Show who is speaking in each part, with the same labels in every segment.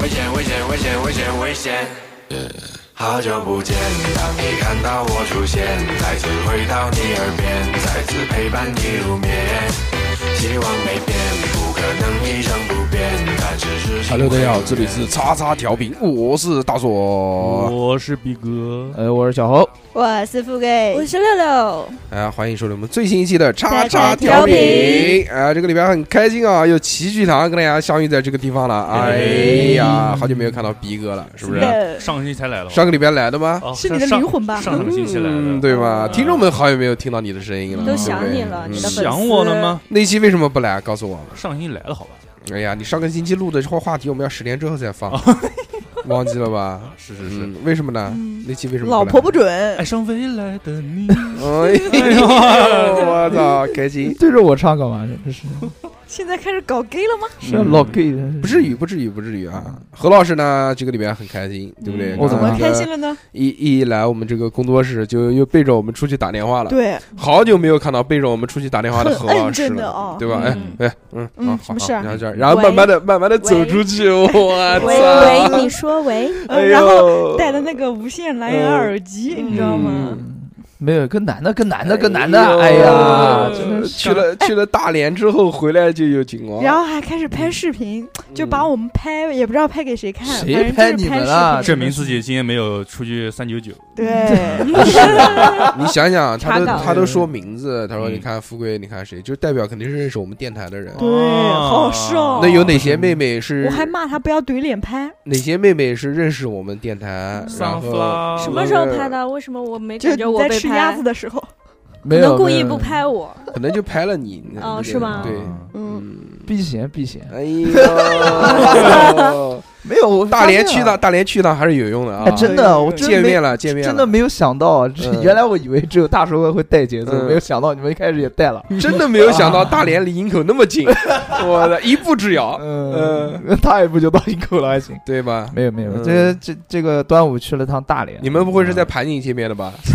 Speaker 1: 危险危险危险危险！好久不见，当你看到我出现，再次回到你耳边，再次陪伴你入眠。希望没变，不可能一成不变，但是事情
Speaker 2: Hello，大家好，
Speaker 1: 会
Speaker 2: 这里是叉叉调频，我是大硕。
Speaker 3: 我是逼哥，
Speaker 4: 呃，我是小侯，
Speaker 5: 我是富贵，
Speaker 6: 我是六六，
Speaker 2: 大家哎欢迎收听我们最新一期的叉叉
Speaker 6: 叉
Speaker 2: 调
Speaker 6: 调频
Speaker 2: 频。啊，这个礼拜很开心啊，又齐聚堂跟大家相遇在这个地方了。哎呀，好久没有看到逼哥了，是不是？
Speaker 5: 的
Speaker 3: 上个星期才来了吧，
Speaker 2: 上个礼拜来的吗？
Speaker 3: 哦
Speaker 5: 是你的
Speaker 3: 上
Speaker 5: 灵魂吧？
Speaker 3: 上上个星期来
Speaker 2: 嗯，
Speaker 3: 的，
Speaker 2: 对吧？
Speaker 3: 嗯
Speaker 2: 听众们好久没有听到你的声音了，
Speaker 5: 都
Speaker 2: 对不
Speaker 5: 想
Speaker 2: 对
Speaker 5: 你了，你的
Speaker 2: 嗯
Speaker 5: 粉丝
Speaker 3: 想我了吗？？
Speaker 2: 那期为什么不来？告诉我。
Speaker 3: 上星期来了，好吧？
Speaker 2: 哎呀，你上个星期录的这话话题，我们要十年之后再放， 忘记了吧？
Speaker 3: 哦 是是是，
Speaker 2: 嗯，为什么呢？
Speaker 5: 嗯
Speaker 2: 那期为什么
Speaker 6: 老
Speaker 2: 来
Speaker 6: 婆不准
Speaker 3: 爱，哎上未来的 你，
Speaker 2: 哎呦，
Speaker 6: 哎
Speaker 2: 我操，开心！
Speaker 4: 对着我唱干嘛？这是
Speaker 6: 现在开始搞 gay 了吗？
Speaker 4: 是老 gay 的，
Speaker 2: 嗯不至于，不至于，不至于啊！何老师呢？这个礼拜很开心，对不对？
Speaker 3: 嗯
Speaker 2: 刚
Speaker 4: 我怎
Speaker 2: 刚
Speaker 4: 么
Speaker 6: 我
Speaker 2: 那个
Speaker 6: 开心了呢？
Speaker 2: 一一来我们这个工作室，就又背着我们出去打电话了。
Speaker 6: 对，
Speaker 2: 好久没有看到背着我们出去打电话的何老
Speaker 6: 很
Speaker 2: 师
Speaker 6: 认真的
Speaker 2: 了
Speaker 6: 哦，
Speaker 2: 对吧？哎
Speaker 3: 嗯
Speaker 2: 哎，嗯，
Speaker 6: 嗯
Speaker 2: 好
Speaker 6: 什
Speaker 2: 好
Speaker 6: 么事儿
Speaker 2: 然后这样，然后慢慢的、慢慢的走出去，我
Speaker 5: 喂
Speaker 2: 操！
Speaker 5: 喂，你说喂，
Speaker 2: 哎
Speaker 6: 呃
Speaker 2: 呦
Speaker 6: 嗯然后戴的那个无线蓝牙耳机，
Speaker 5: 嗯
Speaker 6: 你知道吗？
Speaker 4: 嗯没有跟男的，跟男的，跟男
Speaker 2: 呦
Speaker 4: 的，
Speaker 6: 嗯
Speaker 4: 哎呀，
Speaker 3: 这
Speaker 4: 真
Speaker 2: 嗯
Speaker 4: 的是
Speaker 2: 去了去了大连之后回来就有警光，
Speaker 6: 然后还开始拍视频，就把我们拍，也不知道拍给谁看，反
Speaker 4: 谁
Speaker 6: 正就是
Speaker 4: 拍
Speaker 6: 拍
Speaker 4: 你们啊
Speaker 6: 视频
Speaker 3: 证明自己今天没有出去三九九，
Speaker 6: 对，
Speaker 2: 你想想，他都
Speaker 5: 查岗
Speaker 2: 他都说名字，他说
Speaker 3: 嗯
Speaker 2: 你看富贵，你看谁，就代表肯定是认识我们电台的人。
Speaker 6: 对，好好笑哦。
Speaker 2: 那有哪些妹妹是
Speaker 6: 我？还骂他不要怼脸拍，
Speaker 2: 哪些妹妹是认识我们电台？然后
Speaker 3: sunflower
Speaker 2: 什
Speaker 5: 什么时候拍的？为什么我没
Speaker 6: 就
Speaker 5: 感觉
Speaker 6: 你
Speaker 5: 我
Speaker 6: 在
Speaker 5: 被
Speaker 6: 吃鸭
Speaker 5: 拍
Speaker 6: 子？的时候，
Speaker 4: 没
Speaker 5: 可能
Speaker 4: 有
Speaker 5: 故意不，
Speaker 4: 没有
Speaker 5: 拍我。
Speaker 2: 可能就拍了你。
Speaker 5: 哦
Speaker 2: 对
Speaker 5: 是吗
Speaker 2: 对，
Speaker 6: 嗯，
Speaker 2: 嗯，
Speaker 4: 避嫌避嫌，
Speaker 2: 哎 呦，
Speaker 4: 没有我
Speaker 2: 大连去一
Speaker 4: 的，
Speaker 2: 趟，大连去一趟还是有用的啊
Speaker 4: 哎，！真的，我真
Speaker 2: 见
Speaker 4: 没
Speaker 2: 面了，见面
Speaker 4: 真的
Speaker 2: 了，
Speaker 4: 没有想到，这
Speaker 2: 嗯
Speaker 4: 原来我以为只有大叔会带节奏，
Speaker 2: 嗯
Speaker 4: 没有想到你们一开始也带了，
Speaker 2: 真 的没有想
Speaker 4: 啊
Speaker 2: 到大连离营口那么 近，我的一步之遥，
Speaker 4: 嗯， 他一步就到营口了，还行。
Speaker 2: 对吧？
Speaker 4: 没有没有，
Speaker 2: 嗯
Speaker 4: 这这这个端午去了趟大连，
Speaker 2: 你们不会是在盘锦见面的吧？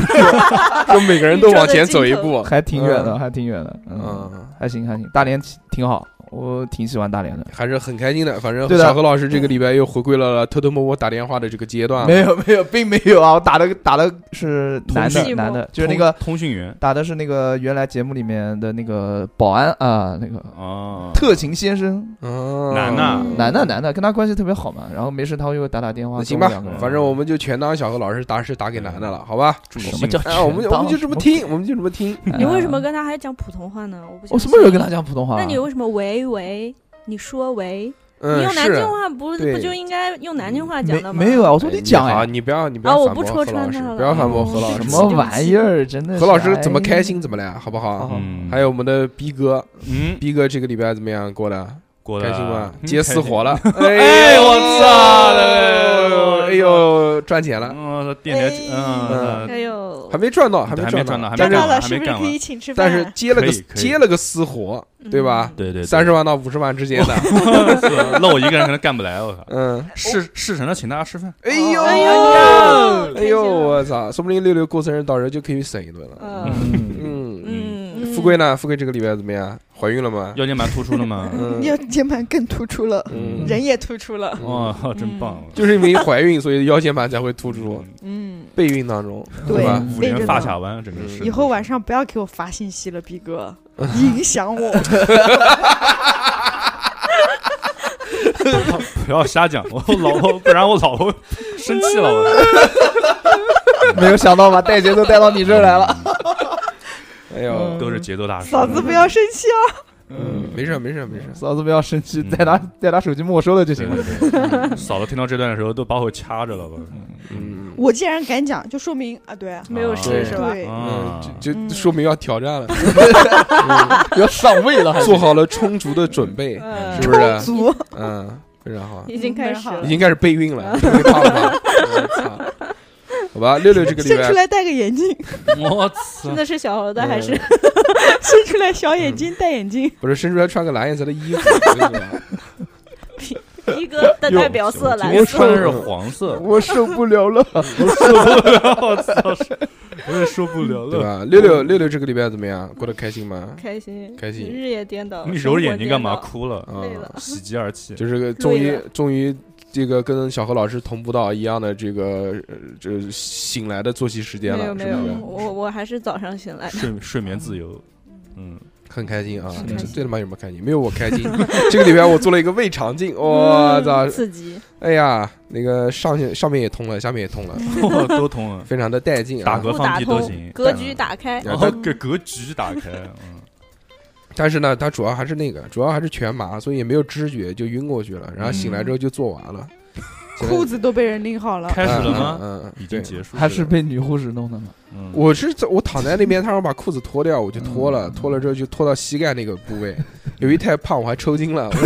Speaker 2: 就每个人都往前走一步，
Speaker 4: 还挺远的，
Speaker 2: 嗯
Speaker 4: 还挺远的，嗯，
Speaker 2: 嗯，
Speaker 4: 还行还行，大连挺挺好，我挺喜欢大连的。
Speaker 2: 还是很开心的。反正
Speaker 4: 对的
Speaker 2: 小何老师这个礼拜又回归了偷偷摸摸打电话的这个阶段。
Speaker 4: 没有没有，并没有啊！我打的打的是男
Speaker 5: 同
Speaker 4: 的
Speaker 5: 事
Speaker 4: 男的，就是那
Speaker 3: 通
Speaker 4: 个
Speaker 3: 通讯员
Speaker 4: 打的是那个原来节目里面的那个保安啊，那个
Speaker 3: 哦，
Speaker 4: 特勤先生，
Speaker 2: 嗯，
Speaker 3: 男的，
Speaker 4: 男的男的，跟他关系特别好嘛。然后没事他会打打电话。
Speaker 2: 那行吧
Speaker 4: 跟啊我们两个，人
Speaker 2: 反正我们就全当小何老师打是打给男的了，好吧？
Speaker 3: 祝
Speaker 4: 什么叫
Speaker 2: 哎，我们就我们就这么听，我们就这么听。
Speaker 4: 全当？
Speaker 5: 你为什么
Speaker 4: 哎？
Speaker 5: 跟他还讲普通话呢？我不相信
Speaker 4: 我哦什么时候跟他？讲普通话了？啊
Speaker 5: 那你为什么喂喂？你说喂？你
Speaker 2: 嗯，
Speaker 5: 用南
Speaker 2: 是
Speaker 5: 京话不
Speaker 2: 对
Speaker 5: 不就应该用南京话讲的
Speaker 4: 没
Speaker 5: 吗？
Speaker 4: 没有啊？我说
Speaker 2: 哎
Speaker 4: 讲
Speaker 2: 好，
Speaker 4: 哎，
Speaker 2: 你不要你不
Speaker 5: 啊
Speaker 2: 要
Speaker 5: 我
Speaker 2: 反
Speaker 5: 不
Speaker 2: 驳何
Speaker 5: 戳穿
Speaker 2: 老师
Speaker 5: 他，了
Speaker 2: 不要反驳何老
Speaker 5: 哦
Speaker 2: 师
Speaker 4: 什。
Speaker 5: 是
Speaker 4: 么玩意儿？真的是。
Speaker 2: 何老师怎么
Speaker 4: 哎
Speaker 2: 开？心啊怎么来，好不
Speaker 4: 哦
Speaker 2: 好？
Speaker 3: 嗯
Speaker 2: 哦还有我们的逼哥，
Speaker 3: 嗯，
Speaker 2: 逼哥这个礼拜怎么样过的？
Speaker 3: 过得
Speaker 2: 开心吗？
Speaker 3: 嗯
Speaker 2: 接私活了，
Speaker 3: 哎我操
Speaker 2: 哎呦，赚钱
Speaker 3: 开
Speaker 2: 了
Speaker 3: 心，，嗯，电台
Speaker 2: 嗯
Speaker 3: 嗯
Speaker 5: 哎呦
Speaker 2: 还，没赚到，
Speaker 3: 还
Speaker 2: 没
Speaker 3: 没
Speaker 2: 赚
Speaker 3: 赚到还没
Speaker 2: 但
Speaker 6: 赚到
Speaker 2: 是
Speaker 3: 赚还
Speaker 6: 了是
Speaker 3: 没
Speaker 6: 不是
Speaker 3: 干
Speaker 6: 可
Speaker 3: 完
Speaker 6: 以请吃
Speaker 2: 但
Speaker 6: 饭？
Speaker 2: 是接了个
Speaker 3: 可以可以
Speaker 2: 接了个私活，对吧？
Speaker 3: 对对，
Speaker 2: 三十万到五十万之间的，
Speaker 3: 万，那我一个人可能干不来，我靠，
Speaker 2: 嗯，
Speaker 3: 事事成了，请大家吃饭，
Speaker 2: 哎呦
Speaker 5: 哎
Speaker 2: 呦
Speaker 5: 呦
Speaker 2: 哎呦，我操，说不定六六过生日到时候就可以省一顿了。
Speaker 5: 嗯
Speaker 4: 嗯
Speaker 2: 嗯，
Speaker 5: 嗯，
Speaker 2: 富贵呢？富贵这个礼拜怎么样？怀孕了吗？
Speaker 3: 腰间盘突出 了吗？
Speaker 2: 嗯
Speaker 6: 要键盘更突出了，
Speaker 2: 嗯
Speaker 6: 人也突出了，
Speaker 3: 哇，真棒！
Speaker 2: 就是因为怀孕，所以腰间盘才会突出。
Speaker 6: 嗯，
Speaker 2: 备孕当中，
Speaker 6: 对
Speaker 7: 啊
Speaker 2: 吧？
Speaker 3: 五
Speaker 6: 累着
Speaker 3: 人
Speaker 6: 呢
Speaker 3: 发卡弯，整个
Speaker 2: 嗯
Speaker 3: 是。
Speaker 6: 以后晚上不要给我发信息了，逼哥，影响我。
Speaker 3: 不要瞎讲，我老婆不然我老婆生气了。 我
Speaker 4: 哎没有想到吧？带节奏带到你这儿来了。
Speaker 2: 嗯哎呦，
Speaker 3: 都是节奏大师，
Speaker 6: 嫂子不要生气哦。
Speaker 2: 嗯，没事没事没事，
Speaker 4: 嫂子不要生气，
Speaker 3: 嗯
Speaker 4: 再拿再拿手机没收了就行
Speaker 3: 对
Speaker 4: 了。
Speaker 3: 对对，嫂子听到这段的时候都把我掐着了吧？
Speaker 2: 嗯，
Speaker 6: 我既然敢讲，就说明啊，对
Speaker 5: 没有
Speaker 2: 对
Speaker 5: 事哦是吧？
Speaker 6: 对，
Speaker 3: 啊
Speaker 2: 嗯，，就就
Speaker 6: 嗯
Speaker 2: 说明要挑战了，
Speaker 4: 要上位了，还
Speaker 2: 做好了充足的准备，
Speaker 6: 嗯
Speaker 2: 是不啊是？
Speaker 6: 足
Speaker 2: 嗯，非常好，
Speaker 5: 已经开始了
Speaker 2: 已。经开始备孕 了，准备胖了 吧？嗯操好吧，六六这个礼
Speaker 6: 伸出
Speaker 2: 拜，
Speaker 6: 来戴个眼镜，
Speaker 3: 我操
Speaker 5: 真！的是小猴的还是
Speaker 6: 伸出来小眼睛戴眼镜，
Speaker 2: 不是伸出来穿个蓝颜色的 衣服，对吧
Speaker 5: 一哥的代表色
Speaker 3: 今
Speaker 5: 蓝
Speaker 3: 天
Speaker 5: 色
Speaker 3: 穿？的是 黄色，
Speaker 4: 我受不了了。
Speaker 3: 我操！我也受不了
Speaker 2: 对
Speaker 3: 了。
Speaker 2: 吧？六六六六这个礼拜怎么样？过得开心吗？
Speaker 5: 开心，
Speaker 2: 开心
Speaker 5: 日夜颠倒。
Speaker 3: 你揉着眼睛干嘛？
Speaker 5: 生活颠倒
Speaker 3: 哭了？
Speaker 2: 啊
Speaker 5: 累，了
Speaker 3: 喜极而泣。
Speaker 2: 就是个终
Speaker 5: 累
Speaker 2: 于
Speaker 5: 了
Speaker 2: 终于这个跟小何老师同步到一样的这个呃这醒来的作息时间
Speaker 5: 没
Speaker 2: 了，
Speaker 5: 有
Speaker 2: 是
Speaker 5: 没
Speaker 2: 不
Speaker 5: 有
Speaker 2: 是？，
Speaker 5: 我我还是早上醒来的。
Speaker 3: 睡睡眠自由，嗯，
Speaker 2: 很开心啊！
Speaker 5: 很
Speaker 2: 这
Speaker 5: 开心
Speaker 2: 这他妈有什么开心？没有我开心。 这个里边我做了一个胃肠镜，我
Speaker 5: 嗯
Speaker 2: 操！
Speaker 5: 刺激！
Speaker 2: 哎呀，那个上去上面也通了，下面也通了，
Speaker 3: 嗯 都通了，
Speaker 2: 非常的带劲
Speaker 3: 打
Speaker 2: 啊！
Speaker 3: 嗝
Speaker 5: 不打
Speaker 3: 放屁都
Speaker 5: 通
Speaker 3: 行，，
Speaker 5: 格局打开。
Speaker 2: 然
Speaker 3: 然
Speaker 2: 后
Speaker 3: 后给格局打开，嗯，
Speaker 2: 但是呢，它主要还是那个，主要还是全麻，所以也没有知觉，就晕过去了。然后醒来之后就做完了，醒来
Speaker 6: 裤子都被人拎好了，
Speaker 3: 嗯开始了
Speaker 2: 嗯
Speaker 3: 吗？
Speaker 2: 嗯嗯，嗯
Speaker 3: 已经
Speaker 2: 对
Speaker 3: 结束了，
Speaker 4: 还是被女护士弄的嘛？
Speaker 3: 嗯
Speaker 2: 我是在我躺在那边，他让我把裤子脱掉，我就脱了，
Speaker 4: 嗯
Speaker 2: 脱了之后就脱到膝盖那个部 位，由于太胖，我还抽筋了， 我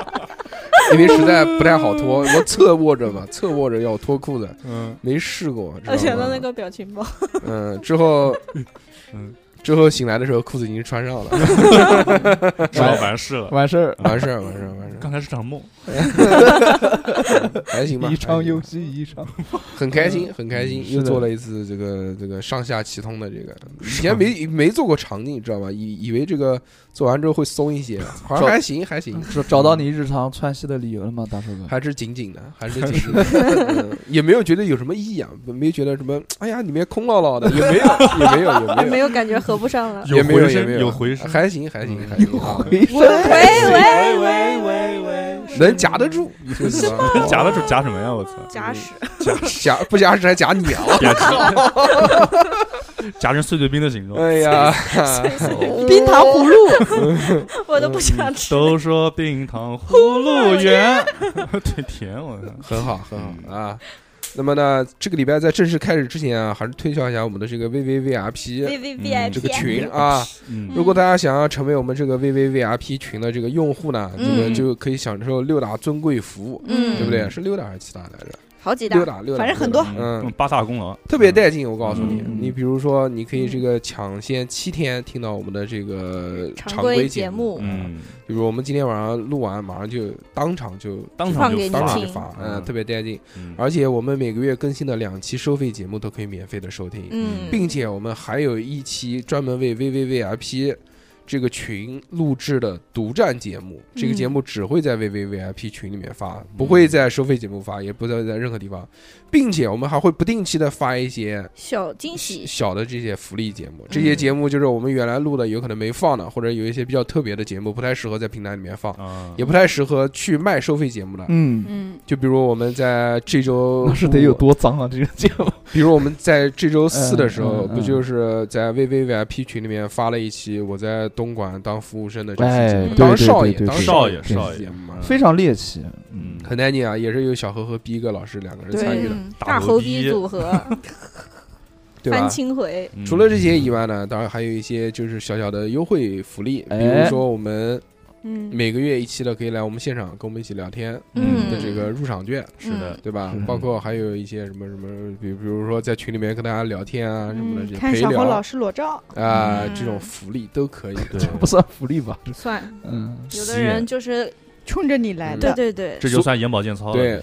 Speaker 2: 因为实在不太好脱，我侧卧着嘛，侧卧着要脱裤子，
Speaker 3: 嗯
Speaker 2: 没试过，
Speaker 5: 我
Speaker 2: 知
Speaker 5: 选
Speaker 2: 道吗
Speaker 5: 了那个表情包，
Speaker 2: 嗯，之后
Speaker 3: 嗯，
Speaker 2: 之后醒来的时候裤子已经穿上了，
Speaker 3: 知道完事了，
Speaker 4: 完事儿，
Speaker 2: 完事儿完事儿 完事
Speaker 3: 刚才是场梦，
Speaker 2: 儿，还行吧，
Speaker 4: 宜
Speaker 2: 还
Speaker 4: 昌
Speaker 2: 行
Speaker 4: 游
Speaker 2: 吧
Speaker 4: 戏宜昌。
Speaker 2: 很开心很开心，
Speaker 4: 嗯
Speaker 2: 又
Speaker 4: 是的
Speaker 2: 做了一次这个这个上下齐通的这个，以前没没做过肠镜，知道吧？以以为这个做完之后会松一些，好像
Speaker 4: 做
Speaker 2: 还行还行。
Speaker 4: 找找到你日常穿戏的理由了吗，大叔哥？
Speaker 2: 还是紧紧的，还是紧紧的，嗯也没有觉得有什么异样，没觉得什么，哎呀，里面空落落的，也没有，也没有，也
Speaker 5: 没
Speaker 2: 没有，
Speaker 5: 有感觉合不上了。
Speaker 2: 也没 有，
Speaker 3: 回
Speaker 2: 也没
Speaker 3: 声，
Speaker 2: 有，
Speaker 3: 回声，
Speaker 2: 还行，还行，
Speaker 3: 嗯
Speaker 2: 还行，啊
Speaker 5: 喂喂喂
Speaker 3: 喂喂喂，
Speaker 2: 能夹得住，就是 吧
Speaker 3: 夹得住夹什么呀？我操，
Speaker 5: 假使
Speaker 2: 夹不夹是还夹你啊！
Speaker 3: 别吃夹成碎碎冰的形状。
Speaker 2: 哎呀，
Speaker 6: 冰糖葫芦，
Speaker 5: 我都不想吃。
Speaker 3: 都说冰糖葫芦圆， 对甜，我操！
Speaker 2: 很好， 很好啊。那么呢，这个礼拜在正式开始之前啊，还是推销一下我们的这个 VVVIP
Speaker 5: V V V I
Speaker 3: 嗯
Speaker 5: P
Speaker 2: 这个群啊。
Speaker 3: 嗯，
Speaker 2: 如果大家想要成为我们这个 VVVIP 群的这个用户呢，这个
Speaker 5: 嗯
Speaker 2: 就可以享受六大尊贵服务，
Speaker 5: 嗯
Speaker 2: 对不对？是六大还是七大来着？
Speaker 5: 好几大
Speaker 2: 六，大，六大，
Speaker 6: 反正很多
Speaker 2: 六大嗯
Speaker 3: 嗯，，八大功劳，
Speaker 2: 特别带劲，我告诉你，
Speaker 4: 嗯
Speaker 2: 你比如说，你可以这个抢先七天听到我们的这个
Speaker 5: 常
Speaker 2: 常
Speaker 5: 规
Speaker 2: 规
Speaker 5: 节
Speaker 2: 目，
Speaker 5: 目
Speaker 3: 嗯，
Speaker 2: 比如我们今天晚上录完，马上就当场就
Speaker 3: 当场
Speaker 5: 放给
Speaker 3: 就
Speaker 5: 你
Speaker 2: 当
Speaker 3: 发
Speaker 2: 场
Speaker 5: 听
Speaker 2: 就发，嗯，特别带劲。
Speaker 3: 嗯
Speaker 2: 而且我们每个月更新的两期收费节目都可以免费的收听，
Speaker 5: 嗯，
Speaker 2: 并且我们还有一期专门为 VVVIP 这个群录制的独占节目，
Speaker 5: 嗯
Speaker 2: 这个节目只会在 VVVIP 群里面发，不会在收费节目发，也不会在任何地方，并且我们还会不定期的发一些
Speaker 5: 小惊喜，嗯
Speaker 2: 小的这些福利节目，这些节目就是我们原来录的，有可能没放的，或者有一些比较特别的节目，不太适合在平台里面放，
Speaker 3: 啊，
Speaker 2: 也不太适合去卖收费节目的。
Speaker 4: 嗯，
Speaker 5: 嗯，
Speaker 2: 就比如我们在这周
Speaker 4: 那是得有多脏啊！这个节
Speaker 3: 嗯
Speaker 4: 目，
Speaker 2: 比如我们在这周四的时候，
Speaker 4: 嗯嗯嗯
Speaker 2: 不就是在 VVVIP 群里面发了一期我在东莞当服务生的这期节
Speaker 4: 哎
Speaker 2: 目，
Speaker 5: 对
Speaker 2: 当
Speaker 4: 对
Speaker 2: 少爷，
Speaker 4: 对对
Speaker 2: 当
Speaker 4: 对
Speaker 2: 爷，
Speaker 4: 对
Speaker 2: 少
Speaker 3: 对
Speaker 2: 节目嘛
Speaker 3: 嗯
Speaker 4: 非常猎奇。
Speaker 3: 嗯
Speaker 2: 很带劲啊，也是由小何和逼哥老师两个人参与的，
Speaker 5: 嗯
Speaker 3: 大
Speaker 5: 大
Speaker 3: 头
Speaker 5: 猴
Speaker 3: 逼
Speaker 5: 逼组合
Speaker 2: 对
Speaker 5: 翻
Speaker 2: 吧？
Speaker 5: 青回，
Speaker 3: 嗯
Speaker 2: 除了这些以外呢，当然还有一些就是小小的优惠福利，比如
Speaker 4: 哎
Speaker 2: 说我们
Speaker 5: 嗯
Speaker 2: 每个月一期的可以来我们现场跟我们一起聊天
Speaker 5: 嗯
Speaker 2: 的这个入场券，
Speaker 3: 是的，
Speaker 2: 对吧
Speaker 4: 是？
Speaker 2: 包括还有一些什么什么，比比如说在群里面跟大家聊天啊什
Speaker 7: 嗯
Speaker 2: 么的，这些
Speaker 6: 看
Speaker 2: 陪
Speaker 6: 小
Speaker 2: 聊
Speaker 6: 何老
Speaker 2: 啊、
Speaker 6: 师裸照，
Speaker 5: 嗯
Speaker 2: 这种福利都可以。
Speaker 3: 对
Speaker 2: 这
Speaker 4: 不算福 利吧？
Speaker 5: 算
Speaker 4: 嗯，
Speaker 5: 有的人就是
Speaker 6: 冲着你来
Speaker 5: 对
Speaker 6: 的，
Speaker 5: 对对，
Speaker 3: 这就算眼保健操 了，
Speaker 2: 对，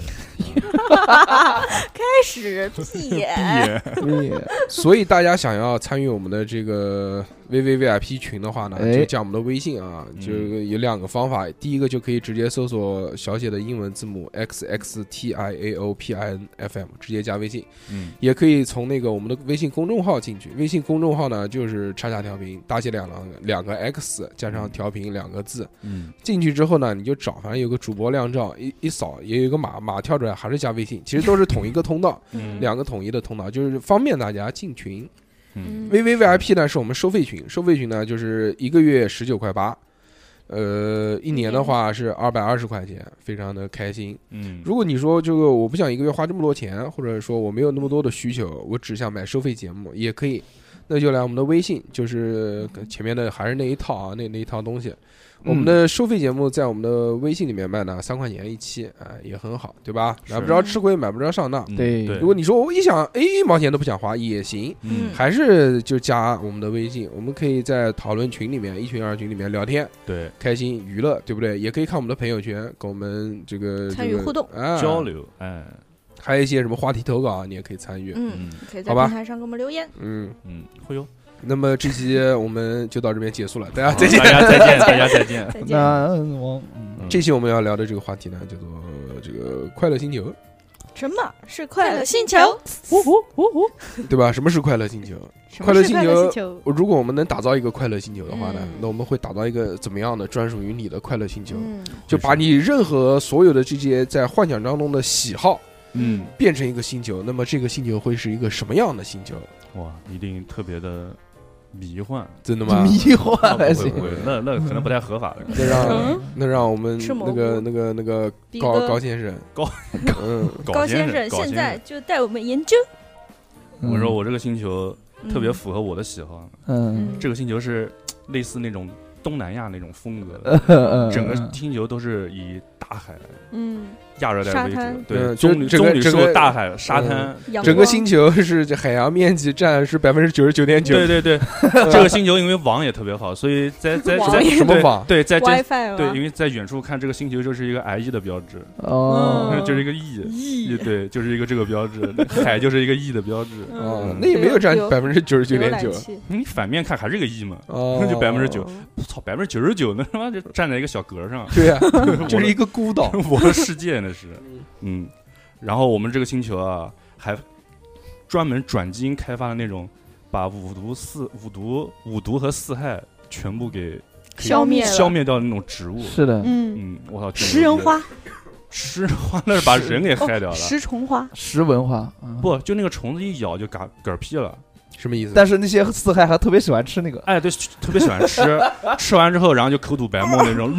Speaker 5: 开始闭眼，
Speaker 4: 对，
Speaker 2: 所以大家想要参与我们的这个 VVVIP 群的话呢，
Speaker 4: 哎
Speaker 2: 就加我们的微信啊，就有两个方法。第一个就可以直接搜索小写的英文字母 XXTIAOPINFM，直接加微信。
Speaker 3: 嗯，
Speaker 2: 也可以从那个我们的微信公众号进去。微信公众号呢，就是叉叉调频，大写两两两个 X 加上调频两个字。
Speaker 3: 嗯，
Speaker 2: 进去之后呢，你就找，反正有个主播亮照，一一扫也有一个码码跳出来，还是加微信，其实都是同一个通道，
Speaker 3: 嗯
Speaker 2: 两个统一的通道，就是方便大家进群。
Speaker 3: 嗯，
Speaker 5: 嗯
Speaker 2: VVVIP 呢是我们收费群，收费群呢就是一个月十九块八，呃，一年的话是二百二十块钱，非常的开心。
Speaker 3: 嗯，
Speaker 2: 如果你说这个我不想一个月花这么多钱，或者说我没有那么多的需求，我只想买收费节目也可以，那就来我们的微信，就是前面的还是那一套啊，那那一套东西。
Speaker 3: 嗯
Speaker 2: 我们的收费节目在我们的微信里面卖呢，三块钱一期，哎、也很好，对吧？
Speaker 3: 是
Speaker 2: 买不着吃亏，买不着上当。
Speaker 3: 嗯
Speaker 4: 对
Speaker 3: 对，
Speaker 2: 如果你说我一想，哎，一毛钱都不想花也行，
Speaker 3: 嗯
Speaker 2: 还是就加我们的微信，我们可以在讨论群里面、一群、二群里面聊天，
Speaker 3: 对
Speaker 2: 开心娱乐，对不对？也可以看我们的朋友圈，跟我们这个
Speaker 5: 参与互动、
Speaker 2: 这个啊、
Speaker 3: 交，流，哎，
Speaker 2: 还有一些什么话题投稿啊，你也可以参与。
Speaker 5: 嗯
Speaker 3: 嗯，
Speaker 5: 可以在
Speaker 2: 好吧
Speaker 5: 平台上给我们留言，
Speaker 2: 嗯，
Speaker 3: 嗯，会哟，
Speaker 2: 那么这期我们就到这边结束了，大家
Speaker 3: 好
Speaker 2: 啊再见。
Speaker 3: 大家再见，大家再见，
Speaker 5: 再见。
Speaker 4: 那我嗯
Speaker 2: 这期我们要聊的这个话题呢，叫做个快乐星球，
Speaker 6: 什么是
Speaker 5: 快
Speaker 6: 快
Speaker 5: 乐
Speaker 6: 乐
Speaker 5: 星
Speaker 6: 星
Speaker 5: 球
Speaker 6: 球？
Speaker 2: 对吧？什么是快乐星 球？
Speaker 6: 什
Speaker 2: 快
Speaker 6: 么
Speaker 2: 乐
Speaker 6: 是
Speaker 2: 星
Speaker 6: 快乐
Speaker 2: 球
Speaker 6: 星球？
Speaker 2: 如果我们能打造一个快乐星球的话呢，
Speaker 6: 嗯
Speaker 2: 那我们会打造一个怎么样的专属于你的快乐星球？
Speaker 6: 嗯，
Speaker 2: 就把你任何所有的这些在幻想当中的喜好
Speaker 3: 嗯，
Speaker 2: 变成一个星球，那么这个星球会是一个什么样的星球？
Speaker 3: 哇，一定特别的迷 幻，
Speaker 2: 真的 吗？
Speaker 4: 迷幻还
Speaker 3: 那不会
Speaker 4: 行
Speaker 3: 不。会那那可能不太合法的。
Speaker 2: 那让
Speaker 6: 嗯
Speaker 2: 那让我们
Speaker 5: 吃蘑
Speaker 2: 那
Speaker 5: 菇
Speaker 2: 个那个那个
Speaker 5: 逼
Speaker 2: 高
Speaker 5: 哥
Speaker 2: 高先生
Speaker 3: 高
Speaker 2: 嗯
Speaker 5: 高
Speaker 3: 先
Speaker 5: 生
Speaker 3: 搞
Speaker 5: 现
Speaker 3: 先
Speaker 5: 在就带我们研究，
Speaker 4: 嗯
Speaker 3: 我说我这个星球特
Speaker 5: 嗯
Speaker 3: 别符合我的喜好，
Speaker 4: 嗯，
Speaker 3: 这
Speaker 5: 个
Speaker 3: 个星球是类似那种东南亚那种风格的，
Speaker 4: 嗯 嗯
Speaker 3: 整个星球都是以大海、
Speaker 5: 嗯，
Speaker 3: 亚热带为
Speaker 5: 沙
Speaker 3: 主
Speaker 5: 滩，
Speaker 3: 对，
Speaker 2: 嗯就
Speaker 3: 棕榈
Speaker 2: 整
Speaker 3: 棕
Speaker 2: 个
Speaker 3: 榈
Speaker 2: 整个嗯
Speaker 3: 树、大海、沙滩，
Speaker 5: 阳
Speaker 2: 整个
Speaker 5: 光
Speaker 2: 星球 是这海洋面积占是百分之九十九点九，
Speaker 3: 对对对，这个星球因为网也特别好，所以在在
Speaker 5: 网
Speaker 3: 在
Speaker 5: 也
Speaker 2: 什么
Speaker 3: 对
Speaker 2: 网
Speaker 3: 对，在这
Speaker 5: WiFi 啊
Speaker 3: 对，
Speaker 5: 吗
Speaker 3: 因为在远处看这个星球就是一个 I E 的标志，
Speaker 4: 哦
Speaker 5: 嗯，
Speaker 3: 就是一个 E，
Speaker 5: 咦，
Speaker 3: 对，就是一个这个标 志，海就是一个 E 的标志。
Speaker 2: 哦
Speaker 5: 嗯，
Speaker 2: 那也没有占
Speaker 5: 浏
Speaker 2: 百分之九十九
Speaker 5: 浏
Speaker 2: 点
Speaker 5: 览
Speaker 2: 九，
Speaker 5: 器
Speaker 3: 你反面看还是个 E 嘛？
Speaker 2: 哦，，
Speaker 3: 就9%，我操，百分之九十九，那他妈就站在一个小格上
Speaker 2: 对啊，
Speaker 3: 我
Speaker 2: 就是
Speaker 3: 的，
Speaker 2: 一个孤岛
Speaker 3: 我的 世界那是，嗯。然后我们这个星球啊，还专门转基因开发的那种，把五毒四五毒五毒和四害全部给
Speaker 6: 消灭了
Speaker 3: 消灭掉的那种植物。
Speaker 4: 是的，
Speaker 6: 嗯，
Speaker 3: 嗯，我操，
Speaker 6: 食人花，
Speaker 3: 食人花那是把人给害掉
Speaker 6: 哦
Speaker 3: 了。
Speaker 6: 食虫花，
Speaker 4: 食文化。嗯，
Speaker 3: 不，就那个虫子一咬就嘎嗝屁了。
Speaker 2: 什么意思？
Speaker 4: 但是那些四害还特别喜欢吃那个，
Speaker 3: 哎，对，特别喜欢吃，吃完之后然后就口吐白沫那种，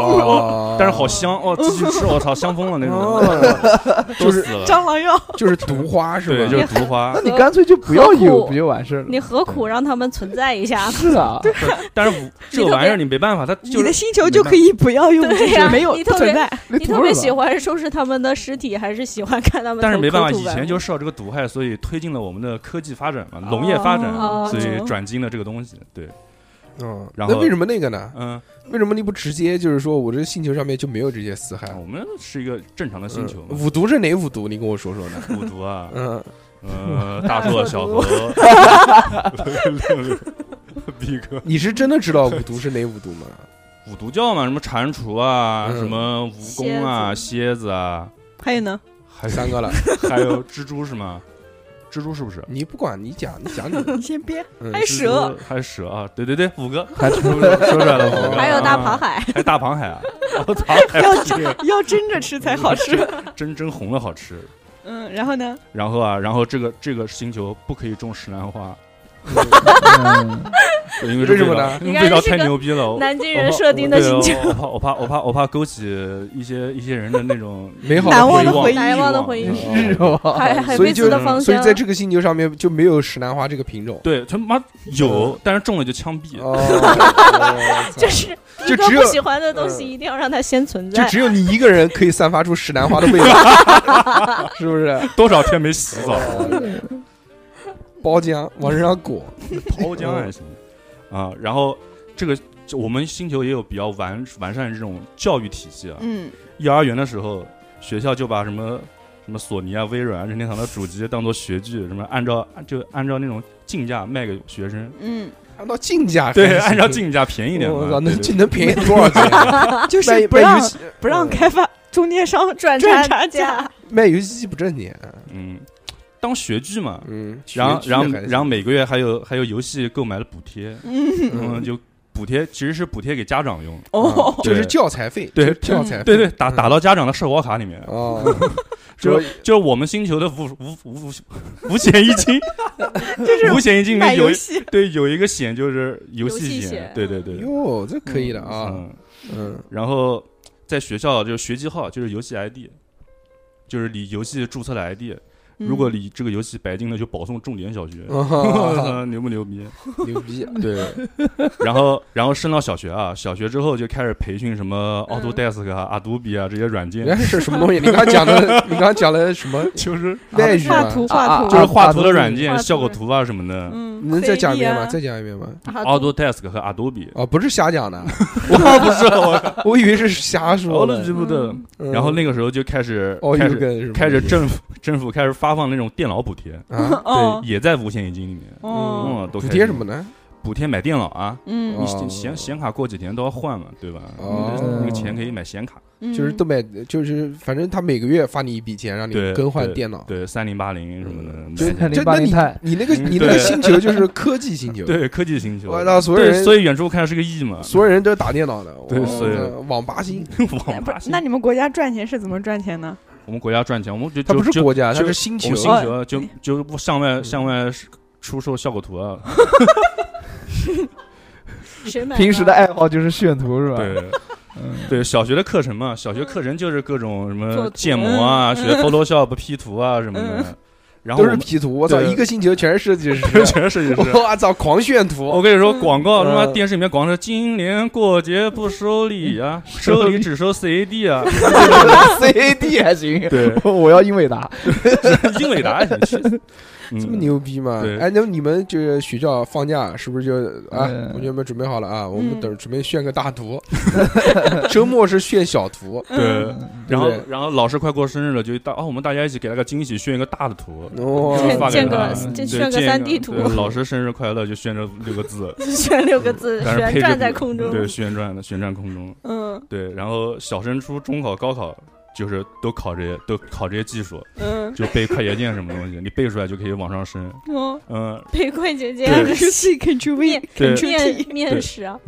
Speaker 2: 哦
Speaker 3: 但是好香哦，继续吃，我操，香疯了那种，
Speaker 2: 哦，
Speaker 3: 都死了。
Speaker 6: 蟑螂药，
Speaker 2: 就是毒 花是
Speaker 3: 对，
Speaker 2: 吧？
Speaker 3: 就是毒花
Speaker 4: 那。你干脆就不要
Speaker 5: 何
Speaker 4: 有，
Speaker 5: 苦
Speaker 4: 不就完事儿了？
Speaker 5: 你何苦让他们存在一 下？
Speaker 4: 是啊，
Speaker 3: 但是这个玩意儿你没办法，它
Speaker 6: 你
Speaker 3: 就
Speaker 6: 的
Speaker 3: 是
Speaker 6: 星球就可以不要用这
Speaker 5: 对
Speaker 6: 些，
Speaker 5: 呀
Speaker 6: 没有
Speaker 5: 你
Speaker 6: 不
Speaker 5: 特
Speaker 6: 存
Speaker 5: 别
Speaker 6: 在。
Speaker 4: 你
Speaker 5: 你特别喜欢收拾他们的尸体，还是喜欢看他们？
Speaker 3: 但是没办法，以前就。受到这个毒害，所以推进了我们的科技发展嘛，农业发展，
Speaker 5: 哦
Speaker 3: 所以转基因了这个东西。对，
Speaker 2: 嗯，
Speaker 3: 然后
Speaker 2: 那为什么那个呢？
Speaker 3: 嗯，
Speaker 2: 为什么你不直接就是说我这星球上面就没有这些四害？
Speaker 3: 我们是一个正常的星球
Speaker 2: 嗯
Speaker 3: 嘛，
Speaker 2: 五毒是哪五毒？你跟我说说呢？
Speaker 3: 五毒啊，
Speaker 2: 嗯，
Speaker 3: 呃，大作小
Speaker 5: 毒
Speaker 3: 河，逼哥，
Speaker 2: 你是真的知道五毒是哪五毒吗？
Speaker 3: 五毒教嘛，什么蟾蜍啊，
Speaker 2: 嗯
Speaker 3: 什么蜈蚣啊，蝎子啊，
Speaker 6: 还有呢？
Speaker 3: 还有
Speaker 2: 三个了，
Speaker 3: 还有蜘蛛是吗？蜘蛛是不是？
Speaker 2: 你不管你讲，你讲你 的。
Speaker 6: 你先憋。
Speaker 2: 嗯
Speaker 6: 还有蛇，
Speaker 3: 蜘蛛，还有蛇啊！对对对，五个，
Speaker 4: 还
Speaker 3: 说出来说出来了，五个。
Speaker 5: 还有大螃
Speaker 3: 啊，
Speaker 5: 海，
Speaker 3: 还有大螃海啊！我操，还
Speaker 6: 要蒸要蒸着吃才好 吃。
Speaker 3: 真真红了，好吃。
Speaker 6: 嗯，然后呢？
Speaker 3: 然后啊，然后这个这个星球不可以种石兰花，
Speaker 4: 嗯
Speaker 3: 对因为这
Speaker 2: 为什么
Speaker 3: 味道
Speaker 2: 呢
Speaker 3: 因
Speaker 5: 你
Speaker 3: 为
Speaker 5: 看
Speaker 3: 味道
Speaker 5: 这
Speaker 3: 太
Speaker 5: 是个
Speaker 3: 牛逼了。我
Speaker 5: 南京人设定的星球，
Speaker 3: 哦对我怕我怕我怕我怕勾起一些一些人的那种
Speaker 2: 美好
Speaker 6: 难忘的
Speaker 2: 回忆
Speaker 6: 回忆
Speaker 5: 难忘的回忆
Speaker 4: 日嗯吧？
Speaker 5: 海海
Speaker 2: 所以
Speaker 5: 贝
Speaker 2: 就
Speaker 5: 斯的芳
Speaker 2: 所以
Speaker 5: 香。
Speaker 2: 在这个星球上面就没有石兰花这个品种。
Speaker 3: 对，他妈有，但是中了就枪毙。
Speaker 2: 哦，我操
Speaker 5: 这是
Speaker 2: 就
Speaker 5: 一个
Speaker 2: 只有
Speaker 5: 不喜欢的东西，
Speaker 2: 嗯
Speaker 5: 一定要让它先存
Speaker 2: 就
Speaker 5: 在。
Speaker 2: 只有你一个人可以散发出石兰花的味道， 是不是？
Speaker 3: 多少天没洗 澡，
Speaker 2: 包浆往身上裹，
Speaker 3: 泡浆还行啊。然后这个就我们星球也有比较完完善的这种教育体系啊。
Speaker 6: 嗯，
Speaker 3: 幼儿园的时候，学校就把什么什么索尼啊、微软啊、任天堂的主机当做学具，什么按照就按照那种进价卖给学生，
Speaker 6: 嗯，
Speaker 2: 按照进价
Speaker 3: 对， 按照进价便宜一点嘛
Speaker 2: 我操，。
Speaker 3: 对
Speaker 2: 能
Speaker 3: 对
Speaker 2: 能便宜 多少钱？
Speaker 6: 就是
Speaker 2: 卖
Speaker 6: 不
Speaker 2: 卖
Speaker 6: 让
Speaker 2: 游戏，
Speaker 6: 不让开发中间商
Speaker 5: 赚
Speaker 6: 赚
Speaker 5: 差
Speaker 6: 差
Speaker 5: 价
Speaker 6: 价，
Speaker 2: 卖游戏机不挣钱。
Speaker 3: 嗯，当学具嘛。
Speaker 2: 嗯，
Speaker 3: 然后，
Speaker 2: 学区
Speaker 3: 然后
Speaker 2: 还，行
Speaker 3: 然后每个月还有还有游戏购买的补贴，
Speaker 6: 嗯，
Speaker 3: 嗯，就补贴其实是补贴给家长用，
Speaker 6: 哦，
Speaker 2: 就是教材费，
Speaker 3: 对
Speaker 2: 就是教材费，
Speaker 3: 对对，打打到家长的社保卡里面，
Speaker 2: 哦，
Speaker 3: 就
Speaker 2: 就是
Speaker 3: 就是我们星球的五五五五五险一金，
Speaker 6: 就是
Speaker 3: 五险一金里
Speaker 6: 买
Speaker 3: 面有
Speaker 6: 游
Speaker 3: 一
Speaker 6: 戏，
Speaker 3: 对有一个险就是游
Speaker 5: 游戏
Speaker 3: 戏
Speaker 5: 险
Speaker 3: 对对对，
Speaker 2: 哟，这可以的啊，
Speaker 3: 嗯，
Speaker 2: 嗯，
Speaker 3: 然后在学校就是学籍号，就是游戏 ID，就是你游戏注册的 ID，如
Speaker 7: 嗯
Speaker 3: 果你这个游戏白金的，就保送重点小学。
Speaker 2: 哦
Speaker 3: 牛不牛逼？
Speaker 2: 牛逼，
Speaker 3: 嗯
Speaker 2: 啊
Speaker 3: 对，然后然后升到小学啊，小学之后就开始培训什么 Autodesk 啊、Adobe 啊这些软件，
Speaker 2: 人家是什么东西？你刚刚讲的，你刚刚讲的什么
Speaker 3: 就是
Speaker 2: 外语
Speaker 6: 画
Speaker 2: 吗？
Speaker 6: 图
Speaker 4: 啊啊
Speaker 6: 画
Speaker 3: 就是
Speaker 6: 图，
Speaker 3: 画图的软
Speaker 5: 画
Speaker 3: 件、
Speaker 5: 图
Speaker 3: 效果图啊什么的。
Speaker 6: 嗯，
Speaker 2: 你能再讲一遍
Speaker 3: 啊
Speaker 2: 吗？
Speaker 6: 可以
Speaker 2: 再讲一遍吗？
Speaker 5: 啊
Speaker 3: Autodesk 和 Adobe，
Speaker 2: 哦，不是瞎讲 的，
Speaker 3: 我不是 我，
Speaker 2: 我以为是瞎说的。
Speaker 3: 不的。
Speaker 2: 嗯
Speaker 3: 然后那个时候就开始
Speaker 2: 哦，
Speaker 3: 开
Speaker 2: 有
Speaker 3: 始
Speaker 2: 梗是吗
Speaker 3: 开始政府 政府开始发放那种电脑补贴，
Speaker 2: 啊，
Speaker 6: 啊
Speaker 3: 对，也在五险一金里面。
Speaker 6: 哦，
Speaker 3: 嗯，都
Speaker 2: 补
Speaker 3: 开始
Speaker 2: 贴什么呢？
Speaker 3: 补贴买电脑啊，
Speaker 6: 嗯
Speaker 2: 哦
Speaker 3: 你显显显卡过几年都要换嘛，对吧？
Speaker 2: 哦
Speaker 3: 那个钱可以买显卡，
Speaker 6: 嗯
Speaker 2: 就是都买，就是反正他每个月发你一笔钱，让你
Speaker 3: 对
Speaker 2: 更换电脑。
Speaker 3: 对，三零八零什么的，
Speaker 2: 哦嗯就
Speaker 3: 买
Speaker 4: 看
Speaker 3: 显
Speaker 4: 你
Speaker 2: 就
Speaker 4: 零八
Speaker 2: 那
Speaker 4: 零
Speaker 2: 你
Speaker 4: 钛
Speaker 2: 你那个
Speaker 3: 嗯
Speaker 2: 你那个
Speaker 3: 对
Speaker 2: 星球就是科技星球，
Speaker 3: 卡，对科技星球，
Speaker 2: 我操，所有
Speaker 3: 对，
Speaker 2: 人
Speaker 3: 所以远处看是个亿嘛，
Speaker 2: 所有人都是打电脑的，
Speaker 3: 对
Speaker 2: 哇
Speaker 3: 所以
Speaker 2: 这网吧星，
Speaker 6: 哎
Speaker 3: 网
Speaker 6: 不
Speaker 3: 吧
Speaker 6: 是，那你们国家赚钱是怎么赚钱呢？
Speaker 3: 我们国家赚钱，我们就
Speaker 2: 它不
Speaker 3: 就是就
Speaker 2: 国家，它
Speaker 3: 就是
Speaker 2: 星
Speaker 3: 我
Speaker 2: 球
Speaker 3: 们。星
Speaker 6: 哦
Speaker 3: 球啊就就不向外向外出售效果图啊，
Speaker 5: 谁买
Speaker 4: 平时 的爱好就是炫图是吧？
Speaker 3: 对
Speaker 4: 嗯，
Speaker 3: 对，小学的课程嘛，小学课程就是各种什
Speaker 5: 做
Speaker 3: 么
Speaker 5: 图嗯
Speaker 3: 建模啊，学 Photoshop、P 图啊什么的，然后
Speaker 2: 都
Speaker 3: 我
Speaker 2: 是
Speaker 3: 们
Speaker 2: P 图，我操，
Speaker 3: 对
Speaker 2: 一个星球全是设计师，
Speaker 3: 全是设计师。
Speaker 2: 我操，狂炫图
Speaker 3: 我，跟你说，广告他妈
Speaker 2: 嗯
Speaker 3: 电视里面广告说今年过节不收礼啊，收礼只收 CAD 啊，
Speaker 4: ，CAD 还行。
Speaker 3: 对，
Speaker 4: 我要英伟达，
Speaker 3: 英伟达也嗯挺气死，
Speaker 2: 这
Speaker 3: 这
Speaker 2: 么牛逼吗
Speaker 3: 对？
Speaker 2: 哎，那你们就是学校放假是不是就啊
Speaker 4: 嗯？
Speaker 2: 同学们准备好了啊？我们
Speaker 6: 嗯
Speaker 2: 等准备炫个大图， 周末是炫小图，
Speaker 3: 对，
Speaker 5: 嗯
Speaker 3: 然后
Speaker 2: 对
Speaker 3: 然后老师快过生日了，就大哦，我们大家一起给他个惊喜，炫一个大的图，
Speaker 2: 哇
Speaker 3: 就是发给
Speaker 5: 建
Speaker 3: 他
Speaker 5: 个
Speaker 4: 嗯
Speaker 5: 就
Speaker 3: 对
Speaker 5: 炫个
Speaker 3: 建一
Speaker 5: 三 D 图，
Speaker 3: 对老师生日快乐就炫这六个字，
Speaker 5: 炫六个 字，
Speaker 3: 但是
Speaker 5: 旋
Speaker 3: 配置
Speaker 5: 转
Speaker 3: 不
Speaker 5: 在空中。
Speaker 3: 对，旋转的旋转空中，
Speaker 5: 嗯
Speaker 3: 对，然后小升初、中考、高考就是都考这些，都考这些技术，
Speaker 5: 嗯，
Speaker 3: 就背快捷键什么东西，你背出来就可以往上升。
Speaker 5: 哦，
Speaker 3: 嗯，
Speaker 5: 配快捷键
Speaker 3: 对
Speaker 5: 是
Speaker 6: C Ctrl
Speaker 5: 面
Speaker 6: V
Speaker 3: 对
Speaker 6: Ctrl
Speaker 5: 面
Speaker 6: T，
Speaker 5: 面试啊，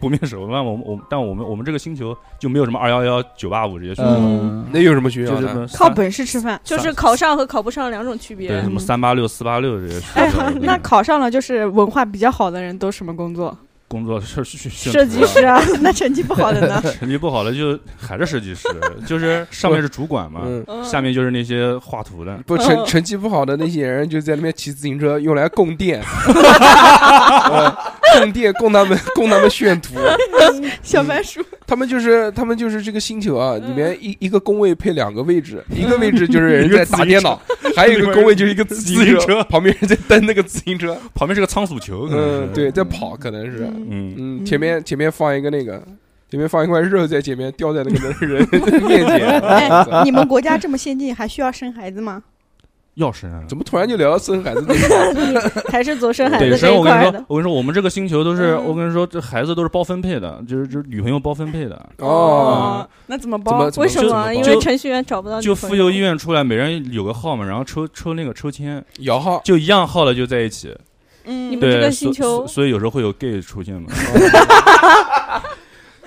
Speaker 3: 不面试，我们我们我们，但我们我们这个星球就没有什么二幺幺、九八五这些学校，
Speaker 4: 嗯，
Speaker 2: 那有什么学
Speaker 3: 呃就
Speaker 2: 校
Speaker 3: 是什
Speaker 2: 呢？
Speaker 3: 么
Speaker 6: 靠
Speaker 3: 三
Speaker 6: 本事 吃饭。
Speaker 5: 就是考嗯上和考不上两种区别。
Speaker 3: 对什么三八六、四八六这些学
Speaker 6: 哎
Speaker 3: 校。对，
Speaker 6: 那考上了就是文化比较好的人都什么工作？
Speaker 3: 工作设设设
Speaker 6: 设计师，啊， 那成绩不好的 呢？
Speaker 3: 成绩不好的就还是设计师，就是上面是主管嘛，
Speaker 2: 嗯，
Speaker 5: 嗯
Speaker 3: 下面就是那些画图的。
Speaker 2: 不
Speaker 5: 嗯
Speaker 2: 成成绩不好的那些人就在那边骑自行车用来供电，呃供电供他们供他们炫图，
Speaker 6: 小番薯，
Speaker 2: 他们就是他们就是这个星球啊，里面一一个工位配两个位置，嗯一个位置就是人在打电脑，还有一个工位就是一个自
Speaker 3: 自
Speaker 2: 行
Speaker 3: 行
Speaker 2: 车
Speaker 3: 车，
Speaker 2: 旁边人在蹬那个自行车，
Speaker 3: 旁边是个仓鼠球，可能
Speaker 2: 嗯
Speaker 3: 是，
Speaker 2: 对，在跑可能是，
Speaker 3: 嗯，
Speaker 2: 嗯，
Speaker 6: 嗯
Speaker 2: 前面前面放一个那个。前面放一块肉在前面吊在那个人 人面前，
Speaker 6: 哎，你们国家这么先进，还需要生孩子吗？
Speaker 3: 要生啊，
Speaker 2: 怎么突然就聊到生孩子这一块儿？
Speaker 5: 你还是走生 孩
Speaker 3: 对，
Speaker 5: 子
Speaker 3: 生
Speaker 5: 这一
Speaker 3: 我跟
Speaker 5: 块
Speaker 3: 你
Speaker 5: 儿
Speaker 3: 说
Speaker 5: 的，，
Speaker 3: 我跟你说，我们这个星球都是，
Speaker 6: 嗯
Speaker 3: 我跟你说，这孩子都是包分配的，就是就是女朋友包分配的，
Speaker 2: 哦，
Speaker 6: 哦，那怎么
Speaker 2: 怎么
Speaker 6: 包？
Speaker 2: 怎
Speaker 5: 为什
Speaker 3: 就
Speaker 5: 么？因
Speaker 3: 就
Speaker 5: 为程序员找不到女
Speaker 3: 就
Speaker 5: 朋
Speaker 3: 妇幼医院出来，每人有个号嘛，然后抽抽那个抽签，
Speaker 2: 摇号
Speaker 3: 就一样号的就在一起，
Speaker 6: 嗯，
Speaker 5: 你们这
Speaker 3: 对，所
Speaker 5: 个星球
Speaker 3: 所所以有时候会有 gay 出现 嘛，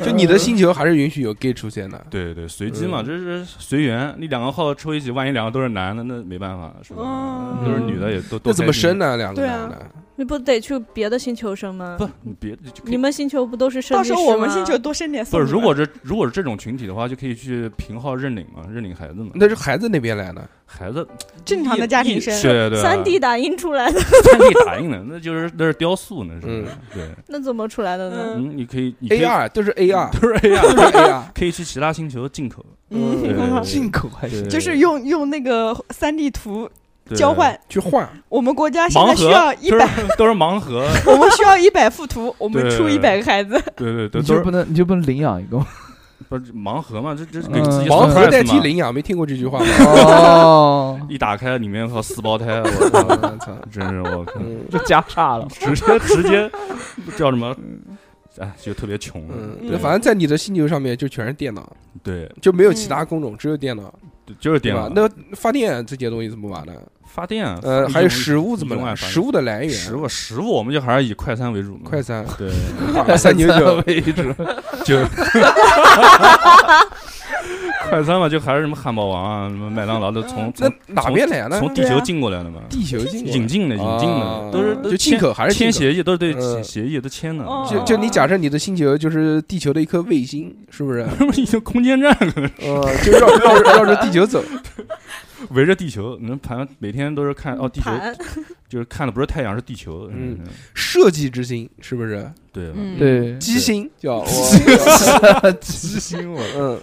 Speaker 2: 就你的星球还是允许有 gay 出现的。
Speaker 3: 对对，随机嘛，
Speaker 2: 嗯
Speaker 3: 这是随缘，你两个号抽一起，万一两个都是男的，那没办法，是吧
Speaker 6: 哦？
Speaker 3: 都是女的也都都
Speaker 2: 那怎么生
Speaker 3: 呢？
Speaker 2: 呢？两个
Speaker 6: 对啊
Speaker 2: 男的，
Speaker 5: 你不得去别的星球生吗？
Speaker 3: 不，你别就可以
Speaker 5: 你们星球不都是设
Speaker 6: 到
Speaker 5: 计师
Speaker 6: 时
Speaker 5: 吗？
Speaker 6: 候我们星球多生点
Speaker 3: 不
Speaker 6: 送
Speaker 3: 是，
Speaker 6: 你吧。
Speaker 3: 如果这如果是这种群体的话，就可以去评号认领嘛，认领孩子嘛，
Speaker 2: 那是孩子那边来的。
Speaker 3: 孩子
Speaker 6: 正常的家庭生
Speaker 3: 对啊对，
Speaker 5: 三 D 打印出来的，
Speaker 3: 三 D 打印的，那就是那是雕塑，那是、
Speaker 2: 嗯
Speaker 3: 对，
Speaker 5: 那怎么出来的呢？
Speaker 3: 嗯，你可以你可以
Speaker 2: AR 都是 AR，
Speaker 3: 都是 AR，
Speaker 2: 都是 AR，
Speaker 3: 可以去其他星球进口，
Speaker 2: 嗯
Speaker 3: 对
Speaker 6: 嗯，
Speaker 4: 进口
Speaker 2: 哎
Speaker 4: 还行。
Speaker 3: 对
Speaker 6: 就是用用那个三 D 图
Speaker 3: 对
Speaker 6: 交换。
Speaker 2: 去换。
Speaker 6: 我们国家现在
Speaker 3: 盲
Speaker 6: 需要
Speaker 3: 盒，
Speaker 6: 一
Speaker 3: 都
Speaker 6: 百，
Speaker 3: 是都是盲盒，
Speaker 6: 我们需要一百 幅图，我们
Speaker 3: 对
Speaker 6: 出一百个孩子。
Speaker 3: 对对对，都
Speaker 4: 你就是不能，你就不能领养一个吗？
Speaker 3: 不是盲盒嘛，这这是给
Speaker 4: 嗯
Speaker 3: 自己
Speaker 2: 盲盒
Speaker 3: surprise
Speaker 2: 代替
Speaker 3: 嘛，
Speaker 2: 领养，没听过这句话吗？
Speaker 4: 哦，
Speaker 3: 一打开里面靠四胞胎，啊 我操，
Speaker 2: 我操！
Speaker 3: 真是我靠，
Speaker 2: 嗯
Speaker 4: 就加差了。
Speaker 3: 直接直接叫什么？哎，就特别穷，
Speaker 2: 嗯，
Speaker 3: 对
Speaker 2: 那反正在你的星球上面就全是电脑，
Speaker 3: 对，
Speaker 2: 就没有其他工种，只有电脑，
Speaker 3: 就就是
Speaker 2: 对
Speaker 3: 电
Speaker 2: 吧
Speaker 3: 脑？
Speaker 2: 那发电这些东西怎么玩呢？
Speaker 3: 发电，啊
Speaker 2: 呃，还有食物怎么来？食
Speaker 3: 物
Speaker 2: 物的来源，
Speaker 3: 食物食物，我们就还是以快餐为主嘛，
Speaker 2: 快 餐
Speaker 3: 对，
Speaker 2: 三九 九，
Speaker 4: 为主，
Speaker 3: 就快餐嘛，就还是什么汉堡王啊，什么麦当劳的，从
Speaker 2: 那
Speaker 3: 从
Speaker 2: 哪边来呢？
Speaker 3: 从地球进过来的嘛，
Speaker 2: 地球进
Speaker 3: 引进的引进
Speaker 2: 啊
Speaker 3: 的，都是
Speaker 2: 就进口还是进
Speaker 3: 签
Speaker 2: 口
Speaker 3: 协议，都是对
Speaker 2: 嗯
Speaker 3: 协协议都签的，
Speaker 6: 哦
Speaker 2: 就就你假设你的星球就是地球的一颗卫星，是 不是？
Speaker 3: 他们已经空间站了
Speaker 2: 呃，就绕绕着绕着地球走，
Speaker 3: 围着地球，能盘每天都是看哦，地球
Speaker 5: 盘
Speaker 3: 就是看的不是太阳是地球，
Speaker 2: 嗯
Speaker 3: 嗯，
Speaker 2: 设计之星是不是？
Speaker 3: 对，
Speaker 6: 嗯，
Speaker 4: 对，
Speaker 2: 机星 叫我，
Speaker 3: 知心我。
Speaker 2: 嗯，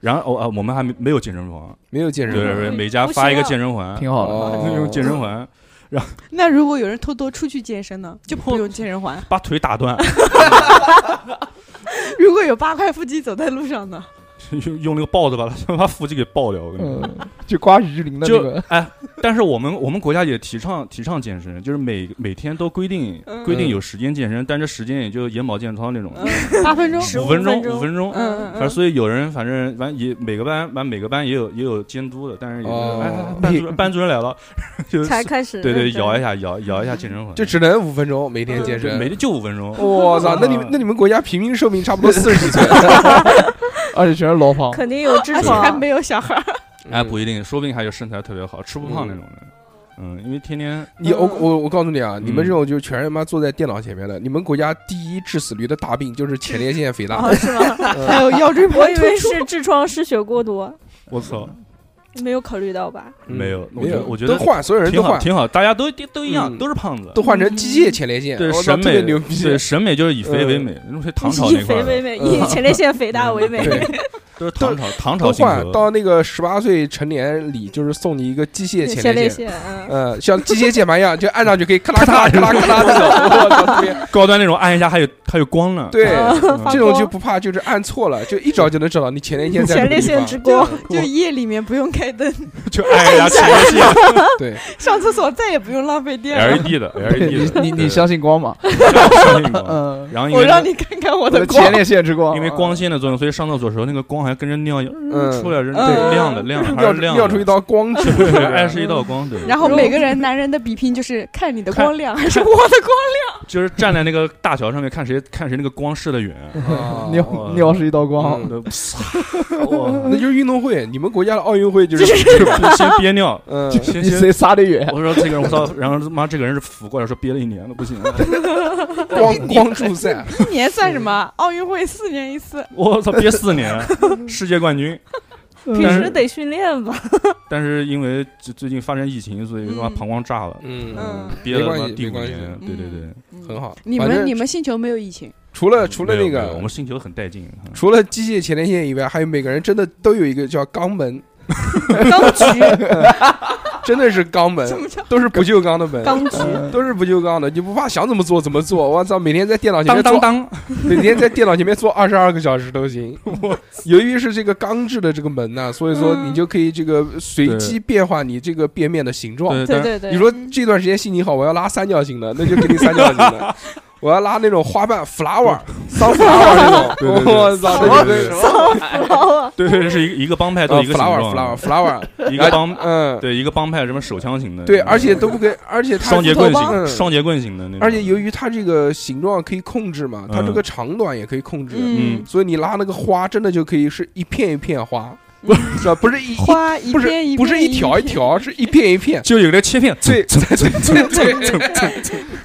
Speaker 3: 然后哦啊，我们还没没有健身房，
Speaker 2: 没有健
Speaker 3: 对
Speaker 2: 身
Speaker 3: 对
Speaker 2: 房，
Speaker 3: 对，
Speaker 5: 嗯
Speaker 3: 每家
Speaker 5: 不
Speaker 3: 发一个
Speaker 5: 需要
Speaker 3: 健身环，
Speaker 4: 挺好的。
Speaker 2: 哦
Speaker 3: 用健身环
Speaker 6: 那如果有人偷偷出去健身呢，就不用健身 环。
Speaker 3: 把腿打断，
Speaker 6: 如果有八块腹肌走在路上呢，
Speaker 3: 用用那个豹子 把他先把腹肌给爆掉。我跟你说，
Speaker 4: 嗯， 就刮鱼鳞的那
Speaker 3: 就
Speaker 4: 个，
Speaker 3: 哎，但是我们我们国家也提倡提倡健身，就是每每天都规定
Speaker 6: 嗯
Speaker 3: 规定有时间健身，但这时间也就眼保健操那种，
Speaker 6: 八分钟，
Speaker 3: 嗯五分钟五分钟。
Speaker 6: 嗯
Speaker 3: 反正所以有人反正反正也每个班完每个班也有也有监督的，但是也就是
Speaker 2: 哦
Speaker 3: 哎哎班主任班主任来了， 就是
Speaker 5: 才开始
Speaker 3: 对嗯对
Speaker 5: 认真
Speaker 3: 摇一下摇摇一下健身环，
Speaker 2: 就只能五分钟每天
Speaker 3: 对
Speaker 2: 健
Speaker 3: 每
Speaker 2: 身。
Speaker 3: 天就五分钟。
Speaker 2: 我操，那你们那你们国家平均寿命差不多四十几岁，
Speaker 4: 而且全是牢房。
Speaker 5: 肯定有 痔
Speaker 6: 而且还
Speaker 5: 疮，
Speaker 6: 没有小孩儿，
Speaker 3: 哎，不一定，说不定还有身材特别好，吃不胖那种的。嗯，因为天天
Speaker 2: 你我我我告诉你啊，
Speaker 3: 嗯
Speaker 2: 你们这种就是全是妈坐在电脑前面的，你们国家第一致死率的大病就是前列腺肥大
Speaker 5: 哦，是吗？
Speaker 6: 还有腰椎
Speaker 5: 我
Speaker 6: 盘
Speaker 5: 以
Speaker 6: 突
Speaker 5: 为
Speaker 6: 出
Speaker 5: 是，痔疮失血过多，
Speaker 3: 我操，
Speaker 5: 没有考虑到吧？
Speaker 2: 嗯
Speaker 3: 没有
Speaker 2: 没有，
Speaker 3: 我觉得我觉得
Speaker 2: 都换，所有人
Speaker 3: 挺
Speaker 2: 都
Speaker 3: 好
Speaker 2: 换，
Speaker 3: 挺好，大家都都都一样，
Speaker 2: 嗯
Speaker 3: 都是胖子，
Speaker 2: 都换成机械前列腺，
Speaker 3: 对
Speaker 2: 我操
Speaker 3: 审
Speaker 2: 特别
Speaker 3: 美
Speaker 2: 牛逼，
Speaker 3: 对审美就是以肥为美，那种唐朝
Speaker 5: 以
Speaker 3: 那块
Speaker 5: 肥
Speaker 3: 儿
Speaker 5: 为
Speaker 3: 的
Speaker 5: 美，
Speaker 2: 嗯
Speaker 5: 以前列腺肥大为美。
Speaker 2: 对
Speaker 3: 都是唐朝唐朝
Speaker 2: 都
Speaker 3: 性
Speaker 2: 换
Speaker 3: 格。
Speaker 2: 到那个十八岁成年礼，就是送你一个机械前
Speaker 5: 前
Speaker 2: 列
Speaker 5: 列
Speaker 2: 腺。
Speaker 5: 腺，嗯，
Speaker 2: 呃，像机械键盘一样，就按上去可以咔啦咔啦咔啦咔啦那种，我操，特别
Speaker 3: 高端那种按一下还有还有光呢，
Speaker 2: 对，
Speaker 3: 嗯
Speaker 2: 这种就不怕，就是按错了，就一找就能找到你前列腺在
Speaker 5: 前
Speaker 2: 什么
Speaker 5: 列
Speaker 2: 地
Speaker 5: 腺
Speaker 2: 方。
Speaker 5: 之光
Speaker 6: 就，就夜里面不用开 灯，
Speaker 3: 就按一下前 列腺
Speaker 2: 对，
Speaker 6: 上厕所再也不用浪费电了。
Speaker 3: LED 的 LED
Speaker 4: 你
Speaker 3: 的，
Speaker 4: 你
Speaker 3: 对
Speaker 4: 你相信光吗？
Speaker 3: 相信光
Speaker 4: 嗯，
Speaker 3: 然后因
Speaker 6: 我
Speaker 3: 为
Speaker 6: 让你看看我
Speaker 4: 我的
Speaker 6: 的光
Speaker 4: 前，列腺之光，
Speaker 3: 因为光线的作用，所以上厕所的时候那个光还跟着尿一样
Speaker 2: 嗯
Speaker 3: 出来，人
Speaker 6: 嗯
Speaker 3: 亮的亮的还
Speaker 2: 尿
Speaker 3: 是
Speaker 2: 出
Speaker 3: 亮的，
Speaker 2: 尿出一道嗯光去，
Speaker 3: 对，爱是一道光，对。
Speaker 6: 然后每个人男人的比拼就是看你的光亮还是我的光
Speaker 3: 就是站在那个大桥上面看谁看谁那个光射的远，
Speaker 2: 啊
Speaker 4: 尿尿是一道光，
Speaker 3: 嗯，哇
Speaker 2: 那就是运动会，你们国家的奥运会就是
Speaker 3: 就是不 先憋尿，呃
Speaker 2: 嗯，
Speaker 3: 先
Speaker 4: 比
Speaker 3: 先
Speaker 4: 谁撒得远。
Speaker 3: 我说这个人，我操！然后他妈这个人是俯过来说憋了一年了，不行，
Speaker 2: 光光柱赛，
Speaker 6: 亮，一年算什么？奥运会四年一次，
Speaker 3: 我操，憋四年， 世界冠军。
Speaker 2: 嗯
Speaker 5: 平
Speaker 3: 但
Speaker 5: 时
Speaker 3: 是
Speaker 5: 得训练吧？
Speaker 3: 但是因为最最近发生疫情，所以他妈
Speaker 6: 嗯
Speaker 3: 膀胱炸了，
Speaker 2: 嗯
Speaker 6: 嗯，
Speaker 3: 憋了
Speaker 2: 没关
Speaker 3: 他妈
Speaker 2: 系
Speaker 3: 第
Speaker 2: 没
Speaker 3: 五
Speaker 2: 关系嗯
Speaker 3: 年。对对对，
Speaker 2: 很好。
Speaker 6: 你
Speaker 2: 反
Speaker 6: 们
Speaker 2: 正
Speaker 6: 你们星球没有疫情，
Speaker 2: 除了除了
Speaker 3: 没有
Speaker 2: 那
Speaker 3: 没有我
Speaker 2: 个
Speaker 3: 们星球很带劲，嗯
Speaker 2: 除了机械前列腺以外，还有每个人真的都有一个叫肛门，
Speaker 5: 刚局，
Speaker 2: 真的是肛门，都是不锈钢的门。
Speaker 5: 刚局，
Speaker 2: 都是不锈钢的，你不怕想怎么做怎么做。我操，每天在电脑前
Speaker 3: 当
Speaker 2: 面
Speaker 3: 当
Speaker 2: 坐，
Speaker 3: 当，
Speaker 2: 每天在电脑前面坐二十二个小时都 行。由于是这个钢制的这个门呐、所以说
Speaker 6: 嗯
Speaker 2: 你就可以这个随机变化你这个便面的形状。
Speaker 3: 对
Speaker 5: 对
Speaker 3: 但是
Speaker 5: 对对，
Speaker 2: 你说这段时间心情好，我要拉三角形的，那就给你三角形的。我要拉那种花瓣 flower、桑 flower 那
Speaker 3: 对对
Speaker 2: 种，
Speaker 3: 对
Speaker 2: 我操，
Speaker 3: 对
Speaker 2: 那就是
Speaker 3: 对对 对，是一个一个帮派都
Speaker 2: 呃
Speaker 3: 一个形
Speaker 2: flower
Speaker 3: 状
Speaker 2: flower，flower，
Speaker 3: 一个帮
Speaker 2: 嗯，
Speaker 3: 对一个帮派什么手枪型的，
Speaker 2: 对，而且都不给，而且它
Speaker 3: 双节棍型，
Speaker 2: 嗯
Speaker 3: 双节棍型的那种，
Speaker 2: 而且由于它这个形状可以控制嘛，它这个长短也可以控制，
Speaker 3: 嗯
Speaker 6: 嗯，
Speaker 2: 所以你拉那个花真的就可以是一片一片花，
Speaker 6: 嗯
Speaker 2: 是吧？不是一
Speaker 6: 花一
Speaker 2: 不是
Speaker 6: 片一
Speaker 2: 不是
Speaker 6: 片
Speaker 2: 一条一，条，是一片一片
Speaker 3: 。就有那切片，
Speaker 2: 对对对 对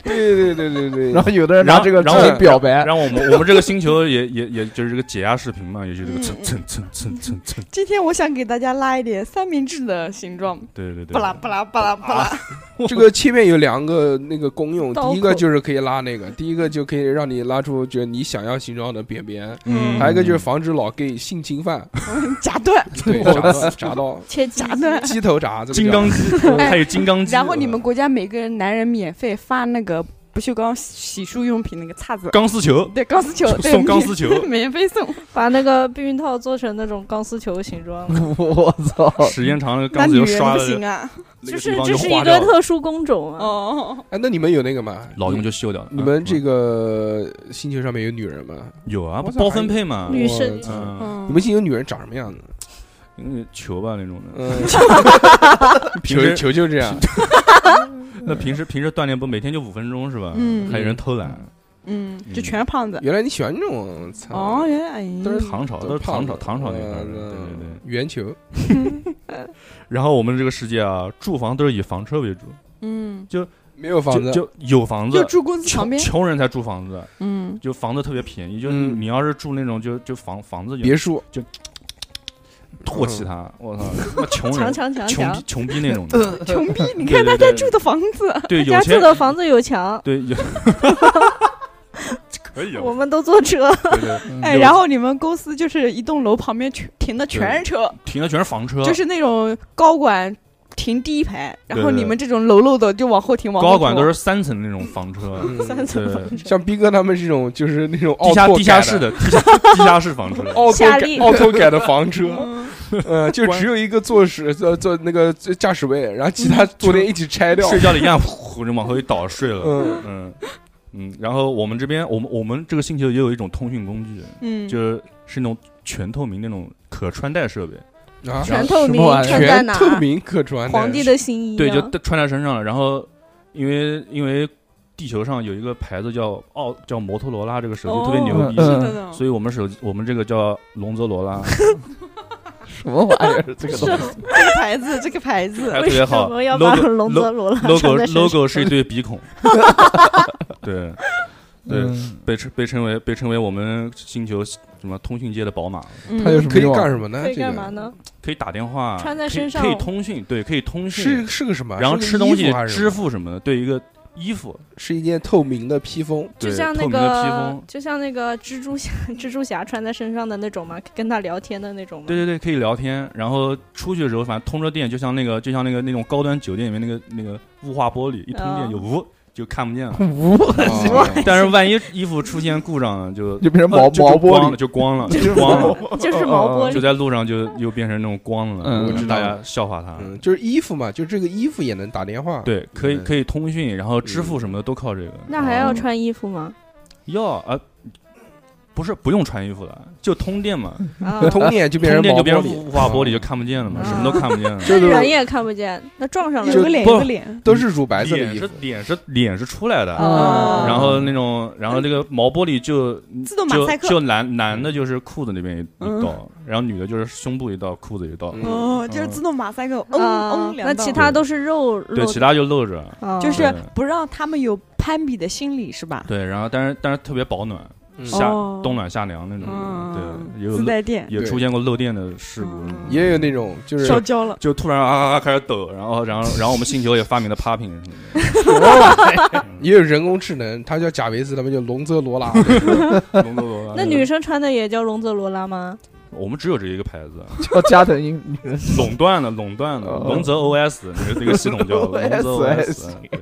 Speaker 2: 对对对对对。
Speaker 4: 然后有的人拿这个
Speaker 3: 然
Speaker 4: 进
Speaker 3: 后
Speaker 4: 行表 白，
Speaker 3: 然后我们我们这个星球也 也也就是这个解压视频嘛，也就这个蹭蹭蹭蹭蹭蹭，
Speaker 6: 今天我想给大家拉一点三明治的形状，
Speaker 3: 对对对，
Speaker 6: 巴拉巴拉巴拉巴拉，
Speaker 2: 这个切片有两个那个功用，
Speaker 5: 刀口
Speaker 2: 第一个就是可以拉那个，第一个就可以让你拉出就是你想要形状的便便，
Speaker 3: 嗯
Speaker 2: 还有一个就是防止老 gay 性侵犯，
Speaker 6: 夹断，
Speaker 2: 对，
Speaker 4: 我
Speaker 2: 铡刀铡刀，
Speaker 5: 切
Speaker 6: 夹
Speaker 5: 夹
Speaker 6: 断。哎
Speaker 2: 鸡头铡，这个叫
Speaker 3: 嗯金刚机，
Speaker 2: 哎
Speaker 3: 还有金刚机，呃
Speaker 6: 然后你们国家每个人男人免费发那个不锈钢洗漱用品那个叉子，
Speaker 3: 钢丝球
Speaker 6: 对钢丝球，对
Speaker 3: 送钢丝球，
Speaker 6: 免费送。
Speaker 5: 把那个避孕套做成那种钢丝球形状，
Speaker 4: 我操！
Speaker 3: 时间长了
Speaker 6: 那
Speaker 3: 钢丝球
Speaker 6: 女人
Speaker 3: 刷
Speaker 6: 不
Speaker 3: 的
Speaker 6: 行啊！
Speaker 3: 那
Speaker 5: 就
Speaker 3: 个
Speaker 5: 是
Speaker 3: 地方
Speaker 5: 这
Speaker 3: 就是
Speaker 5: 一
Speaker 3: 化
Speaker 5: 个
Speaker 3: 掉了，
Speaker 5: 特殊工种啊。
Speaker 6: 哦，
Speaker 2: 哎，那你们有那个吗？
Speaker 3: 老用就修掉了。
Speaker 2: 你们这
Speaker 3: 嗯
Speaker 2: 个星球上面有女人吗？
Speaker 3: 有啊，
Speaker 2: 我操
Speaker 3: 包分配嘛，
Speaker 5: 女生
Speaker 2: 我操
Speaker 3: 嗯，
Speaker 6: 哦
Speaker 2: 你们星球女人长什么样子？
Speaker 3: 嗯球吧那种的，
Speaker 2: 嗯，
Speaker 3: 平
Speaker 2: 球
Speaker 3: 时
Speaker 2: 球就这样。
Speaker 3: 那平时平时锻炼不每天就五分钟是吧？
Speaker 6: 嗯
Speaker 3: 还有人偷懒，
Speaker 6: 嗯，就全胖子。
Speaker 2: 原来你喜欢这种，操
Speaker 6: 哦，，原来哎呀
Speaker 2: 嗯都是嗯
Speaker 3: 唐朝都是唐朝唐朝那块儿的，对对对。
Speaker 2: 圆球，
Speaker 3: 然后我们这个世界啊，住房都是以房车为主，
Speaker 6: 嗯，
Speaker 2: 没有房
Speaker 3: 就
Speaker 2: 子，
Speaker 3: 就有房
Speaker 6: 就
Speaker 3: 子，
Speaker 6: 住公司旁
Speaker 3: 穷
Speaker 6: 边。
Speaker 3: 穷人才住房子，
Speaker 6: 嗯，
Speaker 3: 就房子特别便宜。就是
Speaker 2: 嗯
Speaker 3: 你要是住那种就就房房子就
Speaker 2: 别嗯墅，
Speaker 3: 唾弃他，我操，他妈穷
Speaker 5: 强
Speaker 3: 人
Speaker 5: 强强
Speaker 3: 穷逼
Speaker 5: 强，
Speaker 3: 穷逼 那种的，
Speaker 2: 嗯
Speaker 6: 穷逼，你
Speaker 3: 对对
Speaker 6: 看
Speaker 3: 对
Speaker 6: 大家住的房子，
Speaker 3: 对有
Speaker 5: 家
Speaker 3: 钱
Speaker 5: 住的房子有墙，
Speaker 3: 对 有，可以啊
Speaker 5: 我，们都坐车，
Speaker 3: 对 对嗯
Speaker 6: 哎，
Speaker 3: 有
Speaker 6: 然后你们公司就是一栋楼旁边全停的全是车，
Speaker 3: 停的全是房车，
Speaker 6: 就是那种高管停第一排，然后
Speaker 3: 对对
Speaker 6: 你们这种楼漏的就往后停，往后
Speaker 3: 高管
Speaker 6: 停
Speaker 3: 都 是三层那种房车，
Speaker 2: 嗯
Speaker 6: 三层房车，
Speaker 2: 像逼哥他们这种就是那种奥
Speaker 3: 地下
Speaker 2: 拓
Speaker 3: 地下
Speaker 2: 改
Speaker 3: 室
Speaker 2: 的。
Speaker 3: 的地下 地下室房车，
Speaker 2: 奥拓
Speaker 5: 夏
Speaker 2: 改
Speaker 5: 利
Speaker 2: 奥拓改的 房车，
Speaker 6: 嗯
Speaker 2: 嗯，就只有一个坐驶坐坐那个坐驾驶位，然后其
Speaker 3: 嗯
Speaker 2: 他坐垫一起拆掉。
Speaker 3: 睡觉里一样，呼就往后一倒睡了。
Speaker 2: 嗯，
Speaker 3: 嗯嗯，然后我们这边，我们我们这个星球也有一种通讯工具，
Speaker 6: 嗯，
Speaker 3: 就是是那种全透明那种可穿戴设备，
Speaker 2: 啊，
Speaker 5: 全
Speaker 4: 什
Speaker 5: 透明
Speaker 4: 么玩意儿
Speaker 5: 穿在
Speaker 2: 全
Speaker 5: 哪？
Speaker 2: 透明可穿
Speaker 5: 皇帝
Speaker 2: 的
Speaker 5: 的新衣啊。
Speaker 3: 对，就戴穿在身上了。然后因为因为地球上有一个牌子叫奥叫摩托罗拉，这个手机特别牛
Speaker 6: 哦
Speaker 3: 逼，
Speaker 6: 是
Speaker 4: 嗯
Speaker 6: 的呢
Speaker 3: 所以我们手机我们这个叫龙泽罗 拉，
Speaker 4: 什么玩意儿？这个东西，
Speaker 6: 这个牌子，这个牌子，
Speaker 3: 还特
Speaker 5: 为
Speaker 3: 别
Speaker 5: 什
Speaker 3: 好
Speaker 5: 么要把
Speaker 3: ，logo
Speaker 5: 龙泽罗拉
Speaker 3: logo
Speaker 5: 穿在身 上
Speaker 3: logo 是一对鼻孔，对对，
Speaker 4: 嗯
Speaker 3: 被称被称为被称为我们星球什么通讯界的宝马，
Speaker 6: 嗯
Speaker 4: 它有什么
Speaker 2: 可以
Speaker 4: 用啊
Speaker 2: 干什么呢？
Speaker 5: 可以
Speaker 2: 这
Speaker 5: 干
Speaker 2: 个
Speaker 5: 嘛呢？
Speaker 3: 可以打电话，
Speaker 5: 穿在
Speaker 3: 可以
Speaker 5: 身上
Speaker 3: 可以通讯，对，可以通
Speaker 2: 是
Speaker 3: 讯，
Speaker 2: 是个什么？
Speaker 3: 然后
Speaker 2: 是
Speaker 3: 吃
Speaker 2: 个
Speaker 3: 东
Speaker 2: 衣
Speaker 3: 西
Speaker 2: 服还、是什
Speaker 3: 支
Speaker 2: 么
Speaker 3: 付什么的，对一个衣服，
Speaker 2: 是一件透明的披风。
Speaker 5: 就
Speaker 3: 对，
Speaker 5: 像那
Speaker 3: 透明的披
Speaker 5: 个
Speaker 3: 风，，
Speaker 5: 就像那个蜘蛛侠， 蜘蛛侠穿在身上的那种嘛，跟他聊天的那种嘛。
Speaker 3: 对对对，可以聊天。然后出去的时候，反正通着电，就像那个就像那个那种高端酒店里面那个那个雾化玻璃，一通电
Speaker 5: 哦
Speaker 3: 就呜就看不见 了。
Speaker 4: 无
Speaker 2: 哦
Speaker 3: 但 是万一衣服出现故障了，就
Speaker 4: 就变成毛
Speaker 3: 呃就
Speaker 4: 毛
Speaker 3: 就
Speaker 4: 玻
Speaker 3: 光
Speaker 4: 璃
Speaker 3: 了，，就光了，
Speaker 4: 就是
Speaker 3: 就光了，
Speaker 5: 就是毛玻
Speaker 3: 就
Speaker 5: 璃。
Speaker 3: 在路上就又变成那种光了。
Speaker 4: 嗯
Speaker 3: 然后
Speaker 4: 我知
Speaker 2: 道
Speaker 3: 大
Speaker 2: 了
Speaker 3: 家笑话他。
Speaker 2: 嗯，就是衣服嘛，就这个衣服也能打电话。，
Speaker 3: 对，可以
Speaker 2: 嗯
Speaker 3: 可以通讯，然后支付什么的都靠这个。嗯
Speaker 5: 那还要穿衣服吗？
Speaker 3: 要啊，不是不用穿衣服的，就通电嘛，
Speaker 5: 啊，
Speaker 2: 通 电就变成
Speaker 3: 通电
Speaker 2: 毛
Speaker 3: 就变
Speaker 2: 玻
Speaker 3: 成雾化玻璃，
Speaker 2: 嗯
Speaker 3: 就看不见了嘛，
Speaker 5: 啊
Speaker 3: 什么都看不见了。
Speaker 2: 就
Speaker 5: 那
Speaker 2: 是
Speaker 5: 人也看不见，那撞上了
Speaker 6: 有个脸，
Speaker 3: 不
Speaker 6: 有个脸，
Speaker 2: 都是乳白色的
Speaker 3: 脸
Speaker 2: 衣
Speaker 3: 是
Speaker 2: 服。
Speaker 3: 脸是脸是出来的，
Speaker 5: 啊
Speaker 3: 嗯然后那种然后这个毛玻璃就
Speaker 6: 哦
Speaker 7: 嗯
Speaker 6: 自动马
Speaker 3: 就
Speaker 6: 赛克，
Speaker 3: 就男男的就是裤子那边一一道，然后女的就是胸部一道，裤子一道，
Speaker 2: 嗯
Speaker 6: 哦，就是自动马赛克，嗯
Speaker 5: 啊
Speaker 6: 嗯，，两
Speaker 5: 那
Speaker 6: 道
Speaker 5: 其他都是肉
Speaker 3: 对，
Speaker 5: 肉
Speaker 3: 其他就露着。
Speaker 5: 啊
Speaker 6: 就是
Speaker 3: 对
Speaker 6: 不让他们有攀比的心理是吧？
Speaker 3: 对，然后但是但是特别保暖，
Speaker 2: 嗯
Speaker 3: 夏
Speaker 6: 哦
Speaker 3: 冬暖夏凉那种，
Speaker 6: 嗯
Speaker 3: 对，也有
Speaker 6: 自
Speaker 3: 漏
Speaker 6: 带电
Speaker 3: 也
Speaker 2: 对
Speaker 3: 出现过漏电的事故。
Speaker 6: 嗯
Speaker 2: 也有那种就是
Speaker 6: 烧焦了，
Speaker 3: 就突然啊啊啊开始抖，然后然后然后我们星球也发明了 popping 什么
Speaker 2: 也有人工智能，它叫贾维斯，他们叫龙泽罗拉。
Speaker 3: 的，龙罗罗。
Speaker 5: 那女生穿的也叫龙泽罗拉吗？
Speaker 3: 我们只有这一个牌子，
Speaker 4: 叫加藤鹰女人，
Speaker 3: 垄断了垄断了，
Speaker 4: 哦
Speaker 3: 龙泽 OS 那个那个系统叫龙泽
Speaker 4: OS
Speaker 3: OS，对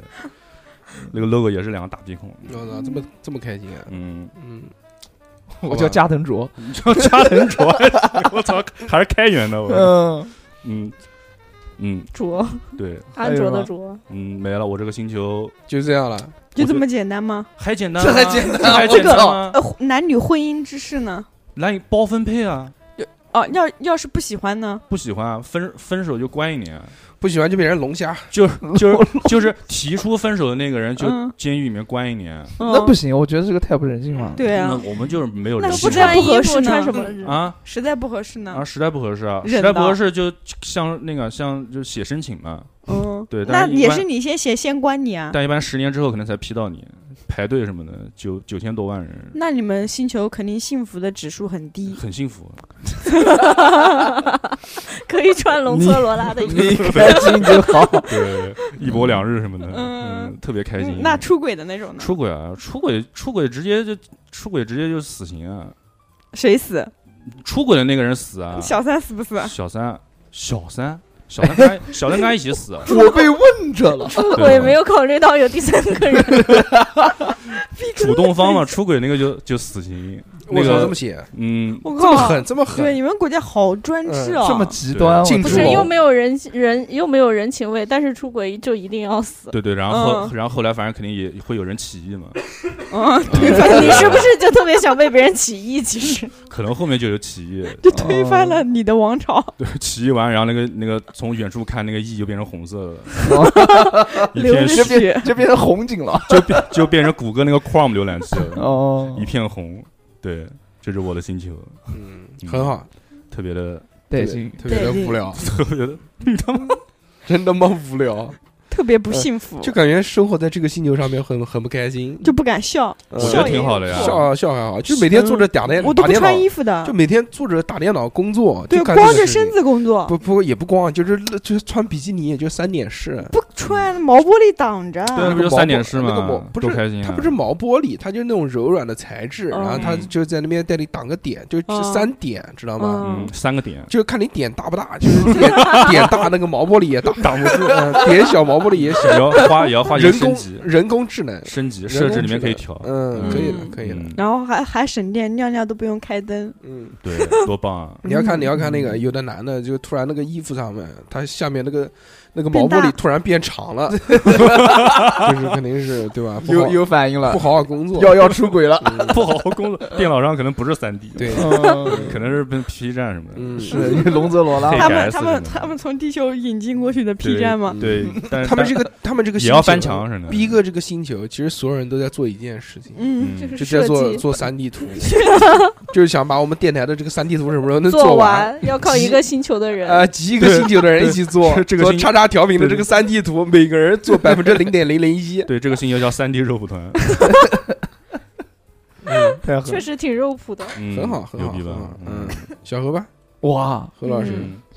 Speaker 3: 那个 logo 也是两个大鼻孔，
Speaker 2: 我操，嗯这么这么开心啊！
Speaker 3: 嗯，
Speaker 2: 嗯，
Speaker 4: 我叫加藤卓，
Speaker 3: 叫加藤卓， 我操，还是开源的我，
Speaker 4: 嗯，
Speaker 3: 嗯嗯，
Speaker 5: 卓，
Speaker 3: 对，
Speaker 5: 安
Speaker 4: 有
Speaker 5: 卓
Speaker 4: 吗
Speaker 5: 的卓，
Speaker 3: 嗯，没了，我这个星球
Speaker 2: 就这样了。
Speaker 6: 就这么简单吗？
Speaker 3: 还简单，啊
Speaker 4: 这还简
Speaker 3: 单，
Speaker 4: 单
Speaker 3: 这 还
Speaker 4: 我
Speaker 3: 简单
Speaker 4: 操
Speaker 3: 吗？
Speaker 6: 呃，男女婚姻之事呢？
Speaker 3: 来你包分配啊，
Speaker 6: 哦，要要是不喜欢呢？
Speaker 3: 不喜欢啊分分手就关一 年，
Speaker 2: 不喜欢就变成龙虾，
Speaker 3: 就是就是就是提出分手的那个人就
Speaker 6: 嗯
Speaker 3: 监狱里面关一年。
Speaker 4: 那
Speaker 6: 嗯
Speaker 4: 不行，我觉得这个太不人性化了。
Speaker 6: 对
Speaker 3: 那
Speaker 6: 啊，
Speaker 3: 我们就是没有
Speaker 6: 那
Speaker 3: 人
Speaker 6: 不
Speaker 3: 性
Speaker 6: 穿
Speaker 3: 化
Speaker 6: 衣服
Speaker 5: 穿
Speaker 6: 呢
Speaker 5: 什么？
Speaker 3: 啊
Speaker 6: 实在不合适呢
Speaker 3: 啊，。实在不合适啊，
Speaker 6: 忍
Speaker 3: 实在不
Speaker 6: 到
Speaker 3: 合适就像那个像就写申请嘛，
Speaker 6: 嗯，
Speaker 3: 对
Speaker 6: 那
Speaker 3: 但是一
Speaker 6: 也
Speaker 3: 般
Speaker 6: 是你先写先关你啊。
Speaker 3: 但一般十年之后可能才批到你，排队什么的九九千多万人，
Speaker 6: 那你们星球肯定幸福的指数很低，
Speaker 3: 很幸福。
Speaker 5: 可以穿龙泽罗拉的衣服。
Speaker 4: 你开心就好。
Speaker 3: 对，一波两日什么的，
Speaker 6: 嗯
Speaker 3: 嗯，特别开心。
Speaker 6: 那出轨的那种呢？
Speaker 3: 出轨啊，出轨出轨直接就出轨直接就死刑啊，
Speaker 6: 谁死？
Speaker 3: 出轨的那个人死啊，
Speaker 6: 小三死不死？
Speaker 3: 小三小三小三跟他 小三跟他一起死啊，
Speaker 4: 我被问着了，
Speaker 5: 我也没有考虑到有第三个人，
Speaker 3: 主动方嘛，出轨那个就就死刑。那
Speaker 2: 我操，这
Speaker 3: 个
Speaker 2: 么 写，
Speaker 3: 嗯，
Speaker 6: 我
Speaker 2: 这么
Speaker 6: 靠！
Speaker 2: 狠，这么
Speaker 6: 对，
Speaker 2: 狠，
Speaker 6: 你们国家好专制
Speaker 3: 呃
Speaker 7: 啊
Speaker 6: 哦。
Speaker 4: 这么极端，我
Speaker 2: 禁
Speaker 5: 不
Speaker 2: 止
Speaker 5: 是
Speaker 2: 我
Speaker 5: 又没有人人又没有人情味，但是出轨就一定要死。
Speaker 3: 对对，然后、
Speaker 6: 嗯
Speaker 3: 然后后来反正肯定也会有人起义嘛，
Speaker 6: 嗯，
Speaker 3: 对
Speaker 5: 你是不是就特别想被别人起义？其实，
Speaker 3: 可能后面就有起义，
Speaker 6: 就推翻
Speaker 3: 哦
Speaker 6: 了你的王朝。
Speaker 3: 对，起义完，然后那个那个从远处看那个义就变成红色的
Speaker 4: 哦
Speaker 3: 了，一
Speaker 6: 流
Speaker 3: 片
Speaker 6: 着
Speaker 3: 血
Speaker 4: 就变就变成红警了。
Speaker 3: 就变 就变成谷歌那个 Chrome 浏览器了，
Speaker 4: 哦
Speaker 3: 一，片红。对，这是我的星球，
Speaker 2: 嗯，很好，
Speaker 3: 特别的
Speaker 4: 带劲。
Speaker 2: 特别的无聊，
Speaker 3: 特别的，
Speaker 2: 真他妈无聊，
Speaker 6: 特别
Speaker 3: 呃
Speaker 6: 不幸福，
Speaker 2: 就感觉生活在这个星球上面很很不开心。
Speaker 6: 就不敢笑，
Speaker 2: 我
Speaker 3: 我觉得挺好的呀。
Speaker 2: 笑笑还好，就每天坐着打电
Speaker 6: 嗯我都
Speaker 2: 打
Speaker 6: 不
Speaker 2: 电脑
Speaker 6: 穿，衣服的
Speaker 2: 就，每天坐着打电脑工作，
Speaker 6: 对，
Speaker 2: 就干
Speaker 6: 光
Speaker 2: 这
Speaker 6: 着
Speaker 2: 个事情
Speaker 6: 身子工作，
Speaker 2: 不不也不光，就是就是穿比基尼也就三点式，
Speaker 6: 不穿毛玻璃挡着，
Speaker 3: 对啊，
Speaker 2: 那
Speaker 3: 不
Speaker 2: 个
Speaker 3: 就
Speaker 2: 毛
Speaker 3: 三点
Speaker 2: 玻
Speaker 3: 式
Speaker 2: 那个毛
Speaker 3: 嘛，
Speaker 2: 不
Speaker 3: 多
Speaker 2: 是
Speaker 3: 开心啊！
Speaker 2: 它不是毛玻璃，它就是那种柔软的材质，
Speaker 6: 嗯
Speaker 2: 然后它就在那边带你挡个点，就是
Speaker 6: 嗯
Speaker 2: 三点，知道吗？
Speaker 3: 嗯，三个 点，
Speaker 2: 就是看你点大不大，就是点点大那个毛玻璃也大，
Speaker 3: 挡不住，
Speaker 2: 嗯，点小毛玻璃 也
Speaker 3: 也
Speaker 2: 小。
Speaker 3: 要花也要花钱
Speaker 2: 人
Speaker 3: 升
Speaker 2: 工
Speaker 3: 级，
Speaker 2: 人工智能，
Speaker 3: 升级
Speaker 2: 人
Speaker 3: 设置
Speaker 2: 工
Speaker 3: 里
Speaker 2: 智
Speaker 3: 面可以
Speaker 2: 能
Speaker 3: 调，
Speaker 2: 嗯，可以的
Speaker 6: 嗯，
Speaker 2: 可以的，
Speaker 3: 哦嗯，
Speaker 6: 然后还还省电，尿尿都不用开灯。
Speaker 2: 嗯。
Speaker 3: 对，多棒 啊！
Speaker 2: 你要看，
Speaker 6: 嗯
Speaker 2: 你要看那个，有的男的就突然那个衣服上面，他下面那个那个毛
Speaker 6: 变
Speaker 2: 玻
Speaker 6: 大
Speaker 2: 璃突然变长 了，就是肯定是对吧？不
Speaker 4: 有
Speaker 2: 好
Speaker 4: 有反应了
Speaker 2: 不，好好工作，
Speaker 4: 要要出轨了。
Speaker 2: 嗯
Speaker 3: 不好好工作，电脑上可能不是三 D，
Speaker 2: 对，
Speaker 4: 嗯
Speaker 3: 可能是被 P 站什么的。
Speaker 2: 嗯，
Speaker 4: 是龙泽罗拉
Speaker 3: 配
Speaker 6: 他
Speaker 3: 角
Speaker 6: 们
Speaker 3: S
Speaker 6: 他
Speaker 3: 什
Speaker 6: 们
Speaker 3: 么的
Speaker 6: 他们从地球引进过去的 P 站嘛，
Speaker 3: 对，但是
Speaker 2: 他们
Speaker 3: 但
Speaker 2: 这个他们这个
Speaker 3: 也
Speaker 2: 星
Speaker 3: 要
Speaker 2: 球
Speaker 3: 翻墙似的。
Speaker 2: 逼哥这个星球，其实所有人都在做一件事情，
Speaker 6: 嗯，
Speaker 3: 嗯
Speaker 5: 就是
Speaker 2: 就在
Speaker 5: 设
Speaker 2: 做
Speaker 5: 计
Speaker 2: 做三 D 图， 就是想把我们电台的这个三 D 图什么时候能
Speaker 5: 做
Speaker 2: 完。
Speaker 5: 完要靠一个星球的人，
Speaker 2: 呃，集一个星球的人一起做
Speaker 3: 对，这个
Speaker 2: 做
Speaker 3: 星
Speaker 2: 叉叉调频的这个三 D 图，每个人做百分之零点零零一。
Speaker 3: 对，这个星球叫三 D 肉蒲团，
Speaker 2: 嗯，
Speaker 4: 太狠
Speaker 5: 确实挺肉朴的。
Speaker 3: 嗯
Speaker 2: 很好很
Speaker 3: 牛
Speaker 2: 好
Speaker 3: 逼吧
Speaker 2: 很好？嗯，小何吧，
Speaker 4: 哇，
Speaker 2: 何老师，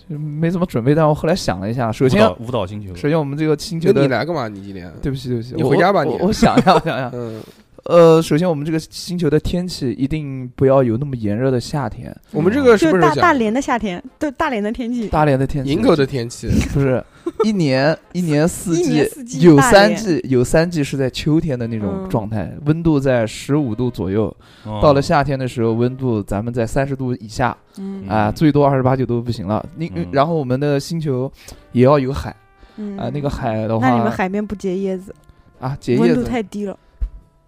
Speaker 3: 嗯，
Speaker 4: 没怎么准备，但我后来想了一下，首
Speaker 3: 舞
Speaker 4: 先
Speaker 3: 蹈舞蹈星球，
Speaker 4: 首先我们这个星
Speaker 2: 就
Speaker 4: 球
Speaker 2: 你
Speaker 4: 的，
Speaker 2: 来干嘛？你今天？
Speaker 4: 对不起对不起，
Speaker 2: 你
Speaker 4: 我
Speaker 2: 回家吧
Speaker 4: 我
Speaker 2: 你
Speaker 4: 我我想一下，我想一下，
Speaker 2: 嗯，
Speaker 4: 呃，首先我们这个星球的天气一定不要有那么炎热的夏天，
Speaker 2: 我们这个什
Speaker 6: 就
Speaker 2: 么时
Speaker 6: 大
Speaker 2: 候
Speaker 6: 大
Speaker 2: 讲？
Speaker 6: 连的夏天，对大连的天气，
Speaker 4: 大连的天气，
Speaker 2: 营口的天气，
Speaker 4: 不是一年一年四
Speaker 6: 一
Speaker 4: 季
Speaker 6: 年四季
Speaker 4: 有
Speaker 6: 大
Speaker 4: 三
Speaker 6: 连
Speaker 4: 季有三季是在秋天的那种
Speaker 6: 嗯
Speaker 4: 状态，温度在十五度左右，
Speaker 3: 哦
Speaker 4: 到了夏天的时候温度咱们在三十度以下
Speaker 6: 嗯
Speaker 4: 啊，
Speaker 3: 嗯
Speaker 4: 最多二十八九度不行了。你
Speaker 3: 嗯
Speaker 4: 然后我们的星球也要有海
Speaker 6: 嗯
Speaker 4: 啊，那个海的
Speaker 6: 那你
Speaker 4: 话
Speaker 6: 们海边不结椰子，
Speaker 4: 啊结
Speaker 6: 温
Speaker 4: 叶
Speaker 6: 度
Speaker 4: 子
Speaker 6: 太低了，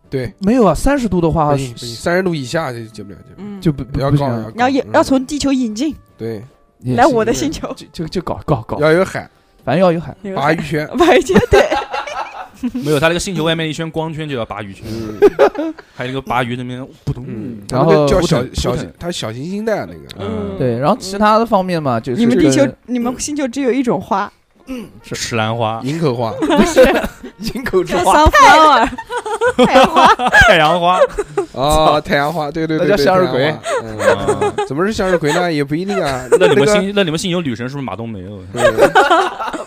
Speaker 2: 对，
Speaker 4: 没有啊，三十度的话
Speaker 2: 不行不行，三十度以下就解不了，解不了。
Speaker 6: 嗯，
Speaker 4: 就不不
Speaker 2: 不要
Speaker 4: 不
Speaker 2: 搞
Speaker 4: 行
Speaker 2: 呀
Speaker 4: 啊，
Speaker 6: 然后也
Speaker 2: 嗯
Speaker 6: 要从地球引进
Speaker 2: 对，
Speaker 4: 也
Speaker 6: 来
Speaker 4: 行
Speaker 6: 我的
Speaker 2: 也
Speaker 6: 星球，
Speaker 4: 就就就搞搞搞，
Speaker 2: 要有海，
Speaker 4: 反正要有
Speaker 7: 嗯
Speaker 4: 海。
Speaker 6: 那个
Speaker 2: 鲅鱼圈，
Speaker 6: 白天对，
Speaker 3: 没有，它那个星球外面一圈光圈就叫鲅鱼圈，
Speaker 2: 嗯
Speaker 3: 还有一个鲅鱼那边扑通，
Speaker 2: 嗯，
Speaker 4: 然
Speaker 2: 那个
Speaker 4: 后
Speaker 2: 叫
Speaker 3: 扑
Speaker 2: 小
Speaker 3: 腾
Speaker 2: 小
Speaker 3: 扑腾，
Speaker 2: 它小行星带那个，
Speaker 3: 嗯，
Speaker 4: 对，然后其他的方面嘛，就是
Speaker 6: 你们地球
Speaker 4: 跟
Speaker 6: 你们星球只有一种花，
Speaker 3: 石兰 花、
Speaker 2: 营口花，
Speaker 4: 营口之
Speaker 5: 叫
Speaker 4: 花，
Speaker 5: sunflower，太花
Speaker 3: 太阳花，
Speaker 2: 哦，太阳花，对对对，
Speaker 4: 那叫
Speaker 2: 对
Speaker 4: 向日。
Speaker 2: 太
Speaker 4: 葵
Speaker 2: 阳花嗯怎么是向日葵呢？也不一定啊。
Speaker 3: 啊那你们
Speaker 2: 个嗯
Speaker 3: 星那你们星球女神是不是马冬梅？我
Speaker 2: 对对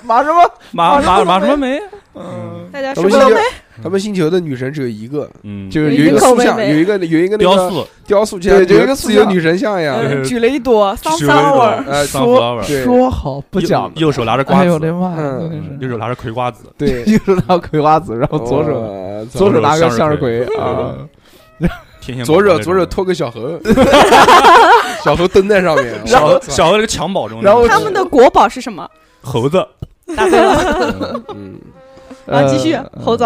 Speaker 4: 马什么？
Speaker 3: 马马马什么梅？
Speaker 4: 嗯，
Speaker 5: 大家
Speaker 2: 他
Speaker 5: 什
Speaker 2: 们
Speaker 5: 么
Speaker 2: 星
Speaker 5: 都
Speaker 2: 球
Speaker 5: 没，，
Speaker 2: 他们星球的女神只有一个，
Speaker 3: 嗯，
Speaker 4: 就是
Speaker 2: 有一个
Speaker 5: 营口
Speaker 2: 塑
Speaker 5: 妹
Speaker 2: 像，
Speaker 5: 妹
Speaker 2: 有一个有一个那
Speaker 3: 雕
Speaker 2: 个
Speaker 3: 塑
Speaker 2: 雕塑像，
Speaker 4: 对有一
Speaker 2: 一
Speaker 4: 个塑
Speaker 2: 自由
Speaker 4: 像
Speaker 2: 女神像
Speaker 4: 啊
Speaker 2: 呀。
Speaker 3: 对
Speaker 6: 嗯举了一朵桑
Speaker 3: 只
Speaker 6: 桑
Speaker 3: 有一
Speaker 6: 花
Speaker 3: 朵
Speaker 6: 儿，
Speaker 2: 呃
Speaker 3: sunflower，
Speaker 2: 对
Speaker 4: 说好不
Speaker 3: 右
Speaker 4: 讲，
Speaker 3: 右手拿着瓜
Speaker 4: 哎呦我
Speaker 3: 子
Speaker 4: 的，妈呀，
Speaker 2: 嗯
Speaker 4: 真的
Speaker 3: 右
Speaker 4: 是
Speaker 3: 手拿着葵瓜子，
Speaker 2: 对，
Speaker 4: 右手拿葵花籽，然后左手
Speaker 2: 哇操
Speaker 4: 左手拿个向
Speaker 3: 向
Speaker 4: 日
Speaker 3: 日
Speaker 4: 葵
Speaker 3: 葵
Speaker 4: 啊，
Speaker 3: 天线
Speaker 2: 左手
Speaker 3: 宝宝那种
Speaker 2: 左手托个小猴，小猴蹬在上面，
Speaker 4: 然后
Speaker 2: 我
Speaker 3: 小
Speaker 2: 操
Speaker 3: 小的那个襁褓中的，
Speaker 4: 然后
Speaker 6: 他们的国宝是什么？
Speaker 3: 猴子，
Speaker 6: 答对了，
Speaker 2: 嗯，
Speaker 6: 啊，继续
Speaker 4: 呃，
Speaker 6: 猴子，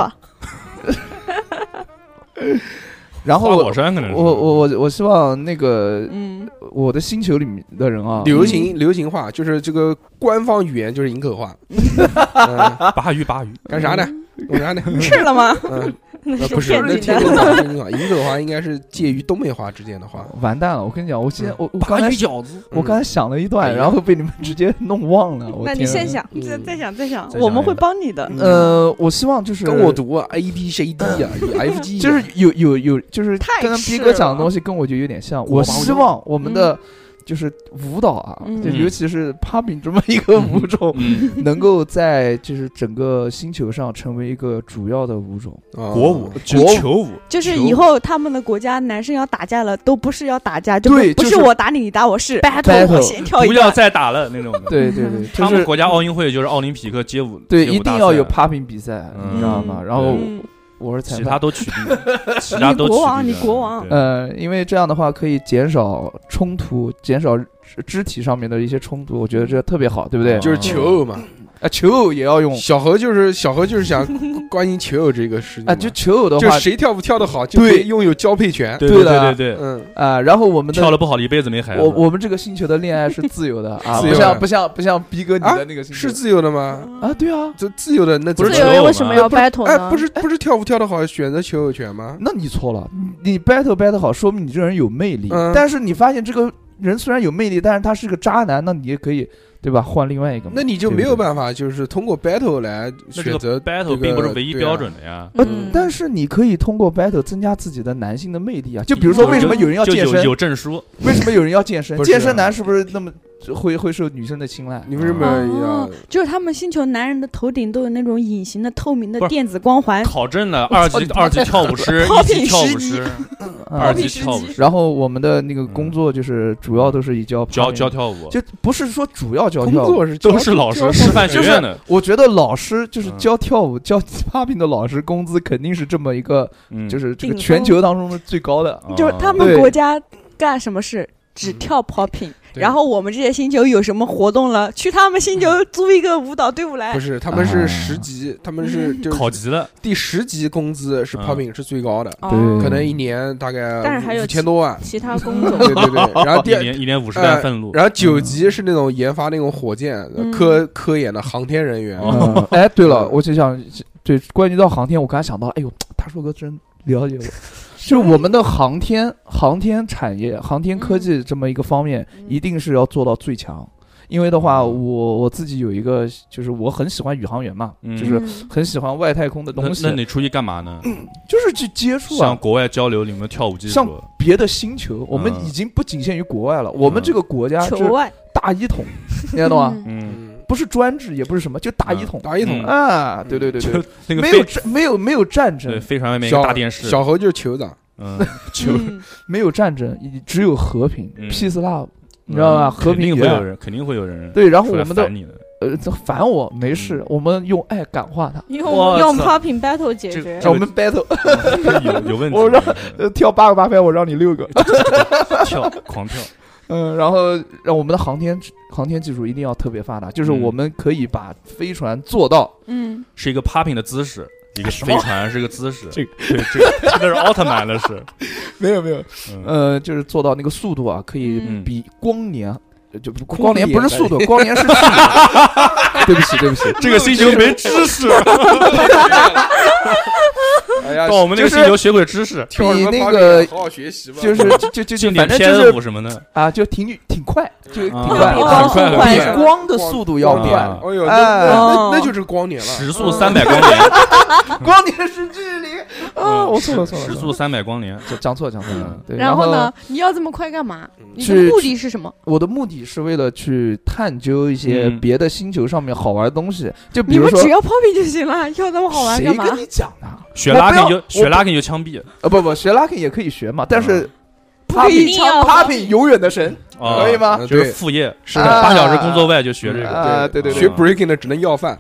Speaker 4: 然后
Speaker 3: 花果
Speaker 4: 我
Speaker 3: 山可能是
Speaker 4: 我我我我希望那个
Speaker 6: 嗯，
Speaker 4: 我的星球里面的人啊，
Speaker 2: 流行
Speaker 5: 嗯
Speaker 2: 流行话就是这个官方语言就是营口 话，嗯
Speaker 3: 鲅鱼鲅鱼，
Speaker 2: 干啥呢？干 啥呢？
Speaker 6: 吃了吗？
Speaker 2: 嗯，
Speaker 5: 嗯那
Speaker 2: 呃不是，
Speaker 5: 骗
Speaker 2: 那
Speaker 5: 你
Speaker 2: 天
Speaker 5: 的。
Speaker 2: 津话，天津话，营口话应该是介于东北话之间的话。
Speaker 4: 完蛋了！我跟你讲，我今天
Speaker 2: 嗯
Speaker 4: 我我刚才
Speaker 3: 饺子，
Speaker 4: 嗯我刚才想了一段，
Speaker 2: 嗯
Speaker 4: 然后被你们直接弄忘了。我
Speaker 5: 那你
Speaker 4: 天啊
Speaker 5: 先想，
Speaker 6: 再
Speaker 2: 嗯
Speaker 6: 再想再想，
Speaker 3: 再想
Speaker 6: 我们
Speaker 3: 一
Speaker 6: 会
Speaker 3: 个
Speaker 6: 帮你的。
Speaker 7: 嗯
Speaker 4: 呃，我希望就是
Speaker 2: 跟我读啊，A B C D 啊，E F G，
Speaker 4: 就是有有有，就是
Speaker 6: 太
Speaker 4: 跟
Speaker 6: 是
Speaker 4: 逼哥讲
Speaker 6: 了
Speaker 4: 的东西跟我就有点像。
Speaker 2: 国
Speaker 4: 我
Speaker 2: 宝
Speaker 4: 希
Speaker 2: 有
Speaker 4: 望我们的就是舞蹈啊，
Speaker 6: 嗯
Speaker 4: 就尤其是 popping 这么一个舞种，
Speaker 3: 嗯，
Speaker 4: 能够在就是整个星球上成为一个主要的舞种。
Speaker 3: 国
Speaker 2: 哦
Speaker 3: 舞，就
Speaker 4: 国舞
Speaker 3: 球舞，
Speaker 6: 就是
Speaker 3: 球
Speaker 6: 以
Speaker 3: 舞
Speaker 6: 后他们的国家男生要打架了，都不是要打架，就
Speaker 4: 对
Speaker 6: 不
Speaker 4: 就是是
Speaker 6: 我打你，你打我，是
Speaker 4: battle
Speaker 6: 我先跳一
Speaker 3: 不要
Speaker 6: 段。
Speaker 3: 再打了那种的。
Speaker 4: 对对对，就
Speaker 3: 他们
Speaker 4: 是
Speaker 3: 国家奥运会就是奥林匹克街舞，
Speaker 4: 对
Speaker 3: 街舞
Speaker 4: 一
Speaker 3: 大
Speaker 4: 定要有
Speaker 3: 赛啊
Speaker 4: popping 比赛，你知道吗？
Speaker 6: 嗯
Speaker 4: 然后
Speaker 6: 嗯
Speaker 4: 我是裁
Speaker 3: 其他
Speaker 4: 判。
Speaker 3: 都取缔，其他都取
Speaker 6: 你国王
Speaker 3: 缔
Speaker 6: 你
Speaker 3: 的
Speaker 6: 国王
Speaker 3: 对
Speaker 4: 呃，因为这样的话可以减少冲突，减少肢肢体上面的一些冲突，我觉得这特别好，对不对？
Speaker 2: 哦就是求偶嘛。
Speaker 4: 啊，求偶也要用
Speaker 2: 小何就是小何就是 想关心求偶这个事情嘛
Speaker 4: 啊，就求偶的
Speaker 2: 嗯就
Speaker 4: 话
Speaker 2: 谁跳舞跳得好，就可
Speaker 4: 对
Speaker 2: 以拥有交配权。
Speaker 3: 对
Speaker 4: 对
Speaker 3: 对
Speaker 4: 了
Speaker 3: 对对对，
Speaker 2: 嗯，
Speaker 4: 啊，然后我们的
Speaker 3: 跳的不好的一辈子没孩子。
Speaker 4: 我我们这个星球的恋爱是自由的啊，
Speaker 2: 自
Speaker 4: 不
Speaker 2: 由的
Speaker 4: 像不像不像逼哥你
Speaker 2: 啊
Speaker 4: 的那个星球
Speaker 2: 是自由的吗？
Speaker 4: 啊，对啊，
Speaker 2: 这自由的那怎
Speaker 3: 不
Speaker 2: 么
Speaker 3: 是
Speaker 5: 自
Speaker 3: 求偶
Speaker 5: 由人
Speaker 3: 吗
Speaker 5: 为什么要
Speaker 2: 不是
Speaker 5: battle 呢？
Speaker 2: 哎，不是不是跳舞跳得好选择求偶权吗？
Speaker 4: 那你错了，你你 battle battle 好，说明你这个人有魅力，
Speaker 2: 嗯
Speaker 4: 但是你发现这个人虽然有魅力，但是他是个渣男，那你也可以对吧？换另外一个嘛，
Speaker 2: 那你就
Speaker 4: 对不
Speaker 2: 没有
Speaker 4: 对
Speaker 2: 办法，就是通过 battle 来
Speaker 3: 那这
Speaker 2: 选择
Speaker 3: 个 battle 并不是唯一标。准的呀。
Speaker 4: 呃
Speaker 5: 嗯
Speaker 4: 但是你可以通过 battle 增加自己的男性的魅力啊，就比如说
Speaker 3: 就
Speaker 4: 为什么有人要
Speaker 3: 就
Speaker 4: 健
Speaker 3: 有
Speaker 4: 身，
Speaker 3: 有证书，
Speaker 4: 为什么有人要健身？
Speaker 2: 不是啊
Speaker 4: 健身男是不是那么会会受女生的青睐。
Speaker 2: 你为什么要
Speaker 6: 哦？，就是他们星球男人的头顶都有那种隐形的透明的
Speaker 3: 不是
Speaker 6: 电子光环，
Speaker 3: 考证了
Speaker 6: 我
Speaker 3: 二
Speaker 6: 操
Speaker 3: 级
Speaker 6: 你
Speaker 3: 二级跳舞师，一级跳舞
Speaker 6: 好品十
Speaker 3: 师，
Speaker 4: 嗯
Speaker 3: 二
Speaker 6: 好品
Speaker 3: 级
Speaker 6: 十
Speaker 3: 跳舞
Speaker 6: 级
Speaker 3: 师，
Speaker 4: 然后我们的那个工作就是主要都是以教
Speaker 3: 教
Speaker 4: 旁
Speaker 3: 教
Speaker 4: 边，
Speaker 3: 跳舞，
Speaker 4: 就不是说主要教
Speaker 2: 工
Speaker 4: 跳舞。
Speaker 2: 作是教
Speaker 3: 都是老师
Speaker 2: 教
Speaker 3: 师范学
Speaker 4: 就是
Speaker 3: 院的，
Speaker 4: 我觉得老师就是
Speaker 3: 嗯
Speaker 4: 教跳舞、教 popping 的老师，工资肯定是这么一个，
Speaker 3: 嗯
Speaker 4: 就是这个
Speaker 6: 顶峰
Speaker 4: 全球当中的最高的。
Speaker 6: 就是他
Speaker 4: 对
Speaker 6: 们国家干什么事只跳 popping，
Speaker 2: 对
Speaker 6: 然后我们这些星球有什么活动了，去他们星球租一个舞蹈队伍来
Speaker 2: 不。是，他们是
Speaker 4: 啊
Speaker 2: 十级，他们是
Speaker 5: 嗯
Speaker 2: 就
Speaker 3: 哦
Speaker 2: 是
Speaker 3: 考级了，
Speaker 2: 第十级工资是
Speaker 3: 嗯
Speaker 2: popping 是最高的，
Speaker 6: 哦
Speaker 4: 对
Speaker 2: 可能一年大概
Speaker 5: 但是还有。
Speaker 2: 五千多万
Speaker 5: 其他工种
Speaker 2: 对对对，然后
Speaker 3: 一
Speaker 2: 第二
Speaker 3: 年一年五十单愤怒，
Speaker 2: 然后九级是那种研发那种火箭、
Speaker 6: 嗯
Speaker 2: 科科研的航天人员，
Speaker 3: 哦
Speaker 4: 嗯哎，对了，我就想，对，关于到航天，我刚才想到，哎呦，大叔哥真了解我。就是我们的航天、航天产业、航天科技这么一个方面，一定是要做到最强。因为的
Speaker 3: 嗯
Speaker 4: 话，我我自己有一个，就是我很喜欢宇航员嘛，
Speaker 3: 嗯
Speaker 4: 就是 很喜欢外太空的
Speaker 3: 那
Speaker 4: 东西
Speaker 3: 那，你出去干嘛呢？
Speaker 4: 就是去接触
Speaker 3: 向
Speaker 4: 啊
Speaker 3: 国外交流你们的跳舞技
Speaker 4: 像
Speaker 3: 术，
Speaker 4: 别的星球。我们
Speaker 3: 嗯
Speaker 4: 已经不仅限于国外了，我们这个国家
Speaker 5: 球
Speaker 4: 是
Speaker 5: 外，
Speaker 4: 大一统，你看懂吗？
Speaker 3: 嗯，
Speaker 2: 嗯，
Speaker 4: 不是专制，也不是什么，就大一统
Speaker 2: 打一桶
Speaker 3: 嗯
Speaker 4: 啊！对对对对
Speaker 3: 就，那个
Speaker 4: 没有
Speaker 3: 飞
Speaker 4: 战，没有没有战
Speaker 3: 对
Speaker 4: 争，
Speaker 3: 飞船外面一
Speaker 2: 小
Speaker 3: 个大电视，
Speaker 2: 小猴就是酋长，
Speaker 3: 嗯，
Speaker 6: 球
Speaker 3: 就
Speaker 4: 没有战争，以只有和平
Speaker 3: 嗯
Speaker 4: ，peace love，你知道吧？
Speaker 3: 嗯
Speaker 4: 和
Speaker 3: 肯
Speaker 4: 平
Speaker 3: 定会
Speaker 4: 圆
Speaker 3: 有人，肯定会有人
Speaker 4: 对，然后
Speaker 3: 出来
Speaker 4: 我们的
Speaker 3: 烦你的，
Speaker 4: 呃这烦我没事
Speaker 3: 嗯，
Speaker 4: 我们用爱感化他，
Speaker 5: 用
Speaker 3: 我
Speaker 5: 用
Speaker 3: 操
Speaker 5: popping battle 解
Speaker 3: 这
Speaker 5: 决
Speaker 3: 这
Speaker 4: 让我们 battle，
Speaker 3: 有有问题，
Speaker 4: 我让呃跳八个八拍，我让你六个，
Speaker 3: 跳狂跳，
Speaker 4: 嗯，然后让我们的航天航天技术一定要特别发达，就是
Speaker 3: 嗯
Speaker 4: 我们可以把飞船做到
Speaker 6: 嗯，
Speaker 3: 是一个 popping 的姿势，一个
Speaker 4: 什
Speaker 3: 飞
Speaker 4: 么
Speaker 3: 船是个姿势，
Speaker 4: 这
Speaker 3: 个对这 个那是奥特曼的是，
Speaker 4: 没有没有，
Speaker 3: 嗯
Speaker 4: 呃，就是做到那个速度啊，可以
Speaker 3: 嗯
Speaker 4: 比光年。呃就
Speaker 2: 光
Speaker 4: 光年不是
Speaker 2: 年
Speaker 4: 速度，光年是 距离。对不起，对不起，
Speaker 3: 这个星球没知 识，
Speaker 2: 哎呀
Speaker 3: 到哦我们这个星球学会知识，
Speaker 2: 跳什么
Speaker 4: 比那
Speaker 2: popping
Speaker 4: 个
Speaker 2: 好好学习吧，
Speaker 4: 就是就就就
Speaker 3: 进点
Speaker 4: 反正就是
Speaker 3: 偏舞什么的，
Speaker 4: 啊，就挺挺快，就挺
Speaker 3: 啊
Speaker 4: 快
Speaker 6: 哦
Speaker 4: 的，
Speaker 3: 很快
Speaker 6: 很
Speaker 3: 快
Speaker 4: 比
Speaker 6: 是吧
Speaker 4: 光的速度要
Speaker 3: 光
Speaker 4: 快。
Speaker 3: 啊
Speaker 2: 哎呦，那
Speaker 4: 哎
Speaker 2: 那那
Speaker 6: 哦
Speaker 2: 那就是光年了，
Speaker 3: 时速三百光年，
Speaker 4: 光年是距离啊，
Speaker 3: 嗯
Speaker 4: 我错了错了，
Speaker 3: 时
Speaker 4: 错
Speaker 3: 速三百光年，
Speaker 4: 了讲错讲错了
Speaker 3: 嗯。
Speaker 4: 对，
Speaker 6: 然
Speaker 4: 后嗯
Speaker 6: 后呢？？你要这么快干嘛？你的
Speaker 4: 去
Speaker 6: 目的是什么？
Speaker 4: 我的目的是为了去探究一些
Speaker 3: 嗯
Speaker 4: 别的星球上面好玩的东西，就比
Speaker 6: 你
Speaker 4: 如
Speaker 6: 们
Speaker 4: 说
Speaker 6: 只，要 popping 就行了，要那么好玩
Speaker 4: 谁
Speaker 6: 干嘛
Speaker 4: 跟？你讲的？
Speaker 3: 学
Speaker 4: 我不
Speaker 3: 拉
Speaker 4: 要
Speaker 3: 肯就
Speaker 4: 我
Speaker 3: 学
Speaker 4: 不
Speaker 3: 拉肯就枪毙
Speaker 4: 呃，不不，学拉肯也可以学嘛，但是
Speaker 6: 不可以
Speaker 4: popping
Speaker 5: 一定要
Speaker 4: popping 永远的神
Speaker 3: 啊，
Speaker 4: 可以吗？
Speaker 2: 嗯
Speaker 3: 就是
Speaker 2: 对
Speaker 3: 副业，
Speaker 2: 是
Speaker 4: 啊
Speaker 2: 的，
Speaker 3: 八小时工作外就学这个，
Speaker 4: 啊，对对
Speaker 2: 学
Speaker 4: 对，
Speaker 3: 嗯
Speaker 2: breaking 的只能要饭，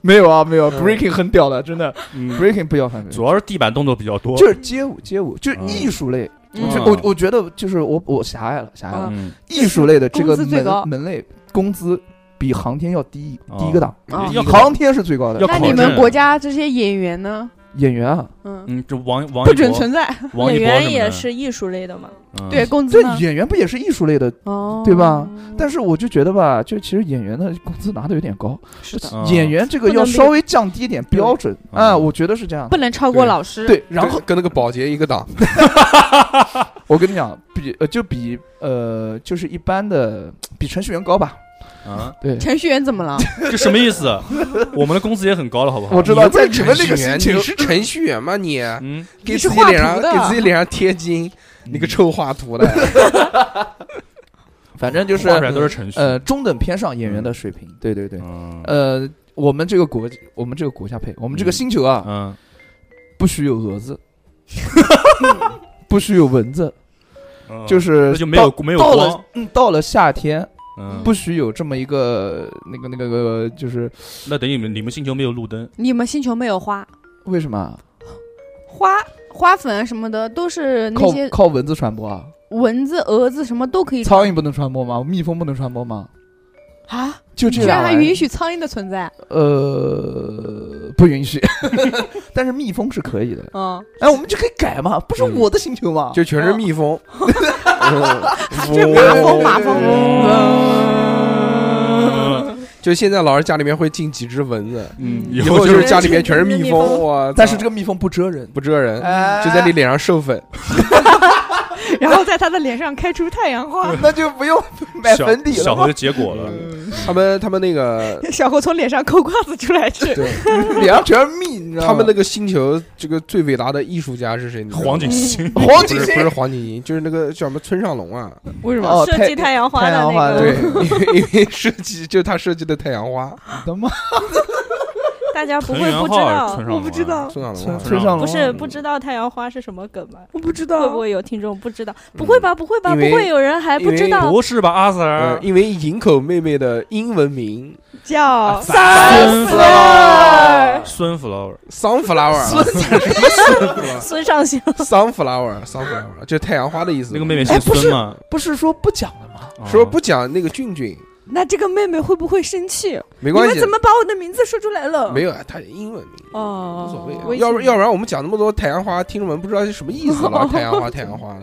Speaker 4: 没有啊，没有
Speaker 2: 嗯
Speaker 4: ，breaking 很屌的，真的
Speaker 3: 嗯，
Speaker 4: breaking 不要犯规
Speaker 3: 主。要是地板动作比较多，
Speaker 4: 就是街舞，街舞就是
Speaker 3: 嗯
Speaker 4: 艺术类，
Speaker 3: 嗯
Speaker 4: 我
Speaker 6: 嗯
Speaker 4: 觉我我觉得就是我我狭隘了，狭隘了。
Speaker 3: 嗯，
Speaker 4: 艺术类的这个
Speaker 6: 工资最高
Speaker 4: 门门类工资比航天要低
Speaker 3: 哦
Speaker 4: 第一个档，
Speaker 6: 啊
Speaker 3: 要考
Speaker 4: 航天是最高的
Speaker 3: 要。
Speaker 6: 那
Speaker 3: 考
Speaker 6: 你
Speaker 3: 证
Speaker 6: 们国家这些演员呢？
Speaker 4: 演员啊，
Speaker 6: 嗯，
Speaker 3: 嗯，这王王
Speaker 6: 不
Speaker 3: 一
Speaker 6: 准
Speaker 3: 博，
Speaker 6: 存在。
Speaker 3: 王一博什
Speaker 5: 演员
Speaker 3: 么
Speaker 5: 也
Speaker 3: 的，
Speaker 5: 是艺术类 的嘛，
Speaker 3: 嗯
Speaker 6: 对，工
Speaker 4: 嗯
Speaker 6: 资
Speaker 4: 这
Speaker 6: 呢？
Speaker 4: 演员不也是艺术类的？
Speaker 6: 哦，
Speaker 4: 对吧？但是我就觉得吧，就其实演员的工资拿的有点高，
Speaker 6: 是的，
Speaker 3: 嗯
Speaker 4: 演员这个要稍微降低一点标准
Speaker 3: 嗯
Speaker 4: 啊，我觉得是这样
Speaker 6: 不
Speaker 4: 的。
Speaker 6: 能超过
Speaker 2: 对
Speaker 6: 老师。，
Speaker 4: 对，然后
Speaker 2: 跟跟那个保洁一个档，
Speaker 4: 我跟你讲，比呃就比呃就是一般的比程序员高吧，
Speaker 3: 啊，
Speaker 4: 对。
Speaker 6: 程序员怎 么了？
Speaker 3: 这什么意思？我们的工资也很高了，好啊不好？
Speaker 4: 我知道
Speaker 2: 不是
Speaker 4: 在你们那
Speaker 2: 程
Speaker 4: 个
Speaker 2: 序员
Speaker 4: 星球
Speaker 2: 你是程序员吗？你
Speaker 3: 嗯，
Speaker 2: 给
Speaker 6: 你是
Speaker 2: 自己脸
Speaker 6: 画
Speaker 2: 上
Speaker 6: 图的
Speaker 2: 给自己脸上贴金，你个臭画图的，
Speaker 4: 反正就是
Speaker 3: 画出来都是程序，
Speaker 4: 呃中等偏上演员的水平。对对对，
Speaker 3: 嗯
Speaker 4: 呃，我们这个国，我们这个国家配，我们这个星球啊，
Speaker 3: 嗯，
Speaker 4: 不许有蛾子，不许有蚊子，
Speaker 3: 嗯
Speaker 4: 就是
Speaker 3: 那就没有
Speaker 4: 到
Speaker 3: 没有
Speaker 4: 到
Speaker 3: 光
Speaker 4: 了，嗯，到了夏天，
Speaker 3: 嗯，
Speaker 4: 不许有这么一个那个那个、呃就是
Speaker 3: 那等于你们你们星球没有路灯，
Speaker 6: 你们星球没有花
Speaker 4: 为什么啊
Speaker 6: 花花粉啊什么的，都是那
Speaker 4: 靠
Speaker 6: 些
Speaker 4: 靠蚊子传播啊？
Speaker 6: 蚊子、蛾子什么都可以
Speaker 4: 苍蝇不能传播吗？蜜蜂不能传播吗？
Speaker 6: 啊，
Speaker 4: 就这
Speaker 6: 居然
Speaker 4: 样
Speaker 6: 还允许苍蝇的存在。
Speaker 4: 呃，不允许，但是蜜蜂是可以的。
Speaker 6: 嗯，
Speaker 4: 哎，我们就可以改嘛，不是
Speaker 2: 嗯
Speaker 4: 我的星球嘛？
Speaker 2: 就全是蜜蜂，嗯
Speaker 6: 这
Speaker 2: 这
Speaker 6: 马蜂马蜂
Speaker 3: 嗯
Speaker 2: 就现在老是家里面会进几只蚊子，
Speaker 3: 嗯，以
Speaker 2: 以
Speaker 3: 后
Speaker 2: 后
Speaker 3: 就
Speaker 2: 就是
Speaker 3: 是
Speaker 2: 家里面全是蜜
Speaker 5: 蜜
Speaker 2: 蜂，
Speaker 5: 蜂
Speaker 2: 哇！
Speaker 4: 但是这
Speaker 2: 个
Speaker 4: 个蜜蜂不�遮人，
Speaker 2: 不�遮人，
Speaker 4: 哎
Speaker 2: 就在你脸上授粉，
Speaker 7: 然后在他的脸上开出太阳花。
Speaker 4: 那就不用买粉底
Speaker 3: 小小 何
Speaker 4: 了吗嗯
Speaker 3: 的？结果了，
Speaker 2: 他们他们那个
Speaker 7: 小何从脸上抠瓜子出来吃，
Speaker 2: 对，
Speaker 4: 脸上全是蜜，你知道吗？
Speaker 2: 他们那个星球这个最伟大的艺术家是谁？你知道吗
Speaker 3: 黄景星，
Speaker 4: 黄
Speaker 2: 不
Speaker 4: 景
Speaker 2: 是
Speaker 4: 星
Speaker 2: 不是黄景英，就是那个叫什么村上龙啊？
Speaker 7: 为什
Speaker 4: 哦
Speaker 5: 设计太阳花的
Speaker 4: 太阳花
Speaker 7: 嗯
Speaker 4: 的
Speaker 5: 那个，
Speaker 2: 对，因为因为设计就他设计的太阳花，
Speaker 7: 哦
Speaker 4: 他妈
Speaker 5: 大家不
Speaker 3: 藤
Speaker 5: 会
Speaker 3: 原
Speaker 5: 不知
Speaker 3: 浩，
Speaker 5: 道
Speaker 3: 村，上
Speaker 7: 我不知
Speaker 3: 龙啊，
Speaker 7: 道，
Speaker 2: 村上龙
Speaker 4: 村
Speaker 2: 啊。
Speaker 4: 村上龙
Speaker 5: 不是不知道太阳花是什么梗吗？
Speaker 7: 我不知
Speaker 5: 会不
Speaker 7: 道。
Speaker 5: 会有听众不知道？不会吧，不会吧，
Speaker 2: 因
Speaker 5: 不
Speaker 2: 为
Speaker 5: 会有人还不知道
Speaker 3: 不是吧，阿 Sir？
Speaker 2: 呃，因为营口妹妹的英文名啊
Speaker 7: 叫
Speaker 3: 三
Speaker 4: 死了，
Speaker 3: 哎孙 flower，
Speaker 2: sunflower
Speaker 5: 孙尚香
Speaker 2: sunflower sunflower 就太阳花的意思。
Speaker 3: 那个妹妹
Speaker 7: 哦
Speaker 3: 姓孙吗？
Speaker 4: 不是说不讲了吗？
Speaker 3: 啊
Speaker 2: 说不讲那个俊俊
Speaker 7: 那这个妹妹会不会生气？
Speaker 2: 没
Speaker 7: 你
Speaker 2: 关
Speaker 7: 们
Speaker 2: 系
Speaker 7: 怎，么把我的名字说出来了？
Speaker 2: 没有啊，他英文名
Speaker 7: 哦，
Speaker 2: 无所谓啊。
Speaker 7: 微信
Speaker 2: 要不要不然我们讲那么多太阳花，听众们不知道是什么意思 了。太阳花太阳花的，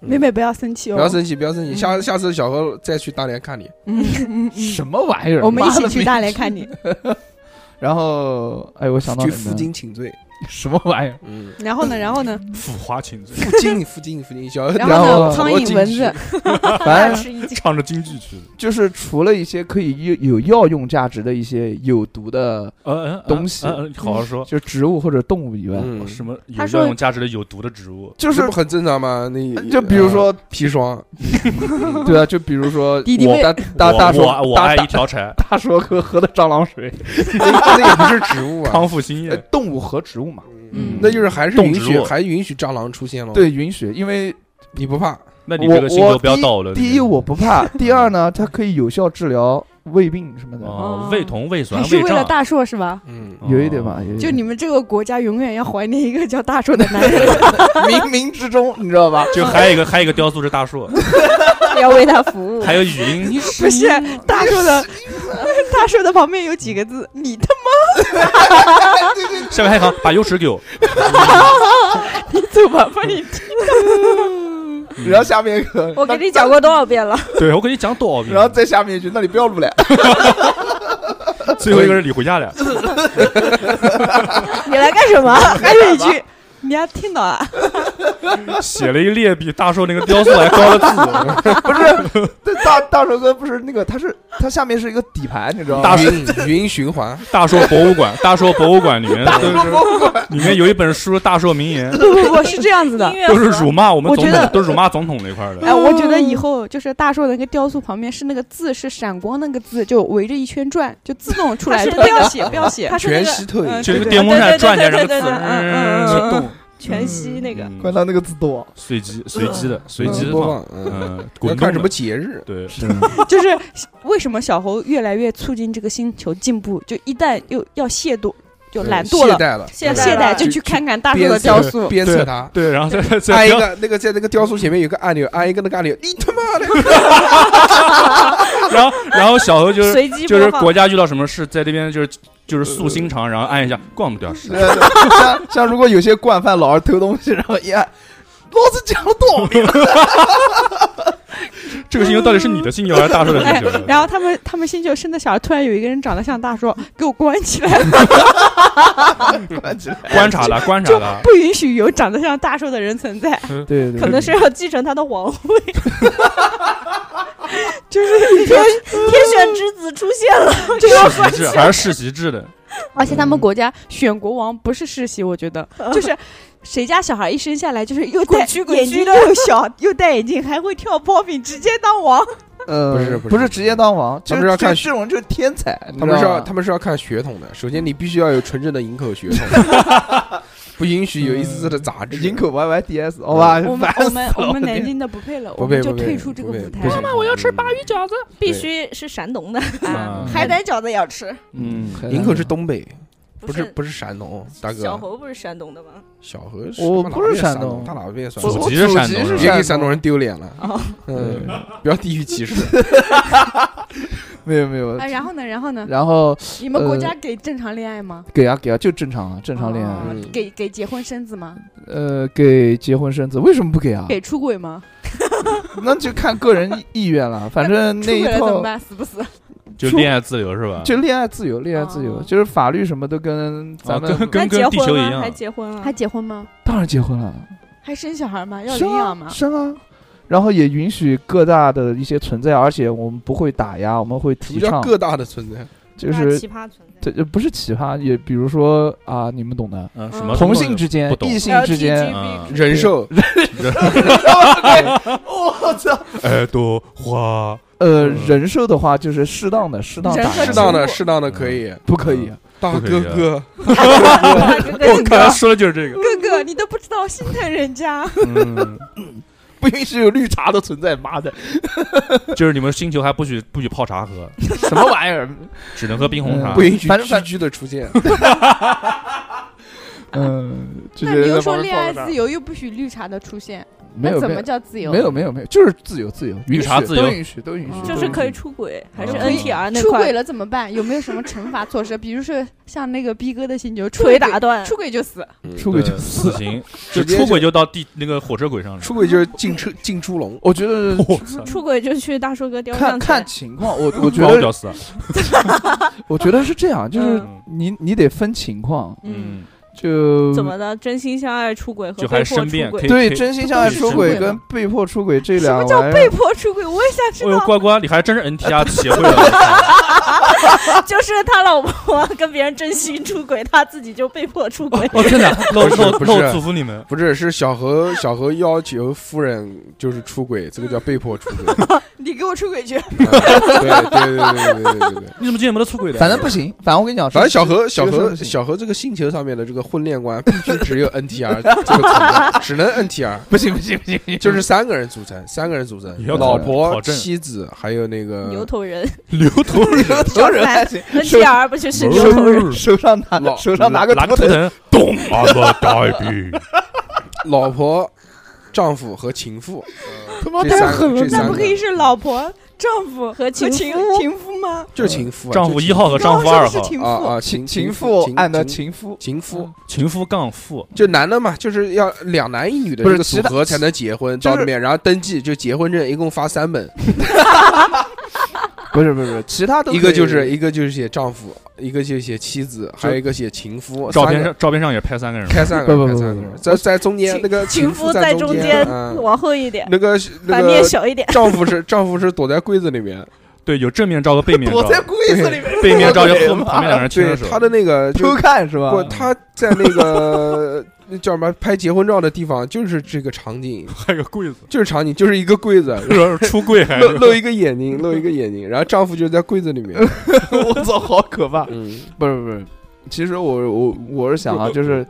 Speaker 7: 妹妹不要生气哦，
Speaker 2: 不要生气不要生气，下下次小何再去大连看你，
Speaker 7: 嗯。 嗯嗯 嗯
Speaker 4: 什么玩意儿？
Speaker 7: 我们一
Speaker 4: 妈
Speaker 7: 起
Speaker 4: 的
Speaker 7: 去大连看你，
Speaker 4: 然后，哎，我想到
Speaker 2: 去
Speaker 4: 哪儿
Speaker 2: 负
Speaker 4: 呢
Speaker 2: 荆请罪。
Speaker 4: 什么玩意儿？
Speaker 2: 嗯，
Speaker 7: 然后呢，然 后呢，
Speaker 3: 腐化情罪，
Speaker 2: 附近附近附近，小何
Speaker 7: 然
Speaker 4: 后呢
Speaker 2: 好多
Speaker 7: 苍蝇
Speaker 2: 进
Speaker 7: 蚊
Speaker 2: 去
Speaker 7: 子
Speaker 4: 反正
Speaker 5: 吃一惊，
Speaker 3: 唱着京剧去的。
Speaker 4: 就是除了一些可以有有药用价值的一些有毒的，
Speaker 3: 呃，
Speaker 4: 东西
Speaker 3: 呃呃呃好好说。
Speaker 4: 就植物或者动物以外，
Speaker 2: 嗯，
Speaker 3: 什么有
Speaker 7: 他说
Speaker 3: 药用价值的有毒的植物？
Speaker 4: 就
Speaker 2: 这
Speaker 4: 是
Speaker 2: 不很正常吗？那
Speaker 4: 就比如说，
Speaker 2: 砒霜，
Speaker 4: 对啊，就比如说
Speaker 7: 敌敌
Speaker 3: 我
Speaker 7: 畏
Speaker 4: 大大
Speaker 3: 我
Speaker 4: 大
Speaker 3: 我
Speaker 4: 手
Speaker 3: 我
Speaker 4: 大
Speaker 3: 爱
Speaker 4: 大
Speaker 3: 一条 柴，
Speaker 4: 大手哥喝的蟑螂水，
Speaker 2: 那那也不是植 物啊
Speaker 3: 康，复新
Speaker 4: 呃
Speaker 3: 液。
Speaker 4: 动物和植物嘛，
Speaker 7: 嗯
Speaker 2: 那就是还是
Speaker 3: 动
Speaker 2: 允
Speaker 3: 植
Speaker 2: 许
Speaker 3: 物
Speaker 2: 还允许蟑螂出现了。，
Speaker 4: 对，允许，因为
Speaker 2: 你不怕？
Speaker 3: 那你
Speaker 4: 我
Speaker 3: 这个星
Speaker 4: 我
Speaker 3: 球不要
Speaker 4: 第一
Speaker 3: 到我的那边。
Speaker 4: 第一我不怕，第二呢，它可以有效治疗胃病什么的，
Speaker 3: 哦，胃酮、胃酸
Speaker 7: 还、是
Speaker 3: 胃
Speaker 7: 为了
Speaker 3: 胀，
Speaker 7: 大硕是吧？
Speaker 2: 嗯，
Speaker 4: 有一点吧，有一点
Speaker 7: 就你们这个国家永远要怀念一个叫大硕的男人，
Speaker 4: 冥冥之中，你知道吧？
Speaker 3: 就还有一个还有一个雕塑是大 树，
Speaker 5: 要为他 服务。
Speaker 3: 还有语音，你是
Speaker 7: 不是
Speaker 2: 嗯
Speaker 7: 大 硕的，大硕的旁边有几个字，你他
Speaker 3: 下面还有一行把优石给 我。
Speaker 7: 妈走吧，把你
Speaker 4: 然后下面一个，
Speaker 5: 我给 你讲过多少遍了？
Speaker 3: 对我跟你讲多少遍，
Speaker 4: 然后再下面一句，那你不要录了，
Speaker 3: 最后一个是李回家的，
Speaker 7: 你来干什么？ 还有一句，你要听到啊？
Speaker 3: 写了一列比大寿那个雕塑还高的字，
Speaker 4: 不是，这大大手哥不是那个，他是他下面是一个底盘，你知道吗？
Speaker 3: 大
Speaker 2: 云 云循环，
Speaker 3: 大寿博物馆，大寿博物馆里面都是里面有一本书，大寿名 言
Speaker 7: 不不不，是这样子 的
Speaker 5: 音。乐
Speaker 3: 都是
Speaker 5: 盒
Speaker 3: 辱骂我们
Speaker 7: 我
Speaker 3: 总
Speaker 7: 觉得
Speaker 3: 统，都是辱骂总统那块 儿的。
Speaker 7: 哎，我觉
Speaker 5: 嗯
Speaker 7: 得以后就是大硕的那个雕塑旁边是那个字是闪光那个字，就围着一圈转，就自动出来
Speaker 5: 他
Speaker 7: 的
Speaker 5: 是
Speaker 7: 那
Speaker 5: 不要
Speaker 7: 个。
Speaker 5: 写，不要写
Speaker 7: 它，是那
Speaker 2: 全息投影
Speaker 7: 嗯
Speaker 3: 就那个
Speaker 7: 对
Speaker 3: 电风扇
Speaker 5: 对对对
Speaker 3: 转起来，
Speaker 5: 对
Speaker 3: 然后
Speaker 5: 对对对
Speaker 3: 滋
Speaker 7: 嗯嗯嗯
Speaker 3: 动，
Speaker 5: 全息那
Speaker 3: 嗯
Speaker 5: 个。
Speaker 4: 关到那个自动，
Speaker 3: 随机随机的随
Speaker 2: 随
Speaker 3: 机
Speaker 2: 机
Speaker 3: 的
Speaker 2: 播
Speaker 3: 放，
Speaker 2: 放，嗯，
Speaker 3: 嗯，
Speaker 2: 要
Speaker 3: 滚
Speaker 2: 看
Speaker 3: 动
Speaker 2: 什
Speaker 3: 的
Speaker 2: 么节日？
Speaker 3: 对，
Speaker 7: 就是为什么小猴越来越促进这个星球进步，就一旦又要懈惰，就懒惰
Speaker 2: 懈
Speaker 7: 了，
Speaker 2: 怠了，
Speaker 5: 懈
Speaker 7: 懈
Speaker 5: 怠
Speaker 7: 怠
Speaker 5: 了
Speaker 7: 就
Speaker 2: 就
Speaker 7: 去看看大叔
Speaker 2: 鞭
Speaker 7: 的
Speaker 2: 策
Speaker 7: 雕塑。
Speaker 2: 鞭策他。
Speaker 3: 对，然后再再
Speaker 2: 按
Speaker 3: 再
Speaker 2: 一个那个在那个雕塑前面有个按钮，按一个那个按钮，你他妈 的！
Speaker 3: 然后然后小何就是
Speaker 5: 随机
Speaker 3: 就
Speaker 5: 播
Speaker 3: 是
Speaker 5: 放
Speaker 3: 国家遇到什么事，在这边就是就是诉心肠，然后按一下关我们屌事。
Speaker 4: 对啊对像像如果有些惯犯老是偷东西，然后一按，老子讲了多少遍了，
Speaker 3: 这个星球到底是你的星球还是大叔的星
Speaker 7: 哎
Speaker 3: 球？，
Speaker 7: 然后他们他们星球生的小孩，突然有一个人长得像大叔，给我关起来，
Speaker 4: 关起来。
Speaker 3: 观察他，观察
Speaker 7: 就
Speaker 3: 他，
Speaker 7: 不允许有长得像大叔的人存在，
Speaker 4: 对对
Speaker 5: 可能是要继承他的皇位，
Speaker 7: 就是
Speaker 5: 天天选之子出现了，这个
Speaker 3: 世袭制还是世袭制的？
Speaker 7: 而且他们国家选国王不是世袭，我觉得就是谁家小孩一生下来就是又戴
Speaker 5: 滚去滚去
Speaker 7: 眼睛又小又戴眼镜，还会跳 popping，直接当王。
Speaker 4: 呃，
Speaker 2: 不是不是
Speaker 4: 不是直接当王，
Speaker 2: 他
Speaker 4: 就
Speaker 2: 们是要看
Speaker 4: 这种就是天才，
Speaker 2: 他们是
Speaker 3: 啊
Speaker 2: 要他
Speaker 4: 们
Speaker 2: 们是要看血统的，首先你必须要有纯正的营口血统， 不允许有一丝丝的杂质。
Speaker 4: 营口 YYDS，好吧，
Speaker 7: 我们
Speaker 4: 烦
Speaker 7: 我
Speaker 4: 死
Speaker 7: 们
Speaker 4: 了
Speaker 7: 我们南
Speaker 4: 天
Speaker 7: 京的不配了，
Speaker 2: 不
Speaker 7: 我
Speaker 2: 配
Speaker 7: 们就
Speaker 2: 不配
Speaker 7: 退出这个
Speaker 2: 不配
Speaker 7: 舞台
Speaker 2: 不。行
Speaker 7: 我要吃鲅鱼饺子，
Speaker 5: 必须是山东的，
Speaker 3: 啊
Speaker 7: 海胆饺子也要吃。
Speaker 3: 嗯，
Speaker 2: 营口是东北，不
Speaker 5: 不
Speaker 2: 是不是山东，大哥，
Speaker 5: 小侯不是山东的吗？
Speaker 2: 小何，
Speaker 4: 我
Speaker 2: 他妈
Speaker 4: 不
Speaker 2: 哪
Speaker 4: 是
Speaker 2: 边
Speaker 4: 山
Speaker 2: 东，
Speaker 4: 东
Speaker 2: 他哪边算
Speaker 4: 我
Speaker 3: 祖
Speaker 4: 我
Speaker 3: 籍是
Speaker 4: 祖
Speaker 3: 山
Speaker 4: 籍
Speaker 3: 东
Speaker 4: 是
Speaker 3: 是吧
Speaker 2: 别给
Speaker 4: 山
Speaker 2: 山东人丢脸了。
Speaker 7: 哦
Speaker 2: 嗯，不要地域歧视。
Speaker 4: 没有没有
Speaker 7: 啊，。然后呢？然后呢？
Speaker 4: 然后
Speaker 7: 你们国家给正常恋爱吗？
Speaker 4: 给啊给啊，就正常啊，正常恋爱
Speaker 7: 哦。
Speaker 2: 嗯
Speaker 7: 给给结婚生子吗？
Speaker 4: 呃，给结婚生子为什么不给啊？
Speaker 7: 给出轨吗？
Speaker 4: 那就看个人意愿了。反 正
Speaker 7: 出轨
Speaker 4: 那一
Speaker 7: 了怎么
Speaker 4: 套
Speaker 7: 办？死不死？
Speaker 3: 就恋爱自由是吧？哦
Speaker 4: 就恋爱自由，恋爱自由
Speaker 7: 哦
Speaker 4: 就是哦法律什么都跟咱
Speaker 3: 啊
Speaker 4: 们
Speaker 3: 跟跟
Speaker 5: 还结
Speaker 3: 跟地球
Speaker 5: 婚
Speaker 3: 一
Speaker 5: 了，
Speaker 3: 样
Speaker 5: 还，结婚了
Speaker 7: 还，结婚吗？
Speaker 4: 当然结婚了，
Speaker 6: 还生小孩吗？要
Speaker 4: 生
Speaker 6: 领
Speaker 4: 啊
Speaker 6: 养吗？
Speaker 4: 生啊，然后也允许各大的一些存在，而且我们不会打压，我们会
Speaker 2: 什
Speaker 4: 提
Speaker 2: 么叫
Speaker 4: 倡，
Speaker 2: 各大的存在？
Speaker 4: 就
Speaker 5: 那
Speaker 4: 是
Speaker 5: 奇葩存在。
Speaker 4: 这这不是奇葩，也比如说啊，你们懂的，
Speaker 3: 嗯，什
Speaker 6: 嗯
Speaker 3: 么
Speaker 4: 同性之间
Speaker 3: 不、懂
Speaker 4: 异性之间，
Speaker 3: 嗯
Speaker 2: 人兽
Speaker 4: 我操，
Speaker 3: 耳朵花，
Speaker 4: 呃，人设的话就是适当的，适当
Speaker 6: 人
Speaker 4: 打
Speaker 6: 设
Speaker 4: 压
Speaker 2: 适当的
Speaker 6: 植物
Speaker 2: 适当的可以，
Speaker 4: 不可以，
Speaker 2: 大
Speaker 3: 不可以
Speaker 2: 哥
Speaker 3: 啊
Speaker 2: 哥，
Speaker 3: 我刚刚说的就是这个。
Speaker 6: 哥哥，你都不知道心疼人家，
Speaker 3: 嗯，
Speaker 4: 不允许有绿茶的存在，妈 的，
Speaker 3: 就是你们星球还不许不许泡茶喝，
Speaker 4: 什么玩意儿？
Speaker 3: 只能喝冰红茶
Speaker 4: 啊
Speaker 2: 嗯不。允许
Speaker 4: 反正
Speaker 2: 居
Speaker 4: 反
Speaker 2: 居的出现。
Speaker 4: 嗯，就
Speaker 6: 那
Speaker 4: 是
Speaker 6: 你又
Speaker 4: 在
Speaker 6: 说
Speaker 4: 旁边
Speaker 6: 恋爱
Speaker 4: 泡着
Speaker 6: 自由，又不许绿茶的出现，
Speaker 4: 没有
Speaker 6: 那怎
Speaker 4: 没
Speaker 6: 么
Speaker 4: 有
Speaker 6: 叫自由？嗯
Speaker 4: 没有没有没有，就是自由自由，
Speaker 3: 绿
Speaker 4: 允
Speaker 3: 茶
Speaker 4: 许
Speaker 3: 自由
Speaker 4: 都允许都允许，
Speaker 5: 就
Speaker 4: 都
Speaker 5: 是
Speaker 4: 允
Speaker 5: 可以
Speaker 4: 许
Speaker 5: 出轨，还是
Speaker 3: 嗯
Speaker 5: NTR 那
Speaker 6: 出轨
Speaker 5: 块
Speaker 6: 了怎么办？有没有什么惩罚措施？比如说像那个逼哥的星球，出
Speaker 5: 腿
Speaker 6: 轨
Speaker 5: 打断？
Speaker 6: 出轨就死，
Speaker 4: 出轨 就
Speaker 3: 呃
Speaker 4: 死
Speaker 3: 死。刑，就
Speaker 2: 直接
Speaker 3: 出轨就到地那个火车轨上了。
Speaker 2: 出轨就是进车进猪笼，
Speaker 4: 我觉得
Speaker 3: 我操，
Speaker 5: 出轨就去大叔哥雕
Speaker 4: 看
Speaker 5: 像
Speaker 4: 看
Speaker 5: 去
Speaker 4: 情况，我我觉
Speaker 3: 把我
Speaker 4: 得
Speaker 3: 屌死。
Speaker 4: 我觉得是这样，就是
Speaker 3: 嗯
Speaker 4: 你你得分情况，
Speaker 6: 嗯，
Speaker 3: 嗯，
Speaker 4: 就
Speaker 5: 怎么的？真心相爱出轨和
Speaker 3: 就还
Speaker 5: 被迫
Speaker 3: 申
Speaker 5: 出
Speaker 3: 辩，可以
Speaker 5: 轨，
Speaker 4: 对
Speaker 3: 可以
Speaker 4: 真心相爱
Speaker 3: 都是
Speaker 4: 出轨
Speaker 3: 出轨
Speaker 4: 跟被迫出轨这
Speaker 6: 什
Speaker 4: 两
Speaker 6: 么
Speaker 4: 个
Speaker 6: 叫
Speaker 4: 玩意
Speaker 6: 被
Speaker 4: 儿，
Speaker 6: 迫出轨？我也想知
Speaker 3: 哎呦，
Speaker 6: 道。
Speaker 3: 呱呱，你还真是 NTR 协会了，
Speaker 5: 就是他老婆跟别人真心出轨，他自己就被迫出 轨。
Speaker 3: 哦，真的，那
Speaker 2: 不是
Speaker 3: 我
Speaker 2: 不
Speaker 3: 那
Speaker 2: 是
Speaker 3: 我祝福你们。
Speaker 2: 不是是小何小何要求夫人就是出轨，这个叫被迫出轨。
Speaker 6: 你给我出轨去！
Speaker 2: 啊对对对对对对对对。
Speaker 3: 你怎么今天没得出轨的？
Speaker 4: 反正不行，反正我跟你讲，
Speaker 2: 反正小 何小
Speaker 4: 这个事儿
Speaker 2: 何
Speaker 4: 不行
Speaker 2: 小何这个星球上面的这个婚恋观必须只有 NTR 这个存在，只能 NTR，
Speaker 4: 不行不行不行不行，
Speaker 2: 就是三个人组成，三个人组成，
Speaker 3: 也要
Speaker 2: 老
Speaker 4: 考
Speaker 2: 婆、
Speaker 3: 考证
Speaker 2: 妻子还有那个
Speaker 5: 牛头人
Speaker 3: 牛头人
Speaker 4: 所有人还行，手
Speaker 5: NTR 不就是牛头人？
Speaker 4: 手上拿
Speaker 2: 老
Speaker 4: 手上拿个
Speaker 3: 拿
Speaker 4: 头
Speaker 3: 个
Speaker 4: 灯，
Speaker 3: 疼，咚，阿拉 大兵，
Speaker 2: 老婆、丈夫和情妇，
Speaker 4: 他妈
Speaker 2: 这
Speaker 4: 太
Speaker 2: 三
Speaker 4: 狠
Speaker 2: 这
Speaker 4: 了，
Speaker 2: 三
Speaker 6: 那
Speaker 2: 个
Speaker 6: 不可以是老婆、丈夫
Speaker 5: 和情
Speaker 6: 情
Speaker 5: 夫
Speaker 6: 情夫吗？
Speaker 2: 就是情妇啊，
Speaker 3: 丈夫一号和
Speaker 6: 我
Speaker 3: 丈夫
Speaker 6: 说
Speaker 3: 二
Speaker 6: 的是
Speaker 3: 号，
Speaker 6: 情
Speaker 2: 啊
Speaker 6: 妇，
Speaker 2: 啊，情
Speaker 4: 情
Speaker 2: 妇
Speaker 4: 妇按的
Speaker 2: 情
Speaker 4: 情夫，
Speaker 2: 情夫，
Speaker 3: 情夫杠妇，
Speaker 2: 就男的嘛，就是要两男一女的
Speaker 4: 不
Speaker 2: 这
Speaker 4: 是
Speaker 2: 个组
Speaker 4: 其他
Speaker 2: 合才能结婚，
Speaker 4: 就
Speaker 2: 到
Speaker 4: 是
Speaker 2: 那边然后登记就结婚证，一共发三本，
Speaker 4: 不是不是不是，其他都
Speaker 2: 一个就
Speaker 4: 可以
Speaker 2: 是一个就是写丈夫，一个就写妻子，还有一个写情夫，
Speaker 3: 照
Speaker 2: 三
Speaker 3: 片
Speaker 2: 个
Speaker 3: 上照片上也拍三 个人，
Speaker 2: 开三个人，
Speaker 4: 不不
Speaker 2: 开
Speaker 4: 不
Speaker 2: 三
Speaker 4: 不
Speaker 2: 个人
Speaker 4: 不，
Speaker 2: 在在中间
Speaker 5: 情
Speaker 2: 那个
Speaker 5: 情
Speaker 2: 夫
Speaker 5: 夫在中
Speaker 2: 中
Speaker 5: 间
Speaker 2: 嗯
Speaker 5: 往后一点，
Speaker 2: 那个是那
Speaker 5: 版面
Speaker 2: 个
Speaker 5: 小一点。
Speaker 2: 丈夫是 丈夫是躲在柜子里面，
Speaker 3: 对，有正面照和背面
Speaker 4: 躲
Speaker 3: 照，
Speaker 4: 在柜子里面，
Speaker 3: 背面照就
Speaker 4: 我的
Speaker 3: 后
Speaker 4: 妈
Speaker 3: 旁边两个人牵
Speaker 2: 对
Speaker 3: 着手，
Speaker 2: 他的那个就
Speaker 4: 偷看是吧？
Speaker 2: 不，他在那个那叫什么拍结婚照的地方，就是这个场景，
Speaker 3: 还有柜子，
Speaker 2: 就是场景，就是一个柜子，
Speaker 3: 说是出柜还
Speaker 2: 露
Speaker 3: 是
Speaker 2: 露一个眼睛，露一个眼睛，然后丈夫就在柜子里面，
Speaker 4: 我操，好可怕！
Speaker 2: 嗯，
Speaker 4: 不是不是，其实我我我是想啊，就是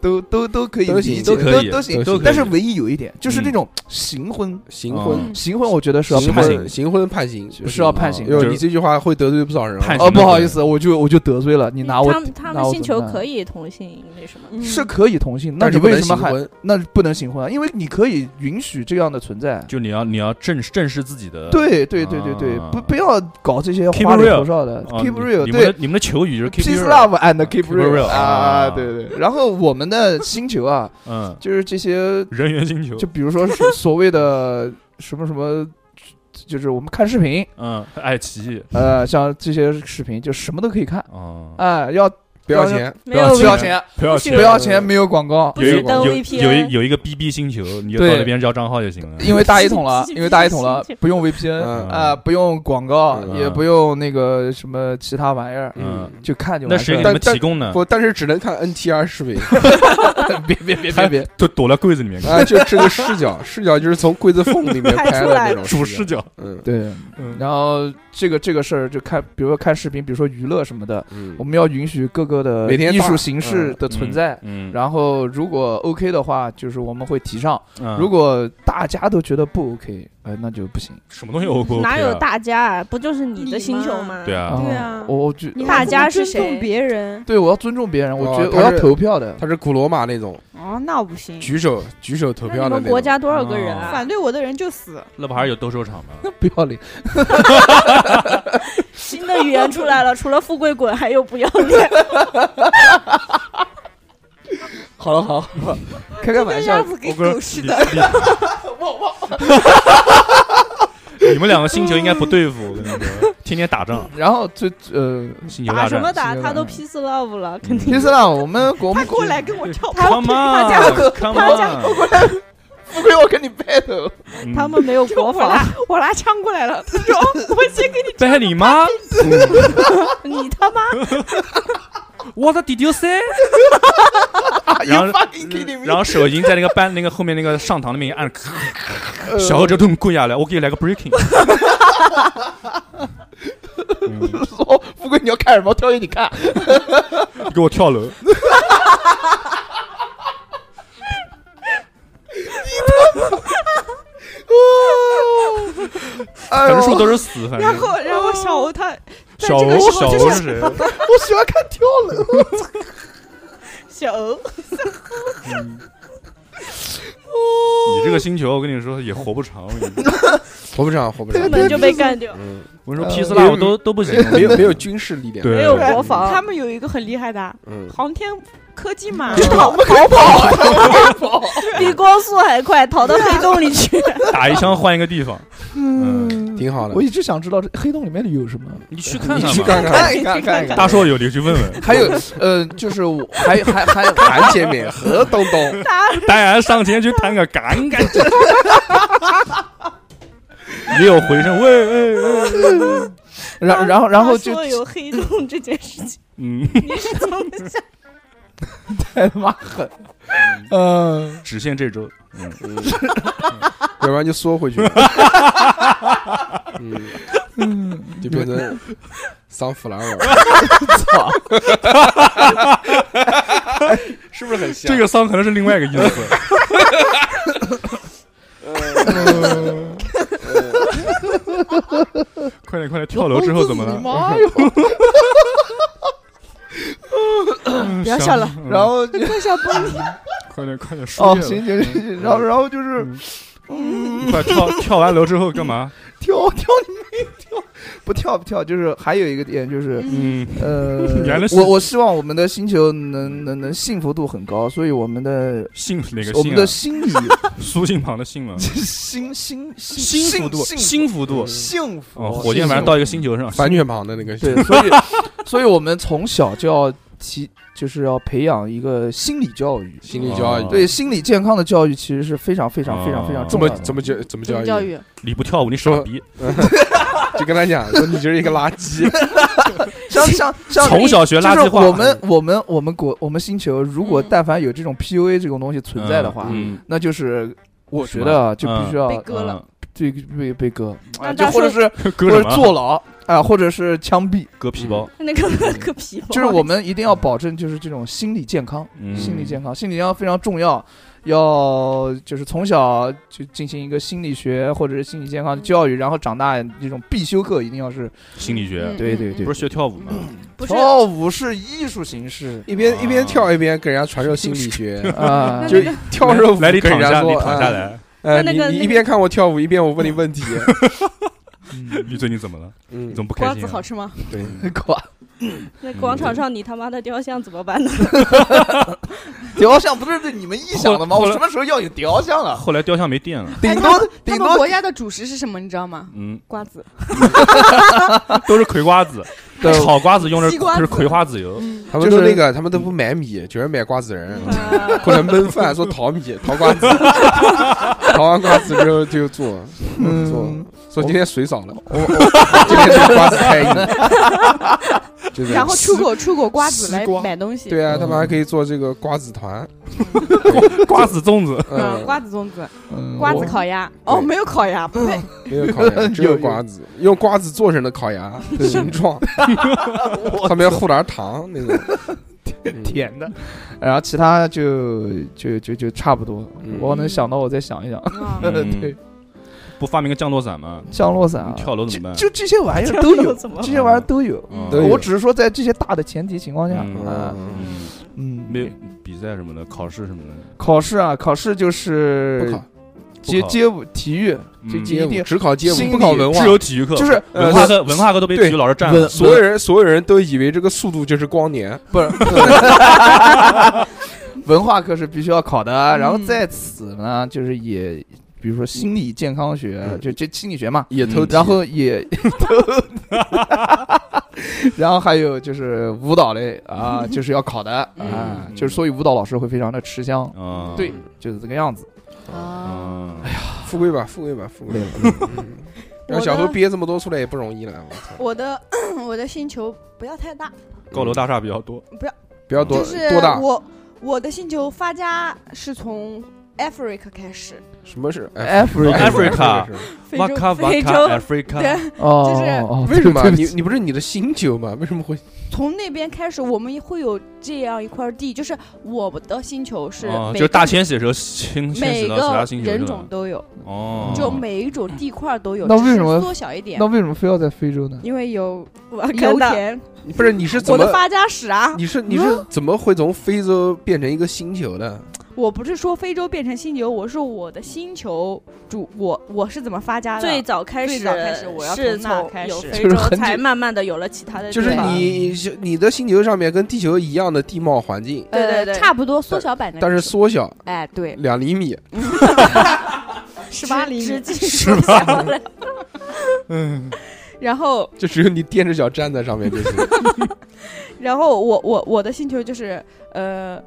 Speaker 4: 都都都都可以
Speaker 2: 都
Speaker 4: 理
Speaker 2: 行
Speaker 4: 解，
Speaker 2: 都
Speaker 4: 都
Speaker 3: 可以
Speaker 4: 都行
Speaker 2: 都行
Speaker 4: 但是唯一有一点，就是那
Speaker 3: 嗯
Speaker 4: 种行婚，
Speaker 2: 行婚
Speaker 3: 嗯，
Speaker 4: 行婚我觉得是要
Speaker 2: 行
Speaker 4: 哦判
Speaker 3: 行
Speaker 2: 婚，行婚判刑
Speaker 4: 是要判
Speaker 3: 刑
Speaker 4: 刑
Speaker 2: 哟，
Speaker 3: 就
Speaker 4: 的。
Speaker 3: 是
Speaker 2: 你这句话会得罪不少人啊
Speaker 3: 判。
Speaker 4: 哦，
Speaker 3: 刑的
Speaker 4: 不好意思，我就我就得罪了你，拿我
Speaker 5: 他们他
Speaker 4: 拿
Speaker 5: 们
Speaker 4: 我
Speaker 5: 星
Speaker 4: 怎么
Speaker 5: 球
Speaker 4: 办
Speaker 5: 可以同性那什么，
Speaker 6: 嗯
Speaker 4: 是可以同性，那
Speaker 2: 但
Speaker 4: 你
Speaker 2: 是不
Speaker 4: 为
Speaker 2: 能
Speaker 4: 什么
Speaker 2: 行
Speaker 4: 还
Speaker 2: 婚，
Speaker 4: 那不能行婚啊？因为你可以允许这样的存在。
Speaker 3: 就你要你要正正视自己的，
Speaker 4: 对对对对对，
Speaker 3: 啊
Speaker 4: 不不要搞这些
Speaker 3: Keep
Speaker 4: 花里
Speaker 3: real
Speaker 4: 胡哨的
Speaker 3: 啊
Speaker 4: ，keep
Speaker 3: 你
Speaker 4: real，
Speaker 3: 你们的
Speaker 4: 对
Speaker 3: 你们的球语就是 keep
Speaker 4: ，peace
Speaker 3: real
Speaker 4: love and keep
Speaker 3: keep real，
Speaker 4: real 啊，
Speaker 3: 啊
Speaker 4: 对对。然后我们的星球啊，
Speaker 3: 嗯，
Speaker 4: 就是这些
Speaker 3: 人猿星球
Speaker 4: 就，比如说是所谓的什么什么，就是我们看视频，
Speaker 3: 嗯，爱奇艺，
Speaker 4: 呃，像这些视频就什么都可以看，
Speaker 3: 嗯，
Speaker 4: 哎、要
Speaker 2: 不要钱，
Speaker 5: 没有
Speaker 4: 不要
Speaker 5: 钱
Speaker 4: 钱，
Speaker 3: 不要
Speaker 5: 去
Speaker 4: 不要钱，没有广告，
Speaker 5: 不
Speaker 3: 有
Speaker 5: 许
Speaker 3: 一
Speaker 5: 登
Speaker 3: 有
Speaker 5: VPN
Speaker 3: 有一有一个 BB 星球，你就到
Speaker 4: 对
Speaker 3: 那边要账号就行了。
Speaker 4: 因为大一统 了，
Speaker 5: 继续
Speaker 4: 因为大一统了
Speaker 5: 继续，
Speaker 4: 不用 VPN 啊、
Speaker 2: 嗯
Speaker 4: 不用广告，
Speaker 2: 嗯
Speaker 4: 也不用那个什么其他玩意儿，
Speaker 3: 嗯
Speaker 2: 嗯，
Speaker 4: 就看就
Speaker 3: 那
Speaker 4: 完事
Speaker 3: 谁
Speaker 4: 儿
Speaker 3: 给
Speaker 4: 了。
Speaker 3: 你们提供呢？
Speaker 2: 不，但是只能看 NTR 视频
Speaker 4: 别别别别别，
Speaker 3: 都躲在柜子里面看，
Speaker 2: 啊，就这个视角，视角就是从柜子缝里面
Speaker 5: 拍
Speaker 2: 拍
Speaker 5: 出
Speaker 2: 的
Speaker 5: 来
Speaker 2: 那种
Speaker 3: 主视
Speaker 2: 角，
Speaker 3: 角，
Speaker 2: 嗯
Speaker 4: 对，
Speaker 3: 嗯，
Speaker 4: 然后这个这个事儿就看，比如说看视频，比如说娱乐什么的，
Speaker 2: 嗯
Speaker 4: 我，们要允许各个的
Speaker 2: 每天
Speaker 4: 艺
Speaker 2: 大
Speaker 4: 术形式
Speaker 2: 嗯
Speaker 4: 的存在。
Speaker 3: 嗯，
Speaker 4: 然后如果 OK 的话，就是我们会提倡；
Speaker 3: 嗯
Speaker 4: 如果大家都觉得不 OK，哎，那就不行。
Speaker 3: 什么东西我不
Speaker 5: 哪
Speaker 3: OK 啊
Speaker 5: 有大家啊？不就是你
Speaker 6: 你
Speaker 5: 的星球
Speaker 6: 吗
Speaker 5: 吗？
Speaker 3: 对啊，
Speaker 4: 嗯
Speaker 6: 对啊
Speaker 4: 我我觉
Speaker 6: 你
Speaker 5: 大家是谁
Speaker 6: 尊重别人
Speaker 4: 对我要尊重别人，我
Speaker 2: 哦
Speaker 4: 觉得
Speaker 2: 他
Speaker 4: 我要
Speaker 2: 是
Speaker 4: 投票的。
Speaker 2: 他是古罗马那种
Speaker 6: 哦，那我不行，
Speaker 2: 举手举手投
Speaker 5: 嗯那
Speaker 2: 票的
Speaker 5: 你们
Speaker 2: 那
Speaker 5: 国
Speaker 2: 种。
Speaker 5: 家多少个人啊？
Speaker 7: 嗯
Speaker 6: 反对我的人就死。
Speaker 3: 那不还是有斗兽场吗？
Speaker 4: 不要脸，
Speaker 5: 新的语言出来了，除了富贵滚，还有不要 脸。
Speaker 4: 好了好了，开开玩 笑。
Speaker 6: 子
Speaker 3: 我跟你
Speaker 6: 屎
Speaker 3: 你， 你你们两个星球应该不对付，我跟你说，天天打仗，
Speaker 4: 然后最呃
Speaker 3: 星球
Speaker 7: 啊
Speaker 5: 打
Speaker 3: 大
Speaker 5: 什
Speaker 3: 战
Speaker 5: 么打？
Speaker 4: 星球
Speaker 5: 他
Speaker 4: 大
Speaker 5: 都
Speaker 4: 战
Speaker 5: peace love 了，肯定。
Speaker 4: 第四浪，我们我们
Speaker 5: 过来跟我跳吧，
Speaker 3: ，Come on，Come on，
Speaker 4: 不亏我跟你 battle，
Speaker 3: 嗯
Speaker 5: 他们没有国
Speaker 6: 我
Speaker 5: 防
Speaker 6: 拿，我拿枪过来了，他说我先给你
Speaker 3: 拜你妈！
Speaker 5: 你 他妈
Speaker 3: 我的 did you say？然后嗯
Speaker 4: fucking kidding
Speaker 3: 然后手已经在那个班那个后面那个上堂那边一按，小何这顿跪下来，我给你来个 breaking。嗯
Speaker 4: 说，富贵你要看什么？挑给你看。
Speaker 3: 给我跳楼！
Speaker 4: 哎呦，
Speaker 3: 横
Speaker 4: 我
Speaker 3: 竖都是死，反
Speaker 6: 然
Speaker 3: 正
Speaker 6: 后，然后小欧他在
Speaker 3: 小
Speaker 6: 这个
Speaker 3: 欧
Speaker 6: 时
Speaker 3: 小
Speaker 6: 候
Speaker 3: 欧
Speaker 6: 就是
Speaker 3: 谁？啊
Speaker 4: 我喜欢看跳楼。
Speaker 5: 小欧，
Speaker 3: 你这个星球，我跟你说也活不 长。我跟你说，
Speaker 2: 活不上，活不上
Speaker 5: 根，本就被干掉，
Speaker 2: 嗯，
Speaker 3: 我跟你
Speaker 4: 呃
Speaker 3: 说皮斯拉我都都不行，
Speaker 2: 没有没有军事力量，
Speaker 3: 对
Speaker 5: 没有国防。
Speaker 6: 他们有一个很厉害的啊
Speaker 2: 嗯，
Speaker 6: 航天科技嘛，
Speaker 4: 逃逃跑，
Speaker 5: 比光速还快，逃
Speaker 4: 啊
Speaker 5: 到黑洞里去。
Speaker 3: 打一枪换一个地方。嗯，
Speaker 2: 挺好的
Speaker 4: 我。一直想知道这黑洞里面有什么。
Speaker 3: 你去看
Speaker 2: 你
Speaker 3: 看
Speaker 2: 去
Speaker 3: 吧。
Speaker 2: 看看，
Speaker 4: 一看，看一
Speaker 3: 大硕有你去问问。
Speaker 4: 还有呃，就是我还还还
Speaker 2: 韩姐妹何东东，
Speaker 3: 当然上前去探个杆杆，也有回声，喂喂喂，
Speaker 4: 然然后然后就
Speaker 5: 他说有黑洞这件事情，
Speaker 3: 嗯，
Speaker 5: 你是怎么想？
Speaker 4: 太他妈狠，嗯，
Speaker 3: 只限这周，嗯，
Speaker 2: 要不然就缩回去。 嗯，
Speaker 3: 嗯
Speaker 2: 就变成桑弗兰尔，
Speaker 4: 操，
Speaker 2: 是不是很像
Speaker 3: 这个桑可能是另外一个意思，
Speaker 4: 嗯
Speaker 3: 快点快点，跳楼之后怎么
Speaker 4: 你
Speaker 3: 了？
Speaker 4: 妈哟！
Speaker 3: 不
Speaker 6: 要笑了，
Speaker 4: 然后就
Speaker 3: 嗯
Speaker 4: 嗯
Speaker 3: 快点快点，输
Speaker 4: 哦，
Speaker 3: 液了
Speaker 4: 行
Speaker 3: 嗯
Speaker 4: 行行，然后然后就是
Speaker 3: 你快 跳跳完楼之后干嘛？
Speaker 4: 跳 跳你没跳，不跳不跳，就是还有一个点就是。
Speaker 3: 嗯，
Speaker 4: 呃
Speaker 3: 原来，是
Speaker 4: 我我希望我们的星球能能能幸福度很高，所以我们的
Speaker 3: 姓哪个
Speaker 4: 我们
Speaker 3: 姓啊
Speaker 4: 的？心理
Speaker 3: 苏姓旁的姓吗？
Speaker 4: 心心
Speaker 3: 幸福度，
Speaker 4: 幸
Speaker 3: 幸福度
Speaker 4: 福，幸福
Speaker 3: 哦，火箭反正到一个星球上，
Speaker 2: 反犬旁的那个
Speaker 4: 对，所 以所以我们从小就要提，就是要培养一个心理教育，
Speaker 2: 心理教育，
Speaker 3: 哦
Speaker 4: 对心理健康的教育其实是非常非常非常非
Speaker 3: 啊
Speaker 4: 常
Speaker 2: 怎
Speaker 4: 重
Speaker 2: 么
Speaker 4: 要的。
Speaker 2: 怎么教怎么
Speaker 4: 啊
Speaker 2: 教育？
Speaker 5: 教育？
Speaker 3: 你不跳舞你傻逼，
Speaker 2: 就跟他讲说你就是一个垃圾，
Speaker 4: 像像像
Speaker 3: 从小学垃圾
Speaker 4: 就是
Speaker 3: 话
Speaker 4: 我。们我们我们国我们星球，如
Speaker 5: 嗯
Speaker 4: 果但凡有这种 PUA 这种东西存在的话，
Speaker 3: 嗯，
Speaker 4: 那就是我觉得啊，就必须要
Speaker 5: 被割了，
Speaker 4: 对被被割，
Speaker 5: 那
Speaker 4: 啊就
Speaker 5: 大
Speaker 4: 或者是
Speaker 3: 嗯
Speaker 4: 或
Speaker 3: 割什
Speaker 4: 者
Speaker 3: 么？
Speaker 4: 坐牢啊，或者是枪毙，
Speaker 3: 割皮包，
Speaker 5: 那个那个皮包，
Speaker 4: 就是我们一定要保证就是这种心理健康。
Speaker 3: 嗯
Speaker 4: 心理健康，心理健康非常重要，要就是从小就进行一个心理学或者是心理健康的教育，然后长大这种必修课一定要是
Speaker 3: 心理学，
Speaker 5: 嗯
Speaker 4: 对啊对对哦
Speaker 3: 不是学跳舞吗？
Speaker 5: 不是
Speaker 4: 跳舞是艺术形式
Speaker 2: 一边一边跳一边给人家传授心理学，
Speaker 4: 啊
Speaker 5: 那，
Speaker 2: 就
Speaker 4: 就
Speaker 2: 跳着舞
Speaker 3: 来，你
Speaker 2: 跟
Speaker 3: 躺
Speaker 2: 人家
Speaker 3: 下，你
Speaker 2: 说，
Speaker 4: 啊
Speaker 3: 躺下来，
Speaker 2: 呃，
Speaker 5: 那
Speaker 2: 你
Speaker 5: 那个
Speaker 2: 你
Speaker 5: 那
Speaker 2: 一
Speaker 5: 个
Speaker 2: 边看我跳舞，一边我问你问题，
Speaker 3: 你最近怎么了？
Speaker 2: 嗯
Speaker 3: 你， 怎么不开
Speaker 6: 瓜
Speaker 3: 心
Speaker 6: 子
Speaker 3: 啊？
Speaker 6: 好吃吗？
Speaker 2: 对，
Speaker 4: 挂
Speaker 5: 那广场上你他妈的雕像怎么办呢？
Speaker 4: 雕像不是你们臆想的吗？
Speaker 3: 后
Speaker 4: 我
Speaker 3: 来
Speaker 4: 什么时候要有雕像啊了？
Speaker 3: 后来雕像没电了，
Speaker 4: 顶
Speaker 6: 他
Speaker 4: 多
Speaker 6: 他
Speaker 4: 顶
Speaker 6: 们国
Speaker 4: 多
Speaker 6: 家的主食是什么？你知道吗？
Speaker 3: 嗯，
Speaker 6: 瓜子。
Speaker 3: 都是葵瓜子，
Speaker 4: 对
Speaker 3: 炒瓜子用的
Speaker 6: 西瓜子
Speaker 3: 是葵花籽油，
Speaker 6: 嗯，
Speaker 2: 他们
Speaker 4: 就
Speaker 2: 都
Speaker 4: 是
Speaker 2: 那个，他们都不买米，全是买瓜子仁，
Speaker 5: 啊
Speaker 6: 呃
Speaker 2: 或者焖饭，说淘米、淘瓜子， 淘完瓜子之后就做做
Speaker 4: 嗯，，
Speaker 2: 说今天水少了， 今天这个瓜子太硬，就这样
Speaker 6: 然后出口出口瓜子
Speaker 2: 丝
Speaker 6: 来
Speaker 2: 瓜
Speaker 6: 买东西。
Speaker 2: 对啊，
Speaker 4: 嗯
Speaker 2: 他们还可以做这个瓜子团，
Speaker 3: 瓜子粽 子，
Speaker 6: 嗯，
Speaker 2: 嗯，
Speaker 6: 瓜子粽子，
Speaker 4: 嗯
Speaker 6: 瓜子
Speaker 4: 我
Speaker 6: 烤鸭。哦，没有烤鸭，不对，
Speaker 2: 没有烤鸭，只有瓜子，用瓜子做成的烤鸭形状，上面糊点糖那种，嗯
Speaker 4: 甜的， 然后其他就就就就差不多
Speaker 2: 嗯。
Speaker 4: 我能想到，我再想一想。
Speaker 6: 嗯
Speaker 3: 嗯
Speaker 4: 对，
Speaker 3: 不发明个降落伞吗？
Speaker 4: 降落伞啊
Speaker 3: 你，跳楼怎么办？
Speaker 4: 就这些玩意儿都有，
Speaker 5: 怎么
Speaker 4: 这些玩意儿都有。
Speaker 3: 嗯
Speaker 2: 都有
Speaker 4: 我只是说在这些大的前提情况下，
Speaker 3: 嗯
Speaker 4: 啊，
Speaker 2: 嗯，
Speaker 3: 嗯，
Speaker 4: 嗯，
Speaker 3: 没有比赛什么的，考试什么的，
Speaker 4: 考试啊，考试就是
Speaker 2: 不考
Speaker 4: 街
Speaker 3: 不考
Speaker 4: 街舞、体育，这
Speaker 3: 嗯
Speaker 4: 这
Speaker 2: 街
Speaker 4: 一
Speaker 2: 舞，
Speaker 4: 定
Speaker 2: 只考街
Speaker 4: 心
Speaker 2: 舞，
Speaker 4: 理
Speaker 2: 不考文化
Speaker 3: 只。有体育课，
Speaker 4: 就是
Speaker 3: 文
Speaker 4: 呃
Speaker 3: 化课，文化课都被体
Speaker 2: 对
Speaker 3: 育老师占了
Speaker 4: 文，
Speaker 2: 所有人，所有人都以为这个速度就是光年，
Speaker 4: 不是啊嗯文化课是必须要考的，然后在此呢，就是也比如说心理健康学
Speaker 2: 嗯，
Speaker 4: 就这心理学嘛，
Speaker 2: 也
Speaker 3: 偷
Speaker 2: 偷，
Speaker 4: 然后也 都，然后还有就是舞蹈类啊，就是要考的啊，
Speaker 3: 嗯
Speaker 4: 就是所以舞蹈老师会非常的吃香，
Speaker 3: 啊，
Speaker 4: 对，就是这个样子。哦
Speaker 5: 啊，
Speaker 3: 嗯，
Speaker 2: 富贵吧，富贵吧，富贵吧。 嗯让小何憋这么多出来也不容易了，我操！
Speaker 7: 我 的我的星球不要太大，
Speaker 3: 高楼大厦比较多，
Speaker 2: 不要多
Speaker 7: 就是
Speaker 2: 多大，
Speaker 7: 我我的星球发家是从 Africa 开始，
Speaker 2: 什么哎是
Speaker 7: 哎
Speaker 4: Africa，
Speaker 3: Africa
Speaker 5: 非
Speaker 3: 哇
Speaker 5: 洲
Speaker 3: 咔哇
Speaker 5: 非
Speaker 3: 咔
Speaker 4: 哎
Speaker 5: 洲
Speaker 3: Africa，
Speaker 7: 就是
Speaker 4: 哦，
Speaker 2: 为什么
Speaker 4: 对不
Speaker 2: 你
Speaker 4: 起
Speaker 2: 你不是你的星球吗？为什么会
Speaker 7: 从那边开始，我们会有这样一块地，就是我的星球是
Speaker 3: 哦
Speaker 7: 每
Speaker 3: 就
Speaker 7: 个
Speaker 3: 大迁徙时候迁迁
Speaker 7: 每
Speaker 3: 徙到其
Speaker 7: 个
Speaker 3: 他星球去
Speaker 7: 人
Speaker 3: 了
Speaker 7: 种都有，
Speaker 3: 哦，
Speaker 7: 就每一种地块都有，
Speaker 4: 那
Speaker 7: 只是
Speaker 4: 为什么
Speaker 7: 缩小一点
Speaker 4: 那？为什么非要在非洲呢？
Speaker 7: 因为有
Speaker 5: 哇咔
Speaker 7: 油
Speaker 5: 哒
Speaker 7: 田，
Speaker 2: 不是你是怎
Speaker 7: 我
Speaker 2: 么
Speaker 7: 的发家史啊！
Speaker 2: 你是你是怎么会从非洲变成一个星球的？
Speaker 7: 我不是说非洲变成星球，我是我的星球主，我我是怎么发家的？
Speaker 5: 最早开始，
Speaker 7: 最早开始我要
Speaker 5: 是
Speaker 7: 从那
Speaker 5: 从
Speaker 7: 开
Speaker 5: 有
Speaker 7: 始
Speaker 5: 非
Speaker 4: 就是
Speaker 5: 洲
Speaker 4: 很
Speaker 5: 才
Speaker 4: 久
Speaker 5: 慢慢的有了其他
Speaker 7: 嗯
Speaker 5: 的地
Speaker 2: 就
Speaker 5: 方，
Speaker 2: 是你
Speaker 7: 啊
Speaker 2: 你的星球上面跟地球一样的地貌环境，
Speaker 7: 呃
Speaker 5: 对对对
Speaker 7: 差不多缩小版的，
Speaker 2: 但是缩小
Speaker 7: 哎，对，
Speaker 2: 两厘米，
Speaker 7: 十八厘
Speaker 5: 直
Speaker 7: 米。
Speaker 5: 径缩小了，
Speaker 2: 嗯
Speaker 7: 然后，
Speaker 2: 就只有你垫着脚站在上面 就行。
Speaker 7: 然后我我我的星球就是呃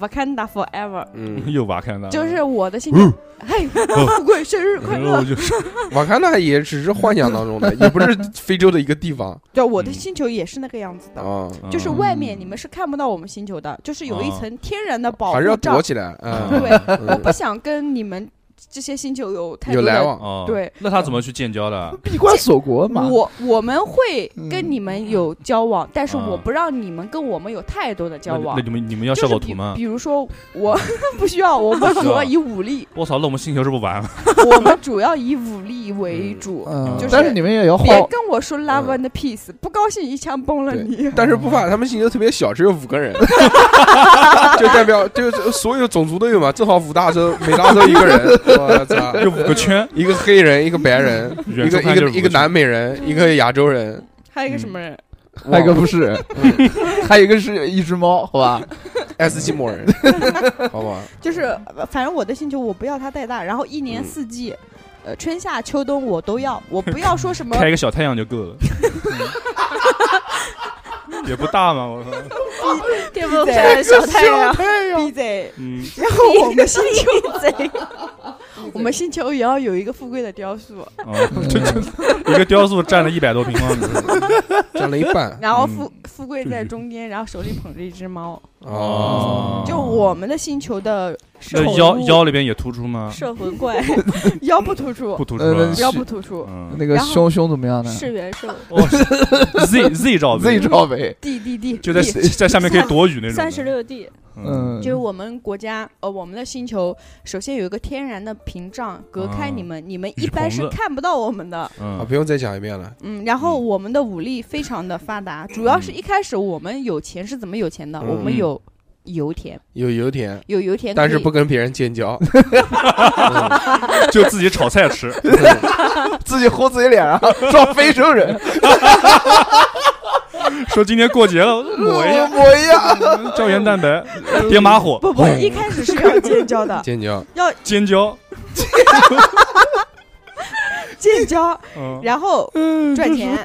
Speaker 7: ，Wakanda Forever，
Speaker 2: 嗯，
Speaker 3: 又瓦坎达，
Speaker 7: 就是我的星球。 嘿，
Speaker 2: 哦
Speaker 7: 富贵生日快
Speaker 2: 嗯
Speaker 3: 然
Speaker 7: 乐
Speaker 3: 后！ 就是
Speaker 2: 瓦坎达也只是幻想当中的，也不是非洲的一个地 方
Speaker 7: 对，我的星球也是那个样子的，
Speaker 2: 啊，
Speaker 7: 就是
Speaker 3: 嗯
Speaker 7: 外面你们是看不到我们星球的，就是有一
Speaker 3: 哦
Speaker 7: 层天然的保
Speaker 2: 还是要
Speaker 7: 护罩
Speaker 2: 躲。起来 啊。
Speaker 7: 对，我
Speaker 2: 嗯
Speaker 7: 不想跟你们这些星球有太
Speaker 2: 有
Speaker 7: 多
Speaker 2: 来
Speaker 7: 的。
Speaker 2: 往，哦
Speaker 3: 哦，
Speaker 7: 对，
Speaker 3: 那他怎么去建交的？
Speaker 4: 闭关锁国嘛。
Speaker 7: 我我们会
Speaker 4: 嗯
Speaker 7: 跟你们有交往，但是
Speaker 2: 哦
Speaker 3: 啊
Speaker 7: 我不让你们跟我们有太多的交
Speaker 3: 那
Speaker 7: 往
Speaker 3: 那。你们你们要
Speaker 7: 就
Speaker 3: 效
Speaker 7: 是
Speaker 3: 果图
Speaker 7: 比
Speaker 3: 吗？
Speaker 7: 比如说，我 不需要，我们主要以武 力，
Speaker 3: 我操，那我们星球是不是 完了？
Speaker 7: 我们主要以武力为主。
Speaker 4: 嗯
Speaker 7: 就是
Speaker 4: 但是你们也要
Speaker 7: 别
Speaker 4: 画，
Speaker 7: 跟我
Speaker 3: 嗯
Speaker 7: 说 love and peace，不高兴一枪崩了
Speaker 2: 对
Speaker 7: 你。
Speaker 2: 但是不怕，他们星球特别小，只有五 个人，就代表就是所有种族都有嘛，正好五大洲，每大洲一个人。我操，
Speaker 3: 就五个圈，
Speaker 2: 一个黑人，一个白人，
Speaker 3: 远
Speaker 2: 一
Speaker 3: 处
Speaker 2: 个一
Speaker 3: 看就
Speaker 2: 个
Speaker 3: 是五
Speaker 2: 一个
Speaker 3: 圈
Speaker 2: 南美人，一个亚洲人，
Speaker 7: 还
Speaker 3: 嗯
Speaker 7: 有一个什么人？
Speaker 4: 还有一个不是，还有一个是一只猫，好吧？
Speaker 2: 爱斯基摩人，好不好？
Speaker 7: 就是呃反正我的星球我不要它太大，然后一年
Speaker 2: 嗯
Speaker 7: 四季，呃，春夏秋冬我都要，我不要说什么
Speaker 3: 开一个小太阳就够 了，嗯也不大嘛，我操，
Speaker 5: 电 风 扇的小太阳，
Speaker 7: 闭嘴。
Speaker 3: 嗯，
Speaker 7: 然后我们星球，
Speaker 5: 贼
Speaker 7: 我们星球也要有一个富贵的雕塑，
Speaker 3: 哦就
Speaker 2: 哦
Speaker 3: 就一个雕塑占了一百多平方米，
Speaker 2: 占了一半
Speaker 7: 然
Speaker 3: 嗯
Speaker 7: 后富富贵在中间，然后手里捧着一只猫，
Speaker 2: 哦，
Speaker 7: 就我们的星球的
Speaker 3: 那
Speaker 7: 宠
Speaker 3: 腰
Speaker 7: 物
Speaker 3: 腰那边也突出吗？
Speaker 5: 摄 魂怪，
Speaker 7: 腰不突出
Speaker 3: 不，突出
Speaker 4: 呃
Speaker 3: 啊
Speaker 4: 那，
Speaker 7: 腰不突出
Speaker 3: 嗯，
Speaker 2: 呃
Speaker 4: 那个
Speaker 7: 然后
Speaker 4: 胸胸怎么样呢
Speaker 5: 是元兽，
Speaker 3: 哇 Z Z 罩
Speaker 4: ？Z
Speaker 3: 杯
Speaker 4: 罩杯，
Speaker 7: ，D D D，
Speaker 3: 就在在下面可以躲雨那种的，
Speaker 5: 三十六 D，
Speaker 3: 嗯，
Speaker 4: 嗯，
Speaker 7: 就是我们国家，呃，我们的星球首先有一个天然的屏障隔开你们，你们一般
Speaker 3: 你是
Speaker 7: 是
Speaker 3: 孔子
Speaker 7: 看不到我们的。
Speaker 2: 啊，
Speaker 3: 嗯
Speaker 2: 不用再讲一遍了。
Speaker 7: 嗯，然后我们的武力非常的发达，主要是一开始我们有钱是怎么有钱的？
Speaker 2: 嗯
Speaker 7: 我们有油田，
Speaker 2: 有油田，
Speaker 7: 有油田可以，
Speaker 2: 但是不跟别人建交，，
Speaker 3: 就自己炒菜吃，
Speaker 4: 自己呼自己脸上，装非洲人，
Speaker 3: 说今天过节了抹一 下
Speaker 4: 我一样。
Speaker 3: 胶原蛋白，
Speaker 7: 嗯
Speaker 3: 别马火，
Speaker 7: 不不，一开始是要建交的
Speaker 2: 建交
Speaker 3: 尖椒，
Speaker 7: 建交，
Speaker 3: 嗯，
Speaker 7: 然后赚钱，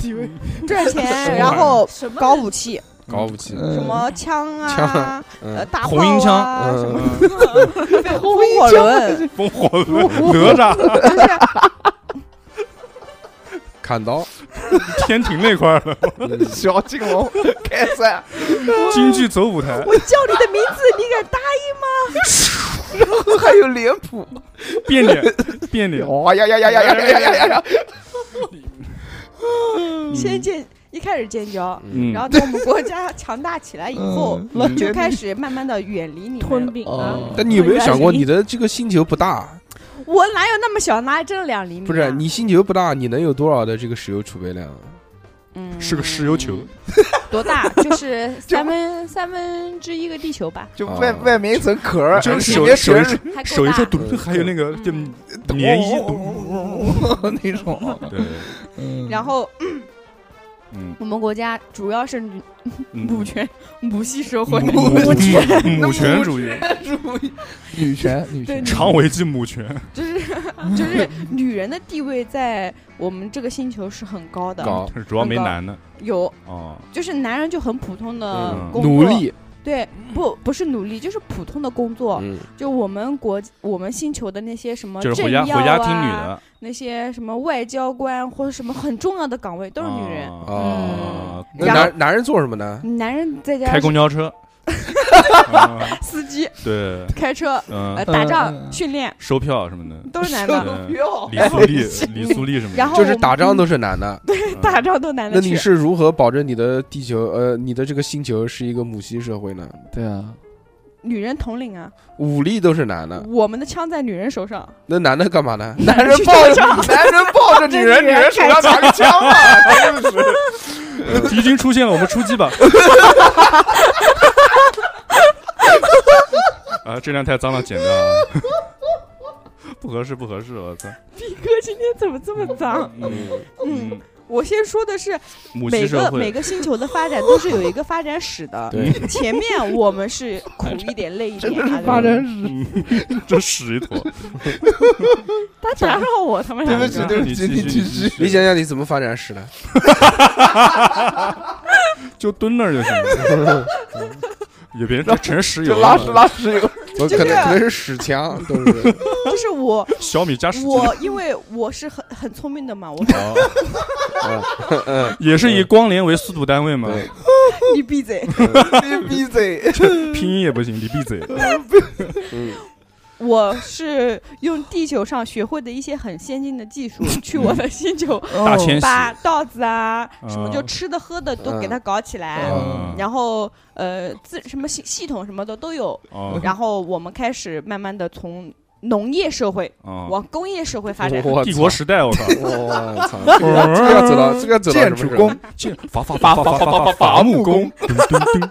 Speaker 7: 赚钱，然后搞武器，
Speaker 2: 搞武器，
Speaker 7: 什么枪
Speaker 2: 枪
Speaker 7: 啊
Speaker 2: 啊，
Speaker 7: 呃，
Speaker 2: 嗯，
Speaker 7: 大
Speaker 3: 红缨
Speaker 7: 炮嗯啊，什么
Speaker 2: 嗯，
Speaker 7: 风火轮，
Speaker 3: 风火轮哪吒
Speaker 2: 砍刀，
Speaker 3: 天庭那块儿 了，
Speaker 4: 小金龙开赛，
Speaker 3: 京剧走舞台，
Speaker 7: 我叫你的名字，你敢答
Speaker 4: 还有脸谱，
Speaker 3: 变 脸变脸，
Speaker 4: 哇呀呀呀呀呀呀呀呀呀！
Speaker 3: 嗯
Speaker 7: 先建一开始建交，
Speaker 3: 嗯
Speaker 7: 然后等我们国家强大起来以后，
Speaker 3: 嗯
Speaker 7: 就开始慢慢的远离你
Speaker 5: 吞
Speaker 7: 们。
Speaker 5: 饼
Speaker 4: 哦
Speaker 5: 啊，
Speaker 2: 但你有没有想过，你的这个星球不大？
Speaker 7: 我哪有那么小？哪有真的两厘米啊？
Speaker 2: 不是你星球不大，你能有多少的这个石油储备量啊？
Speaker 7: 嗯
Speaker 3: 是个石油球，
Speaker 7: 多 大？就是三分三分之一个地球吧，
Speaker 4: 就外外面一层壳儿，
Speaker 3: 就是
Speaker 4: 里
Speaker 3: 手
Speaker 4: 面
Speaker 3: 手
Speaker 4: 全
Speaker 3: 一
Speaker 4: 是
Speaker 7: 还
Speaker 3: 嗯手
Speaker 7: 够
Speaker 3: 一
Speaker 7: 大。
Speaker 3: 说
Speaker 2: 嗯
Speaker 3: 咚， 还有那个就棉衣咚，
Speaker 4: 那种。
Speaker 7: 哦
Speaker 3: 对，
Speaker 4: 嗯
Speaker 7: 然后，嗯
Speaker 3: 嗯，
Speaker 7: 我们国家主要是女
Speaker 3: 嗯
Speaker 7: 母权母系社
Speaker 3: 母
Speaker 7: 会，
Speaker 3: 母 权母权主义，
Speaker 4: 女权，女
Speaker 7: 对
Speaker 4: 权，
Speaker 3: 长尾鸡母权，
Speaker 7: 就是 女人的地位在我们这个星球是很高的。
Speaker 2: 搞
Speaker 3: 主要没男的
Speaker 7: 有
Speaker 3: 哦，
Speaker 7: 就是男人就很普通的
Speaker 2: 嗯
Speaker 7: 工作，
Speaker 2: 努力，
Speaker 7: 对不不是努力，就是普通的工作。
Speaker 2: 嗯，
Speaker 7: 就我们国我们星球的那些什么
Speaker 3: 就是
Speaker 7: 政
Speaker 3: 回
Speaker 7: 要
Speaker 3: 家
Speaker 7: 啊，
Speaker 3: 回家听女的，
Speaker 7: 那些什么外交官或者什么很重要的岗位都是女人。
Speaker 3: 啊
Speaker 2: 哦，那
Speaker 7: 嗯然后
Speaker 2: 男男人做什么呢？
Speaker 7: 男人在家
Speaker 3: 开公交 车，啊
Speaker 7: 司机
Speaker 3: 对，
Speaker 7: 开车、呃
Speaker 3: 嗯，
Speaker 7: 打仗、
Speaker 4: 嗯嗯
Speaker 7: 训练
Speaker 3: 售票什么的，
Speaker 7: 都是男的，
Speaker 3: 对 李素丽、李素丽什么的，
Speaker 7: 然后
Speaker 2: 就是打仗都是男的，
Speaker 3: 嗯
Speaker 7: 打仗都男
Speaker 2: 那
Speaker 7: 的
Speaker 2: 你
Speaker 7: 去。
Speaker 2: 是如何保证你的地球呃你的这个星球是一个母系社会呢？
Speaker 4: 对啊，
Speaker 7: 女人统领啊，
Speaker 2: 武力都是男的，
Speaker 7: 我们的枪在女人手上。
Speaker 2: 那男的干嘛呢？男人抱着男人抱着女 人，女人手上拿个枪嘛，
Speaker 4: 啊
Speaker 2: 真的是
Speaker 3: 呃敌军出现了，我们出击吧。 啊，这辆太脏了，剪 掉啊。不合适，不合适，我操！
Speaker 7: 比哥今天怎么这么脏？
Speaker 3: 嗯
Speaker 7: 嗯，
Speaker 3: 嗯，
Speaker 7: 我先说的是
Speaker 3: 母系
Speaker 7: 每
Speaker 3: 社
Speaker 7: 个每
Speaker 3: 会，
Speaker 7: 个星球的发展都是有一个发展史的。
Speaker 2: 对，
Speaker 7: 前面我们是苦 一点累一点，啊
Speaker 4: 发展史。
Speaker 3: 这屎一 坨。嗯
Speaker 7: 他打扰我，他妈
Speaker 4: 对
Speaker 7: 两
Speaker 4: 不
Speaker 7: 个
Speaker 4: 起对不起
Speaker 3: 你
Speaker 4: 你继续
Speaker 2: 你想想你怎么发展史呢？
Speaker 3: 就蹲那儿就行了， 也别成石油
Speaker 4: 就
Speaker 3: 了
Speaker 4: 拉屎拉屎有，
Speaker 2: 我可能可能是屎枪，都 是
Speaker 7: 就是我
Speaker 3: 小米加十斤，哦
Speaker 7: 我因为我是很很聪明的 嘛，我
Speaker 4: 嗯
Speaker 3: 也是以光年为速度单位嘛，
Speaker 2: 对
Speaker 7: 你闭嘴，
Speaker 4: 你闭嘴！
Speaker 3: 拼音也不行，你闭嘴。
Speaker 7: 我是用地球上学会的一些很先进的 技术去我的星球，
Speaker 4: 哦
Speaker 3: 大迁徙，
Speaker 7: 把稻子啊什么
Speaker 3: 嗯
Speaker 7: 就吃的喝的都给它搞起来，
Speaker 3: 嗯
Speaker 7: 然后呃自什么系系统什么的都有，
Speaker 3: 哦
Speaker 7: 然后我们开始慢慢的从农业社会
Speaker 3: 哦，
Speaker 7: 往工业社会发 展。
Speaker 2: 我
Speaker 3: 帝
Speaker 2: 操，
Speaker 3: 国时代，我靠，
Speaker 2: 我操， 这个
Speaker 7: 嗯
Speaker 2: 要这个要走到这个要走到
Speaker 4: 建
Speaker 2: 什
Speaker 4: 筑
Speaker 2: 么时候
Speaker 4: 工，
Speaker 3: 这伐伐伐伐伐伐伐木工，咚咚咚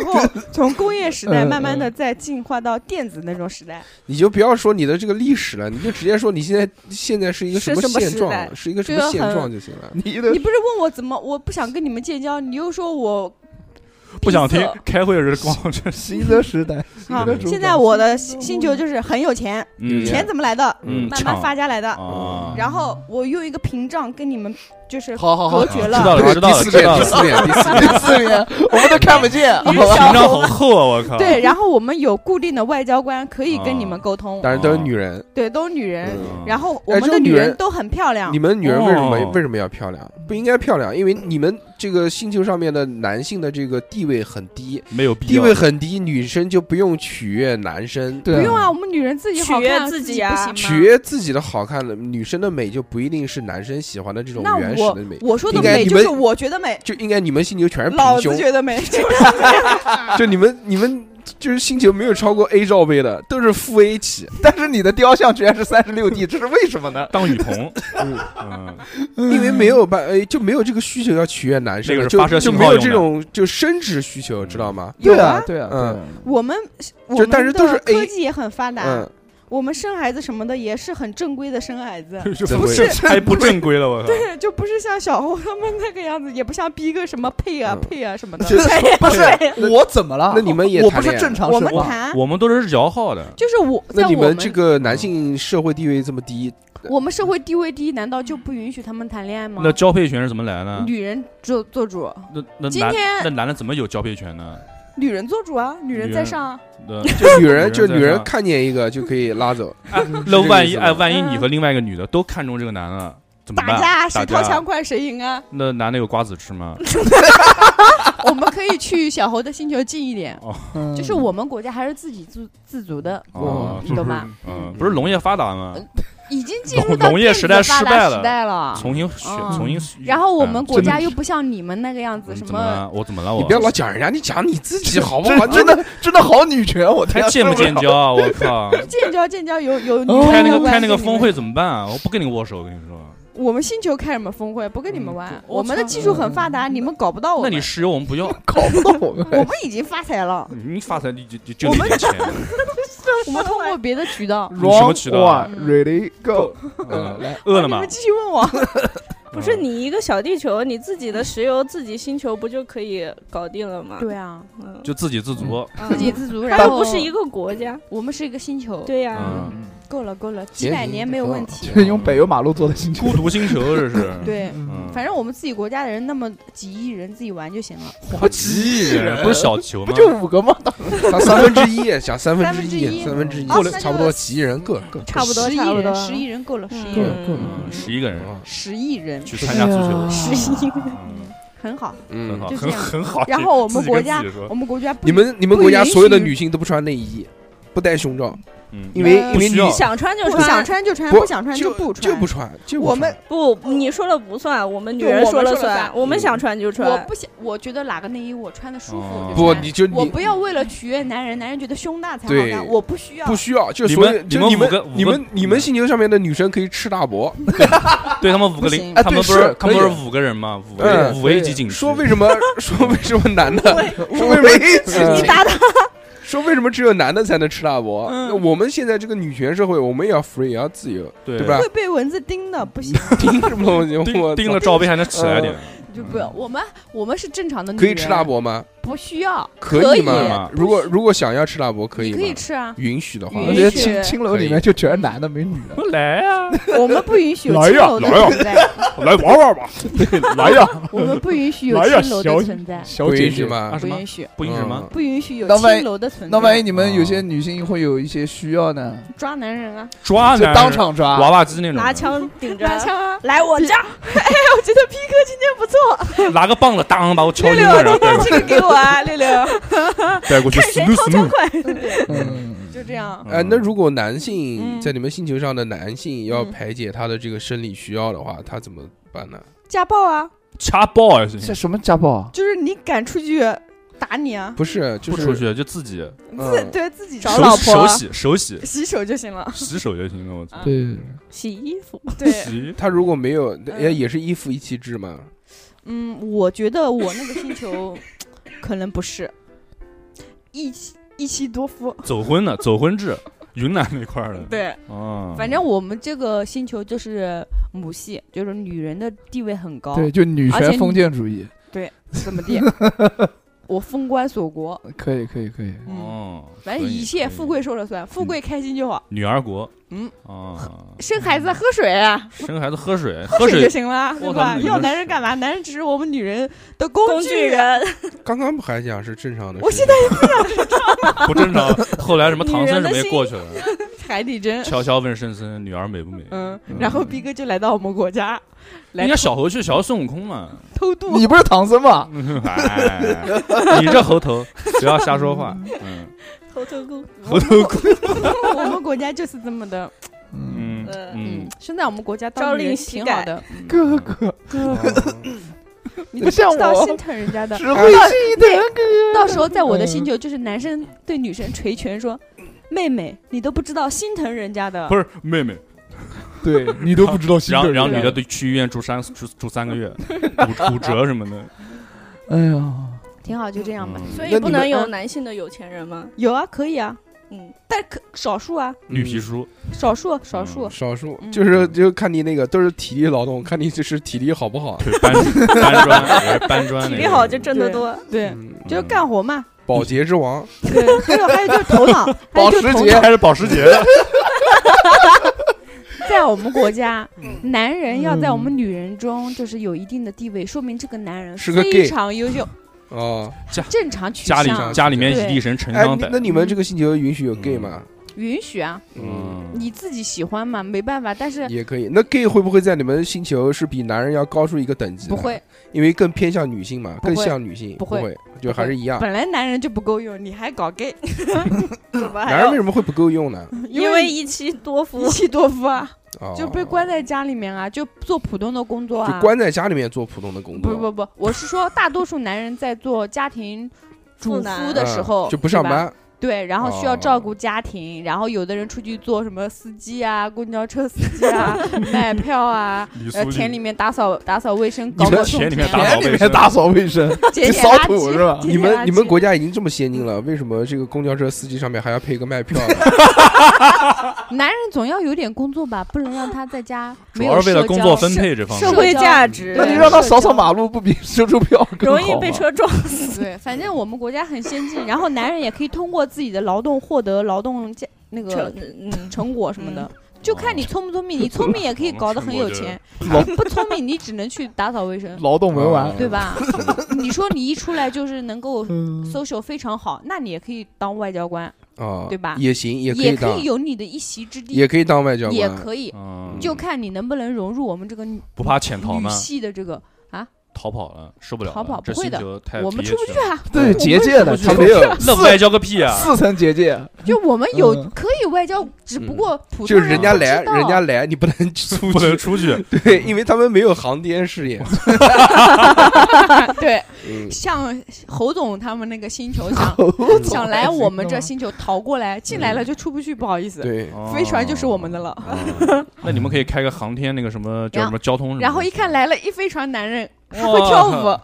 Speaker 7: 后从工业时代
Speaker 4: 嗯
Speaker 7: 慢慢的再进化到电子那种时代，
Speaker 2: 你就不要说你的这个历史了，你就直接说你现在现在是一个什么
Speaker 7: 是什么
Speaker 2: 现
Speaker 7: 时代
Speaker 2: 状，是一个什么
Speaker 7: 这个
Speaker 2: 现
Speaker 7: 很
Speaker 2: 状就行了。
Speaker 4: 你的
Speaker 7: 你不是问我怎么我不想跟你们建交，你又说我
Speaker 3: 不想听
Speaker 7: 闭塞，
Speaker 3: 开会时光这
Speaker 4: 新的时代，新
Speaker 7: 好
Speaker 4: 的主
Speaker 7: 现
Speaker 4: 导
Speaker 7: 在我的星球就是很有钱，
Speaker 3: 嗯
Speaker 7: 钱怎么来的？
Speaker 3: 嗯
Speaker 7: 慢慢发家来的。
Speaker 3: 啊，
Speaker 7: 然后我用一个屏障跟你们就是
Speaker 4: 好好好
Speaker 7: 隔，绝
Speaker 3: 知道
Speaker 7: 了。
Speaker 3: 了，知道
Speaker 2: 第
Speaker 3: 了，
Speaker 2: 四
Speaker 3: 知
Speaker 2: 点，
Speaker 3: 道
Speaker 2: 第
Speaker 3: 了。
Speaker 2: 四点，第四点，
Speaker 4: 四年我们都看不见，好
Speaker 7: 你
Speaker 4: 吧
Speaker 7: 是
Speaker 3: 屏
Speaker 7: 小
Speaker 3: 障
Speaker 7: 红
Speaker 3: 啊好厚啊！我靠，
Speaker 7: 对，然后我们有固定的外交官可以跟你们沟通，
Speaker 3: 啊
Speaker 2: 当然都是女人。
Speaker 7: 对，都是女人。
Speaker 2: 嗯
Speaker 7: 然后
Speaker 2: 哎这
Speaker 7: 我们
Speaker 2: 个
Speaker 7: 的
Speaker 2: 女
Speaker 7: 女
Speaker 2: 人
Speaker 7: 人都很漂亮
Speaker 2: 你，们女人为什么、
Speaker 3: 哦
Speaker 2: 为什么要漂亮？不应该漂亮，因为你们这个星球上面的男性的这个地位很低，
Speaker 3: 没有必
Speaker 2: 地
Speaker 3: 要
Speaker 2: 位。很低，女生就不用取悦男生，
Speaker 4: 对
Speaker 7: 不用啊，我们女人自己好
Speaker 5: 取悦
Speaker 7: 看，
Speaker 5: 自己
Speaker 7: 己
Speaker 5: 啊
Speaker 7: 不行吗？
Speaker 2: 取悦自己的好看的女生的美就不一定是男生喜欢的这种
Speaker 7: 那
Speaker 2: 原始
Speaker 7: 我
Speaker 2: 的美，
Speaker 7: 我说的
Speaker 2: 应该
Speaker 7: 美
Speaker 2: 你
Speaker 7: 就是
Speaker 2: 们
Speaker 7: 我觉得美，
Speaker 2: 就应该你们星球全是
Speaker 7: 老
Speaker 2: 平胸，
Speaker 7: 子觉 得美，
Speaker 2: 就你们你们就是星球没有超过 A 罩杯的，都是负 A 起，
Speaker 4: 但是你的雕像居然是三十六 D，这是为什么呢？
Speaker 3: 当雨 棚，
Speaker 2: 嗯
Speaker 3: 嗯，
Speaker 2: 因为没有办哎就没有这个需求要取悦男生
Speaker 3: 那
Speaker 2: 了，
Speaker 3: 个是
Speaker 2: 就
Speaker 3: 发射
Speaker 2: 就
Speaker 3: 信
Speaker 2: 没
Speaker 3: 号
Speaker 2: 有
Speaker 3: 用
Speaker 2: 这
Speaker 3: 的嗯
Speaker 2: 种就生殖需求，知道吗？
Speaker 7: 有
Speaker 4: 啊
Speaker 7: 啊，
Speaker 4: 对啊，
Speaker 2: 嗯
Speaker 4: 对啊
Speaker 7: 我们我
Speaker 2: 就
Speaker 7: 们
Speaker 2: 但是都是
Speaker 7: 的
Speaker 2: A
Speaker 7: 科技也很发达，
Speaker 2: 嗯，
Speaker 7: 我们生孩子什么的也是很正规的生孩子，
Speaker 2: 正
Speaker 3: 不
Speaker 2: 规
Speaker 3: 是太不正规了，我靠！
Speaker 7: 对，就不是像小欧他们那个样子，也不像逼个什么配啊、
Speaker 2: 嗯
Speaker 7: 配啊什么的。
Speaker 2: 就
Speaker 4: 不是我怎么了？
Speaker 2: 那你们也
Speaker 4: 我
Speaker 2: 谈
Speaker 4: 不
Speaker 2: 恋
Speaker 4: 是
Speaker 2: 爱
Speaker 4: 正常
Speaker 7: 我
Speaker 4: 生
Speaker 7: 们
Speaker 4: 活，
Speaker 7: 谈
Speaker 3: 我们都是摇号的，
Speaker 7: 就是我，
Speaker 2: 那
Speaker 7: 在
Speaker 2: 你
Speaker 7: 我
Speaker 2: 们这个男性社会地位这么低，
Speaker 7: 我们社会地位低，难道
Speaker 2: 嗯
Speaker 7: 就不允许他们谈恋爱吗？
Speaker 3: 那交配权是怎么来呢？
Speaker 7: 女人做做主，
Speaker 3: 那那
Speaker 7: 今
Speaker 3: 男
Speaker 7: 天
Speaker 3: 那男的怎么有交配权呢？
Speaker 7: 女人做主啊，女人在上啊。
Speaker 3: 那
Speaker 2: 就女人就
Speaker 3: 在
Speaker 2: 女人
Speaker 3: 上
Speaker 2: 看见一个就可以拉走，
Speaker 3: 哎那万一
Speaker 2: 是这个意思吗
Speaker 3: 哎，万一你和另外一个女的都看中这个男的，怎么办？
Speaker 7: 打架啊谁掏
Speaker 3: 打？
Speaker 7: 枪快谁赢啊
Speaker 3: 那男的有瓜子吃吗？
Speaker 7: 我们可以去小猴的星球近一点，
Speaker 4: 嗯
Speaker 7: 就是我们国家还是自己自自足的，
Speaker 3: 哦，
Speaker 7: 你懂吗？
Speaker 3: 嗯，不是农业发达
Speaker 7: 嗯
Speaker 3: 吗？
Speaker 7: 已经进入到
Speaker 3: 农业
Speaker 7: 电子
Speaker 3: 时代
Speaker 7: 发
Speaker 3: 失
Speaker 7: 达
Speaker 3: 败了
Speaker 7: 时代了。
Speaker 3: 重新选，
Speaker 7: 嗯
Speaker 3: 重新。
Speaker 7: 然后我们国家
Speaker 3: 嗯
Speaker 7: 又不像你们那个样子，
Speaker 3: 嗯
Speaker 7: 什
Speaker 3: 怎么
Speaker 7: 么
Speaker 3: 了？我怎么了？
Speaker 2: 你
Speaker 3: 我
Speaker 2: 不要老讲人家，你讲你自己好不
Speaker 4: 真
Speaker 2: 好？
Speaker 4: 真的真的好女权，我
Speaker 3: 还
Speaker 4: 天啊
Speaker 3: 建不
Speaker 4: 受了
Speaker 3: 建交啊？我靠！
Speaker 7: 建交建交有有
Speaker 4: 哦
Speaker 3: 开那
Speaker 7: 女人
Speaker 3: 个
Speaker 7: 关
Speaker 3: 开
Speaker 7: 系
Speaker 3: 那个
Speaker 7: 你
Speaker 3: 峰
Speaker 7: 们
Speaker 3: 会怎么办啊？我不跟你握手，我跟你说。
Speaker 7: 我们星球开什么峰会？不跟你们玩，
Speaker 4: 嗯
Speaker 7: 我们的技术很发达，你们搞不到我
Speaker 3: 那
Speaker 7: 们。
Speaker 3: 你石油我们 不要，
Speaker 4: 搞不懂我们
Speaker 7: 我们已经发 财了，
Speaker 3: 你发财你就就就那点钱。
Speaker 7: 我们通过别的渠道。
Speaker 3: 你什么渠道啊
Speaker 4: Wrong one, Ready go，
Speaker 3: 嗯
Speaker 4: 来，
Speaker 3: 饿了
Speaker 7: 你
Speaker 3: 吗嗯
Speaker 7: 们？继续问我，
Speaker 5: 不是你一个小地球，你自己的石油、自己星球不就可以搞定了吗？
Speaker 7: 对啊，
Speaker 5: 嗯，
Speaker 3: 就自给自足，
Speaker 7: 自给自足，然
Speaker 5: 它又
Speaker 7: 后
Speaker 5: 不是嗯一个国家，
Speaker 7: 我们是一个星球，，
Speaker 5: 对呀、
Speaker 3: 嗯
Speaker 7: 够了够了，
Speaker 2: 行
Speaker 7: 几百年没有问题，
Speaker 2: 行。
Speaker 4: 就是用柏油马路做的星球
Speaker 3: 孤。独星球这是
Speaker 7: 对，
Speaker 3: 嗯，
Speaker 7: 反正我们自己国家的人那么几亿人，自己玩就行了。
Speaker 3: 我几亿 人不是小球
Speaker 4: 不
Speaker 3: 吗？
Speaker 4: 就五个吗？
Speaker 2: 他三分之一，想三分
Speaker 7: 三
Speaker 2: 之
Speaker 7: 分之
Speaker 2: 一，
Speaker 7: 一
Speaker 2: 三分之一
Speaker 7: 哦那，就
Speaker 2: 差不多几亿人够了，够了。
Speaker 5: 差不多，
Speaker 7: 十亿
Speaker 5: 差不多
Speaker 7: 人，，十亿人够了，十亿人，
Speaker 5: 嗯，
Speaker 4: 够了
Speaker 3: 嗯，十一个人
Speaker 2: 啊
Speaker 7: 十亿人，
Speaker 3: 去参加足球，
Speaker 7: 十亿人，
Speaker 3: 嗯
Speaker 7: 很
Speaker 3: 很
Speaker 7: 好。
Speaker 3: 好，
Speaker 2: 嗯，
Speaker 7: 就
Speaker 3: 很
Speaker 7: 这样
Speaker 3: 很好。
Speaker 7: 然后我
Speaker 3: 自
Speaker 7: 们
Speaker 3: 己
Speaker 7: 国
Speaker 3: 跟
Speaker 7: 家
Speaker 3: 自己说
Speaker 7: 我们国家不
Speaker 2: 你们你们国家
Speaker 7: 不允许
Speaker 2: 所有的女性都不穿内衣，不戴胸罩，
Speaker 3: 嗯，
Speaker 2: 因为因为
Speaker 7: 呃
Speaker 3: 不
Speaker 2: 你
Speaker 3: 需要
Speaker 5: 想穿就
Speaker 7: 不
Speaker 5: 穿，
Speaker 7: 想穿就穿，
Speaker 2: 不
Speaker 7: 不想穿
Speaker 2: 就
Speaker 7: 不穿。
Speaker 2: 就不穿，就不
Speaker 7: 我们
Speaker 2: 穿
Speaker 5: 不，你说了不算，我们女
Speaker 7: 对
Speaker 5: 人
Speaker 7: 我们
Speaker 5: 了
Speaker 7: 说了
Speaker 5: 算，
Speaker 7: 算
Speaker 5: 我们想穿就
Speaker 7: 我
Speaker 5: 穿。
Speaker 7: 不想，我觉得哪个内衣我穿的舒服
Speaker 3: 哦
Speaker 7: 我就
Speaker 2: 不，
Speaker 7: 穿
Speaker 2: 你就
Speaker 7: 我
Speaker 2: 你
Speaker 7: 不要为了取悦男人，男人觉得胸大才好
Speaker 2: 对
Speaker 7: 看，我不需要。
Speaker 2: 不需要，就
Speaker 3: 你
Speaker 2: 所有
Speaker 3: 们
Speaker 2: 就
Speaker 3: 你们
Speaker 2: 你
Speaker 3: 五个
Speaker 2: 们
Speaker 3: 五
Speaker 2: 你
Speaker 3: 个
Speaker 2: 们你们星球上面的女生可以吃大脖，
Speaker 3: 对他们五
Speaker 7: 不
Speaker 3: 个
Speaker 7: 行
Speaker 3: 零，
Speaker 2: 哎
Speaker 3: 他们
Speaker 2: 对
Speaker 3: 不是
Speaker 2: 是
Speaker 3: 他
Speaker 2: 可
Speaker 3: 们不
Speaker 2: 以
Speaker 3: 是五个人吗？五
Speaker 2: 嗯
Speaker 3: 个五 A 级警
Speaker 2: 说为
Speaker 3: 么？
Speaker 2: 什么说为什么男的说为什么
Speaker 5: 你
Speaker 2: 嗯
Speaker 5: 打打
Speaker 2: 说为什么只有男的才能吃大脖？
Speaker 7: 嗯
Speaker 2: 那我们现在这个女权社会，我们也要 free 也要自由，
Speaker 3: 对
Speaker 2: 吧
Speaker 7: 会？被蚊子叮的，不行，
Speaker 2: 盯什么 东西？我
Speaker 3: 盯盯了
Speaker 2: 操
Speaker 3: 罩杯还能起来点，
Speaker 7: 就不要。我们我们是正常的女人，
Speaker 2: 可以吃大，脖吗？
Speaker 7: 不需要，
Speaker 2: 可
Speaker 7: 以
Speaker 2: 吗？如果如果想要吃大脖，可以
Speaker 7: 你
Speaker 2: 吗
Speaker 7: 可？以吃啊，
Speaker 2: 允许的话，
Speaker 4: 我
Speaker 7: 允
Speaker 4: 觉得
Speaker 7: 许
Speaker 4: 嗯青青楼里面就全是男的，没女的。
Speaker 3: 来 呀，
Speaker 7: 我们不允许有
Speaker 4: 来
Speaker 7: 青
Speaker 4: 呀
Speaker 7: 楼的
Speaker 4: 来呀
Speaker 7: 存在，
Speaker 4: 来玩玩 吧，来呀，
Speaker 7: 我们不允许有
Speaker 4: 来呀
Speaker 7: 青楼
Speaker 4: 小
Speaker 7: 的存在，
Speaker 4: 小
Speaker 2: 不
Speaker 4: 姐
Speaker 2: 允许
Speaker 4: 姐。
Speaker 2: 吗嗯
Speaker 3: 啊？
Speaker 7: 不
Speaker 3: 什么
Speaker 7: 允许，
Speaker 3: 不允许吗？
Speaker 7: 不允许有
Speaker 4: 那万一
Speaker 7: 青楼的存在。
Speaker 4: 那万一你们有些女性会有一些需要呢？
Speaker 7: 抓男人啊，
Speaker 3: 抓
Speaker 4: 就
Speaker 3: 男人
Speaker 4: 当场抓。
Speaker 3: 娃娃机那种的，
Speaker 5: 拿枪 顶着，
Speaker 7: 拿枪啊，哎
Speaker 5: 来我这儿，
Speaker 6: 我觉得 P 哥今天不错，
Speaker 3: 拿个棒子当把我敲
Speaker 6: 六
Speaker 3: 晕了，然
Speaker 6: 六
Speaker 3: 后
Speaker 6: 今
Speaker 3: 带
Speaker 6: 天
Speaker 3: 过
Speaker 6: 这个给我啊，六六，
Speaker 3: 带过去
Speaker 5: 看谁
Speaker 3: snu
Speaker 5: 掏
Speaker 3: snu。
Speaker 5: 枪快。
Speaker 4: 嗯，
Speaker 7: 就这样。
Speaker 3: 哎
Speaker 2: 呃，那如果男性
Speaker 7: 嗯
Speaker 2: 在你们星球上的男性要
Speaker 7: 嗯
Speaker 2: 排解他的这个生理需要的话，他怎么办呢？
Speaker 7: 家暴啊，
Speaker 3: 掐爆也行
Speaker 4: 这，什么家暴啊？
Speaker 7: 就是你敢出去打你啊，
Speaker 2: 不是，
Speaker 3: 不
Speaker 2: 就
Speaker 3: 出
Speaker 2: 是
Speaker 3: 去就自己
Speaker 7: 自
Speaker 2: 嗯
Speaker 7: 对自己找
Speaker 3: 手
Speaker 7: 老婆
Speaker 3: 手
Speaker 7: 啊
Speaker 3: 洗手洗
Speaker 7: 洗手就行了。
Speaker 3: 洗手就行了，我操！
Speaker 4: 对，
Speaker 5: 洗衣服，
Speaker 7: 对，
Speaker 3: 洗
Speaker 2: 他如果没有，
Speaker 7: 嗯
Speaker 2: 也也是一夫一妻制嘛。
Speaker 7: 嗯，我觉得我那个星球可能不是一妻一妻多夫。
Speaker 3: 走婚的走婚 制，云南那块儿的，
Speaker 7: 对，
Speaker 3: 啊，
Speaker 7: 反正我们这个星球就是母系，就是女人的地位很高，
Speaker 4: 对，就女权封建主义，
Speaker 7: 怎么 地？我封官锁国，
Speaker 4: 可以，可以，可以。
Speaker 7: 嗯，
Speaker 3: 哦，
Speaker 7: 反
Speaker 3: 可
Speaker 7: 正
Speaker 3: 以
Speaker 7: 一切
Speaker 3: 可以
Speaker 7: 富贵说了算，
Speaker 4: 嗯
Speaker 7: 富贵开心就好。
Speaker 3: 女儿国，
Speaker 7: 嗯
Speaker 3: 啊，
Speaker 7: 生孩子喝水啊，
Speaker 3: 生孩子喝水，
Speaker 7: 喝
Speaker 3: 喝
Speaker 7: 就
Speaker 3: 水
Speaker 7: 行了，对
Speaker 3: 我
Speaker 7: 吧？
Speaker 3: 操
Speaker 7: 要男人干嘛？男人只是我们女人的工啊
Speaker 5: 工具。人，
Speaker 2: 刚刚不还讲是正常的事情吗？
Speaker 7: 我现在
Speaker 3: 不正 常。后来什么唐僧什么也过去了，
Speaker 7: 海 底针，
Speaker 3: 悄悄问圣僧女儿美不美？
Speaker 7: 嗯，然后逼哥就来到我们国家来
Speaker 3: 人家小猴去小孙悟空嘛，
Speaker 7: 偷渡。
Speaker 4: 你不是唐 僧吗？
Speaker 7: 嗯
Speaker 3: 哎，你这猴 头不要瞎说话，嗯，
Speaker 5: 偷偷工，
Speaker 3: 猴头菇，
Speaker 7: 我们国家就是这么的，
Speaker 4: 嗯，
Speaker 3: 嗯
Speaker 7: 嗯
Speaker 3: 嗯，，
Speaker 7: 现在我们国家
Speaker 5: 朝
Speaker 7: 当女
Speaker 5: 令
Speaker 7: 人
Speaker 5: 夕
Speaker 7: 挺
Speaker 5: 改
Speaker 7: 好的，嗯
Speaker 4: 哥哥，
Speaker 2: 哦
Speaker 7: 你
Speaker 4: 不啊像
Speaker 7: 知道
Speaker 4: 我
Speaker 7: 心疼人家的。
Speaker 4: 只会心疼哥。
Speaker 7: 到时候在我的星球，就是男生对女生捶拳说：“妹妹，你都不知道心疼人家的
Speaker 3: 不。是妹妹，
Speaker 4: 对你都不知道心
Speaker 3: 然后
Speaker 4: 疼人家。
Speaker 3: 然后女的对去医院住三住住三个月，骨骨折什么的，
Speaker 4: 哎呀，”
Speaker 7: 挺好，就这样吧。
Speaker 3: 嗯
Speaker 5: 所
Speaker 2: 那
Speaker 5: 以
Speaker 2: 你
Speaker 5: 不能
Speaker 2: 们
Speaker 5: 有男性的有钱人吗？
Speaker 7: 有啊，可以啊，
Speaker 5: 嗯，
Speaker 7: 但可少数啊，
Speaker 3: 绿皮书，
Speaker 7: 少数少数。
Speaker 2: 嗯少数
Speaker 7: 嗯
Speaker 2: 就是就看你那个都是体力劳动，看你就是体力好不好。
Speaker 3: 对搬搬砖，我是搬砖那个，
Speaker 5: 体力好就挣得
Speaker 7: 对
Speaker 5: 多。
Speaker 7: 对，
Speaker 2: 嗯，
Speaker 7: 就是干活嘛。
Speaker 2: 保洁之王，
Speaker 7: 对，还有还有就是头脑，还有
Speaker 4: 保
Speaker 7: 哎就
Speaker 4: 时
Speaker 7: 是头
Speaker 4: 捷
Speaker 7: 脑。
Speaker 3: 开始保时捷，
Speaker 7: 在我们国家，男人要在我们女人中就是有一定的地位，说明这个男人
Speaker 2: 是个 gay
Speaker 7: 非常优秀，
Speaker 2: 啊，
Speaker 7: 正常取
Speaker 3: 家
Speaker 7: 向
Speaker 3: 里家里面一粒神成
Speaker 2: 哎，
Speaker 3: 双
Speaker 2: 你
Speaker 3: 百
Speaker 2: 那，你们
Speaker 7: 嗯
Speaker 2: 这个星球允许有 gay 吗？
Speaker 7: 允许啊，
Speaker 2: 嗯，
Speaker 3: 嗯，
Speaker 7: 你自己喜欢嘛，没办法，但是
Speaker 2: 也可以。那 gay 会不会在你们星球是比男人要高出一个等级？
Speaker 7: 不会，，
Speaker 2: 因为更偏向女性嘛，
Speaker 7: 不会
Speaker 2: 更像女性，
Speaker 7: 不
Speaker 2: 不
Speaker 7: 会
Speaker 2: 会，就还是一样。
Speaker 7: 本来男人就不够用，你还搞 gay，
Speaker 5: 怎么
Speaker 2: 男
Speaker 5: 还
Speaker 2: 人
Speaker 5: 要
Speaker 2: 为？什么会不够用呢？
Speaker 5: 因为一妻多夫
Speaker 7: 一，妻多夫啊，
Speaker 2: 哦
Speaker 7: 就被关在家里面啊，就做普通的工作啊
Speaker 2: 就。关在家里面做普通的
Speaker 3: 嗯
Speaker 2: 工
Speaker 7: 不
Speaker 2: 作，
Speaker 7: 不不，我是说大多数男人在做家庭主
Speaker 5: 妇男
Speaker 7: 夫的时候
Speaker 2: 嗯就不上，
Speaker 7: 对吧
Speaker 2: 班，哦
Speaker 7: 对，然后需要照顾家庭，然后有的人出去做什么司机啊、公交车司机 啊、卖票啊，
Speaker 3: 李
Speaker 7: 呃，
Speaker 3: 苏
Speaker 7: 田里
Speaker 3: 丽
Speaker 7: 面打扫打扫卫生，搞
Speaker 3: 你
Speaker 7: 搞
Speaker 3: 们
Speaker 7: 种
Speaker 3: 田里面打
Speaker 4: 田
Speaker 3: 扫
Speaker 4: 里
Speaker 3: 卫
Speaker 4: 面
Speaker 3: 生，
Speaker 4: 打扫卫生，
Speaker 7: 捡捡
Speaker 4: 你扫
Speaker 7: 垃
Speaker 4: 土
Speaker 7: 圾
Speaker 4: 是吧？
Speaker 2: 你们你们国
Speaker 7: 家
Speaker 2: 家已经这么先进
Speaker 7: 嗯
Speaker 2: 了，为什么这个公交车司机上面还要配一个卖票 的？
Speaker 7: 男人总要有点工作吧，不能让他在家
Speaker 3: 主
Speaker 7: 没
Speaker 3: 要
Speaker 7: 有
Speaker 3: 是为了
Speaker 7: 社
Speaker 3: 工
Speaker 7: 交
Speaker 3: 作分配这方
Speaker 7: 社
Speaker 3: 面。
Speaker 7: 会价
Speaker 5: 值
Speaker 4: 那你让他扫扫马路，不比 收收票更好
Speaker 5: 容
Speaker 4: 吗？
Speaker 5: 易被车 撞 死。
Speaker 7: 对，反正我们国家很先进，然后男人也可以通过自己的劳动获得劳动价那个
Speaker 5: 嗯，
Speaker 7: 成果什么的，就看你聪不聪明。你聪明也可以搞得很有 钱，
Speaker 4: 劳
Speaker 7: 不聪明你只能去打扫卫生，
Speaker 4: 劳动文玩
Speaker 2: 嗯，
Speaker 7: 对吧？你说你一出来就是能够
Speaker 4: 嗯，
Speaker 7: social 非常好，那你也可以当外交官，
Speaker 2: 啊，
Speaker 7: 对吧
Speaker 2: 也行，也可
Speaker 7: 也
Speaker 2: 以
Speaker 7: 可
Speaker 2: 当
Speaker 7: 以，有你的一席之地，
Speaker 2: 也可以当外交
Speaker 7: 也
Speaker 2: 官。
Speaker 7: 可以，
Speaker 3: 嗯，
Speaker 7: 就看你能不能融入我们这个女
Speaker 3: 不怕潜逃
Speaker 7: 女
Speaker 3: 吗？
Speaker 7: 系的这个。
Speaker 3: 逃跑了，受不了了。
Speaker 7: 逃跑
Speaker 3: 这
Speaker 7: 不会
Speaker 3: 星
Speaker 7: 的
Speaker 3: 球太
Speaker 7: 我们
Speaker 3: 憋
Speaker 7: 出不
Speaker 3: 屈
Speaker 7: 去
Speaker 3: 了，
Speaker 7: 啊，
Speaker 4: 对结界的，
Speaker 2: 他
Speaker 4: 他
Speaker 2: 没有，
Speaker 3: 那外交个屁啊！
Speaker 4: 四层结界，
Speaker 7: 就我们有
Speaker 4: 嗯
Speaker 7: 可以外交，只不过普
Speaker 2: 嗯就
Speaker 7: 通
Speaker 2: 是人家
Speaker 7: 不知
Speaker 2: 来，
Speaker 7: 道
Speaker 2: 人家来，你不能出
Speaker 3: 不能
Speaker 2: 去，
Speaker 3: 出去，
Speaker 2: 对，因为他们没有航天事 业。
Speaker 7: 对，
Speaker 2: 嗯，
Speaker 7: 像侯总他们那个星球想想来我们这星球逃过来，进来了就出不去，不好意思，
Speaker 2: 对，
Speaker 3: 哦
Speaker 7: 飞船就是我们的了。
Speaker 3: 那你们可以开个航天那个什么叫
Speaker 7: 然
Speaker 3: 什么交通什么的
Speaker 7: 然后一看来了一飞船男人，
Speaker 3: 哇
Speaker 7: 还会跳舞，
Speaker 3: 我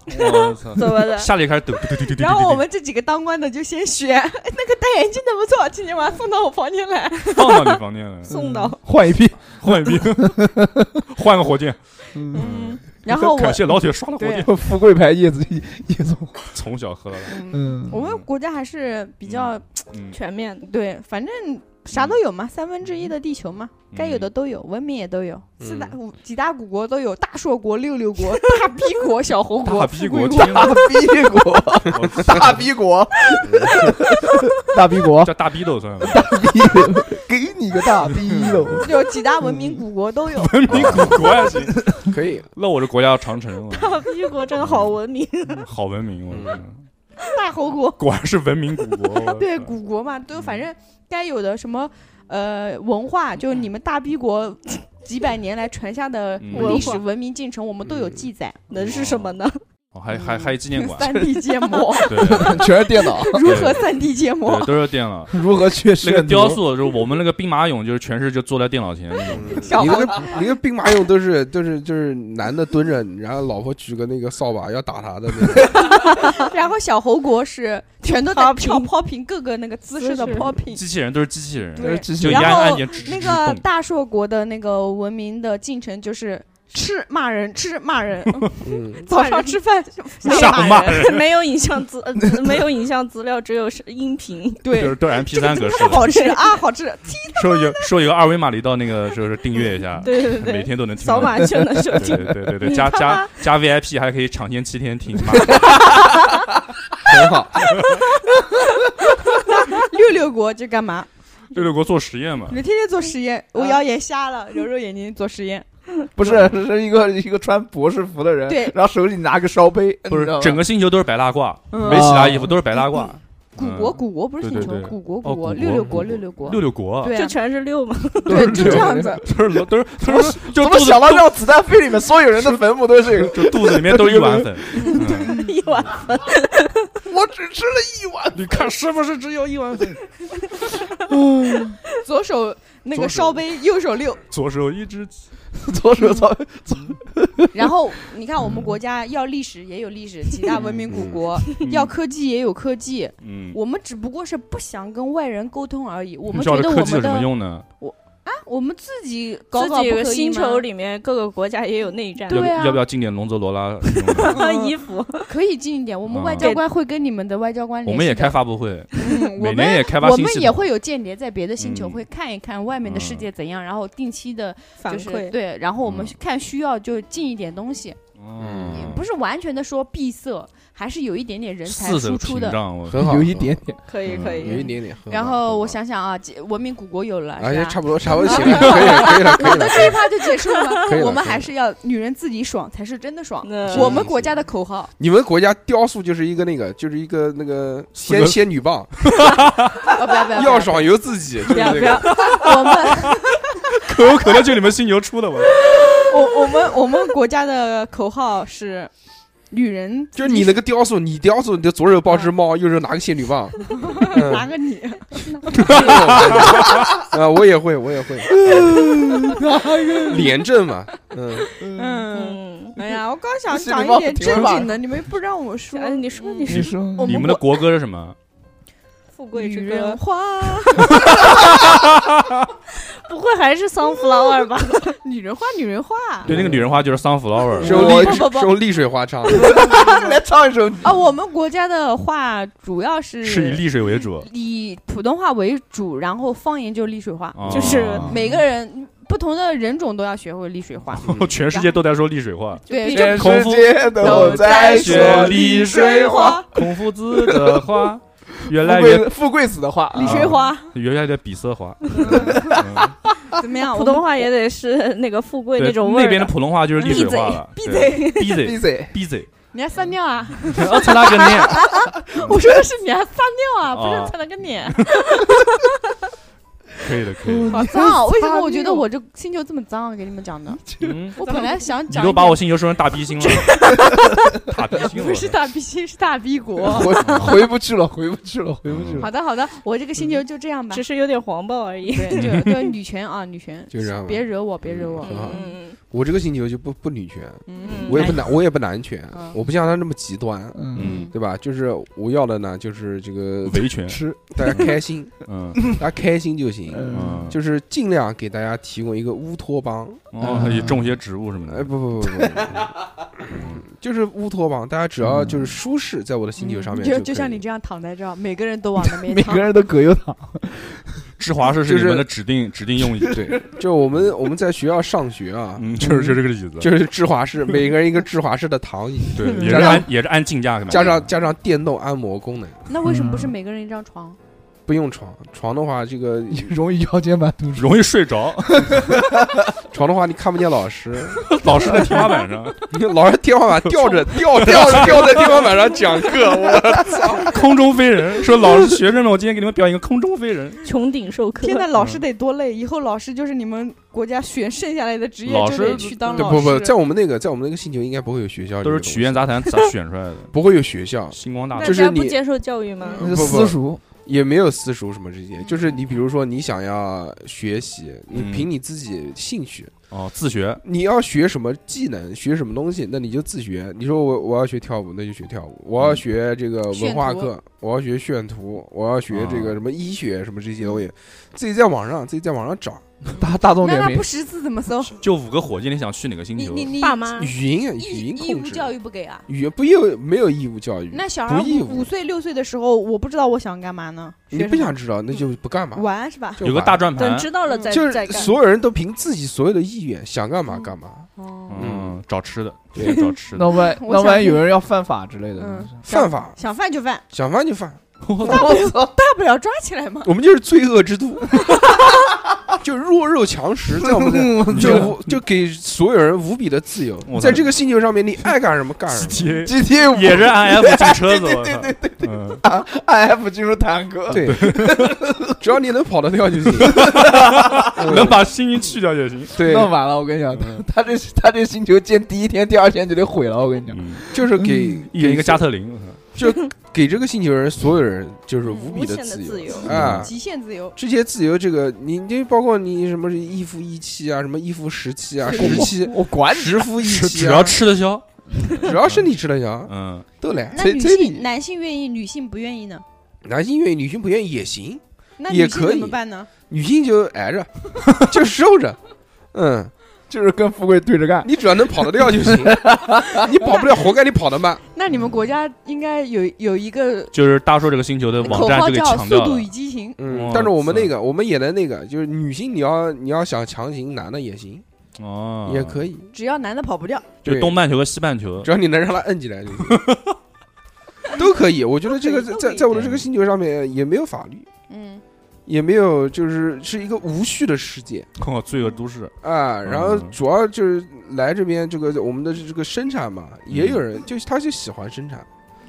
Speaker 3: 操！
Speaker 5: 怎 么的？
Speaker 3: 下来开始抖，抖抖抖抖抖
Speaker 7: 然后我们这几个当官的就先学 那个戴眼镜的不错，今天晚上送到我房间来，
Speaker 3: 放到你房间来，
Speaker 7: 送
Speaker 5: 嗯
Speaker 7: 到。
Speaker 4: 换一批，
Speaker 3: 换一兵，换个火 箭。
Speaker 7: 嗯，然后我
Speaker 3: 感谢老铁刷了火箭，
Speaker 4: 富贵牌叶子叶总，
Speaker 3: 从小喝到大。
Speaker 7: 嗯
Speaker 4: 嗯，
Speaker 7: 我们国家还是比较
Speaker 3: 嗯，
Speaker 5: 全面 的，
Speaker 7: 对，反正啥都有嘛，三分之一的地球嘛。该有的
Speaker 3: 嗯
Speaker 7: 都有，文明也都有，四大
Speaker 2: 嗯
Speaker 7: 五几大古国都有，大硕国、六六国、 大逼国、小猴
Speaker 3: 大
Speaker 7: 国、
Speaker 3: 逼
Speaker 7: 富
Speaker 3: 国
Speaker 7: 贵
Speaker 3: 听
Speaker 7: 国，
Speaker 4: 大逼国，
Speaker 3: 我
Speaker 4: 大逼国，大逼国，
Speaker 3: 叫大逼斗算了，
Speaker 4: 逼，给你个大逼喽！
Speaker 7: 就几大文
Speaker 3: 嗯
Speaker 7: 明古国都有。
Speaker 3: 文明 古国还行。
Speaker 2: 可以，
Speaker 3: 那我这国家长城，我
Speaker 5: 大逼国真好文明。
Speaker 3: 好文明，我觉得
Speaker 7: 大猴 国，
Speaker 3: 果然是文明古国。我
Speaker 7: 对
Speaker 3: 操
Speaker 7: 古国嘛，都
Speaker 3: 嗯
Speaker 7: 反正该有的什么呃文化，就是你们大逼国几百年来传下的
Speaker 3: 嗯
Speaker 7: 历史文明进程，我们都有记载。
Speaker 5: 能是什么呢？
Speaker 3: 哦还还还有纪念 馆，
Speaker 7: 三 D 建模，
Speaker 3: 对对，
Speaker 4: 全是电脑，
Speaker 7: 如何三 D 建模
Speaker 3: 对？都是电脑。
Speaker 4: 如何去
Speaker 3: 那个雕塑就是我们那个兵马俑，就是全是就坐在电脑前那种。
Speaker 7: 小
Speaker 2: 你那
Speaker 7: 猴
Speaker 2: 个你那个兵马俑都是都是就是男的蹲着，然后老婆举个那个扫把要打他的那个。
Speaker 7: 然后小猴国是 全都在
Speaker 5: Popping
Speaker 7: 跳 popping 各个那个姿势的
Speaker 5: 姿势
Speaker 7: popping。
Speaker 3: 机器人都是机器人，
Speaker 7: 对
Speaker 4: 机
Speaker 3: 就
Speaker 4: 器
Speaker 3: 一
Speaker 7: 然
Speaker 3: 按
Speaker 7: 后
Speaker 3: 按键吱吱
Speaker 7: 那
Speaker 3: 吱
Speaker 7: 个
Speaker 3: 动。
Speaker 7: 大硕国的那个文明的进程就是吃骂人，吃骂 人，
Speaker 2: 嗯，
Speaker 7: 早上吃 饭
Speaker 3: 下午
Speaker 7: 午
Speaker 3: 骂
Speaker 7: 人，
Speaker 5: 没有影像资， 呃没有影像资料，只有是音频。
Speaker 3: 就
Speaker 7: 对
Speaker 3: 是，都是 MP
Speaker 7: 这
Speaker 3: 三
Speaker 7: 个
Speaker 3: 格
Speaker 7: 真
Speaker 3: 式
Speaker 7: 他 妈
Speaker 3: 的，
Speaker 7: 好吃啊，好吃，
Speaker 3: 收一个收一个二维码，你到那个就是订阅一下，
Speaker 5: 对对
Speaker 3: 每
Speaker 5: 对，
Speaker 3: 天都能听到。
Speaker 5: 扫码就能收
Speaker 3: 对
Speaker 5: 听。
Speaker 3: 对对对对，
Speaker 5: 你
Speaker 3: 加
Speaker 5: 他
Speaker 3: 加
Speaker 5: 妈
Speaker 3: 加 VIP 还可以抢先七天听嘛，
Speaker 2: 很好。
Speaker 7: 六六国就干嘛？
Speaker 3: 六六国做实验嘛
Speaker 7: 你，们天天做实验，我瑶也瞎了，揉揉眼睛做实验，
Speaker 4: 不是是一个一个穿博士服的人，
Speaker 7: 嗯对
Speaker 4: 然后手里拿个烧杯，
Speaker 3: 不是
Speaker 4: 你知道吗
Speaker 3: 整个星球都是白大褂，
Speaker 7: 嗯啊
Speaker 3: 没其他衣服，都是白大褂。
Speaker 7: 古
Speaker 3: 嗯
Speaker 7: 国古国不是
Speaker 3: 对
Speaker 7: 星
Speaker 3: 对
Speaker 7: 球，
Speaker 3: 对
Speaker 7: 古国
Speaker 3: 哦古
Speaker 7: 古
Speaker 3: 国
Speaker 7: 国六
Speaker 3: 古
Speaker 7: 六国
Speaker 3: 国
Speaker 7: 六六国
Speaker 3: 六，六国
Speaker 7: 对
Speaker 5: 就
Speaker 7: 啊
Speaker 5: 全是六嘛，
Speaker 7: 对，就这样子，
Speaker 3: 都是都是都是就
Speaker 4: 怎
Speaker 3: 肚
Speaker 4: 么
Speaker 3: 子
Speaker 4: 想到让子弹飞里面所有人的坟墓都是这 个？
Speaker 3: 就肚子里面都是一碗 粉，嗯
Speaker 5: 一碗
Speaker 4: 我只吃了一碗，
Speaker 3: 你看是不是只有一碗粉？
Speaker 7: 左手那
Speaker 3: 左
Speaker 7: 个
Speaker 3: 手
Speaker 7: 烧杯，右手六，
Speaker 3: 左手一只鸡，
Speaker 4: 左手操，
Speaker 7: 然后你看我们国家要历史也有历史，几大文明古国，
Speaker 3: 嗯
Speaker 7: 要科技也有科技，
Speaker 3: 嗯，
Speaker 7: 我们只不过是不想跟外人沟通而已。我们
Speaker 3: 你照
Speaker 7: 觉
Speaker 3: 着
Speaker 7: 得
Speaker 3: 科
Speaker 7: 我
Speaker 3: 技有
Speaker 7: 们
Speaker 3: 什么
Speaker 7: 的
Speaker 3: 用呢？
Speaker 7: 我们自己搞
Speaker 5: 自
Speaker 7: 搞
Speaker 5: 己
Speaker 7: 不可以吗
Speaker 5: 星球里面各个国家也有内战，
Speaker 3: 要不
Speaker 7: 对啊
Speaker 3: 要不要进点龙泽罗 拉什么的？
Speaker 7: 嗯
Speaker 5: 衣服
Speaker 7: 可以近一点。我们
Speaker 3: 嗯
Speaker 7: 外交官会跟你们的外交官
Speaker 3: 我
Speaker 7: 联
Speaker 3: 们也
Speaker 7: 系
Speaker 3: 开
Speaker 7: 的。
Speaker 3: 发布会，
Speaker 7: 嗯我
Speaker 3: 每
Speaker 7: 们
Speaker 3: 年也开发
Speaker 7: 我
Speaker 3: 新
Speaker 7: 们
Speaker 3: 系
Speaker 7: 也
Speaker 3: 统。
Speaker 7: 会有间谍在别的星球，
Speaker 3: 嗯
Speaker 7: 会看一看外面的世
Speaker 3: 嗯
Speaker 7: 界怎样，然后定期的
Speaker 5: 反
Speaker 7: 就是
Speaker 5: 馈。
Speaker 7: 对，然后我们
Speaker 3: 嗯
Speaker 7: 看需要就进一点东西，也
Speaker 3: 嗯
Speaker 7: 不，是完全的说闭塞，还是有一点点人才
Speaker 3: 四
Speaker 7: 输
Speaker 3: 手
Speaker 7: 出
Speaker 3: 屏
Speaker 7: 的。
Speaker 3: 障，我
Speaker 2: 很好
Speaker 4: 有一点点，
Speaker 5: 可以
Speaker 3: 嗯
Speaker 5: 可
Speaker 2: 有一
Speaker 5: 以，
Speaker 2: 点点。很好
Speaker 7: 然后我，想想啊，几文明古国有了，
Speaker 2: 而
Speaker 7: 是
Speaker 2: 且
Speaker 7: 吧
Speaker 2: 哎差不多，差不多行 了，可以了，可以了，可以了。
Speaker 7: 这一趴就结束了
Speaker 2: 可以。了
Speaker 7: 我们
Speaker 2: 可以
Speaker 7: 还
Speaker 2: 了
Speaker 7: 是要女人自己爽才是真的爽。
Speaker 5: 那
Speaker 7: 嗯我们国家的 口号，
Speaker 2: 你们国家雕塑就是一个那个，就是一个那个仙仙女棒，
Speaker 7: 哦不要不要，不
Speaker 2: 要爽由自己，就是
Speaker 5: 不要
Speaker 2: 那
Speaker 5: 不
Speaker 2: 个
Speaker 5: 要，
Speaker 7: 我们
Speaker 3: 可口可乐就你们星球出的，我
Speaker 7: 我我们我们国家的口号是女人
Speaker 2: 就是你那个雕塑，你雕塑，你的左手抱只猫，右手拿个仙女棒， 嗯
Speaker 7: 拿个你，
Speaker 2: 啊，我也会，我也 会，廉政嘛，嗯，
Speaker 7: 嗯，哎呀，我刚
Speaker 4: 不
Speaker 7: 想
Speaker 4: 是
Speaker 7: 讲
Speaker 4: 你忘
Speaker 7: 一点
Speaker 4: 挺
Speaker 7: 正
Speaker 4: 晚
Speaker 7: 经的，你们不让我说。
Speaker 5: 哎，你说你
Speaker 4: 你
Speaker 5: 是
Speaker 4: 说
Speaker 7: 我
Speaker 3: 你们
Speaker 7: 们
Speaker 3: 的
Speaker 7: 国
Speaker 3: 国歌是什么？
Speaker 5: 富贵
Speaker 7: 女
Speaker 5: 之
Speaker 7: 人
Speaker 5: 歌，
Speaker 7: 花，
Speaker 5: 不会还是 sunflower 吧？
Speaker 7: 女人花，女人花。
Speaker 3: 对，那个女人花就是 sunflower，
Speaker 2: 是
Speaker 4: 是
Speaker 2: 用
Speaker 4: 我
Speaker 2: 丽
Speaker 7: 不不不
Speaker 2: 是用丽水花唱的，
Speaker 4: 来唱一首
Speaker 2: 嗯
Speaker 4: 《
Speaker 7: 啊，我们国家的话主要是
Speaker 3: 是以丽水为主，
Speaker 7: 以普通话为主，然后方言就是丽水话，
Speaker 2: 哦
Speaker 3: 啊
Speaker 5: 就是
Speaker 7: 每个人不同的人种都要学会丽 水话。
Speaker 3: 全世界都在说丽水话，
Speaker 7: 对，就
Speaker 4: 全
Speaker 3: 空
Speaker 4: 世
Speaker 3: 腹
Speaker 4: 界都在说丽水花，，
Speaker 3: 孔夫子的话， 原
Speaker 4: 富
Speaker 3: 来越
Speaker 4: 贵富贵子的话，啊
Speaker 7: 丽水花
Speaker 3: 原来的比瑟话，
Speaker 7: 怎么样？
Speaker 5: 普通话也得是那个富贵
Speaker 3: 对，
Speaker 5: 那种味
Speaker 3: 那
Speaker 5: 儿
Speaker 3: 边的
Speaker 5: 的。
Speaker 3: 普通话就是丽水话了，
Speaker 7: 闭
Speaker 3: 对，
Speaker 7: 嘴！
Speaker 3: 闭
Speaker 4: 闭
Speaker 3: 嘴，
Speaker 4: 嘴！
Speaker 3: 闭嘴，
Speaker 7: 你还撒尿 啊？
Speaker 3: 我操那个脸！
Speaker 7: 我说的是你还撒尿 啊，
Speaker 3: 啊
Speaker 7: 不是擦了个脸。
Speaker 3: 可以的，可以的。
Speaker 7: 好脏 啊！为什么我觉得我这星球这么脏啊？给你们讲的，
Speaker 3: 嗯，
Speaker 7: 我本来想
Speaker 3: 你
Speaker 7: 讲
Speaker 3: 都
Speaker 7: 一
Speaker 3: 把我
Speaker 7: 点，
Speaker 3: 星球说成大逼 星了，大逼星
Speaker 7: 不是
Speaker 3: 了。
Speaker 7: 大逼心，是大逼 国。
Speaker 4: 回回不去了，回不去了，回不去了。
Speaker 7: 好的好的，我这个星
Speaker 2: 嗯
Speaker 7: 球就这样吧
Speaker 5: 只。是有点黄暴而 已。
Speaker 7: 对，就对女权啊，女权，
Speaker 2: 就这样吧
Speaker 7: 别惹我，别惹我。
Speaker 2: 嗯好
Speaker 5: 嗯，
Speaker 2: 我这个星球就不不女权，
Speaker 7: 嗯
Speaker 2: 我也不 男，我也不男权
Speaker 7: 嗯，
Speaker 2: 我不像他那么极端，
Speaker 4: 嗯，
Speaker 3: 嗯，
Speaker 2: 对吧？就是我要的呢，就是这个
Speaker 3: 维 权，
Speaker 4: 吃，
Speaker 2: 大家开心，
Speaker 3: 嗯
Speaker 2: 大家开心就行，
Speaker 4: 嗯，
Speaker 3: 嗯，
Speaker 2: 就是尽量给大家提供一个乌托邦，
Speaker 3: 哦，也种一些植物什么
Speaker 2: 哎，
Speaker 3: 的。
Speaker 2: 不不不不不，就是乌托邦，大家只要就是舒适，在我的星球上面
Speaker 7: 嗯就
Speaker 2: 可以
Speaker 7: 就像你这样躺在这儿，每个人都往那 边
Speaker 4: 每
Speaker 7: 躺
Speaker 4: 个。人都葛优躺，
Speaker 3: 芝华士是
Speaker 2: 就是
Speaker 3: 你们的指定指定用 语，
Speaker 2: 对，就我们我们在学校上学啊，
Speaker 3: 嗯，就是就这个意思。
Speaker 2: 就是芝华士，每个人一个芝华士的躺椅，
Speaker 3: 对，也是
Speaker 2: 加上
Speaker 3: 按也是按进价买的
Speaker 2: 加上加上电动按摩功能，
Speaker 7: 那为什么不是
Speaker 2: 嗯
Speaker 7: 每个人一张床？
Speaker 2: 不用床，床的话这个
Speaker 4: 容易腰间盘突出。
Speaker 3: 容易睡 着，
Speaker 2: 床的话你看不见老师，
Speaker 3: 老是在天花板上，
Speaker 2: 老师天花板吊 着吊吊吊在天花板上讲课，
Speaker 7: 哦
Speaker 2: 我
Speaker 3: 空中飞人。说老师学生们，我今天给你们表演一个空中飞人。
Speaker 5: 穹顶授 课。
Speaker 7: 天呐，老师得多累！以后老师就是你们国家选剩下来的职业，
Speaker 3: 老
Speaker 7: 就
Speaker 3: 师
Speaker 7: 得去当
Speaker 2: 对
Speaker 7: 老
Speaker 2: 不
Speaker 7: 师。
Speaker 2: 不，在我们那个在我们那个星球应该不会有学校这
Speaker 3: 都
Speaker 2: 个东西，
Speaker 3: 是曲苑杂谈咋选出来的？
Speaker 2: 不会有学校，
Speaker 3: 星光大
Speaker 5: 大
Speaker 3: 道
Speaker 2: 就
Speaker 5: 家
Speaker 2: 是
Speaker 5: 不
Speaker 2: 你
Speaker 5: 接受教育吗？
Speaker 2: 嗯
Speaker 4: 那
Speaker 2: 不
Speaker 4: 私塾，
Speaker 2: 也没有私塾什么这些，就是你比如说你想要学习，你凭你自己兴趣，
Speaker 3: 哦，自学
Speaker 2: 你要学什么技能，学什么东西，那你就自学。你说我我要学跳舞，那就学跳舞；我要学这个文化课，我要学炫图，我要学这个什么医学什么这些东西，自己在网上自己在网上
Speaker 7: 啊
Speaker 2: 找
Speaker 4: 大大众
Speaker 7: 那
Speaker 4: 点
Speaker 7: 那
Speaker 4: 评
Speaker 7: 不，识字怎么搜？
Speaker 3: 就五个火箭，你想去哪个星
Speaker 7: 你
Speaker 3: 球？
Speaker 7: 你你
Speaker 5: 爸妈
Speaker 2: 语音语
Speaker 7: 义
Speaker 2: 音
Speaker 7: 义
Speaker 2: 控
Speaker 7: 务
Speaker 2: 制，
Speaker 7: 教育不给啊？
Speaker 2: 语言不有没有义务教育，
Speaker 7: 那小孩
Speaker 2: 不义务
Speaker 7: 五五岁六岁的时候，我不知道我想干嘛呢？
Speaker 2: 你
Speaker 7: 学
Speaker 2: 不
Speaker 7: 什
Speaker 2: 想知道那就不干嘛
Speaker 7: 么，玩是吧？
Speaker 2: 就
Speaker 3: 有个
Speaker 2: 玩
Speaker 3: 大转
Speaker 5: 等
Speaker 3: 盘，
Speaker 5: 知道了嗯再
Speaker 2: 就
Speaker 5: 再
Speaker 2: 是
Speaker 5: 干。嗯
Speaker 2: 所有人都凭自己所有的意愿想干嘛干嘛，
Speaker 7: 哦，
Speaker 3: 嗯，找吃的，
Speaker 2: 对
Speaker 3: 对，找吃的。
Speaker 4: 那万
Speaker 7: 我
Speaker 4: 那
Speaker 7: 想
Speaker 4: 万一
Speaker 7: 听
Speaker 4: 有人要犯法之类的
Speaker 7: 嗯
Speaker 4: 呢，
Speaker 2: 犯法
Speaker 7: 想犯就 犯，
Speaker 2: 想犯就犯。
Speaker 4: 我操，
Speaker 7: 大不了抓起来 嘛。
Speaker 2: 我们就是罪恶之 都，就弱肉强食，在我们 这儿就无就给所有人无比的自由
Speaker 3: 我，操
Speaker 2: 在这个星球上面，你爱干什么干什么。
Speaker 3: GTA
Speaker 4: GTA
Speaker 3: 也是
Speaker 4: 五
Speaker 3: IF 进车子，我操，嗯，
Speaker 4: IF 进入坦克，
Speaker 2: 对，只要你能跑得掉就行。
Speaker 3: 能把星云去掉就行。
Speaker 2: 对，
Speaker 4: 那完了，我跟你讲，
Speaker 3: 嗯
Speaker 4: 他他这他这星球建第一天、第二天就得毁了，我跟你讲，
Speaker 3: 嗯，
Speaker 2: 就是给
Speaker 3: 一人一个加特林，我嗯操
Speaker 2: 给这个星球人所有人就是无比
Speaker 5: 嗯无限的
Speaker 2: 自
Speaker 5: 自由
Speaker 2: 啊！
Speaker 7: 极限 自由，
Speaker 2: 这些自由，这个你你包括你什么是一夫一妻啊，什么一夫十 妻啊，十妻
Speaker 4: 我管
Speaker 2: 十夫一
Speaker 3: 只
Speaker 2: 妻
Speaker 3: 只
Speaker 2: 啊，
Speaker 3: 要吃得消，
Speaker 2: 只要身体吃得消
Speaker 3: 嗯，
Speaker 2: 都来。
Speaker 7: 那
Speaker 4: 这
Speaker 7: 女
Speaker 4: 这
Speaker 7: 性
Speaker 4: 里
Speaker 7: 男性愿意，女性不愿意呢？
Speaker 2: 男性愿意，女性不愿意也行。
Speaker 7: 那
Speaker 2: 也
Speaker 7: 女性
Speaker 2: 可
Speaker 7: 怎
Speaker 2: 以
Speaker 7: 么办呢？
Speaker 2: 女性就挨着， 就受着。嗯，
Speaker 4: 就是跟富贵对着干，
Speaker 2: 你只要能跑得掉 就行。你跑不了，活该你跑得慢。
Speaker 7: 那你们国家应该有有一个
Speaker 3: 就是大硕这个星球的网
Speaker 7: 口
Speaker 3: 站
Speaker 7: 号
Speaker 3: 就给
Speaker 7: 叫“
Speaker 3: 强
Speaker 7: 速
Speaker 3: 调
Speaker 7: 度与
Speaker 3: 了，
Speaker 7: 激情
Speaker 2: 嗯
Speaker 3: 哇，
Speaker 2: 但是我们
Speaker 3: 塞
Speaker 2: 那个，我们演的那个，就是女性，你要你要想强行男的也行，
Speaker 3: 哦，
Speaker 2: 也可以，”，
Speaker 7: 只要男的跑不掉，
Speaker 3: 就
Speaker 2: 对
Speaker 3: 东半球和西半球
Speaker 2: 只，要你能让他摁起来 就行，都可以。我觉得这个
Speaker 7: 都可
Speaker 2: 在
Speaker 7: 以都可以
Speaker 2: 在我的这个星球上面也没有法律，
Speaker 7: 嗯，
Speaker 2: 也没有就是是一个无序的世界
Speaker 3: 哦，罪恶都市，
Speaker 2: 啊。然后
Speaker 3: 嗯
Speaker 2: 主要就是来这边这个我们的这个生产嘛，也有人就他就喜欢生产，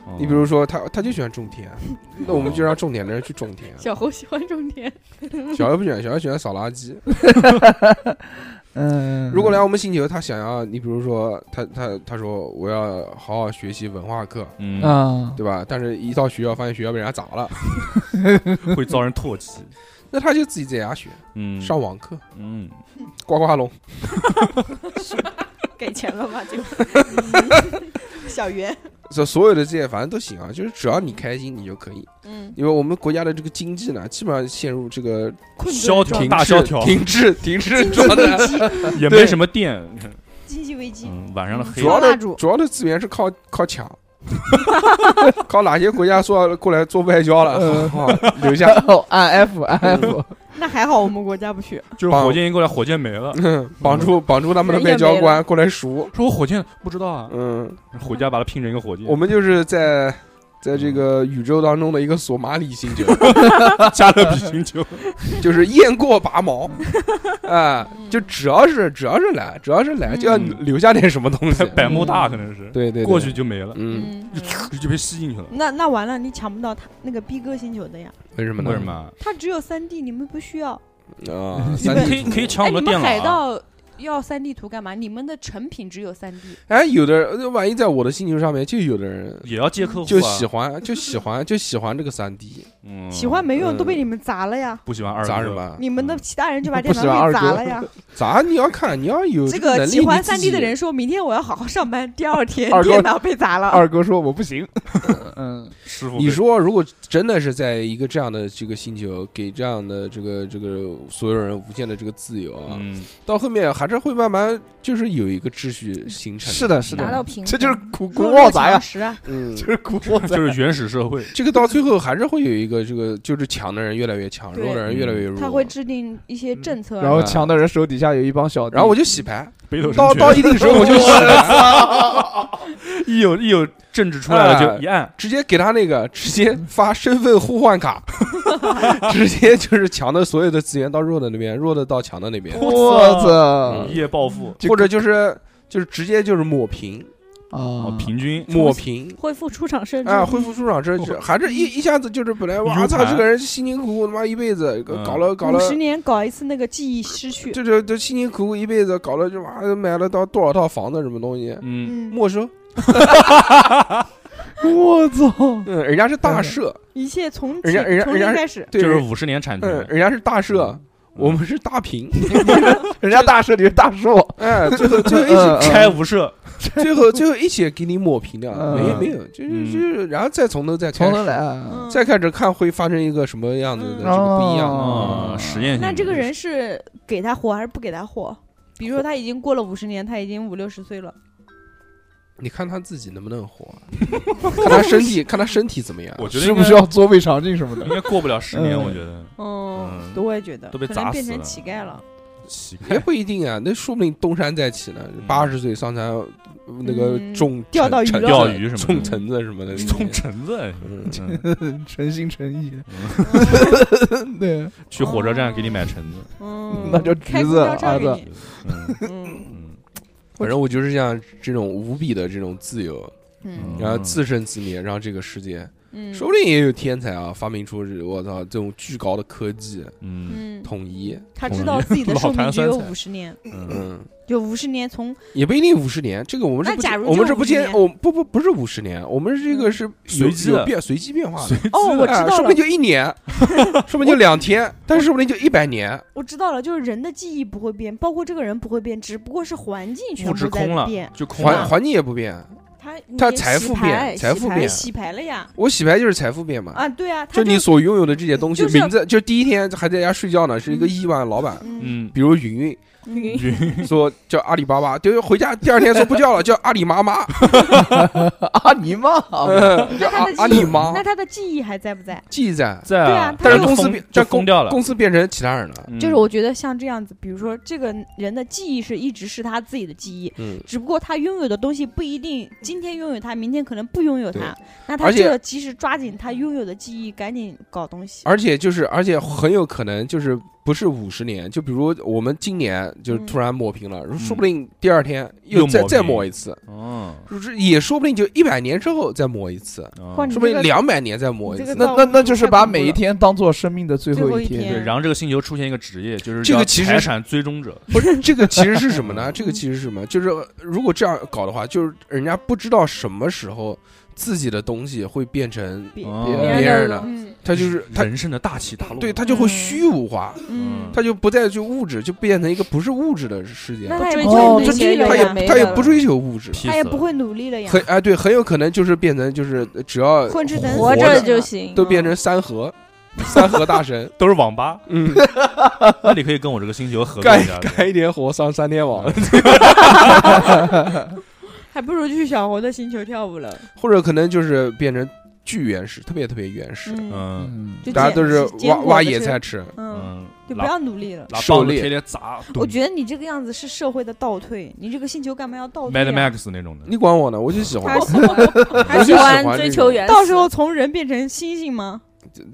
Speaker 3: 嗯哦
Speaker 2: 你比如说他他就喜欢种田， 那我们就让种田的人去种田。
Speaker 7: 小猴喜欢种田，
Speaker 2: 小孩不喜欢，小孩喜欢扫垃圾。
Speaker 4: 嗯，
Speaker 2: 如果来我们星球，他想要你，比如说他他他说我要好好学习文化课，
Speaker 3: 嗯，
Speaker 4: 啊，
Speaker 2: 对吧？但是一到学校发现学校被人家砸 了，
Speaker 3: 会遭人唾弃。
Speaker 2: 那他就自己在家学，
Speaker 3: 嗯，
Speaker 2: 上网课，
Speaker 3: 嗯，
Speaker 2: 刮刮龙。
Speaker 7: 给钱了吧？就小袁，
Speaker 2: 这所有的这些反正都行啊，就是只要你开心你就可以，
Speaker 7: 嗯，
Speaker 2: 因为我们国家的这个经济呢，基本上陷入这个
Speaker 7: 困顿
Speaker 3: 萧
Speaker 7: 状
Speaker 3: 条
Speaker 2: 停
Speaker 3: 大
Speaker 2: 滞
Speaker 3: 萧条
Speaker 2: 停滞、停滞状态。
Speaker 3: 也
Speaker 2: 对
Speaker 3: 没什么电，
Speaker 7: 经济危机，
Speaker 3: 嗯，晚上的黑
Speaker 2: 主要
Speaker 7: 蜡
Speaker 2: 的
Speaker 7: 烛
Speaker 2: 主要的资源是靠靠抢， 靠哪些国家说过来做外交了，
Speaker 3: 嗯
Speaker 2: 好留下。
Speaker 4: 哦，按 F 按 F，
Speaker 7: 那还好我们国家不去，
Speaker 3: 就是火箭一过来，火箭没了。
Speaker 2: 嗯绑住
Speaker 3: 嗯
Speaker 2: 绑住他们的外交官过来赎。
Speaker 3: 说我火箭不知道啊，
Speaker 2: 嗯，
Speaker 3: 回家把它拼成一个火箭。
Speaker 2: 我们就是在在这个
Speaker 3: 嗯
Speaker 2: 宇宙当中的一个索马里星球，
Speaker 3: 加勒比星球，
Speaker 2: 就是雁过拔 毛啊，就只要是只要是来，只要是来就要
Speaker 3: 嗯
Speaker 2: 留下点什么东西。
Speaker 3: 百慕大可能是
Speaker 2: 对对，对
Speaker 3: 过去，就没了，
Speaker 2: 嗯，
Speaker 3: 就就被吸进去了。
Speaker 7: 那那完了，你抢不到他那个逼哥星球的呀，
Speaker 2: 为什么呢？
Speaker 3: 为什么？啊
Speaker 7: 他只有三 D，你们不需要。
Speaker 2: 啊？
Speaker 3: 你
Speaker 2: 三
Speaker 3: 们可
Speaker 2: D
Speaker 3: 以可以
Speaker 2: 图
Speaker 3: 抢我
Speaker 6: 哎你
Speaker 3: 们的电
Speaker 6: 们海
Speaker 3: 脑啊。
Speaker 6: 盗要三 D 图干嘛？你们的成品只有三 D，
Speaker 2: 哎，有的人万一在我的星球上面就有的人。
Speaker 3: 也要接客户啊，
Speaker 2: 就喜欢， 就喜欢，就喜欢这个三 D，
Speaker 3: 嗯
Speaker 7: 喜欢没用，
Speaker 2: 嗯
Speaker 7: 都被你们砸了呀！
Speaker 3: 不喜欢二
Speaker 2: 砸
Speaker 3: 哥
Speaker 2: 什么？
Speaker 7: 你们的其他人就把
Speaker 4: 不
Speaker 7: 电
Speaker 4: 喜欢
Speaker 7: 脑
Speaker 4: 二
Speaker 7: 给砸
Speaker 4: 哥
Speaker 7: 了呀！
Speaker 2: 砸你要看，你要有
Speaker 6: 这
Speaker 2: 个
Speaker 6: 个
Speaker 2: 能力
Speaker 6: 喜
Speaker 2: 嗯
Speaker 6: 欢
Speaker 2: 你自
Speaker 6: 三 D 的
Speaker 2: 己
Speaker 6: 人说明天我要好好上班，第二天
Speaker 4: 二哥
Speaker 6: 电脑被砸了。
Speaker 4: 二哥说我不行，嗯，
Speaker 3: 师傅被，
Speaker 2: 你说，如果真的是在一个这样的这个星球，给这样的这个这个所有人无限的这个自由啊，
Speaker 3: 嗯，
Speaker 2: 到后面还是会慢慢就是有一个秩序形成。
Speaker 4: 是，的，是
Speaker 3: 达
Speaker 4: 的，
Speaker 3: 到
Speaker 7: 平
Speaker 4: 这嗯就是古古惑仔呀，
Speaker 7: 十啊，
Speaker 2: 嗯
Speaker 4: 就，是古惑仔
Speaker 3: 就，是原始社 会，
Speaker 2: 这个到最后还是会有一个这个就是强的人越来越强，
Speaker 7: 对
Speaker 2: 弱的人越来越弱。
Speaker 7: 他会制定一些政策，啊
Speaker 4: 然后强的人手底下有一帮小弟，
Speaker 2: 然后我就洗牌，
Speaker 3: 北斗神
Speaker 2: 到
Speaker 3: 拳
Speaker 2: 到一定时候我就洗 牌，
Speaker 3: 一有一有政治出来了
Speaker 2: 哎
Speaker 3: 就一按，
Speaker 2: 直接给他那个 直接发身份互换卡， 直接就是强的所有的资源到弱的那边，弱的到强的那边，
Speaker 4: 我操
Speaker 3: 一夜暴富
Speaker 4: 就
Speaker 2: 或者就是就是直接就是抹平
Speaker 3: 啊
Speaker 4: 啊，，
Speaker 3: 平均
Speaker 2: 抹平。
Speaker 5: 恢 复出厂设置
Speaker 2: 啊，恢复出厂这这还是一一下子就是本来哇
Speaker 3: 如
Speaker 2: 操，
Speaker 3: 嗯盘
Speaker 2: 这个人辛辛苦苦他妈一辈子搞
Speaker 3: 嗯
Speaker 2: 搞了搞
Speaker 7: 五
Speaker 2: 了，
Speaker 7: 十年搞一次那个记忆失去，
Speaker 2: 这这这辛辛苦苦一辈子搞了就妈的买了到多少套房子什么东西，
Speaker 3: 嗯，
Speaker 7: 嗯，
Speaker 2: 没收。
Speaker 4: 我操，
Speaker 2: 嗯，人家是大赦，
Speaker 7: 一切从
Speaker 2: 人
Speaker 7: 起
Speaker 2: 家人家
Speaker 7: 从零
Speaker 2: 人家
Speaker 7: 开始，
Speaker 2: 对，
Speaker 3: 就是
Speaker 2: 人
Speaker 3: 五十年产
Speaker 2: 嗯，
Speaker 3: 权，
Speaker 2: 人家是大赦，我们是大平。
Speaker 4: 人家大社里是大树，
Speaker 2: 哎，最 后最后一
Speaker 4: 嗯
Speaker 2: 起
Speaker 3: 开无社，
Speaker 2: 最后最后一起给你抹平掉，
Speaker 4: 嗯
Speaker 2: 没没有，就是
Speaker 3: 嗯
Speaker 2: 就是，然后再从头再开
Speaker 4: 从
Speaker 2: 始
Speaker 4: 头来，，啊
Speaker 7: 嗯
Speaker 2: 再开始看会发生一个什么样子的这
Speaker 4: 嗯
Speaker 2: 个不一样的。
Speaker 4: 哦
Speaker 3: 啊，实验性。
Speaker 7: 那这个人是给他活还是不给他活？比如说他已经过了五十年，他已经五六十岁了，
Speaker 2: 你看他自己能不能活， 看他身体，看他身体怎么样。
Speaker 3: 我觉得
Speaker 4: 是
Speaker 3: 应
Speaker 4: 不
Speaker 3: 该
Speaker 4: 是要做胃肠镜什么的
Speaker 3: 应？该过不了十年，
Speaker 4: 嗯
Speaker 3: 我觉得
Speaker 7: 嗯，
Speaker 3: 嗯
Speaker 7: 我也觉得
Speaker 3: 都被
Speaker 7: 可
Speaker 3: 砸
Speaker 7: 能变
Speaker 3: 死
Speaker 7: 成
Speaker 3: 了
Speaker 7: 乞 丐了，
Speaker 3: 奇
Speaker 2: 也
Speaker 3: 怪，
Speaker 2: 不一定啊，那说不定东山再起呢。八十岁上山呃那个
Speaker 7: 嗯
Speaker 2: 种
Speaker 7: 钓到鱼
Speaker 2: 橙
Speaker 7: 了
Speaker 3: 钓鱼什么的
Speaker 2: 种橙子什么的，
Speaker 3: 种橙子，哎
Speaker 2: 嗯
Speaker 3: 嗯
Speaker 4: 诚心诚意， 对，
Speaker 3: 去火车站给你买橙子，
Speaker 7: 嗯，
Speaker 4: 那就
Speaker 7: 开
Speaker 4: 橘
Speaker 7: 公
Speaker 4: 子
Speaker 2: 啊
Speaker 7: 交车
Speaker 4: 儿
Speaker 7: 给
Speaker 4: 子
Speaker 7: 你，
Speaker 3: 嗯
Speaker 7: 嗯
Speaker 3: 嗯
Speaker 2: 反正我就是像这种无比的这种自由，
Speaker 7: 嗯
Speaker 2: 然后自生自灭，让这个世界
Speaker 7: 嗯，
Speaker 2: 说不定也有天才啊，发明出这我操这种巨高的科技，
Speaker 3: 嗯
Speaker 7: 嗯，
Speaker 2: 统一，
Speaker 7: 他知道自己的
Speaker 3: 老
Speaker 7: 寿
Speaker 3: 坛
Speaker 7: 命只
Speaker 3: 酸
Speaker 7: 有
Speaker 3: 菜
Speaker 7: 五十年，
Speaker 3: 嗯，
Speaker 2: 嗯，
Speaker 7: 就五十 年从
Speaker 2: 也不一定五十年，这个我们是
Speaker 7: 那
Speaker 2: 不
Speaker 7: 假
Speaker 2: 接，
Speaker 7: 如
Speaker 2: 我们
Speaker 7: 就是
Speaker 2: 不接，
Speaker 7: 50年
Speaker 2: 我们不不不是五十年，我们这个是有
Speaker 3: 随机的
Speaker 2: 有变随机变化的，
Speaker 7: 哦，我知
Speaker 2: 哎
Speaker 7: 道
Speaker 2: 说
Speaker 7: 了
Speaker 2: 不定，就一年，说不定就两天，但是说不定就一百年，
Speaker 7: 我知道了，就是人的记忆不会变，包括这个人不会变，只不过是环境全
Speaker 3: 物质
Speaker 7: 部在
Speaker 3: 空了
Speaker 7: 变。，
Speaker 3: 就空
Speaker 2: 环
Speaker 3: 了，
Speaker 2: 环境也不变。
Speaker 7: 他
Speaker 2: 他
Speaker 7: 你
Speaker 2: 财
Speaker 7: 洗
Speaker 2: 富
Speaker 7: 牌
Speaker 2: 变财
Speaker 7: 洗
Speaker 2: 富
Speaker 7: 牌
Speaker 2: 变
Speaker 7: 洗牌了呀！
Speaker 2: 我洗牌就是财富变嘛，
Speaker 7: 啊，对啊，他
Speaker 2: 就你所拥有的这些东西
Speaker 7: 就，是
Speaker 2: 名字就第一天还在家睡觉呢，是一个亿万老板，
Speaker 7: 嗯，
Speaker 3: 嗯，
Speaker 2: 比如云云，
Speaker 7: 嗯
Speaker 2: 说叫阿里巴巴，就是回家第二天说不叫了，叫阿里妈妈，
Speaker 4: 啊你妈，
Speaker 2: 嗯叫阿阿里妈
Speaker 7: 那，他的记忆还在不在？
Speaker 2: 记在。
Speaker 3: 在
Speaker 7: 对啊他
Speaker 2: 但是
Speaker 7: 就
Speaker 2: 公司
Speaker 3: 封
Speaker 2: 变，
Speaker 3: 就
Speaker 2: 但
Speaker 3: 封
Speaker 2: 公
Speaker 3: 掉了，
Speaker 2: 公司变成其他人了。
Speaker 3: 嗯
Speaker 7: 就是我觉得像这样子，比如说这个人的记忆是一直是他自己的记忆，
Speaker 2: 嗯，
Speaker 7: 只不过他拥有的东西不一定今天拥有它，明天可能不拥有它。那他
Speaker 2: 而且
Speaker 7: 就要
Speaker 2: 啊
Speaker 7: 及时抓紧他拥有的记忆，赶紧搞东西。
Speaker 2: 而且就是，而且很有可能就是不是五十年，就比如我们今年就是
Speaker 5: 嗯
Speaker 2: 突然抹平了，说不定第二天又
Speaker 3: 又
Speaker 2: 再
Speaker 3: 抹
Speaker 2: 再
Speaker 3: 平
Speaker 2: 抹一次，
Speaker 3: 哦，
Speaker 2: 就是也说不定就一百年之后再抹一次，
Speaker 5: 哇你
Speaker 2: 说不
Speaker 5: 嗯这
Speaker 2: 定
Speaker 5: 个
Speaker 2: 两百年再抹一
Speaker 5: 你这
Speaker 2: 次。
Speaker 5: 个
Speaker 2: 那
Speaker 4: 那那那就是把每一天当做生命的最后一
Speaker 5: 最后一
Speaker 4: 天
Speaker 5: 天。
Speaker 3: 对，然后这个星球出现一个职业，就是
Speaker 2: 这个
Speaker 3: 叫
Speaker 2: 其实
Speaker 3: 财
Speaker 2: 是
Speaker 3: 产追踪者，
Speaker 2: 不是这个其实是什么 呢？这个其实是什么？就是如果这样搞的话，就是人家不知道什么时候自己的东西会变成
Speaker 5: 别
Speaker 3: 哦
Speaker 2: 别
Speaker 5: 别
Speaker 2: 人
Speaker 5: 的
Speaker 2: 的，
Speaker 7: 嗯
Speaker 5: 了，
Speaker 2: 他就是他，
Speaker 3: 人生的大起大落。
Speaker 2: 对他就会虚无化，
Speaker 3: 嗯，
Speaker 2: 他就不再去物质，就变成一个不是物质的世界。
Speaker 5: 那他也
Speaker 6: 追
Speaker 5: 不
Speaker 6: 求
Speaker 5: 会
Speaker 4: 哦
Speaker 5: 努
Speaker 2: 这
Speaker 5: 力了
Speaker 2: 他
Speaker 5: 呀
Speaker 2: 也
Speaker 5: 没
Speaker 2: 他也
Speaker 5: 了
Speaker 2: 不追求物质了，
Speaker 3: 劈
Speaker 7: 他也
Speaker 3: 死
Speaker 7: 不
Speaker 3: 了
Speaker 7: 会努力了呀，
Speaker 2: 很哎对，很有可能就是变成就是只要
Speaker 7: 混吃等死
Speaker 5: 活着
Speaker 2: 着
Speaker 5: 就行，
Speaker 2: 都变成三和，三和大神，
Speaker 3: 都是网吧，
Speaker 2: 嗯，
Speaker 3: 那你可以跟我这个星球合作
Speaker 2: 干
Speaker 3: 一下。
Speaker 2: 干一点火上三天网，
Speaker 6: 还不如去小猴的星球跳 舞了。
Speaker 2: 或者可能就是变成巨原始，特别特别原始，
Speaker 7: 嗯，
Speaker 3: 嗯
Speaker 4: 嗯，
Speaker 7: 就
Speaker 2: 大家
Speaker 7: 捡
Speaker 2: 都是
Speaker 7: 捡
Speaker 2: 挖
Speaker 7: 果
Speaker 2: 挖
Speaker 7: 子
Speaker 2: 野
Speaker 7: 吃
Speaker 2: 菜吃，
Speaker 7: 嗯，
Speaker 3: 嗯，
Speaker 7: 就不
Speaker 3: 拿
Speaker 7: 要努力了。
Speaker 3: 拿
Speaker 2: 狩
Speaker 3: 棒子
Speaker 2: 猎
Speaker 3: 天天砸，
Speaker 7: 我觉得你这个样子是社会的倒退，你这个星球干嘛要倒
Speaker 3: m
Speaker 7: 退
Speaker 3: a d
Speaker 7: 呀？
Speaker 3: Max 那种的。
Speaker 2: 你管我呢，我就喜欢
Speaker 7: 他，喜 欢，
Speaker 2: 我
Speaker 5: 还
Speaker 2: 就喜欢这
Speaker 5: 追求
Speaker 2: 种
Speaker 5: 原始，
Speaker 7: 到时候从人变成猩猩吗？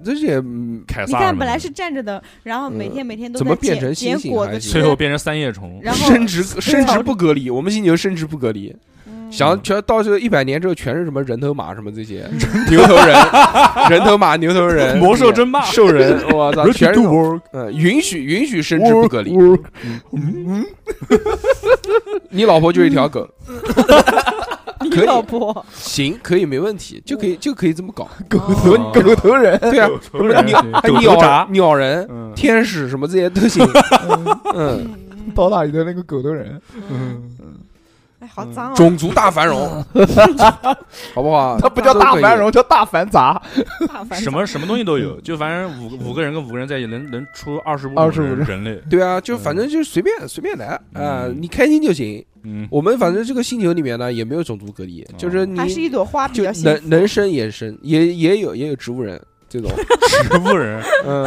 Speaker 2: 这些嗯
Speaker 3: 凯
Speaker 7: 你
Speaker 3: 撒什
Speaker 7: 看，
Speaker 3: 么
Speaker 7: 本来
Speaker 3: 的
Speaker 7: 是站着的，然后每
Speaker 2: 嗯
Speaker 7: 天每天都
Speaker 2: 怎
Speaker 7: 在
Speaker 2: 么变
Speaker 7: 捡
Speaker 2: 成
Speaker 7: 捡
Speaker 2: 猩猩
Speaker 7: 果
Speaker 2: 还
Speaker 7: 子
Speaker 2: 行
Speaker 7: 吃，
Speaker 3: 最后变成三叶虫，
Speaker 7: 然后
Speaker 2: 生殖生殖不隔离，我们星球生殖不隔离，
Speaker 7: 嗯
Speaker 2: 想全到这一百年之后全是什么人头马什么这些
Speaker 7: 嗯
Speaker 2: 牛头人，人头马牛头 人，
Speaker 3: 魔兽争霸，
Speaker 2: 兽人，我操，全是嗯，允许允许生殖不隔离。你老婆就是一条狗，可以
Speaker 7: 老婆，
Speaker 2: 行，可以没问题，就可以就可以这么搞。
Speaker 4: 狗头狗头人，
Speaker 2: 对啊，
Speaker 3: 狗头人
Speaker 2: 鸟还
Speaker 3: 狗头
Speaker 2: 鸟
Speaker 3: 铡
Speaker 2: 鸟人、
Speaker 3: 嗯，
Speaker 2: 天使什么这些都行。嗯，
Speaker 4: 刀大鱼的那个狗头人，嗯
Speaker 7: 哎，好脏哦，
Speaker 2: 种族大繁荣，好不好？
Speaker 4: 它不叫大繁荣，叫大繁杂。
Speaker 7: 大烦
Speaker 3: 什么什么东西都有，就反正五五个人跟五个人在一起，能能出二十五
Speaker 4: 25
Speaker 3: 人
Speaker 4: 人
Speaker 3: 人类。
Speaker 2: 对啊，就反正就随便随便来啊，
Speaker 3: 嗯
Speaker 2: 你开心就行。
Speaker 3: 嗯，
Speaker 2: 我们反正这个星球里面呢也没有种族隔离，就是你
Speaker 7: 还是一朵花比
Speaker 2: 就
Speaker 7: 较幸福
Speaker 2: 能能生也生，也也有也有植物人这种，
Speaker 3: 植 物人，
Speaker 2: 嗯，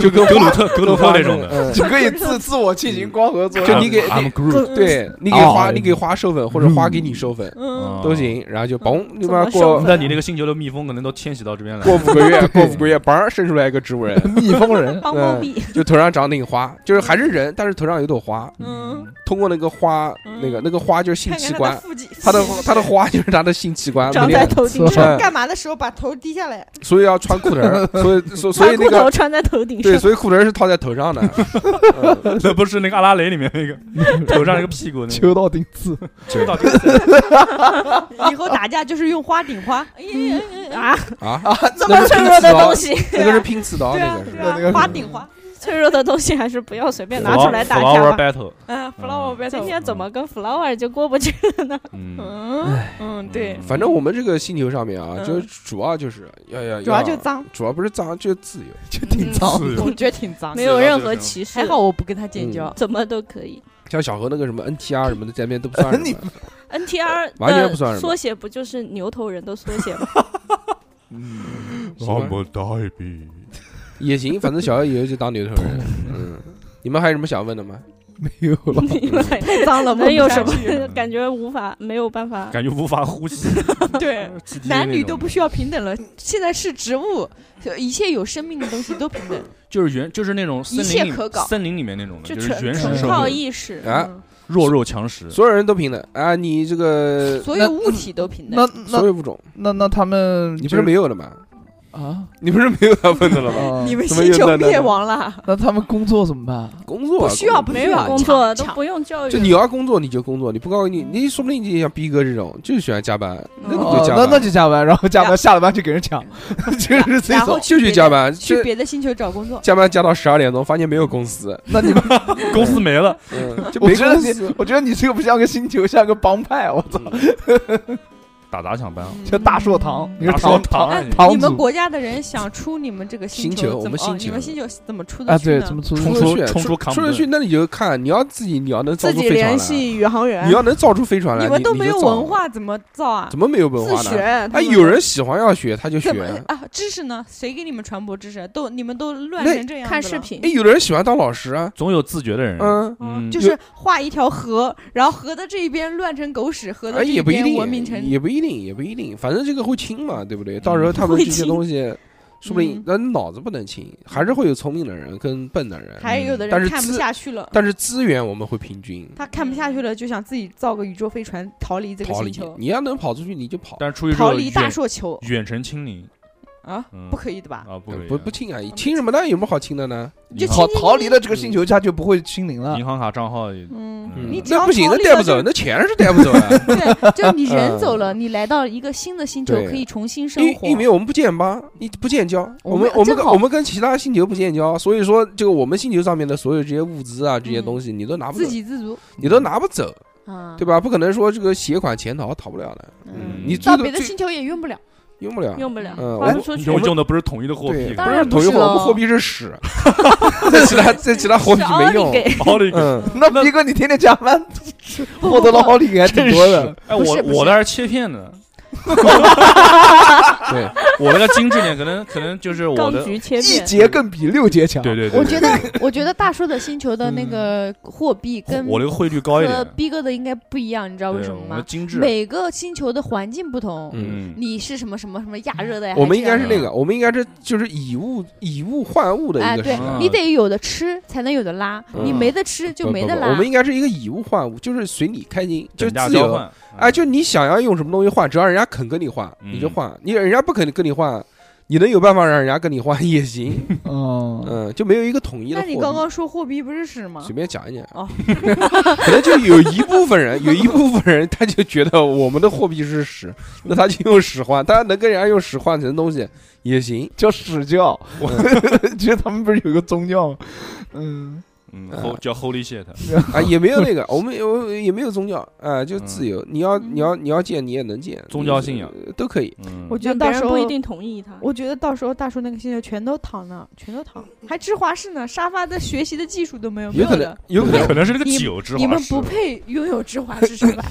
Speaker 2: 就跟
Speaker 3: 格
Speaker 2: 花
Speaker 3: 鲁特格鲁特那种的。
Speaker 2: 嗯
Speaker 4: 就可以 自自我进行光合作
Speaker 2: 就
Speaker 4: 用。
Speaker 2: 你给
Speaker 3: I'm
Speaker 2: 你
Speaker 3: Groot，
Speaker 2: 嗯对你给花
Speaker 4: 哦
Speaker 2: 你给花授粉或者花给你授粉
Speaker 7: 嗯，
Speaker 2: 都。行，然后就嘣，你妈
Speaker 7: 怎么授
Speaker 2: 过
Speaker 7: 粉
Speaker 3: 那你那个星球的蜜蜂可能都迁徙到这边 来
Speaker 2: 过
Speaker 3: 了。
Speaker 2: 五个月，过五 个月嘣生出来一个植物人，嗯
Speaker 4: 蜜蜂 人，
Speaker 7: 帮帮比，
Speaker 2: 就头上长顶花，就是还是人，但是头上有朵花，
Speaker 7: 嗯，
Speaker 2: 通过那个花
Speaker 7: 嗯
Speaker 2: 那个那个花就是性
Speaker 7: 看
Speaker 2: 器
Speaker 7: 看他的
Speaker 2: 官，
Speaker 7: 腹肌，
Speaker 2: 它 的它的花就是它的性器官，
Speaker 7: 长
Speaker 2: 每
Speaker 7: 在
Speaker 2: 天
Speaker 7: 头顶
Speaker 2: 嗯
Speaker 7: 上，干嘛的时候把头低下来，
Speaker 2: 所以要穿裤腿儿，所以所以所以那
Speaker 5: 穿裤
Speaker 2: 个
Speaker 5: 头穿在头顶
Speaker 2: 对，
Speaker 5: 上，
Speaker 2: 所以裤腿儿是套在头 上的，嗯
Speaker 3: 那不是那个阿拉蕾里面 那个头上那个屁股那个，
Speaker 4: 秋到顶刺，
Speaker 3: 就到
Speaker 7: 以后打架就是用花顶花，哎呀哎呀
Speaker 5: 啊，
Speaker 2: 啊，
Speaker 5: 这
Speaker 2: 那
Speaker 5: 么
Speaker 2: 个
Speaker 5: 脆
Speaker 2: 拼
Speaker 5: 弱
Speaker 2: 刺
Speaker 5: 的
Speaker 2: 刀
Speaker 5: 东西，
Speaker 2: 那个是拼刺刀，
Speaker 7: 对
Speaker 2: 那
Speaker 7: 啊
Speaker 2: 个是
Speaker 7: 对
Speaker 4: 那个
Speaker 7: 啊，
Speaker 4: 是
Speaker 7: 花顶花，
Speaker 5: 脆弱的东西还是不要随便拿出来打架
Speaker 3: flower
Speaker 5: 吧。
Speaker 3: battle。
Speaker 7: 嗯，flower
Speaker 5: 今
Speaker 7: battle，
Speaker 5: 天怎么跟 flower 就过不去了呢？
Speaker 3: 嗯，
Speaker 7: 嗯嗯，对，
Speaker 2: 反正我们这个星球上面啊，
Speaker 7: 嗯
Speaker 2: 就主要就是要要
Speaker 7: 主要就，脏，
Speaker 2: 主要不是脏，就是自由。
Speaker 4: 就挺脏的。
Speaker 7: 我觉得挺 脏，嗯
Speaker 5: 没有任何歧视，
Speaker 7: 还好我不跟他建交，
Speaker 5: 怎么都可以。
Speaker 2: 像小何那个什么 NTR 什么的，在那边都不算什
Speaker 4: 你
Speaker 2: 么。
Speaker 5: NTR
Speaker 2: 呃完全不算什么
Speaker 5: 的缩写不就是牛头人的缩 写吗？
Speaker 2: 什么
Speaker 3: 代币，
Speaker 2: 也行，反正小何以后就当牛头人。 嗯，你们还有什么想问的吗？
Speaker 4: 没有 了，
Speaker 5: 你们还
Speaker 7: 太脏 了，
Speaker 5: 能有什
Speaker 7: 么？
Speaker 5: 么感觉无法没有办法？
Speaker 3: 感觉无法呼吸，
Speaker 7: 对， 男女都不需要平等了，现在是植物，就一切有生命的东西都平等。
Speaker 3: 就是原就是那种森
Speaker 7: 一
Speaker 3: 林
Speaker 7: 切
Speaker 3: 里
Speaker 7: 可搞
Speaker 3: 森林里面那种的，
Speaker 5: 就
Speaker 3: 就是
Speaker 5: 纯
Speaker 3: 原始
Speaker 5: 纯
Speaker 3: 社
Speaker 5: 靠
Speaker 3: 会，
Speaker 5: 意识
Speaker 2: 啊
Speaker 5: 嗯
Speaker 3: 弱肉强食。
Speaker 2: 所有人都平等啊！你这个
Speaker 7: 所有物体都平
Speaker 4: 那
Speaker 7: 等。
Speaker 2: 所
Speaker 4: 那
Speaker 2: 有物种，
Speaker 4: 那那他们
Speaker 2: 你不是没有的吗？
Speaker 4: 啊？
Speaker 2: 你不是没有要问的了吗？
Speaker 4: 哦
Speaker 7: 你们
Speaker 2: 怎么
Speaker 7: 星
Speaker 2: 又
Speaker 7: 球
Speaker 2: 那那
Speaker 7: 灭
Speaker 2: 那
Speaker 7: 亡了，
Speaker 4: 那他们工作怎么办？
Speaker 2: 工作啊
Speaker 7: 不需要
Speaker 2: 工作
Speaker 7: 不需要
Speaker 5: 工作
Speaker 7: 抢
Speaker 5: 都不用教育，
Speaker 2: 就你要工作你就工作，你不高兴你你说不定你也像逼哥这种，就是喜欢加班，那你
Speaker 4: 哦
Speaker 2: 就加
Speaker 4: 那
Speaker 2: 班，
Speaker 4: 那就加班，然后加班下了班就给 人抢， 就是这
Speaker 7: 然后
Speaker 4: 种。
Speaker 2: 就去加班，就
Speaker 7: 去别的星球找 工作。
Speaker 2: 加班加到十二点钟，发现没有公司，
Speaker 4: 那你们，
Speaker 3: 公司没了，
Speaker 2: 嗯，就
Speaker 4: 我
Speaker 2: 没
Speaker 4: 觉得
Speaker 2: 公
Speaker 4: 你
Speaker 2: 司，。
Speaker 4: 我觉得你这个不像个星球，像个帮派。我操，
Speaker 3: 打砸抢班，
Speaker 4: 像大硕堂，
Speaker 2: 嗯
Speaker 4: 你是
Speaker 3: 大说
Speaker 4: 堂
Speaker 3: 堂啊
Speaker 7: 哎
Speaker 3: 你
Speaker 4: 堂
Speaker 7: 你们
Speaker 4: 主
Speaker 7: 国家的人想出你们这个
Speaker 2: 星球
Speaker 7: 球
Speaker 2: 我
Speaker 7: 怎
Speaker 2: 们
Speaker 7: 么？
Speaker 2: 星
Speaker 7: 哦你
Speaker 2: 球
Speaker 7: 们星球怎么出
Speaker 4: 啊？
Speaker 7: 的去
Speaker 4: 对，
Speaker 7: 呢
Speaker 4: 怎么？出
Speaker 3: 冲
Speaker 2: 出
Speaker 3: 出
Speaker 2: 去
Speaker 3: 冲出
Speaker 2: 出
Speaker 3: 扛
Speaker 2: 出
Speaker 3: 不
Speaker 2: 去，那你就看，你要自己，你要能造
Speaker 7: 自
Speaker 2: 出
Speaker 7: 己
Speaker 2: 飞船
Speaker 7: 联
Speaker 2: 来，
Speaker 7: 系宇航员
Speaker 2: 啊你，要能造出飞船来，
Speaker 7: 你们
Speaker 2: 你
Speaker 7: 都
Speaker 2: 你
Speaker 7: 没
Speaker 2: 就
Speaker 7: 有
Speaker 2: 造
Speaker 7: 文，化，怎么造啊？
Speaker 2: 怎么没有文
Speaker 5: 自
Speaker 2: 化
Speaker 5: 学
Speaker 2: 呢？。
Speaker 5: 他
Speaker 2: 哎，
Speaker 5: 们
Speaker 2: 有人喜欢要学，他就学
Speaker 7: 怎么。啊？知识呢？谁给你们传播知识？都你们都乱
Speaker 2: 那
Speaker 7: 成这样子了。
Speaker 5: 看视频
Speaker 2: 哎，，有的人喜欢当老师啊，
Speaker 3: 总有自觉的人。
Speaker 2: 嗯，
Speaker 3: 嗯，
Speaker 7: 就
Speaker 2: 有
Speaker 7: 是画一条河，然后河的这一边乱成狗屎，河
Speaker 2: 哎，
Speaker 7: 的这
Speaker 2: 也不一
Speaker 7: 边文明
Speaker 2: 定，
Speaker 7: 成嗯
Speaker 2: 也不一定，也不一定，反正这个会清嘛，对不对？到时候他们
Speaker 5: 会
Speaker 2: 这些
Speaker 5: 清
Speaker 2: 东西说不定那脑子不能轻，还是会有聪明的人跟笨的人，
Speaker 7: 还有
Speaker 2: 嗯
Speaker 7: 的
Speaker 2: 但是
Speaker 7: 人看不
Speaker 2: 资
Speaker 7: 下去了，
Speaker 2: 但是资源我们会平均
Speaker 7: 他看不下去了，就想自己造个宇宙飞船逃离这个
Speaker 2: 逃
Speaker 7: 星
Speaker 2: 离
Speaker 7: 球。，
Speaker 2: 你要能跑出去你就跑，
Speaker 3: 但是出去之
Speaker 7: 逃
Speaker 3: 后
Speaker 7: 离大
Speaker 3: 远
Speaker 7: 硕球
Speaker 3: 远程清零
Speaker 7: 啊，
Speaker 3: 嗯
Speaker 7: 不可以的吧？
Speaker 3: 啊，不
Speaker 2: 呃
Speaker 3: 可以
Speaker 2: 不不清啊，清什么呢？有什么好清的呢？
Speaker 3: 银
Speaker 4: 好
Speaker 3: 行
Speaker 4: 逃离了这个星球，他就不会清零了。
Speaker 3: 银行卡账号也
Speaker 7: 嗯，
Speaker 3: 嗯
Speaker 2: 嗯
Speaker 7: 你只
Speaker 2: 那
Speaker 7: 要
Speaker 2: 不行，
Speaker 7: 逃
Speaker 2: 那
Speaker 7: 离
Speaker 2: 带
Speaker 7: 了
Speaker 2: 不
Speaker 7: 这
Speaker 2: 走，那钱是带不走的。
Speaker 6: 对，就是你人走
Speaker 2: 嗯
Speaker 6: 了，你来到一个新的星球
Speaker 2: 对，
Speaker 6: 可以重新生
Speaker 2: 因
Speaker 6: 活。
Speaker 2: 因为我们不建吧，你不建交，
Speaker 6: 我
Speaker 2: 我们
Speaker 6: 们
Speaker 2: 我们
Speaker 6: 正
Speaker 2: 跟
Speaker 6: 好
Speaker 2: 我们跟其他星球不建交，所以说这个我们星球上面的所有这些物资啊，这些东西你都拿不走
Speaker 7: 自，给自足，
Speaker 2: 你都拿不走，
Speaker 6: 嗯啊，
Speaker 2: 对吧？不可能说这个携款潜逃逃不了的，
Speaker 3: 嗯
Speaker 2: 你最
Speaker 6: 到
Speaker 2: 多
Speaker 6: 别的
Speaker 2: 最
Speaker 6: 星球也用不了。
Speaker 2: 用不了。
Speaker 5: 用不了
Speaker 2: 嗯，
Speaker 5: 花
Speaker 2: 我
Speaker 5: 不
Speaker 2: 们
Speaker 5: 出去。
Speaker 3: 用哎用的不是统一的货
Speaker 2: 对，
Speaker 3: 币，
Speaker 6: 当
Speaker 2: 不是
Speaker 6: 然不
Speaker 2: 统一
Speaker 6: 是
Speaker 2: 货，我们
Speaker 6: 喽
Speaker 2: 货币是屎， 在其他在其他货币
Speaker 5: 是
Speaker 2: 没用
Speaker 5: 奥利。给
Speaker 3: 好的一个。
Speaker 2: 嗯，
Speaker 4: 那逼哥，你天天加班， 获得了好礼还挺多的。
Speaker 3: 哎，
Speaker 6: 不
Speaker 3: 我
Speaker 6: 是不是
Speaker 3: 我那是切片的，
Speaker 2: 对，
Speaker 3: 我那个精致点，可能可能就是我
Speaker 5: 杠
Speaker 3: 的，
Speaker 5: 局切
Speaker 4: 一
Speaker 5: 面，
Speaker 4: 节更比六节强。
Speaker 3: 对对对，
Speaker 6: 我觉
Speaker 3: 对
Speaker 6: 得，我觉得大叔的星球的
Speaker 2: 嗯
Speaker 6: 那个货币跟
Speaker 3: 我那个汇率高一
Speaker 6: 和
Speaker 3: 点，
Speaker 6: 逼哥的应该不一样，你知道
Speaker 3: 对
Speaker 6: 为什么
Speaker 3: 我
Speaker 6: 吗
Speaker 3: 们？精致，
Speaker 6: 每个星球的环境不同，
Speaker 2: 嗯，
Speaker 3: 嗯，
Speaker 6: 你是什么什么什么亚热带还这样的，
Speaker 2: 我们应该是那
Speaker 3: 这
Speaker 2: 个，我们应该是就是以物以物换物的
Speaker 6: 哎，
Speaker 2: 一个
Speaker 6: 对
Speaker 2: 时
Speaker 3: 嗯
Speaker 2: 代。
Speaker 6: 你得有的吃才能有的拉，
Speaker 2: 啊嗯
Speaker 6: 你没得吃就
Speaker 2: 不
Speaker 6: 没
Speaker 2: 不
Speaker 6: 得
Speaker 2: 不
Speaker 6: 拉。
Speaker 2: 我们应该是一个以物换物，就是随你开心，就
Speaker 3: 等价
Speaker 2: 自
Speaker 3: 交
Speaker 2: 由。
Speaker 3: 换，
Speaker 2: 哎，就你想要用什么东西换，只要人家肯跟你换，你就
Speaker 3: 嗯
Speaker 2: 换；你人家不肯跟你换，你能有办法让人家跟你换 也行。
Speaker 4: 嗯，
Speaker 2: 嗯，就没有一个统一的
Speaker 7: 那
Speaker 2: 货币。
Speaker 7: 你刚刚说货币不是屎吗
Speaker 2: 随？便讲一讲，
Speaker 7: 哦
Speaker 2: 可能就有一部分人，有一部分人他就觉得我们的货币是屎，那他就用屎换，他能跟人家用屎换成东西也行。
Speaker 4: 叫史教，我 觉得他们不是有个宗教吗？嗯，
Speaker 3: 嗯，后
Speaker 2: 哎
Speaker 3: 叫 Holy shit，
Speaker 2: 啊，也没有那 个，我们我也没有宗教，啊，就自由，你要你要你要见你也能见，
Speaker 3: 嗯宗教信仰
Speaker 2: 呃都可 以。
Speaker 3: 嗯，
Speaker 7: 我觉得
Speaker 5: 别
Speaker 7: 到
Speaker 5: 人
Speaker 7: 时候
Speaker 5: 不一定同意他。
Speaker 7: 我觉得到时候大叔那个星球全都躺呢，全都躺，还芝华士呢，沙发的学习的技术都没有，没
Speaker 2: 有嗯可
Speaker 7: 有
Speaker 2: 能
Speaker 7: 的。，
Speaker 2: 有可能，
Speaker 3: 可能是那个
Speaker 7: 你
Speaker 3: 酒之
Speaker 7: 你
Speaker 3: 华
Speaker 7: 们
Speaker 3: 士
Speaker 7: 不配拥有芝华士是 吧？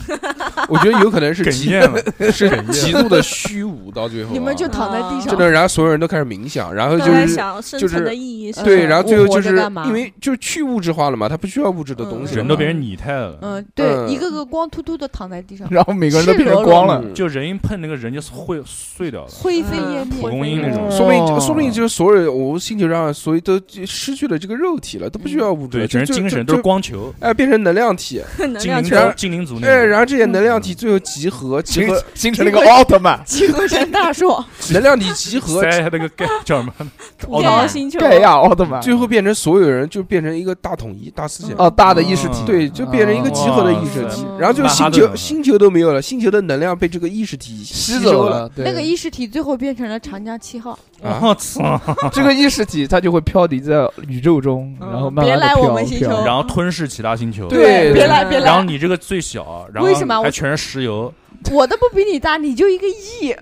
Speaker 2: 我觉得有可能是
Speaker 3: 哽
Speaker 2: 极
Speaker 3: 咽了，
Speaker 2: 是极度的虚无，到最后啊
Speaker 7: 你们就躺在地
Speaker 2: 真
Speaker 7: 上，
Speaker 2: 的，然后所有人都开始冥想，然后
Speaker 5: 刚
Speaker 2: 就
Speaker 5: 才
Speaker 2: 是
Speaker 5: 想深
Speaker 2: 就
Speaker 5: 层
Speaker 2: 是
Speaker 5: 的意义是
Speaker 2: 对，
Speaker 5: 什
Speaker 2: 然后
Speaker 5: 么
Speaker 2: 最后
Speaker 6: 我
Speaker 2: 就
Speaker 6: 活着
Speaker 2: 是
Speaker 6: 干嘛
Speaker 2: 因为就是去物质化了嘛，他不需要物质的东西了嘛，
Speaker 3: 人都变成拟态了，
Speaker 7: 嗯，对，
Speaker 2: 嗯
Speaker 7: 一个个光秃秃的躺在地上，
Speaker 4: 然后每个人都变成光了。
Speaker 2: 嗯
Speaker 3: 就人一碰那个人就会碎掉了，
Speaker 7: 灰飞烟
Speaker 3: 嗯蒲
Speaker 7: 灭。
Speaker 3: 公英那种，
Speaker 2: 说不定，说不定就是所有我们星球上，所以都就失去了这个肉体了，都不需要物质
Speaker 3: 对，
Speaker 2: 了，
Speaker 3: 全
Speaker 2: 就是
Speaker 3: 精神，
Speaker 2: 就
Speaker 3: 都是
Speaker 2: 就
Speaker 3: 光球，
Speaker 2: 哎，变成能量体，
Speaker 5: 能
Speaker 3: 精
Speaker 5: 量
Speaker 3: 灵
Speaker 5: 球
Speaker 2: 全
Speaker 3: 族，精灵族那
Speaker 2: 哎，
Speaker 3: 种，
Speaker 2: 然后这些能量体最后集合，集
Speaker 4: 形
Speaker 2: 合
Speaker 4: 形成了一个奥特曼，
Speaker 7: 金国神大树，
Speaker 2: 能量体集合，
Speaker 3: 塞那个盖叫什么？
Speaker 5: 土
Speaker 3: 哦
Speaker 5: 豪星球，
Speaker 4: 盖亚奥特曼，
Speaker 2: 最后变成所有人就变成一个大统一、 大思想，
Speaker 4: 哦，大
Speaker 3: 嗯
Speaker 4: 的意识体，
Speaker 2: 对，就变成一个集合的意识体
Speaker 6: 哇，
Speaker 2: 然后就
Speaker 3: 曼哈
Speaker 2: 星
Speaker 3: 顿
Speaker 2: 球星球都没有了，星球的能量被这个意识体吸
Speaker 4: 吸
Speaker 2: 收
Speaker 4: 走
Speaker 2: 了
Speaker 4: 了。对
Speaker 6: 那个意识体最后变成了长江七号，
Speaker 2: 啊！
Speaker 3: 我操！
Speaker 4: 这个意识体，它就会漂离在宇宙中，
Speaker 7: 嗯
Speaker 4: 然后慢慢
Speaker 7: 别
Speaker 4: 的
Speaker 7: 来我们星球
Speaker 3: 然后吞噬其他星球，
Speaker 2: 对
Speaker 7: 别来别
Speaker 3: 然后
Speaker 7: 来，
Speaker 3: 你这个最小，然后
Speaker 6: 为什么
Speaker 3: 还
Speaker 6: 我
Speaker 3: 全是石油？
Speaker 6: 我都不比你大，你就一个亿，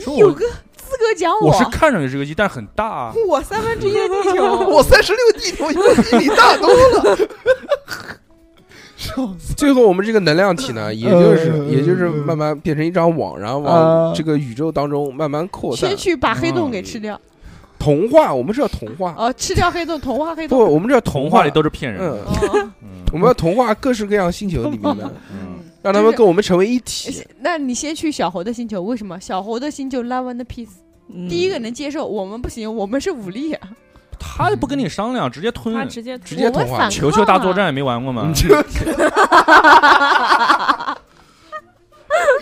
Speaker 3: 说
Speaker 6: 有
Speaker 3: 我
Speaker 6: 个资格讲
Speaker 3: 我是看上去是个亿，但很大 啊，
Speaker 7: 我三分之一的 地球，
Speaker 4: 我三十六地球，我比你大多了。笑死！
Speaker 2: 最后我们这个能量体呢，也就是
Speaker 4: 嗯
Speaker 2: 也就是慢慢变成一张网，然后往
Speaker 4: 啊
Speaker 2: 这个宇宙当中慢慢扩散
Speaker 7: 先。去把黑洞给吃掉，
Speaker 2: 童话，我们是要童话，
Speaker 7: 哦，吃掉黑洞，同化黑
Speaker 2: 不，
Speaker 7: 洞。
Speaker 2: 我们这
Speaker 3: 童
Speaker 2: 童
Speaker 3: 话
Speaker 2: 话
Speaker 3: 里都是骗人的。
Speaker 2: 嗯，
Speaker 7: 哦，
Speaker 3: 嗯
Speaker 2: 我们要童话各式各样星球里面的，
Speaker 3: 嗯
Speaker 2: 让他们跟我们成为一体。
Speaker 7: 那你先去小猴的星球，为什么？小猴的星球 love and peace，第
Speaker 2: 嗯
Speaker 5: 第一
Speaker 7: 一
Speaker 5: 个
Speaker 7: 个能接受，我们不行，我们是武力啊。
Speaker 3: 他不跟你商量，直接
Speaker 2: 嗯
Speaker 5: 他
Speaker 3: 吞。
Speaker 5: 直接
Speaker 2: 直接
Speaker 6: 我
Speaker 2: 童
Speaker 6: 们
Speaker 2: 话
Speaker 6: 反，
Speaker 3: 球球大作战没玩过吗？
Speaker 2: 嗯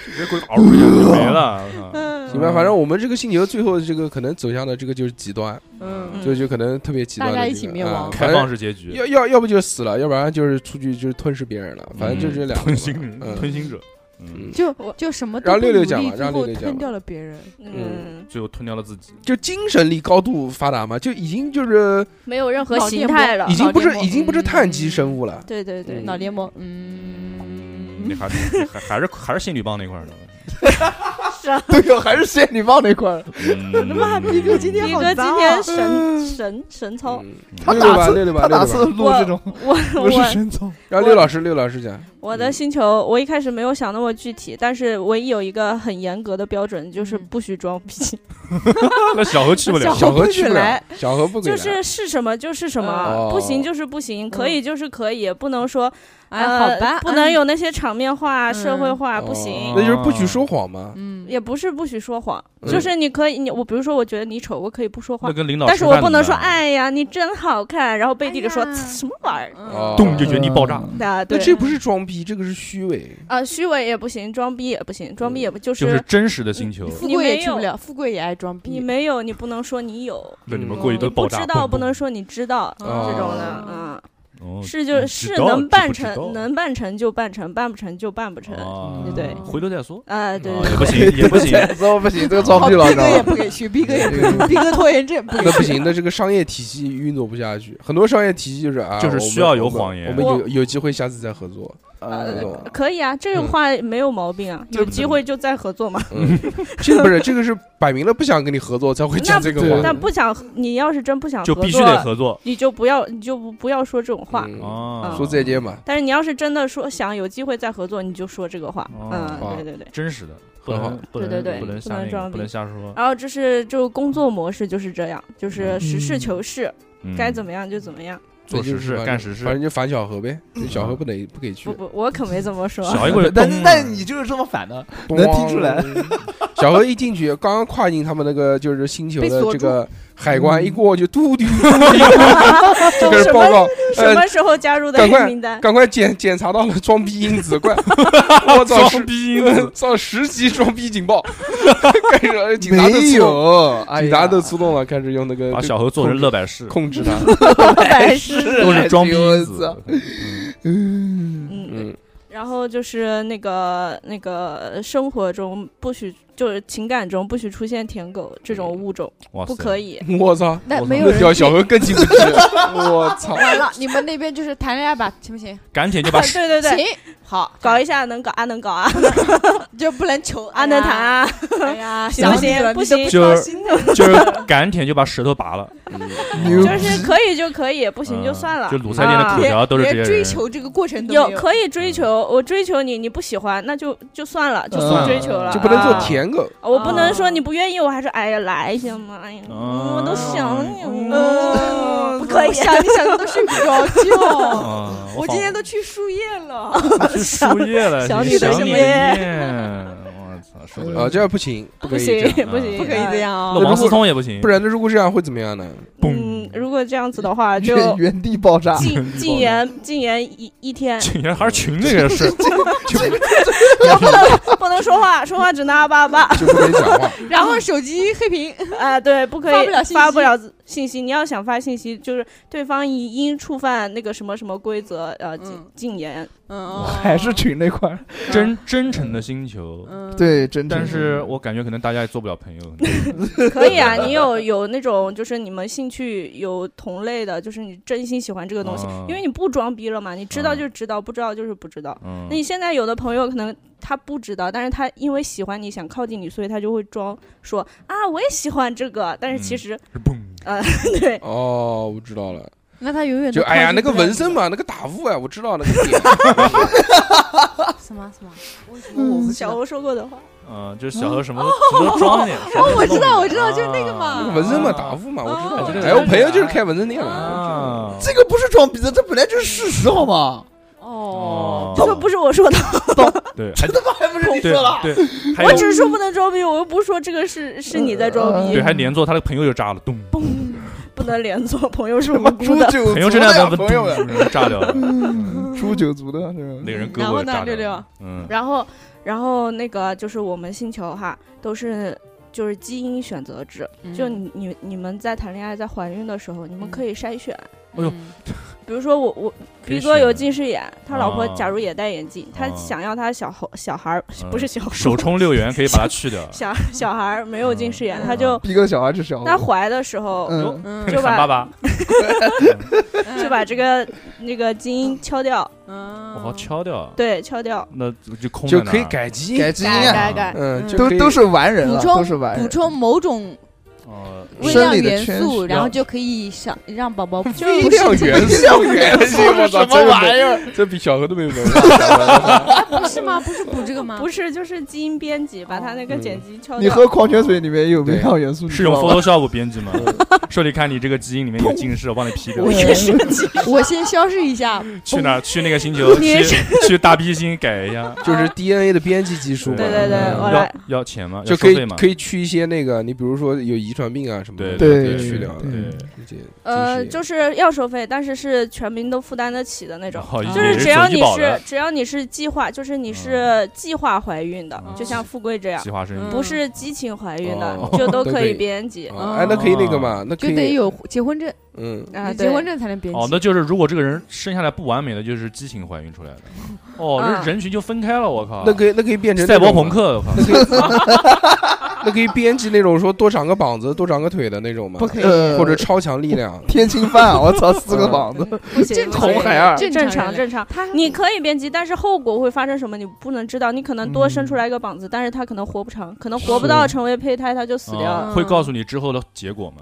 Speaker 3: 直接过去嗷一下就 没了。我操
Speaker 5: 嗯
Speaker 2: 行吧，反正我们这个星球最后这个可能走向的这个就是极端，
Speaker 7: 嗯，
Speaker 2: 就就可能特别极端的这个。
Speaker 7: 大家一起灭亡
Speaker 2: 啊
Speaker 3: 开放式结局，
Speaker 2: 要要要不就死了，要不然就是出去就是吞噬别人了，反正就这两个
Speaker 3: 嗯吞
Speaker 2: 嘛。
Speaker 3: 星人、
Speaker 2: 嗯
Speaker 3: 吞星者，
Speaker 2: 嗯
Speaker 3: 嗯，
Speaker 7: 就
Speaker 5: 我
Speaker 7: 就什么都
Speaker 2: 让
Speaker 7: 不
Speaker 2: 六六
Speaker 7: 努
Speaker 2: 讲
Speaker 7: 力
Speaker 2: 吧
Speaker 7: 最
Speaker 2: 让六
Speaker 7: 后
Speaker 2: 六讲
Speaker 7: 吞
Speaker 2: 吧
Speaker 7: 掉了别人，
Speaker 5: 嗯，
Speaker 3: 最后吞掉了自己。
Speaker 2: 就精神力高度发达嘛，就已经就是
Speaker 5: 没有任何
Speaker 7: 脑
Speaker 5: 形
Speaker 7: 电波
Speaker 5: 态了
Speaker 2: 已，经不是
Speaker 7: 脑电波
Speaker 2: 已经不是碳基生物了。
Speaker 5: 对对对
Speaker 2: 嗯，
Speaker 7: 脑
Speaker 5: 脑
Speaker 7: 联盟，嗯，
Speaker 3: 那 还是还还是还是仙女棒那块儿的，
Speaker 4: 对哦，还是仙女棒那块儿，
Speaker 3: 他妈逼
Speaker 7: 逼哥今天
Speaker 5: 斌
Speaker 7: 好
Speaker 5: 哥今
Speaker 7: 脏啊
Speaker 5: 天神神神操，
Speaker 2: 嗯
Speaker 4: 他
Speaker 2: 六六
Speaker 4: 哪
Speaker 2: 吧，六六吧，
Speaker 4: 次
Speaker 2: 六
Speaker 4: 他哪
Speaker 2: 六吧
Speaker 4: 次。录这种？
Speaker 5: 我
Speaker 4: 我是
Speaker 5: 我
Speaker 4: 神操，
Speaker 2: 让六老师，六老师讲。
Speaker 5: 我的星球，我一开始没有想那么具体，但是唯一有一个很严格的标准，就是
Speaker 7: 嗯
Speaker 5: 不许装逼，
Speaker 3: 那小何去不了
Speaker 7: 小，
Speaker 2: 小
Speaker 7: 何
Speaker 2: 何
Speaker 7: 不
Speaker 2: 去
Speaker 7: 许
Speaker 2: 不了
Speaker 7: 来，
Speaker 2: 小何不给
Speaker 5: 就
Speaker 2: 来。
Speaker 5: 是是什么就是什
Speaker 2: 哦
Speaker 5: 么，不行就是不行，可以就是可以，不能说
Speaker 7: 嗯哎，
Speaker 5: 呃
Speaker 7: 好吧，
Speaker 5: 不能
Speaker 7: 嗯，
Speaker 5: 有那些场面话、
Speaker 7: 嗯
Speaker 5: 社会化，
Speaker 2: 哦
Speaker 5: 不行。
Speaker 2: 那就是不许说谎嘛。
Speaker 7: 嗯，
Speaker 5: 也不是不许说谎，
Speaker 2: 嗯
Speaker 5: 就是你可以，你我比如说，我觉得你丑，我可以不说话
Speaker 3: 那，跟领导
Speaker 5: 但
Speaker 3: 吃饭怎么
Speaker 5: 是我
Speaker 3: 办，
Speaker 5: 不能说，哎呀，你真好看，然后背地里说
Speaker 7: 哎呀
Speaker 5: 呲什么玩意儿。
Speaker 2: 哦
Speaker 3: 动就原地爆炸
Speaker 4: 嗯
Speaker 5: 啊，
Speaker 2: 那
Speaker 5: 对，
Speaker 2: 这不是装逼，这个是虚伪。
Speaker 5: 啊，虚伪也不行，装逼也不行，装逼也不就
Speaker 3: 嗯就是
Speaker 5: 是嗯
Speaker 3: 真实的星球。
Speaker 5: 你
Speaker 7: 富贵也
Speaker 5: 没
Speaker 7: 去不
Speaker 5: 有
Speaker 7: 了，富贵也爱装
Speaker 5: 你
Speaker 7: 逼。
Speaker 5: 没有，你不能说你有，
Speaker 3: 那你们
Speaker 2: 嗯
Speaker 3: 过一顿爆
Speaker 5: 不
Speaker 3: 炸，
Speaker 5: 知道
Speaker 3: 嘣
Speaker 5: 不能说你知道这
Speaker 2: 哦
Speaker 5: 种的，嗯，
Speaker 3: 哦
Speaker 5: 是
Speaker 3: 你
Speaker 5: 就
Speaker 3: 知
Speaker 5: 是
Speaker 3: 道
Speaker 5: 能
Speaker 3: 知
Speaker 5: 办
Speaker 3: 不知道
Speaker 5: 成，能办成就办成，办不成就办不成，嗯
Speaker 3: 哦
Speaker 5: 对
Speaker 3: 回头再说，
Speaker 5: 啊，对
Speaker 3: 哦
Speaker 5: 对
Speaker 3: 也
Speaker 5: 对
Speaker 3: 不行，也不 行，
Speaker 4: 这不行，这个装不了，
Speaker 7: 哦逼
Speaker 4: 知
Speaker 7: 哥也
Speaker 4: 道吧？
Speaker 7: 不给去，逼哥也不
Speaker 2: 这个
Speaker 7: 逼哥拖延症不 给
Speaker 2: 那不
Speaker 7: 去。
Speaker 2: 行，那这个商业体系运作不下去。很多商业体系就是啊，
Speaker 3: 就是
Speaker 2: 我们
Speaker 3: 需要有
Speaker 2: 我们
Speaker 3: 谎言
Speaker 2: 我们有
Speaker 5: 我
Speaker 2: 有机会下次再合作，
Speaker 4: 呃
Speaker 2: 懂吗
Speaker 5: 可以啊，这个
Speaker 2: 嗯
Speaker 5: 话没有毛病啊，
Speaker 2: 这
Speaker 5: 有
Speaker 2: 不
Speaker 5: 机会就再合作嘛。
Speaker 2: 嗯， 这个不是这个是摆明了不想跟你合作才会讲这个
Speaker 4: 对
Speaker 2: 话。
Speaker 5: 那不想，你要是真不想
Speaker 3: 就
Speaker 5: 合
Speaker 3: 必须
Speaker 5: 作
Speaker 3: 得合作
Speaker 5: 你就不要，你就不不要说这种话。
Speaker 2: 嗯
Speaker 3: 啊
Speaker 2: 说再见吧，
Speaker 5: 但是你要是真的说想有机会再合作，你就说这个话。
Speaker 3: 哦
Speaker 5: 嗯，对对对。
Speaker 3: 真实的，不
Speaker 2: 很好
Speaker 3: 能不
Speaker 5: 对
Speaker 3: 能
Speaker 5: 对对
Speaker 3: 不能
Speaker 5: 不
Speaker 3: 瞎
Speaker 5: 能
Speaker 3: 那个
Speaker 5: 装
Speaker 3: 不能
Speaker 5: 逼
Speaker 3: 瞎说，
Speaker 5: 然后这是就工作模式就是这样，就是实事
Speaker 4: 嗯
Speaker 5: 求是，该怎
Speaker 3: 么
Speaker 5: 么样就怎么样。
Speaker 3: 做
Speaker 2: 那就
Speaker 3: 实
Speaker 2: 是
Speaker 3: 事
Speaker 2: 反
Speaker 3: 干实事
Speaker 2: 反，正就反小何呗，就小何不得不给去
Speaker 5: 不，不，我可没这么说。
Speaker 3: 小一会儿
Speaker 4: 但
Speaker 3: 咚
Speaker 4: 但你就是这么反的，
Speaker 2: 咚
Speaker 4: 能听出来。
Speaker 2: 小何一进去，刚刚跨进他们那个就是星球
Speaker 7: 被
Speaker 2: 的
Speaker 7: 锁
Speaker 2: 这
Speaker 7: 住
Speaker 2: 个海关，一过就嘟嘟，就开始报告，
Speaker 5: 什
Speaker 2: 呃，
Speaker 5: 么时候加入的
Speaker 2: 赶快
Speaker 5: 黑名单？
Speaker 2: 赶快检检查到了装逼因子，快！我操，
Speaker 3: 装
Speaker 2: 十
Speaker 3: 逼因子
Speaker 2: 上十级装逼警报， 开始呃警察都
Speaker 4: 没
Speaker 2: 出动，
Speaker 4: 有，哎呀
Speaker 2: 警察都出动了，开始用那个
Speaker 3: 把小何做成乐百氏，
Speaker 2: 控制 他，
Speaker 4: 白痴，
Speaker 3: 都是装逼因
Speaker 4: 我
Speaker 3: 子
Speaker 4: 操，
Speaker 3: 嗯
Speaker 4: 嗯，
Speaker 5: 嗯，
Speaker 2: 嗯，
Speaker 5: 然后就是那个那个生活中不许，就是情感中不许出现舔狗这种物种，
Speaker 3: 哇塞，
Speaker 5: 不可以。
Speaker 2: 我操，
Speaker 7: 那
Speaker 3: 我
Speaker 7: 没有
Speaker 2: 那
Speaker 7: 人
Speaker 2: 条小何更进不 去，我操，
Speaker 7: 完了，你们那边就是谈恋爱吧，行不行？
Speaker 3: 赶紧就 把
Speaker 5: 啊 对对对，
Speaker 7: 行，好，
Speaker 5: 搞一下能搞啊能搞啊
Speaker 7: 就不能求
Speaker 5: 啊能谈，啊，
Speaker 7: 哎呀，
Speaker 5: 行不
Speaker 7: 想你
Speaker 5: 行？
Speaker 7: 了
Speaker 5: 不行，
Speaker 3: 就是就是赶紧就把舌头拔了，
Speaker 4: 牛
Speaker 5: 就
Speaker 4: 逼
Speaker 5: 是可以就可以，不
Speaker 3: 不
Speaker 5: 行就算了
Speaker 3: 就。鲁菜店的
Speaker 5: 啊
Speaker 3: 口条都是这
Speaker 7: 连
Speaker 3: 些
Speaker 7: 追
Speaker 3: 人，
Speaker 7: 求这个过程都
Speaker 5: 有
Speaker 7: 没
Speaker 5: 可以追求，我追求你，你不喜欢，那就就算了，就
Speaker 3: 嗯
Speaker 5: 不追求了，
Speaker 2: 就不能做
Speaker 5: 啊
Speaker 2: 舔狗，
Speaker 5: 我不能说你不愿意，我还是哎呀来行吗？哎呀，我都想你了，
Speaker 7: 嗯
Speaker 5: 不可以啊
Speaker 7: 我。想你想的都睡不着觉。
Speaker 3: 啊，
Speaker 7: 我今
Speaker 3: 好
Speaker 7: 天都去输液了，
Speaker 5: 哦
Speaker 3: 去输液了，
Speaker 5: 想
Speaker 3: 你
Speaker 5: 你的
Speaker 3: 想
Speaker 5: 什
Speaker 3: 你
Speaker 5: 么
Speaker 3: 我操，受不了
Speaker 2: 啊，这样不行，不可
Speaker 5: 不
Speaker 2: 以这
Speaker 5: 行
Speaker 2: 样，
Speaker 5: 不行，哎
Speaker 7: 不可以这样
Speaker 3: 呃那
Speaker 7: 啊！
Speaker 3: 王思聪也不行，
Speaker 2: 不然那如果这样会怎么样呢？
Speaker 5: 嗯，如果这样子的话，就
Speaker 4: 原原地爆炸，
Speaker 5: 禁禁言禁言一一天，
Speaker 3: 群人还是群那个 事，
Speaker 5: 就不能啊不能说话，说话只能啊吧 啊吧。
Speaker 2: 就不可以讲话，
Speaker 7: 然后手机黑 屏，
Speaker 5: 啊，对，不可以
Speaker 7: 发不了信息
Speaker 5: 发不了信息。你要想发信息，就是对方已因触犯那个什么什么规则，呃，禁
Speaker 7: 嗯
Speaker 5: 禁言。
Speaker 7: 嗯，
Speaker 4: 还是群那块儿，
Speaker 3: 真真诚的星球。
Speaker 7: 嗯，
Speaker 4: 对，真诚
Speaker 3: 但是我感觉可能大家也做不了朋友，
Speaker 5: 可 以啊，你有有那种就是你们兴趣有同类的，就是你真心喜欢这个东西，
Speaker 3: 啊
Speaker 2: 哦
Speaker 5: 因为你不装逼了嘛，你知道
Speaker 3: 嗯
Speaker 5: 就是知道，不知道就是不知道。
Speaker 3: 嗯
Speaker 5: 那，你现在有的朋友可能他不知道，但是他因为喜欢你想靠近你，所以他就会装说啊我也喜欢这个，但是其实、呃对，
Speaker 2: 哦，我知道了，
Speaker 7: 那他永远
Speaker 2: 就
Speaker 7: 都
Speaker 2: 哎呀，
Speaker 7: 靠
Speaker 2: 那
Speaker 7: 近
Speaker 2: 个
Speaker 7: 不了
Speaker 2: 纹身嘛，那个打雾啊，我知道那个点，
Speaker 7: 什么什么，为什么我不知
Speaker 5: 小
Speaker 7: 道？
Speaker 5: 欧说过的话，
Speaker 3: 嗯，就是小何什么都什么都装一点。
Speaker 7: 哦我知
Speaker 3: 什
Speaker 7: 道
Speaker 3: 么都弄一点啊
Speaker 7: 我知道就是那个嘛啊
Speaker 2: 那个纹身嘛，打雾嘛，我知道
Speaker 3: 哦
Speaker 2: 了。哎，我朋友就是开纹身店的，
Speaker 3: 啊，
Speaker 4: 这个不是装逼的，这本来就是事实，好吗？
Speaker 7: 哦，
Speaker 5: 这个不是我说的，
Speaker 3: 啊对，还
Speaker 4: 他妈还不是你
Speaker 3: 对
Speaker 4: 说了？
Speaker 3: 对，还
Speaker 5: 我
Speaker 3: 有
Speaker 5: 只是说不能装逼，我又不是说这个是是你在装
Speaker 3: 嗯
Speaker 5: 逼，
Speaker 3: 对，还连坐，他的朋友就炸了，咚，
Speaker 5: 不能连坐，朋友是
Speaker 4: 他妈
Speaker 5: 无 辜
Speaker 4: 猪
Speaker 5: 的。
Speaker 4: 九
Speaker 3: 朋友这
Speaker 4: 族
Speaker 3: 两
Speaker 4: 的呀，
Speaker 3: 个
Speaker 4: 朋友呀，
Speaker 3: 咚炸掉了，
Speaker 4: 猪九族的是
Speaker 3: 那
Speaker 4: 吧？
Speaker 3: 个人胳
Speaker 7: 然
Speaker 3: 膊
Speaker 7: 后
Speaker 3: 也
Speaker 7: 呢
Speaker 3: 炸
Speaker 7: 六
Speaker 3: 掉
Speaker 7: 六
Speaker 3: 了，嗯，
Speaker 5: 然后，然后那个就是我们星球哈，都是就是基因选择制，就你你你们在谈恋爱、在怀孕的时候，你们
Speaker 7: 嗯
Speaker 5: 可以筛选。
Speaker 3: 哎呦
Speaker 7: 嗯
Speaker 5: 比如说我我
Speaker 3: 可以
Speaker 5: 逼哥有
Speaker 3: 选
Speaker 5: 近视眼，他老婆
Speaker 3: 啊
Speaker 5: 假如也戴眼镜，他
Speaker 3: 啊
Speaker 5: 想要他小猴小孩儿
Speaker 3: 嗯
Speaker 5: 不是小猴
Speaker 3: 手冲啊六元可以把它去掉，
Speaker 5: 小小孩儿没有近视眼，
Speaker 7: 嗯
Speaker 5: 他就
Speaker 4: 逼哥小孩是小
Speaker 5: 他
Speaker 4: 孩，
Speaker 5: 怀的时候
Speaker 3: 哎
Speaker 4: 嗯，
Speaker 7: 嗯
Speaker 5: 就把
Speaker 3: 喊爸爸，
Speaker 5: 就把这个那个基因敲掉，
Speaker 3: 我
Speaker 7: 嗯
Speaker 3: 好敲掉，
Speaker 5: 对，敲掉。
Speaker 3: 那就空
Speaker 2: 就
Speaker 3: 在那
Speaker 2: 可以
Speaker 3: 儿
Speaker 2: 改基因
Speaker 4: 改，基因啊，
Speaker 7: 改
Speaker 2: 嗯，
Speaker 7: 嗯
Speaker 2: 就
Speaker 4: 都
Speaker 2: 可以
Speaker 4: 都是完人了，
Speaker 7: 补充
Speaker 4: 都是完
Speaker 7: 补
Speaker 4: 人。
Speaker 7: 充某种
Speaker 3: 呃，
Speaker 4: 微
Speaker 7: 微
Speaker 4: 生
Speaker 7: 量
Speaker 4: 理的
Speaker 7: 元
Speaker 4: 圈
Speaker 7: 素，
Speaker 4: 是
Speaker 7: 然
Speaker 3: 要
Speaker 7: 后就可以想让宝宝不
Speaker 2: 微
Speaker 7: 是
Speaker 2: 量
Speaker 7: 这
Speaker 2: 元
Speaker 7: 么
Speaker 2: 素，元素， 我操，这玩意儿，这比小何都没有文化。
Speaker 7: 不是吗？不是补这个吗？
Speaker 5: 不是，就是基因编辑把他那个
Speaker 3: 嗯
Speaker 5: 剪辑敲
Speaker 4: 你
Speaker 5: 掉。
Speaker 4: 喝矿泉水里面有微量元素，
Speaker 3: 是用
Speaker 4: 你知道吗
Speaker 3: Photoshop 编辑吗？ 说你看你这个基因里面有近视，我帮你 P 掉
Speaker 7: 我。也是，我先消失一下。
Speaker 3: 去哪儿？去那个星球？
Speaker 5: 你也
Speaker 3: 去去大 B 星改一下。
Speaker 2: 就是 DNA 的编辑技术嘛，
Speaker 5: 对对对
Speaker 2: 嗯
Speaker 5: 我来
Speaker 3: 要要钱吗？
Speaker 2: 就
Speaker 3: 要
Speaker 2: 可
Speaker 3: 收
Speaker 2: 以
Speaker 3: 费吗？
Speaker 2: 可以去一些那个，你比如说有遗传病啊什么的，
Speaker 3: 对
Speaker 2: 可以
Speaker 4: 对
Speaker 2: 去掉的
Speaker 4: 对
Speaker 3: 对，
Speaker 2: 这些
Speaker 5: 呃，就是是要收费，但是是全民都负担得起的那种。
Speaker 3: 啊好
Speaker 5: 就
Speaker 3: 也
Speaker 5: 是
Speaker 3: 是
Speaker 5: 只要
Speaker 3: 走医
Speaker 5: 你
Speaker 3: 保
Speaker 5: 是
Speaker 3: 的啊
Speaker 5: 只要你是计划，就是你是计划怀孕的，
Speaker 3: 嗯
Speaker 5: 就像富贵这样
Speaker 3: 计，划生育
Speaker 7: 嗯
Speaker 5: 不是激情怀孕的
Speaker 2: 哦，
Speaker 5: 就都
Speaker 2: 都
Speaker 5: 可
Speaker 2: 可以
Speaker 5: 以编辑。
Speaker 2: 啊哎，那可以那个嘛，那可
Speaker 7: 哦就得
Speaker 2: 以，
Speaker 7: 有结婚证，
Speaker 2: 嗯，
Speaker 5: 啊，
Speaker 7: 有结婚
Speaker 5: 对，
Speaker 7: 证才能编辑。
Speaker 3: 哦，那就是如果这个人生下来不完美的，就是激情怀孕出来的。哦，
Speaker 5: 嗯
Speaker 3: 这人群就分开了，我靠。
Speaker 2: 那可以那可以变成
Speaker 3: 啊赛博
Speaker 2: 那种
Speaker 3: 朋
Speaker 2: 嘛，
Speaker 3: 克，我靠。
Speaker 2: 那可以编辑那种说多长个膀子、多长个腿的那种嘛
Speaker 7: 不，可以，
Speaker 4: 呃
Speaker 2: 或者超强力量。
Speaker 4: 天津饭，啊我操，四
Speaker 3: 嗯
Speaker 4: 个膀子，
Speaker 5: 不行，
Speaker 7: 正
Speaker 5: 不
Speaker 7: 常
Speaker 2: 红
Speaker 5: 行
Speaker 2: 孩儿，
Speaker 7: 正
Speaker 5: 正
Speaker 7: 常人
Speaker 5: 常
Speaker 7: 类
Speaker 5: 正常。
Speaker 7: 他
Speaker 5: 你可以编辑，但是后果会发生什么你不能知道。你可能多生
Speaker 3: 嗯
Speaker 5: 出来一个膀子，但是他可能活不长，可能活不到
Speaker 2: 是
Speaker 5: 成为胚胎，他就死掉了。嗯
Speaker 3: 啊会告诉你之后的结果吗？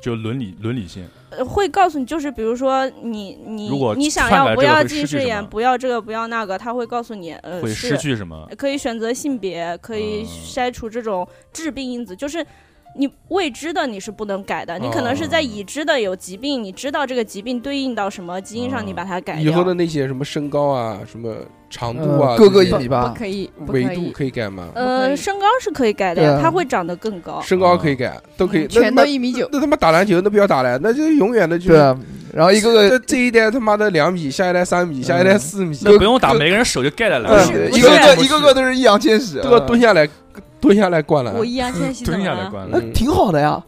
Speaker 3: 就伦理伦理性，
Speaker 7: 嗯
Speaker 5: 呃会告诉你，就是比如说你你
Speaker 3: 如果
Speaker 5: 你想
Speaker 3: 篡改这
Speaker 5: 要不
Speaker 3: 个
Speaker 5: 要
Speaker 3: 会失
Speaker 5: 近
Speaker 3: 去
Speaker 5: 视
Speaker 3: 什
Speaker 5: 眼，
Speaker 3: 么
Speaker 5: 不要这个不要那个，他会告诉你，呃，
Speaker 3: 会失
Speaker 5: 是
Speaker 3: 去什么？
Speaker 5: 可以选择性别，可以
Speaker 3: 嗯
Speaker 5: 筛除这种致病因子，就是。你未知的你是不能改的，你可能是在
Speaker 3: 哦
Speaker 5: 已知的有疾病，你知道这个疾病对应到什么基因上，
Speaker 3: 嗯
Speaker 5: 你把它改
Speaker 2: 以
Speaker 5: 掉。
Speaker 2: 后的那些什么身高啊、什么
Speaker 3: 嗯
Speaker 2: 长度啊，
Speaker 7: 嗯
Speaker 4: 呃各个
Speaker 2: 这
Speaker 4: 一
Speaker 2: 些
Speaker 4: 米吧
Speaker 7: 不，可以，
Speaker 2: 啊
Speaker 7: 不可
Speaker 2: 维度
Speaker 7: 以，
Speaker 2: 可以改吗？
Speaker 7: 不可
Speaker 5: 呃，
Speaker 7: 以
Speaker 5: 身高是可以改的
Speaker 4: 对
Speaker 5: 呀
Speaker 4: 啊，
Speaker 5: 它会长得更高。
Speaker 2: 身高可以改，都可以。那
Speaker 7: 哦嗯全都
Speaker 2: 那
Speaker 7: 一米九。
Speaker 2: 那他妈打篮球那不要打了，那就永远的就
Speaker 4: 对
Speaker 2: 是
Speaker 4: 啊，然后一个嗯
Speaker 2: 这
Speaker 4: 个
Speaker 2: 这一代他妈的两米，下一代三米，下一代四米，
Speaker 3: 那不用打，
Speaker 2: 各
Speaker 3: 每个人手就盖来
Speaker 2: 嗯
Speaker 3: 了。
Speaker 4: 嗯
Speaker 5: 不
Speaker 4: 一
Speaker 5: 是
Speaker 4: 个
Speaker 5: 不
Speaker 4: 个
Speaker 5: 是
Speaker 4: 一个个都是易烊千玺，啊
Speaker 2: 都要蹲下来，蹲下来灌篮
Speaker 7: 我。易烊千玺怎
Speaker 3: 蹲
Speaker 7: 么
Speaker 3: 下来
Speaker 7: 了？
Speaker 3: 关
Speaker 4: 那
Speaker 3: 了。
Speaker 2: 嗯
Speaker 4: 挺好的呀，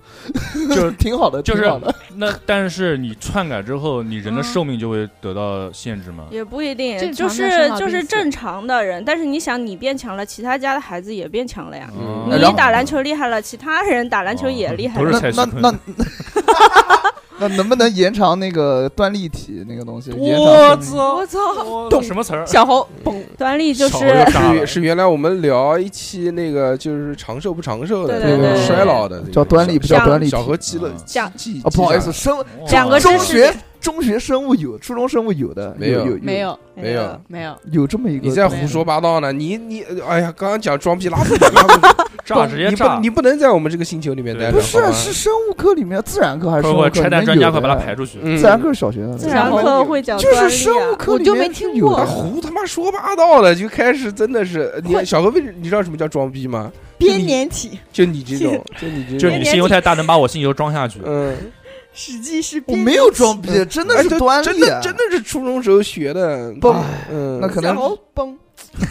Speaker 3: 就是
Speaker 4: 挺好的，
Speaker 3: 就是
Speaker 4: 挺好的
Speaker 3: 那但是你篡改之后，你人
Speaker 5: 嗯
Speaker 3: 的寿命就会得到限制吗？
Speaker 5: 也不一定，
Speaker 7: 正
Speaker 5: 就
Speaker 7: 常的生
Speaker 5: 是
Speaker 7: 老
Speaker 5: 就是
Speaker 7: 病死
Speaker 5: 正常的人，但是你想，你变强了，其他家的孩子也变强了呀。
Speaker 2: 嗯
Speaker 5: 你
Speaker 4: 然后
Speaker 5: 打篮球厉害了，其他人打篮球
Speaker 3: 哦
Speaker 5: 也厉害
Speaker 3: 不是
Speaker 5: 了。
Speaker 3: 蔡徐
Speaker 4: 那
Speaker 3: 坤
Speaker 4: 那那那 能不能延长那个端粒体那个东西？延
Speaker 3: 我
Speaker 4: 长生命
Speaker 3: 操！
Speaker 7: 我操！
Speaker 3: 懂哦什么词儿？
Speaker 7: 小猴，
Speaker 5: 端粒就
Speaker 3: 小
Speaker 5: 是
Speaker 3: 猴就炸了
Speaker 2: 是是原来我们聊一期那个就是长寿不长寿的，
Speaker 5: 对对
Speaker 2: 那个
Speaker 5: 对
Speaker 2: 衰老的
Speaker 4: 叫端粒，不叫
Speaker 5: 像
Speaker 4: 端粒体。
Speaker 2: 小何记了
Speaker 3: 嗯
Speaker 2: 记记，
Speaker 4: 啊，不好意思，
Speaker 2: 记
Speaker 4: 生
Speaker 3: 哇
Speaker 5: 两个
Speaker 4: 中
Speaker 5: 知识
Speaker 4: 学中学生物有，初中生物有的，
Speaker 2: 没有
Speaker 4: 有
Speaker 7: 没有，
Speaker 2: 没有
Speaker 7: 没有，
Speaker 4: 有这么一个。
Speaker 2: 你在胡说八道呢！你你哎呀，刚刚讲装逼拉不 准，拉不准
Speaker 3: 炸直接
Speaker 2: 你
Speaker 3: 炸
Speaker 2: 不！你不能在我们这个星球里面待着，
Speaker 4: 不是
Speaker 2: 好吗
Speaker 4: 是生物课里面自然课还是
Speaker 3: 快
Speaker 4: 生物
Speaker 3: 快
Speaker 4: 课？
Speaker 3: 拆弹
Speaker 4: 里面
Speaker 3: 专家，
Speaker 4: 有
Speaker 3: 快
Speaker 4: 的
Speaker 3: 把他
Speaker 4: 呀
Speaker 3: 排出去！
Speaker 2: 嗯
Speaker 4: 自然课是小学的，
Speaker 5: 自 然
Speaker 2: 自然
Speaker 5: 课会讲
Speaker 4: 就是
Speaker 5: 端粒
Speaker 4: 生物
Speaker 5: 啊。
Speaker 4: 课里面是
Speaker 7: 我就没
Speaker 4: 有的，
Speaker 7: 听过
Speaker 2: 他胡他妈说八道了，就开始真的是你
Speaker 7: 会
Speaker 2: 小何为什你知道什么叫装逼吗？
Speaker 7: 编年体，
Speaker 2: 就你这种，就你这
Speaker 3: 就
Speaker 2: 种，
Speaker 3: 你心油太大，能把我心油装下去。
Speaker 2: 嗯，
Speaker 7: 史记是
Speaker 4: 我
Speaker 7: 编
Speaker 4: 没有装逼，真的
Speaker 2: 哎
Speaker 4: 是
Speaker 2: 对
Speaker 4: 端粒
Speaker 2: 真的
Speaker 4: 啊，
Speaker 2: 真的是初中时候学的，
Speaker 4: 不
Speaker 2: 嗯，
Speaker 4: 那可
Speaker 7: 小
Speaker 4: 能
Speaker 7: 猴崩，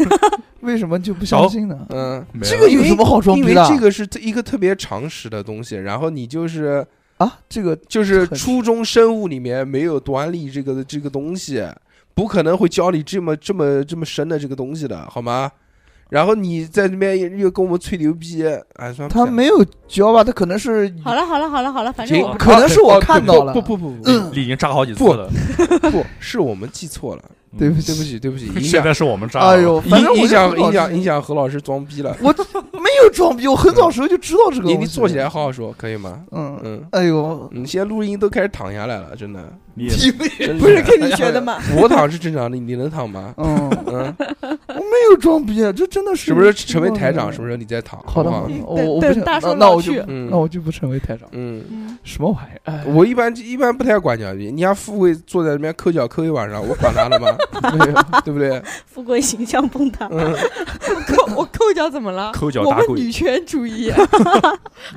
Speaker 4: 为什么就不相信呢？
Speaker 2: 嗯，
Speaker 3: 没
Speaker 4: 这
Speaker 3: 有
Speaker 4: 个有什么好装
Speaker 2: 因
Speaker 4: 逼
Speaker 2: 为
Speaker 4: 的？
Speaker 2: 这个是一个特别常识的东西，然后你就是
Speaker 4: 啊，这个
Speaker 2: 就是
Speaker 4: 很
Speaker 2: 初中生物里面没有端粒这个这个东西，不可能会教你这么这么这么深的这个东西的，好吗？然后你在那边又跟我们吹牛逼，哎，算了
Speaker 4: 他
Speaker 2: 不讲
Speaker 4: 没有教吧？他可能是
Speaker 7: 好了好了好了好了，反正
Speaker 2: 行
Speaker 7: 我
Speaker 4: 可能是我看到了
Speaker 2: 不不不不不
Speaker 4: 嗯
Speaker 3: 你已经炸好几次
Speaker 2: 不
Speaker 3: 了，
Speaker 2: 不，是我们记错了，
Speaker 3: 嗯
Speaker 4: 对不
Speaker 2: 对
Speaker 4: 起，
Speaker 2: 不起啊对不起，影
Speaker 3: 现
Speaker 2: 响
Speaker 3: 在是我们炸了。
Speaker 4: 哎呦，反正
Speaker 2: 影
Speaker 4: 我
Speaker 2: 影
Speaker 4: 就
Speaker 2: 响
Speaker 4: 很早
Speaker 2: 影响
Speaker 4: 之
Speaker 2: 影响何老师装逼了，
Speaker 4: 没有装逼，我很早时候就知道这个。
Speaker 2: 你你坐起来，好好说，可以吗？
Speaker 4: 嗯，
Speaker 2: 嗯，
Speaker 4: 哎呦，
Speaker 2: 你现在录音都开始躺下来了，真 的，
Speaker 3: 你也
Speaker 4: 你
Speaker 2: 真的
Speaker 7: 不是跟你学的吗？
Speaker 2: 我躺是正常的，你能躺吗？
Speaker 4: 嗯，
Speaker 2: 嗯，
Speaker 4: 我没有装逼，啊这真的是。
Speaker 2: 什么时候成 为台长？什么时
Speaker 4: 是？
Speaker 2: 候你再躺？
Speaker 4: 好的，
Speaker 2: 不
Speaker 4: 好的，我
Speaker 7: 等
Speaker 4: 我不
Speaker 7: 等
Speaker 4: 想
Speaker 7: 嗯大
Speaker 4: 那
Speaker 7: 圣
Speaker 4: 那
Speaker 7: 老
Speaker 4: 我就
Speaker 7: 去
Speaker 4: 不
Speaker 2: 嗯
Speaker 4: 那我就不成为台长，
Speaker 2: 嗯，
Speaker 4: 什么玩意儿？哎，
Speaker 2: 我一般一般不太管教育，你家富贵坐在那边抠脚抠一晚上，我管他了吗？
Speaker 4: 没有
Speaker 2: 对不对？
Speaker 5: 富贵形象崩塌。
Speaker 2: 嗯，
Speaker 7: 扣我扣脚怎么了？
Speaker 3: 抠脚
Speaker 7: 我
Speaker 3: 大
Speaker 7: 们
Speaker 3: 贵
Speaker 7: 女权主义，啊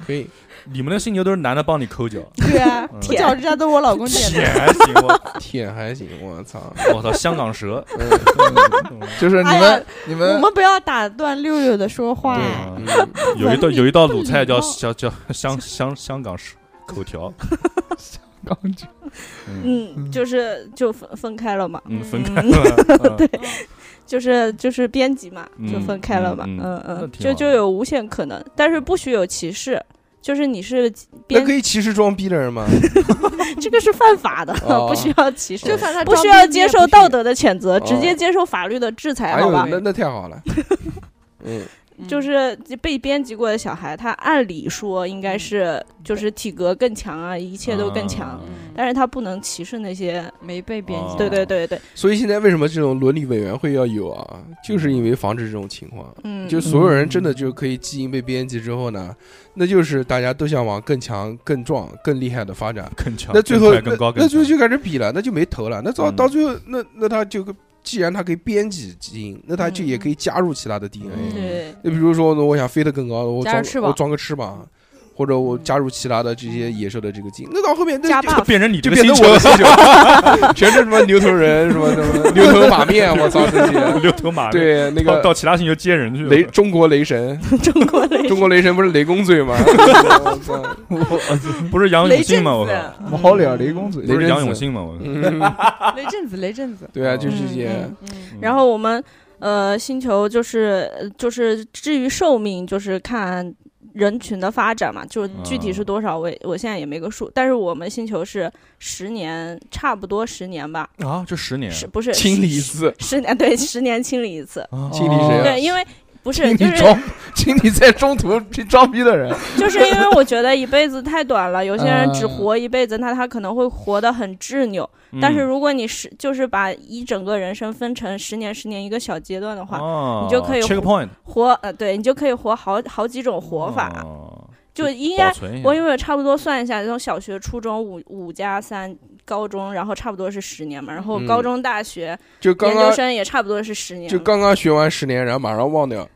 Speaker 2: 可以，
Speaker 3: 你们的犀牛都是男的帮 你抠脚，
Speaker 7: 对啊，
Speaker 3: 嗯
Speaker 7: 踢脚趾甲都我老公
Speaker 3: 舔
Speaker 7: 舔的。
Speaker 3: 还行，我
Speaker 2: 舔还行，我操，
Speaker 3: 我操，香港 蛇，
Speaker 2: 嗯
Speaker 4: 就是你
Speaker 7: 哎
Speaker 4: 们
Speaker 7: 呀
Speaker 4: 你
Speaker 7: 我
Speaker 4: 们
Speaker 7: 们不要打断六六的说话。啊
Speaker 3: 嗯
Speaker 2: 嗯
Speaker 3: 有一道有一道鲁菜叫
Speaker 7: 文明
Speaker 3: 叫叫香香香港蛇口 条，
Speaker 4: 刚去
Speaker 3: 嗯
Speaker 5: 嗯，就是就分分开了嘛，
Speaker 3: 嗯，分开了，嗯
Speaker 5: 对，就是就是编辑嘛，
Speaker 3: 嗯
Speaker 5: 就分开了嘛，
Speaker 3: 嗯嗯
Speaker 5: 嗯
Speaker 3: 那
Speaker 5: 嗯，
Speaker 3: 挺好
Speaker 5: 就
Speaker 3: 的
Speaker 5: 就有无限可能，但是不许有歧视。就是你是
Speaker 2: 那
Speaker 5: 编
Speaker 2: 可，以歧视装逼的人吗？
Speaker 5: 这个是犯法的，
Speaker 2: 哦
Speaker 5: 不需要歧视，
Speaker 7: 就算他
Speaker 5: 不
Speaker 7: 装
Speaker 5: 需
Speaker 7: 逼
Speaker 5: 要接受道，德的谴
Speaker 2: 哦
Speaker 5: 责，直接接受法律的制裁，
Speaker 2: 哎
Speaker 5: 好
Speaker 2: 呦，
Speaker 5: 吧？
Speaker 2: 那那太好了，嗯，
Speaker 5: 就是被编辑过的小孩，他按理说
Speaker 7: 嗯
Speaker 5: 应该是就是体格更强啊，一切都更强，
Speaker 3: 嗯
Speaker 5: 但是他不能歧视那些。
Speaker 7: 没被编
Speaker 3: 哦
Speaker 7: 辑到，
Speaker 5: 对对对对，
Speaker 2: 所以现在为什么这种伦理委员会要有啊？就是因为防止这种情况，
Speaker 5: 嗯，
Speaker 2: 就所有人真的就可以基因被编辑之后呢，那就是大家都想往更强、更壮、更厉害的发展。
Speaker 3: 更强，
Speaker 2: 那最后
Speaker 3: 更快
Speaker 2: 那
Speaker 3: 更高，更
Speaker 2: 那最后
Speaker 3: 强
Speaker 2: 就开始比了，那就没头了。那到
Speaker 3: 嗯
Speaker 2: 到最后，那那他就既然他可以编辑基因，那他就
Speaker 7: 嗯
Speaker 2: 也可以加入其他的 DNA。
Speaker 5: 对，
Speaker 2: 就比如说，我想飞得更高，我
Speaker 7: 加
Speaker 2: 装
Speaker 7: 入翅膀嗯
Speaker 2: 我装个翅膀，或者我加入其他的这些野兽的这个基因，那到后面那
Speaker 7: 加
Speaker 2: 就
Speaker 7: buff
Speaker 3: 变成你这
Speaker 2: 就
Speaker 3: 个
Speaker 2: 变成
Speaker 3: 星球
Speaker 2: 我的 星球，全是什么牛头人，什么什么牛头马面， 我操这些。
Speaker 3: 六头 马，
Speaker 2: 对，那
Speaker 3: 到
Speaker 2: 个
Speaker 3: 到其他星球接人去了
Speaker 2: 雷中国雷神，
Speaker 5: 中国人
Speaker 2: 中国雷神不是雷公嘴吗？ 我操
Speaker 3: 不是杨
Speaker 7: 雷
Speaker 3: 永
Speaker 7: 震
Speaker 3: 信吗？我
Speaker 7: 子
Speaker 3: 靠，，
Speaker 4: 毛脸雷公嘴
Speaker 2: 雷
Speaker 3: 不是
Speaker 2: 震
Speaker 3: 杨
Speaker 2: 子
Speaker 3: 永信吗？我靠
Speaker 2: 嗯
Speaker 7: 雷震子，雷震子，
Speaker 2: 对啊，就这些
Speaker 5: 嗯。然后我们呃，星球就是呃就是至于寿命，就是看人群的发展嘛，就是具
Speaker 2: 哦
Speaker 5: 体是多少，我也我现在也没个数。但是我们星球是十年，差不多十年吧，
Speaker 3: 啊，这十年
Speaker 5: 是不是
Speaker 2: 清理一次，
Speaker 5: 十年？对，十年清理一次。
Speaker 3: 啊
Speaker 2: 清理谁啊？
Speaker 5: 哦对，因为不 是
Speaker 4: 请
Speaker 5: 就
Speaker 4: 你
Speaker 5: 是
Speaker 4: 装，请你在中途这装逼的人，
Speaker 5: 就是因为我觉得一辈子太短了，有些人只
Speaker 4: 嗯
Speaker 5: 活一辈子，那他可能会活得很执拗。但
Speaker 3: 嗯
Speaker 5: 是如果你是就是把一整个人生分成十年、十年一个小阶段的话，
Speaker 3: 话
Speaker 5: 你就可以
Speaker 3: 嗯哦 check point
Speaker 5: 活呃，对你就可以活好好几种活法，就应该
Speaker 3: 哦保存一下
Speaker 5: 我因为我差不多算一下，从小学、初中五五加三，高中，然后差不多是十年嘛，然后
Speaker 2: 嗯
Speaker 5: 高中、大学、
Speaker 2: 就刚
Speaker 5: 研究
Speaker 2: 刚
Speaker 5: 生也差不多是十年
Speaker 2: 就
Speaker 5: 嘛，
Speaker 2: 刚刚学完十年，然后马上忘 掉，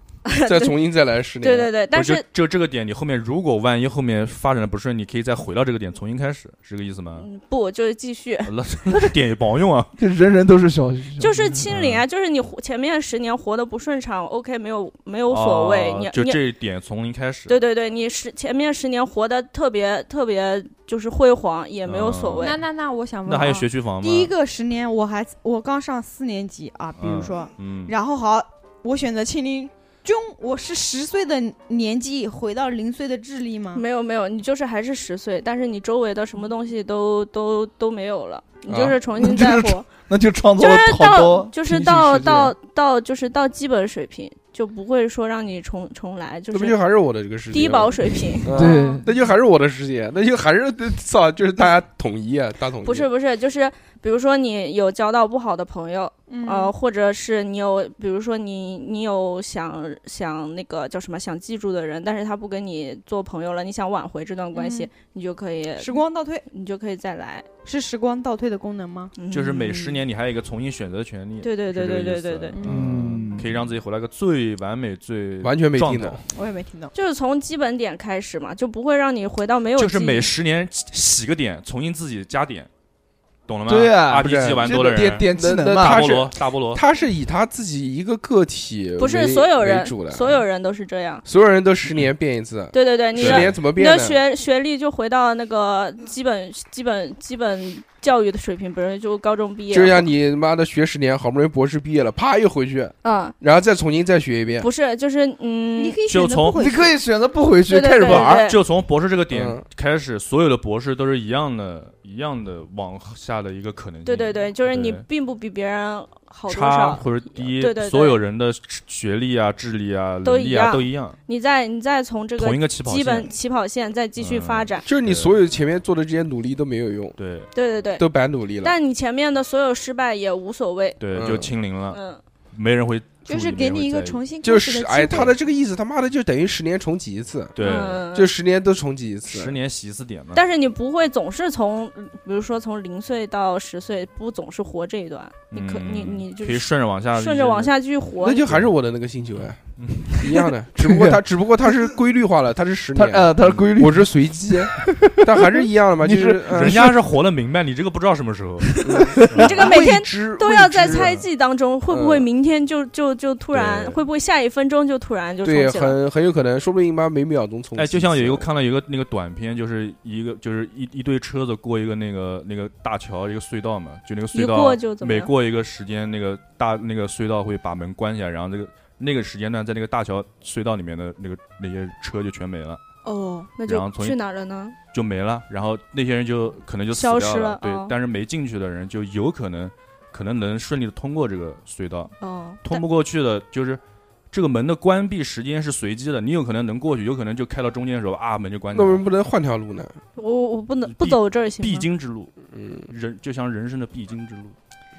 Speaker 2: 再重新再来十年。
Speaker 5: 对对对，但
Speaker 3: 不嗯
Speaker 5: 是
Speaker 3: 就就这个点，你后面如果万一后面发展的不顺，你可以再回到这个点，重新开始，是这个意思吗？
Speaker 5: 嗯不就是继续。
Speaker 3: 那 那这点也不好用啊。
Speaker 4: 这人人都是小，
Speaker 5: 就是清零啊，就是你活前面十年活得不顺畅，OK，没有没有
Speaker 3: 无
Speaker 5: 所谓，你
Speaker 3: 哦啊就
Speaker 5: 你
Speaker 3: 这一点从零开始。
Speaker 5: 对对对，你十前面十年活得特别特别就是辉煌也没有所谓，
Speaker 7: 那那那，我想问，
Speaker 3: 那
Speaker 7: 啊
Speaker 3: 还
Speaker 5: 嗯
Speaker 3: 有学。区房吗？
Speaker 7: 第一，个十年，我还我刚上四年级啊，比如
Speaker 3: 嗯
Speaker 7: 说，
Speaker 3: 嗯，
Speaker 7: 然后好，我选择清零，中我是十岁的年纪回到零岁的智力吗？
Speaker 5: 没有没有，你就是还是十岁，但是你周围的什么东西都都都没有了，你就是重新再活，
Speaker 4: 那就创造
Speaker 5: 就
Speaker 4: 了
Speaker 5: 是
Speaker 4: 好
Speaker 5: 到
Speaker 4: 多
Speaker 5: 就是
Speaker 4: 平行
Speaker 5: 到
Speaker 4: 世界
Speaker 5: 到到就是到基本水平，就不会说让你重重来，就
Speaker 2: 那不就是还是我的这个世界吗？
Speaker 5: 低保水平。
Speaker 2: 啊
Speaker 4: 对
Speaker 2: 那就还是我的世界，那就还是 操，就是大家统一啊，大统一。
Speaker 5: 不是不是，就是比如说你有交到不好的朋友，
Speaker 7: 嗯
Speaker 5: 呃，或者是你有，比如说你你有想想那个叫什么想记住的人，但是他不跟你做朋友了，你想挽回这段关系，
Speaker 7: 嗯
Speaker 5: 你就可以，
Speaker 7: 时光倒退
Speaker 5: 你就可以再来。
Speaker 7: 是时光倒退的功能吗？
Speaker 3: 就是每
Speaker 5: 嗯
Speaker 3: 十，年你还有一个重新选择的权利。
Speaker 5: 对对对
Speaker 3: 是这个
Speaker 5: 对对
Speaker 3: 意思
Speaker 5: 对对，
Speaker 4: 嗯
Speaker 3: 可以让自己回来个最完美、最
Speaker 2: 完全没
Speaker 3: 状
Speaker 2: 听懂
Speaker 3: 态，
Speaker 7: 我也没听到。
Speaker 5: 就是从基本点开始嘛，就不会让你回到没有
Speaker 3: 就是
Speaker 5: 哎记忆
Speaker 3: 每十年洗洗个点，重新自己加点，懂了吗？
Speaker 4: 对啊
Speaker 2: 不是
Speaker 3: RPG 玩多的
Speaker 4: 点
Speaker 3: 人，
Speaker 4: 点技
Speaker 2: 那
Speaker 4: 能
Speaker 2: 那
Speaker 3: 大
Speaker 4: 嘛
Speaker 2: 他，
Speaker 3: 菠
Speaker 2: 是
Speaker 3: 萝，大菠萝，
Speaker 2: 他是以他自己一个个体
Speaker 5: 不是
Speaker 2: 为
Speaker 5: 所有人
Speaker 2: 为主的，
Speaker 5: 所有人都是这样。
Speaker 2: 所有人都十年变一次，
Speaker 5: 对对对，你
Speaker 2: 十
Speaker 5: 的
Speaker 2: 年怎么
Speaker 5: 你
Speaker 2: 变
Speaker 5: 的
Speaker 2: 呢？
Speaker 5: 学学历就回到那个基本基本基本教育的水平，不是就高中毕业
Speaker 2: 就
Speaker 5: 了
Speaker 2: 像你妈的学十年，好不容易博士毕业了，啪又回去，
Speaker 5: 嗯，
Speaker 2: 然后再重新再学一遍。
Speaker 5: 不是，就是嗯，
Speaker 7: 你可以
Speaker 3: 就
Speaker 7: 选择
Speaker 3: 从
Speaker 7: 不回
Speaker 4: 你
Speaker 7: 去
Speaker 4: 可以选择不回去
Speaker 5: 对对
Speaker 4: 开始
Speaker 5: 对
Speaker 4: 玩儿。
Speaker 5: 对
Speaker 3: 就从博士这个点
Speaker 2: 嗯
Speaker 3: 开始，所有的博士都是一样的，一样的往下的一个可能性。
Speaker 5: 对对对，就是你
Speaker 3: 嗯对
Speaker 5: 并不比别人好多
Speaker 3: 差
Speaker 5: 少，
Speaker 3: 或者低，
Speaker 5: 对对对
Speaker 3: 所有人的学历啊、智力啊、
Speaker 5: 都
Speaker 3: 能力啊
Speaker 5: 一样
Speaker 3: 都一样，
Speaker 5: 你再你再从这
Speaker 3: 同
Speaker 5: 个
Speaker 3: 一个起跑
Speaker 5: 基本
Speaker 3: 线。嗯
Speaker 5: 起跑线再继续发展，
Speaker 2: 就是你
Speaker 3: 对
Speaker 2: 所有前面做的这些努力都没有用，
Speaker 3: 对
Speaker 5: 对对对。
Speaker 2: 都白努力了。
Speaker 5: 但你前面的所有失败也无所谓，
Speaker 3: 对，
Speaker 2: 嗯
Speaker 3: 就清零了，
Speaker 5: 嗯，
Speaker 3: 没人会注意，
Speaker 7: 就是给你一个
Speaker 3: 没人会在意
Speaker 7: 重新开
Speaker 2: 就
Speaker 7: 始
Speaker 2: 是
Speaker 7: 的机
Speaker 2: 哎，
Speaker 7: 会。
Speaker 2: 他的这个意思，他妈的就等于十年重启一次，
Speaker 3: 对
Speaker 5: 嗯
Speaker 2: 就十年都重启一次。
Speaker 3: 十年洗一次点嘛。
Speaker 5: 但是你不会总是从，比如说从零岁到十岁，不总是活这一段，你可你
Speaker 3: 嗯
Speaker 5: 你就
Speaker 3: 可以顺着往下，
Speaker 5: 顺着往，下继续活
Speaker 2: 那，就还是我的那个星球哎
Speaker 3: 嗯，
Speaker 2: 一样的，只不过 它只不过它是规律化了，它是十
Speaker 4: 他
Speaker 2: 年，
Speaker 4: 呃，他是规律，
Speaker 2: 我是随 机，但还是一样的嘛，
Speaker 4: 你
Speaker 2: 就是是 呃
Speaker 3: 人家是活得明白，你这个不知道什么时候。 嗯
Speaker 5: 你这个每天
Speaker 2: 未知
Speaker 5: 都要在
Speaker 3: 啊
Speaker 2: 未知啊
Speaker 5: 猜忌当中，会不会
Speaker 2: 嗯
Speaker 5: 明天就就就突然，
Speaker 3: 对
Speaker 5: 会不会下一分钟就突然就重
Speaker 2: 对，
Speaker 5: 启了？
Speaker 2: 很很有可能，说不定妈每秒钟重启一次。啊
Speaker 3: 哎，就像有一个我看到有一个那个短片，就是一个就是一一堆车子过一个那个那个大桥一个隧道嘛，就那个隧道
Speaker 5: 一过就怎么
Speaker 3: 每
Speaker 5: 样
Speaker 3: 过一个时间，那个大那个隧道会把门关起来，然后这个那个时间段在那个大桥隧道里面的那个那些车就全没了，
Speaker 5: 哦，那
Speaker 3: 然
Speaker 5: 就
Speaker 3: 后从
Speaker 5: 去哪儿了呢？
Speaker 3: 就没了，然后那些人就可能就死
Speaker 5: 消
Speaker 3: 掉
Speaker 5: 失
Speaker 3: 了，
Speaker 5: 了
Speaker 3: 对，
Speaker 5: 哦
Speaker 3: 但是没进去的人就有可能可能能顺利的通过这个隧道，
Speaker 5: 哦，
Speaker 3: 通不过去的就是这个门的关闭时间是随机的，你有可能能过去，有可能就开到中间的时候啊，门就关起
Speaker 2: 那
Speaker 3: 来
Speaker 2: 为什么
Speaker 3: 了。
Speaker 2: 不能换条路呢？
Speaker 5: 我我不能
Speaker 3: 必
Speaker 5: 不走这儿行
Speaker 3: 必
Speaker 5: 吗？
Speaker 3: 经之路，
Speaker 2: 嗯
Speaker 3: 人就像人生的必经之路。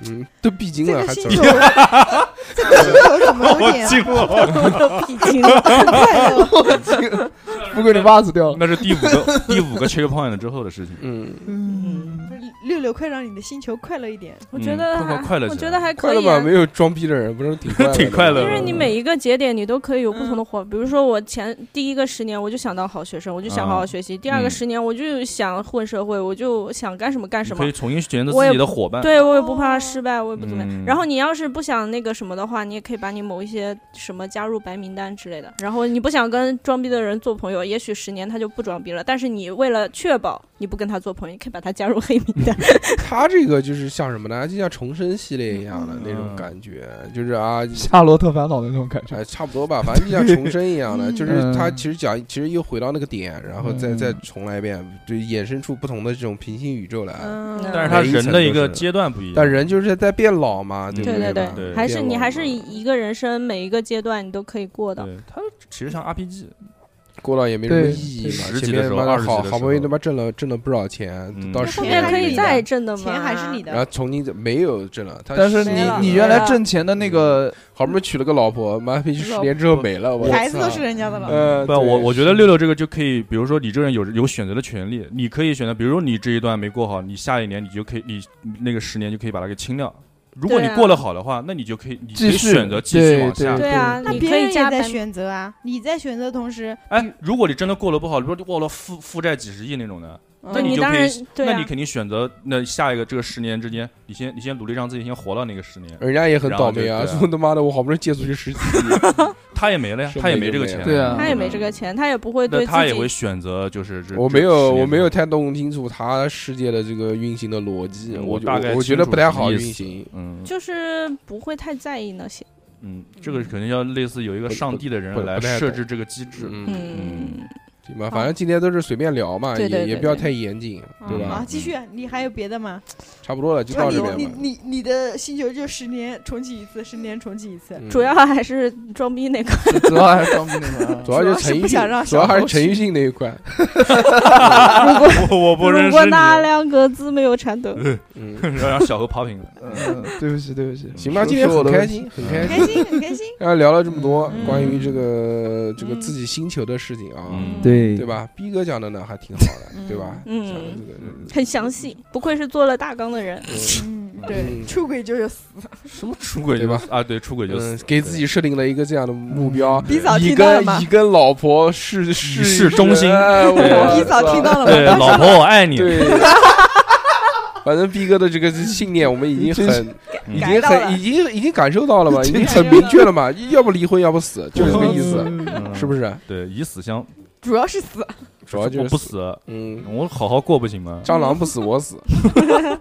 Speaker 2: 嗯，都必经
Speaker 7: 这
Speaker 2: 了
Speaker 7: 个
Speaker 2: 还
Speaker 7: 星
Speaker 2: 走
Speaker 7: 球， 这个星球怎么有点啊
Speaker 3: 进了，
Speaker 5: 必经了，
Speaker 7: 快乐？
Speaker 4: 不给你袜子掉了。
Speaker 3: 那是第五个第五个 checkpoint 之后的 事情。
Speaker 2: 嗯，
Speaker 7: 嗯，六六，快让你的星球快乐一点。
Speaker 5: 我觉得
Speaker 3: 嗯快快
Speaker 5: 还
Speaker 3: 快乐起
Speaker 5: 我
Speaker 3: 来
Speaker 5: 觉得还可
Speaker 2: 快乐
Speaker 5: 以
Speaker 2: 吧，
Speaker 5: 啊。
Speaker 2: 没有装逼的人，不是挺快乐的
Speaker 3: 挺快乐的
Speaker 5: 因为你每一个节点你都可以有不同
Speaker 2: 嗯
Speaker 5: 的活，比如说我前第一个十年我就想当好学生，我就想好好学习；第二个
Speaker 3: 嗯
Speaker 5: 十年我就想混社会，我就想干什么干
Speaker 3: 你
Speaker 5: 什
Speaker 3: 可
Speaker 5: 么
Speaker 3: 以。重新选择
Speaker 5: 我
Speaker 3: 自己
Speaker 5: 也
Speaker 3: 的伙伴。
Speaker 5: 对我也不
Speaker 2: 哦
Speaker 5: 怕失败，我也不怎么
Speaker 3: 嗯
Speaker 5: 样。然后你要是不想那个什么的话，你也可以把你某一些什么加入白名单之类的。然后你不想跟装逼的人做朋友，也许十年他就不装逼了。但是你为了确保你不跟他做朋友，你可以把他加入黑名单。
Speaker 2: 他这个就是像什么呢？就像重生系列一样的那
Speaker 3: 嗯
Speaker 2: 种感觉，就是啊，
Speaker 4: 夏洛特烦恼的那种感觉，
Speaker 2: 哎，差不多吧，反正就像重生一样的，
Speaker 7: 嗯
Speaker 2: 就是他其实讲，其实又回到那个点，然后再
Speaker 4: 嗯
Speaker 2: 再重来一遍，就衍生出不同的这种平行宇宙来。
Speaker 7: 嗯，
Speaker 5: 但
Speaker 3: 但是他
Speaker 2: 每一层
Speaker 3: 人的一
Speaker 2: 都
Speaker 3: 个
Speaker 2: 啊是
Speaker 3: 阶段不一样。
Speaker 2: 但人就是在变老嘛，对不
Speaker 5: 对对
Speaker 2: 吧
Speaker 3: 对
Speaker 5: 还
Speaker 2: 变
Speaker 5: 是
Speaker 2: 老
Speaker 5: 你还是
Speaker 2: 嘛
Speaker 5: 以一个人生每一个阶段你都可以过的。
Speaker 3: 对他其实像 RPG，
Speaker 2: 过了也没什么
Speaker 4: 对
Speaker 2: 意义
Speaker 4: 对
Speaker 2: 嘛。
Speaker 3: 十
Speaker 2: 前
Speaker 3: 几的
Speaker 2: 面
Speaker 3: 时候
Speaker 2: 妈的
Speaker 3: 二十几
Speaker 2: 好
Speaker 3: 的
Speaker 2: 好
Speaker 3: 时
Speaker 2: 不容易
Speaker 3: 候
Speaker 2: 他妈挣了挣了不少钱
Speaker 3: 嗯，
Speaker 2: 到
Speaker 3: 那
Speaker 2: 十
Speaker 5: 后
Speaker 7: 后
Speaker 5: 面
Speaker 7: 面
Speaker 5: 可
Speaker 7: 可
Speaker 5: 以
Speaker 7: 以
Speaker 5: 再
Speaker 7: 再
Speaker 5: 挣的嘛，啊
Speaker 7: 钱还是你的
Speaker 2: 然后。从你没有挣了，他
Speaker 4: 但是你
Speaker 7: 没了
Speaker 4: 你
Speaker 7: 没
Speaker 4: 原来
Speaker 7: 了
Speaker 4: 挣钱的那个，
Speaker 2: 好不容易娶了个老婆，妈必须十
Speaker 7: 老婆
Speaker 2: 年之后没了，我
Speaker 7: 孩子
Speaker 2: 操
Speaker 7: 都是人家的了。
Speaker 2: 呃，
Speaker 3: 不，
Speaker 2: 对
Speaker 3: 我我觉得六六这个就可以，比如说你这个人有有选择的权利，你可以选择，比如说你这一段没过好，你下一年你就可以，你那个十年就可以把它给清掉。如果你
Speaker 5: 对啊
Speaker 3: 过得好的话，那你就可以，你可
Speaker 4: 继
Speaker 3: 以
Speaker 4: 续
Speaker 3: 选择继续往
Speaker 4: 对
Speaker 3: 下。
Speaker 5: 对啊，
Speaker 7: 那
Speaker 4: 嗯
Speaker 5: 你
Speaker 7: 别
Speaker 5: 可
Speaker 7: 人
Speaker 5: 以
Speaker 7: 也
Speaker 5: 加
Speaker 7: 在
Speaker 5: 班。
Speaker 7: 选择啊，你在选择的同时，
Speaker 3: 哎，如果你真的过得不好，比如说哇了负负债几十亿那种的，
Speaker 7: 嗯
Speaker 3: 那你就
Speaker 5: 当
Speaker 3: 可以
Speaker 5: 然对
Speaker 3: 那
Speaker 5: 啊
Speaker 3: 你，肯定选择那下一个这个十年之间，你先你先努力让自己先活到那个十年。
Speaker 2: 人家也很倒霉啊，
Speaker 3: 然后就对啊
Speaker 2: 说他妈的我好不容易借出去十几亿，
Speaker 3: 他也没了呀，
Speaker 2: 是
Speaker 3: 他也
Speaker 2: 没
Speaker 3: 没
Speaker 2: 就
Speaker 3: 这个
Speaker 2: 没了
Speaker 3: 钱，
Speaker 4: 对啊
Speaker 5: 他也没这个钱，他也不会对
Speaker 3: 嗯那
Speaker 5: 自
Speaker 3: 他也会
Speaker 5: 己。
Speaker 3: 选择就是这。
Speaker 2: 我
Speaker 3: 这
Speaker 2: 没有
Speaker 3: 十年
Speaker 2: 我没有
Speaker 3: 之后
Speaker 2: 太弄清楚他世界的这个运行的逻辑，
Speaker 3: 嗯
Speaker 2: 我
Speaker 3: 我
Speaker 2: 就
Speaker 3: 大概
Speaker 2: 我觉
Speaker 3: 清
Speaker 2: 得
Speaker 3: 楚
Speaker 2: 不太
Speaker 3: 什么
Speaker 2: 好
Speaker 3: 意
Speaker 2: 运
Speaker 3: 思
Speaker 2: 行。
Speaker 3: 嗯
Speaker 5: 就是不会太在意那些，
Speaker 3: 嗯，这个可能要类似有一个
Speaker 2: 不
Speaker 3: 上帝的
Speaker 2: 不
Speaker 3: 人
Speaker 2: 不
Speaker 3: 来
Speaker 2: 不太
Speaker 3: 设
Speaker 2: 懂
Speaker 3: 置这个机制。
Speaker 2: 嗯，
Speaker 5: 嗯，
Speaker 2: 对吧？反正今天都是随便聊嘛，
Speaker 5: 对对
Speaker 2: 也
Speaker 5: 对
Speaker 2: 也不要
Speaker 5: 对
Speaker 2: 太严谨，对
Speaker 3: 嗯
Speaker 2: 吧
Speaker 7: 啊，？继续，你还有别的吗？
Speaker 2: 差不多了，就
Speaker 7: 那
Speaker 2: 到
Speaker 7: 你
Speaker 2: 这边
Speaker 7: 你
Speaker 2: 吧。
Speaker 7: 你你的星球就十年重启一次，十年重启一次。
Speaker 2: 嗯
Speaker 5: 主要还是装逼那个。
Speaker 4: 主要还是装逼那个啊
Speaker 2: 主要就是陈
Speaker 7: 主要是不
Speaker 2: 奕
Speaker 7: 想让
Speaker 2: 迅，主
Speaker 7: 小
Speaker 2: 要还是
Speaker 7: 猴
Speaker 2: 陈奕迅那一块。
Speaker 3: 我我不认
Speaker 5: 如
Speaker 3: 识
Speaker 5: 果
Speaker 3: 你，
Speaker 5: 那两个字没有 缠斗，
Speaker 2: 嗯，
Speaker 3: 要让小何跑平了。
Speaker 4: 嗯，对不起，对不起，嗯
Speaker 2: 行吧，
Speaker 4: 是
Speaker 2: 今天
Speaker 4: 是我
Speaker 2: 很
Speaker 4: 的
Speaker 2: 开
Speaker 4: 问题
Speaker 2: 心，很开
Speaker 7: 开
Speaker 2: 心。
Speaker 7: 心，很开心。
Speaker 2: 刚才聊了这么多
Speaker 4: 嗯
Speaker 2: 关于这个这个
Speaker 7: 嗯
Speaker 2: 自己星球的事情啊，
Speaker 3: 嗯，
Speaker 4: 对
Speaker 2: 对？吧？逼哥讲的呢还挺好的，
Speaker 7: 嗯
Speaker 2: 对吧？
Speaker 5: 嗯
Speaker 2: 讲的这个
Speaker 5: 很详细，不愧是做了大纲的人。
Speaker 2: 嗯
Speaker 7: 嗯，
Speaker 2: 嗯
Speaker 7: 对，出轨就有死，
Speaker 3: 什么出轨
Speaker 2: 对
Speaker 3: 就
Speaker 2: 吧
Speaker 3: 死啊？对，出轨就
Speaker 2: 嗯
Speaker 3: 死，，
Speaker 2: 给自己设定了一个这样的目标，
Speaker 7: 比嗯早
Speaker 2: 以
Speaker 7: 听到了
Speaker 2: 跟
Speaker 7: 吗
Speaker 2: 以？跟老婆是是
Speaker 3: 示忠心
Speaker 2: 哎我
Speaker 7: 比早听到了
Speaker 3: 对，啊
Speaker 7: 吗？
Speaker 3: 老婆我爱你，
Speaker 2: 对。 反正逼哥的这个信念，我们已经很、
Speaker 3: 嗯
Speaker 2: 已
Speaker 7: 改
Speaker 2: 经
Speaker 7: 到
Speaker 2: 很、
Speaker 7: 了
Speaker 2: 已经、已经感受到了嘛，已经很明确了嘛，要不离婚，要不死，就这个意思，
Speaker 3: 嗯
Speaker 2: 是不？是？
Speaker 3: 对，以死相，
Speaker 7: 主要是死，
Speaker 2: 主要就
Speaker 3: 我
Speaker 2: 是
Speaker 3: 不，死，
Speaker 2: 嗯，
Speaker 3: 我好好过不行吗？
Speaker 2: 蟑螂不死我死，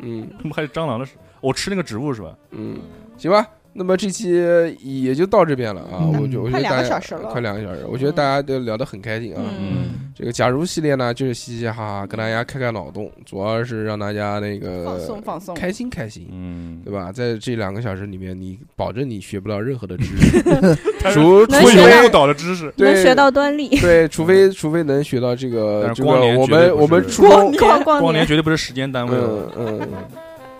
Speaker 2: 嗯
Speaker 3: 还有蟑螂的事，我吃那个植物是吧？
Speaker 2: 嗯，行吧。那么这期也就到这边了啊，
Speaker 4: 嗯
Speaker 2: 我就我觉
Speaker 7: 快
Speaker 2: 得
Speaker 7: 两
Speaker 2: 大
Speaker 7: 个
Speaker 2: 家
Speaker 7: 小时了
Speaker 2: 快两个小时，我觉得大家都聊得很开心啊。
Speaker 5: 嗯，
Speaker 2: 这个假如系列呢，就是嘻嘻哈哈，跟大家开开脑洞，主要是让大家那
Speaker 7: 放松
Speaker 2: 个
Speaker 7: 放松。
Speaker 2: 开心开心，
Speaker 3: 嗯
Speaker 2: 对，吧？在这两个小时里面，你保证你学不到任何的知 识，除
Speaker 5: 能
Speaker 2: 除
Speaker 5: 学
Speaker 2: 非
Speaker 5: 到
Speaker 3: 误导的知识，
Speaker 5: 能
Speaker 2: 对
Speaker 5: 学到端粒，
Speaker 2: 对，除非除非能学到这个
Speaker 3: 嗯
Speaker 2: 这
Speaker 3: 但是
Speaker 2: 个
Speaker 3: 光年
Speaker 2: 我
Speaker 3: 绝对
Speaker 2: 们
Speaker 3: 不
Speaker 2: 我们
Speaker 3: 是
Speaker 2: 初中
Speaker 5: 光
Speaker 3: 光
Speaker 5: 光
Speaker 3: 年
Speaker 5: 年
Speaker 3: 绝对不是时间单位了。
Speaker 2: 嗯嗯，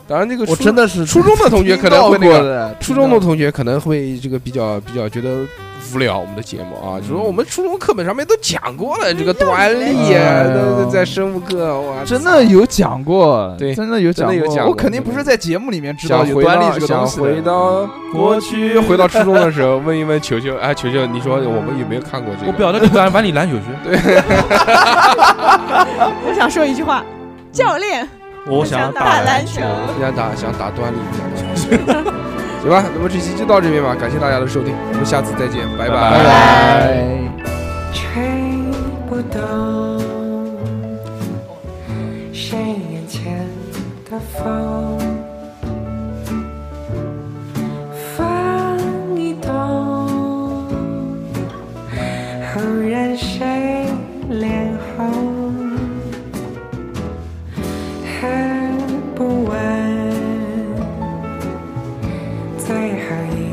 Speaker 2: 当然这个
Speaker 4: 我
Speaker 2: 初
Speaker 4: 真的是
Speaker 2: 初中的同学可能会那
Speaker 4: 听到过
Speaker 2: 个。
Speaker 4: 的，
Speaker 2: 初中的同学可能会这个比较比较觉得无聊，我们的节目啊，就说我们初中课本上面都讲过了这个端粒啊，
Speaker 4: 哎呦
Speaker 2: 在在生物课，哇，
Speaker 4: 真的有讲过，
Speaker 2: 对
Speaker 4: 真的有讲
Speaker 2: 真的有讲过
Speaker 4: 我肯定不是在节目里面知道
Speaker 2: 想
Speaker 4: 有
Speaker 2: 回
Speaker 4: 端
Speaker 2: 到
Speaker 4: 粒这个
Speaker 2: 想
Speaker 4: 东西的。
Speaker 2: 回到嗯过去，回到初中的时候，问一问球球，哎，球球，你说我们有没有看过这个？
Speaker 3: 我表的个玩玩你篮球去，
Speaker 7: 我想说一句话，教练，
Speaker 3: 我想
Speaker 7: 打
Speaker 3: 篮
Speaker 7: 篮球。
Speaker 2: 想打想打端粒，想打端粒 行吧，那么这期就到这边吧，感谢大家的收听，我们下次再见，拜拜
Speaker 3: 拜
Speaker 4: 拜拜。
Speaker 8: 吹不动谁眼前的风，风一动，忽然谁脸红，喝不完最后一。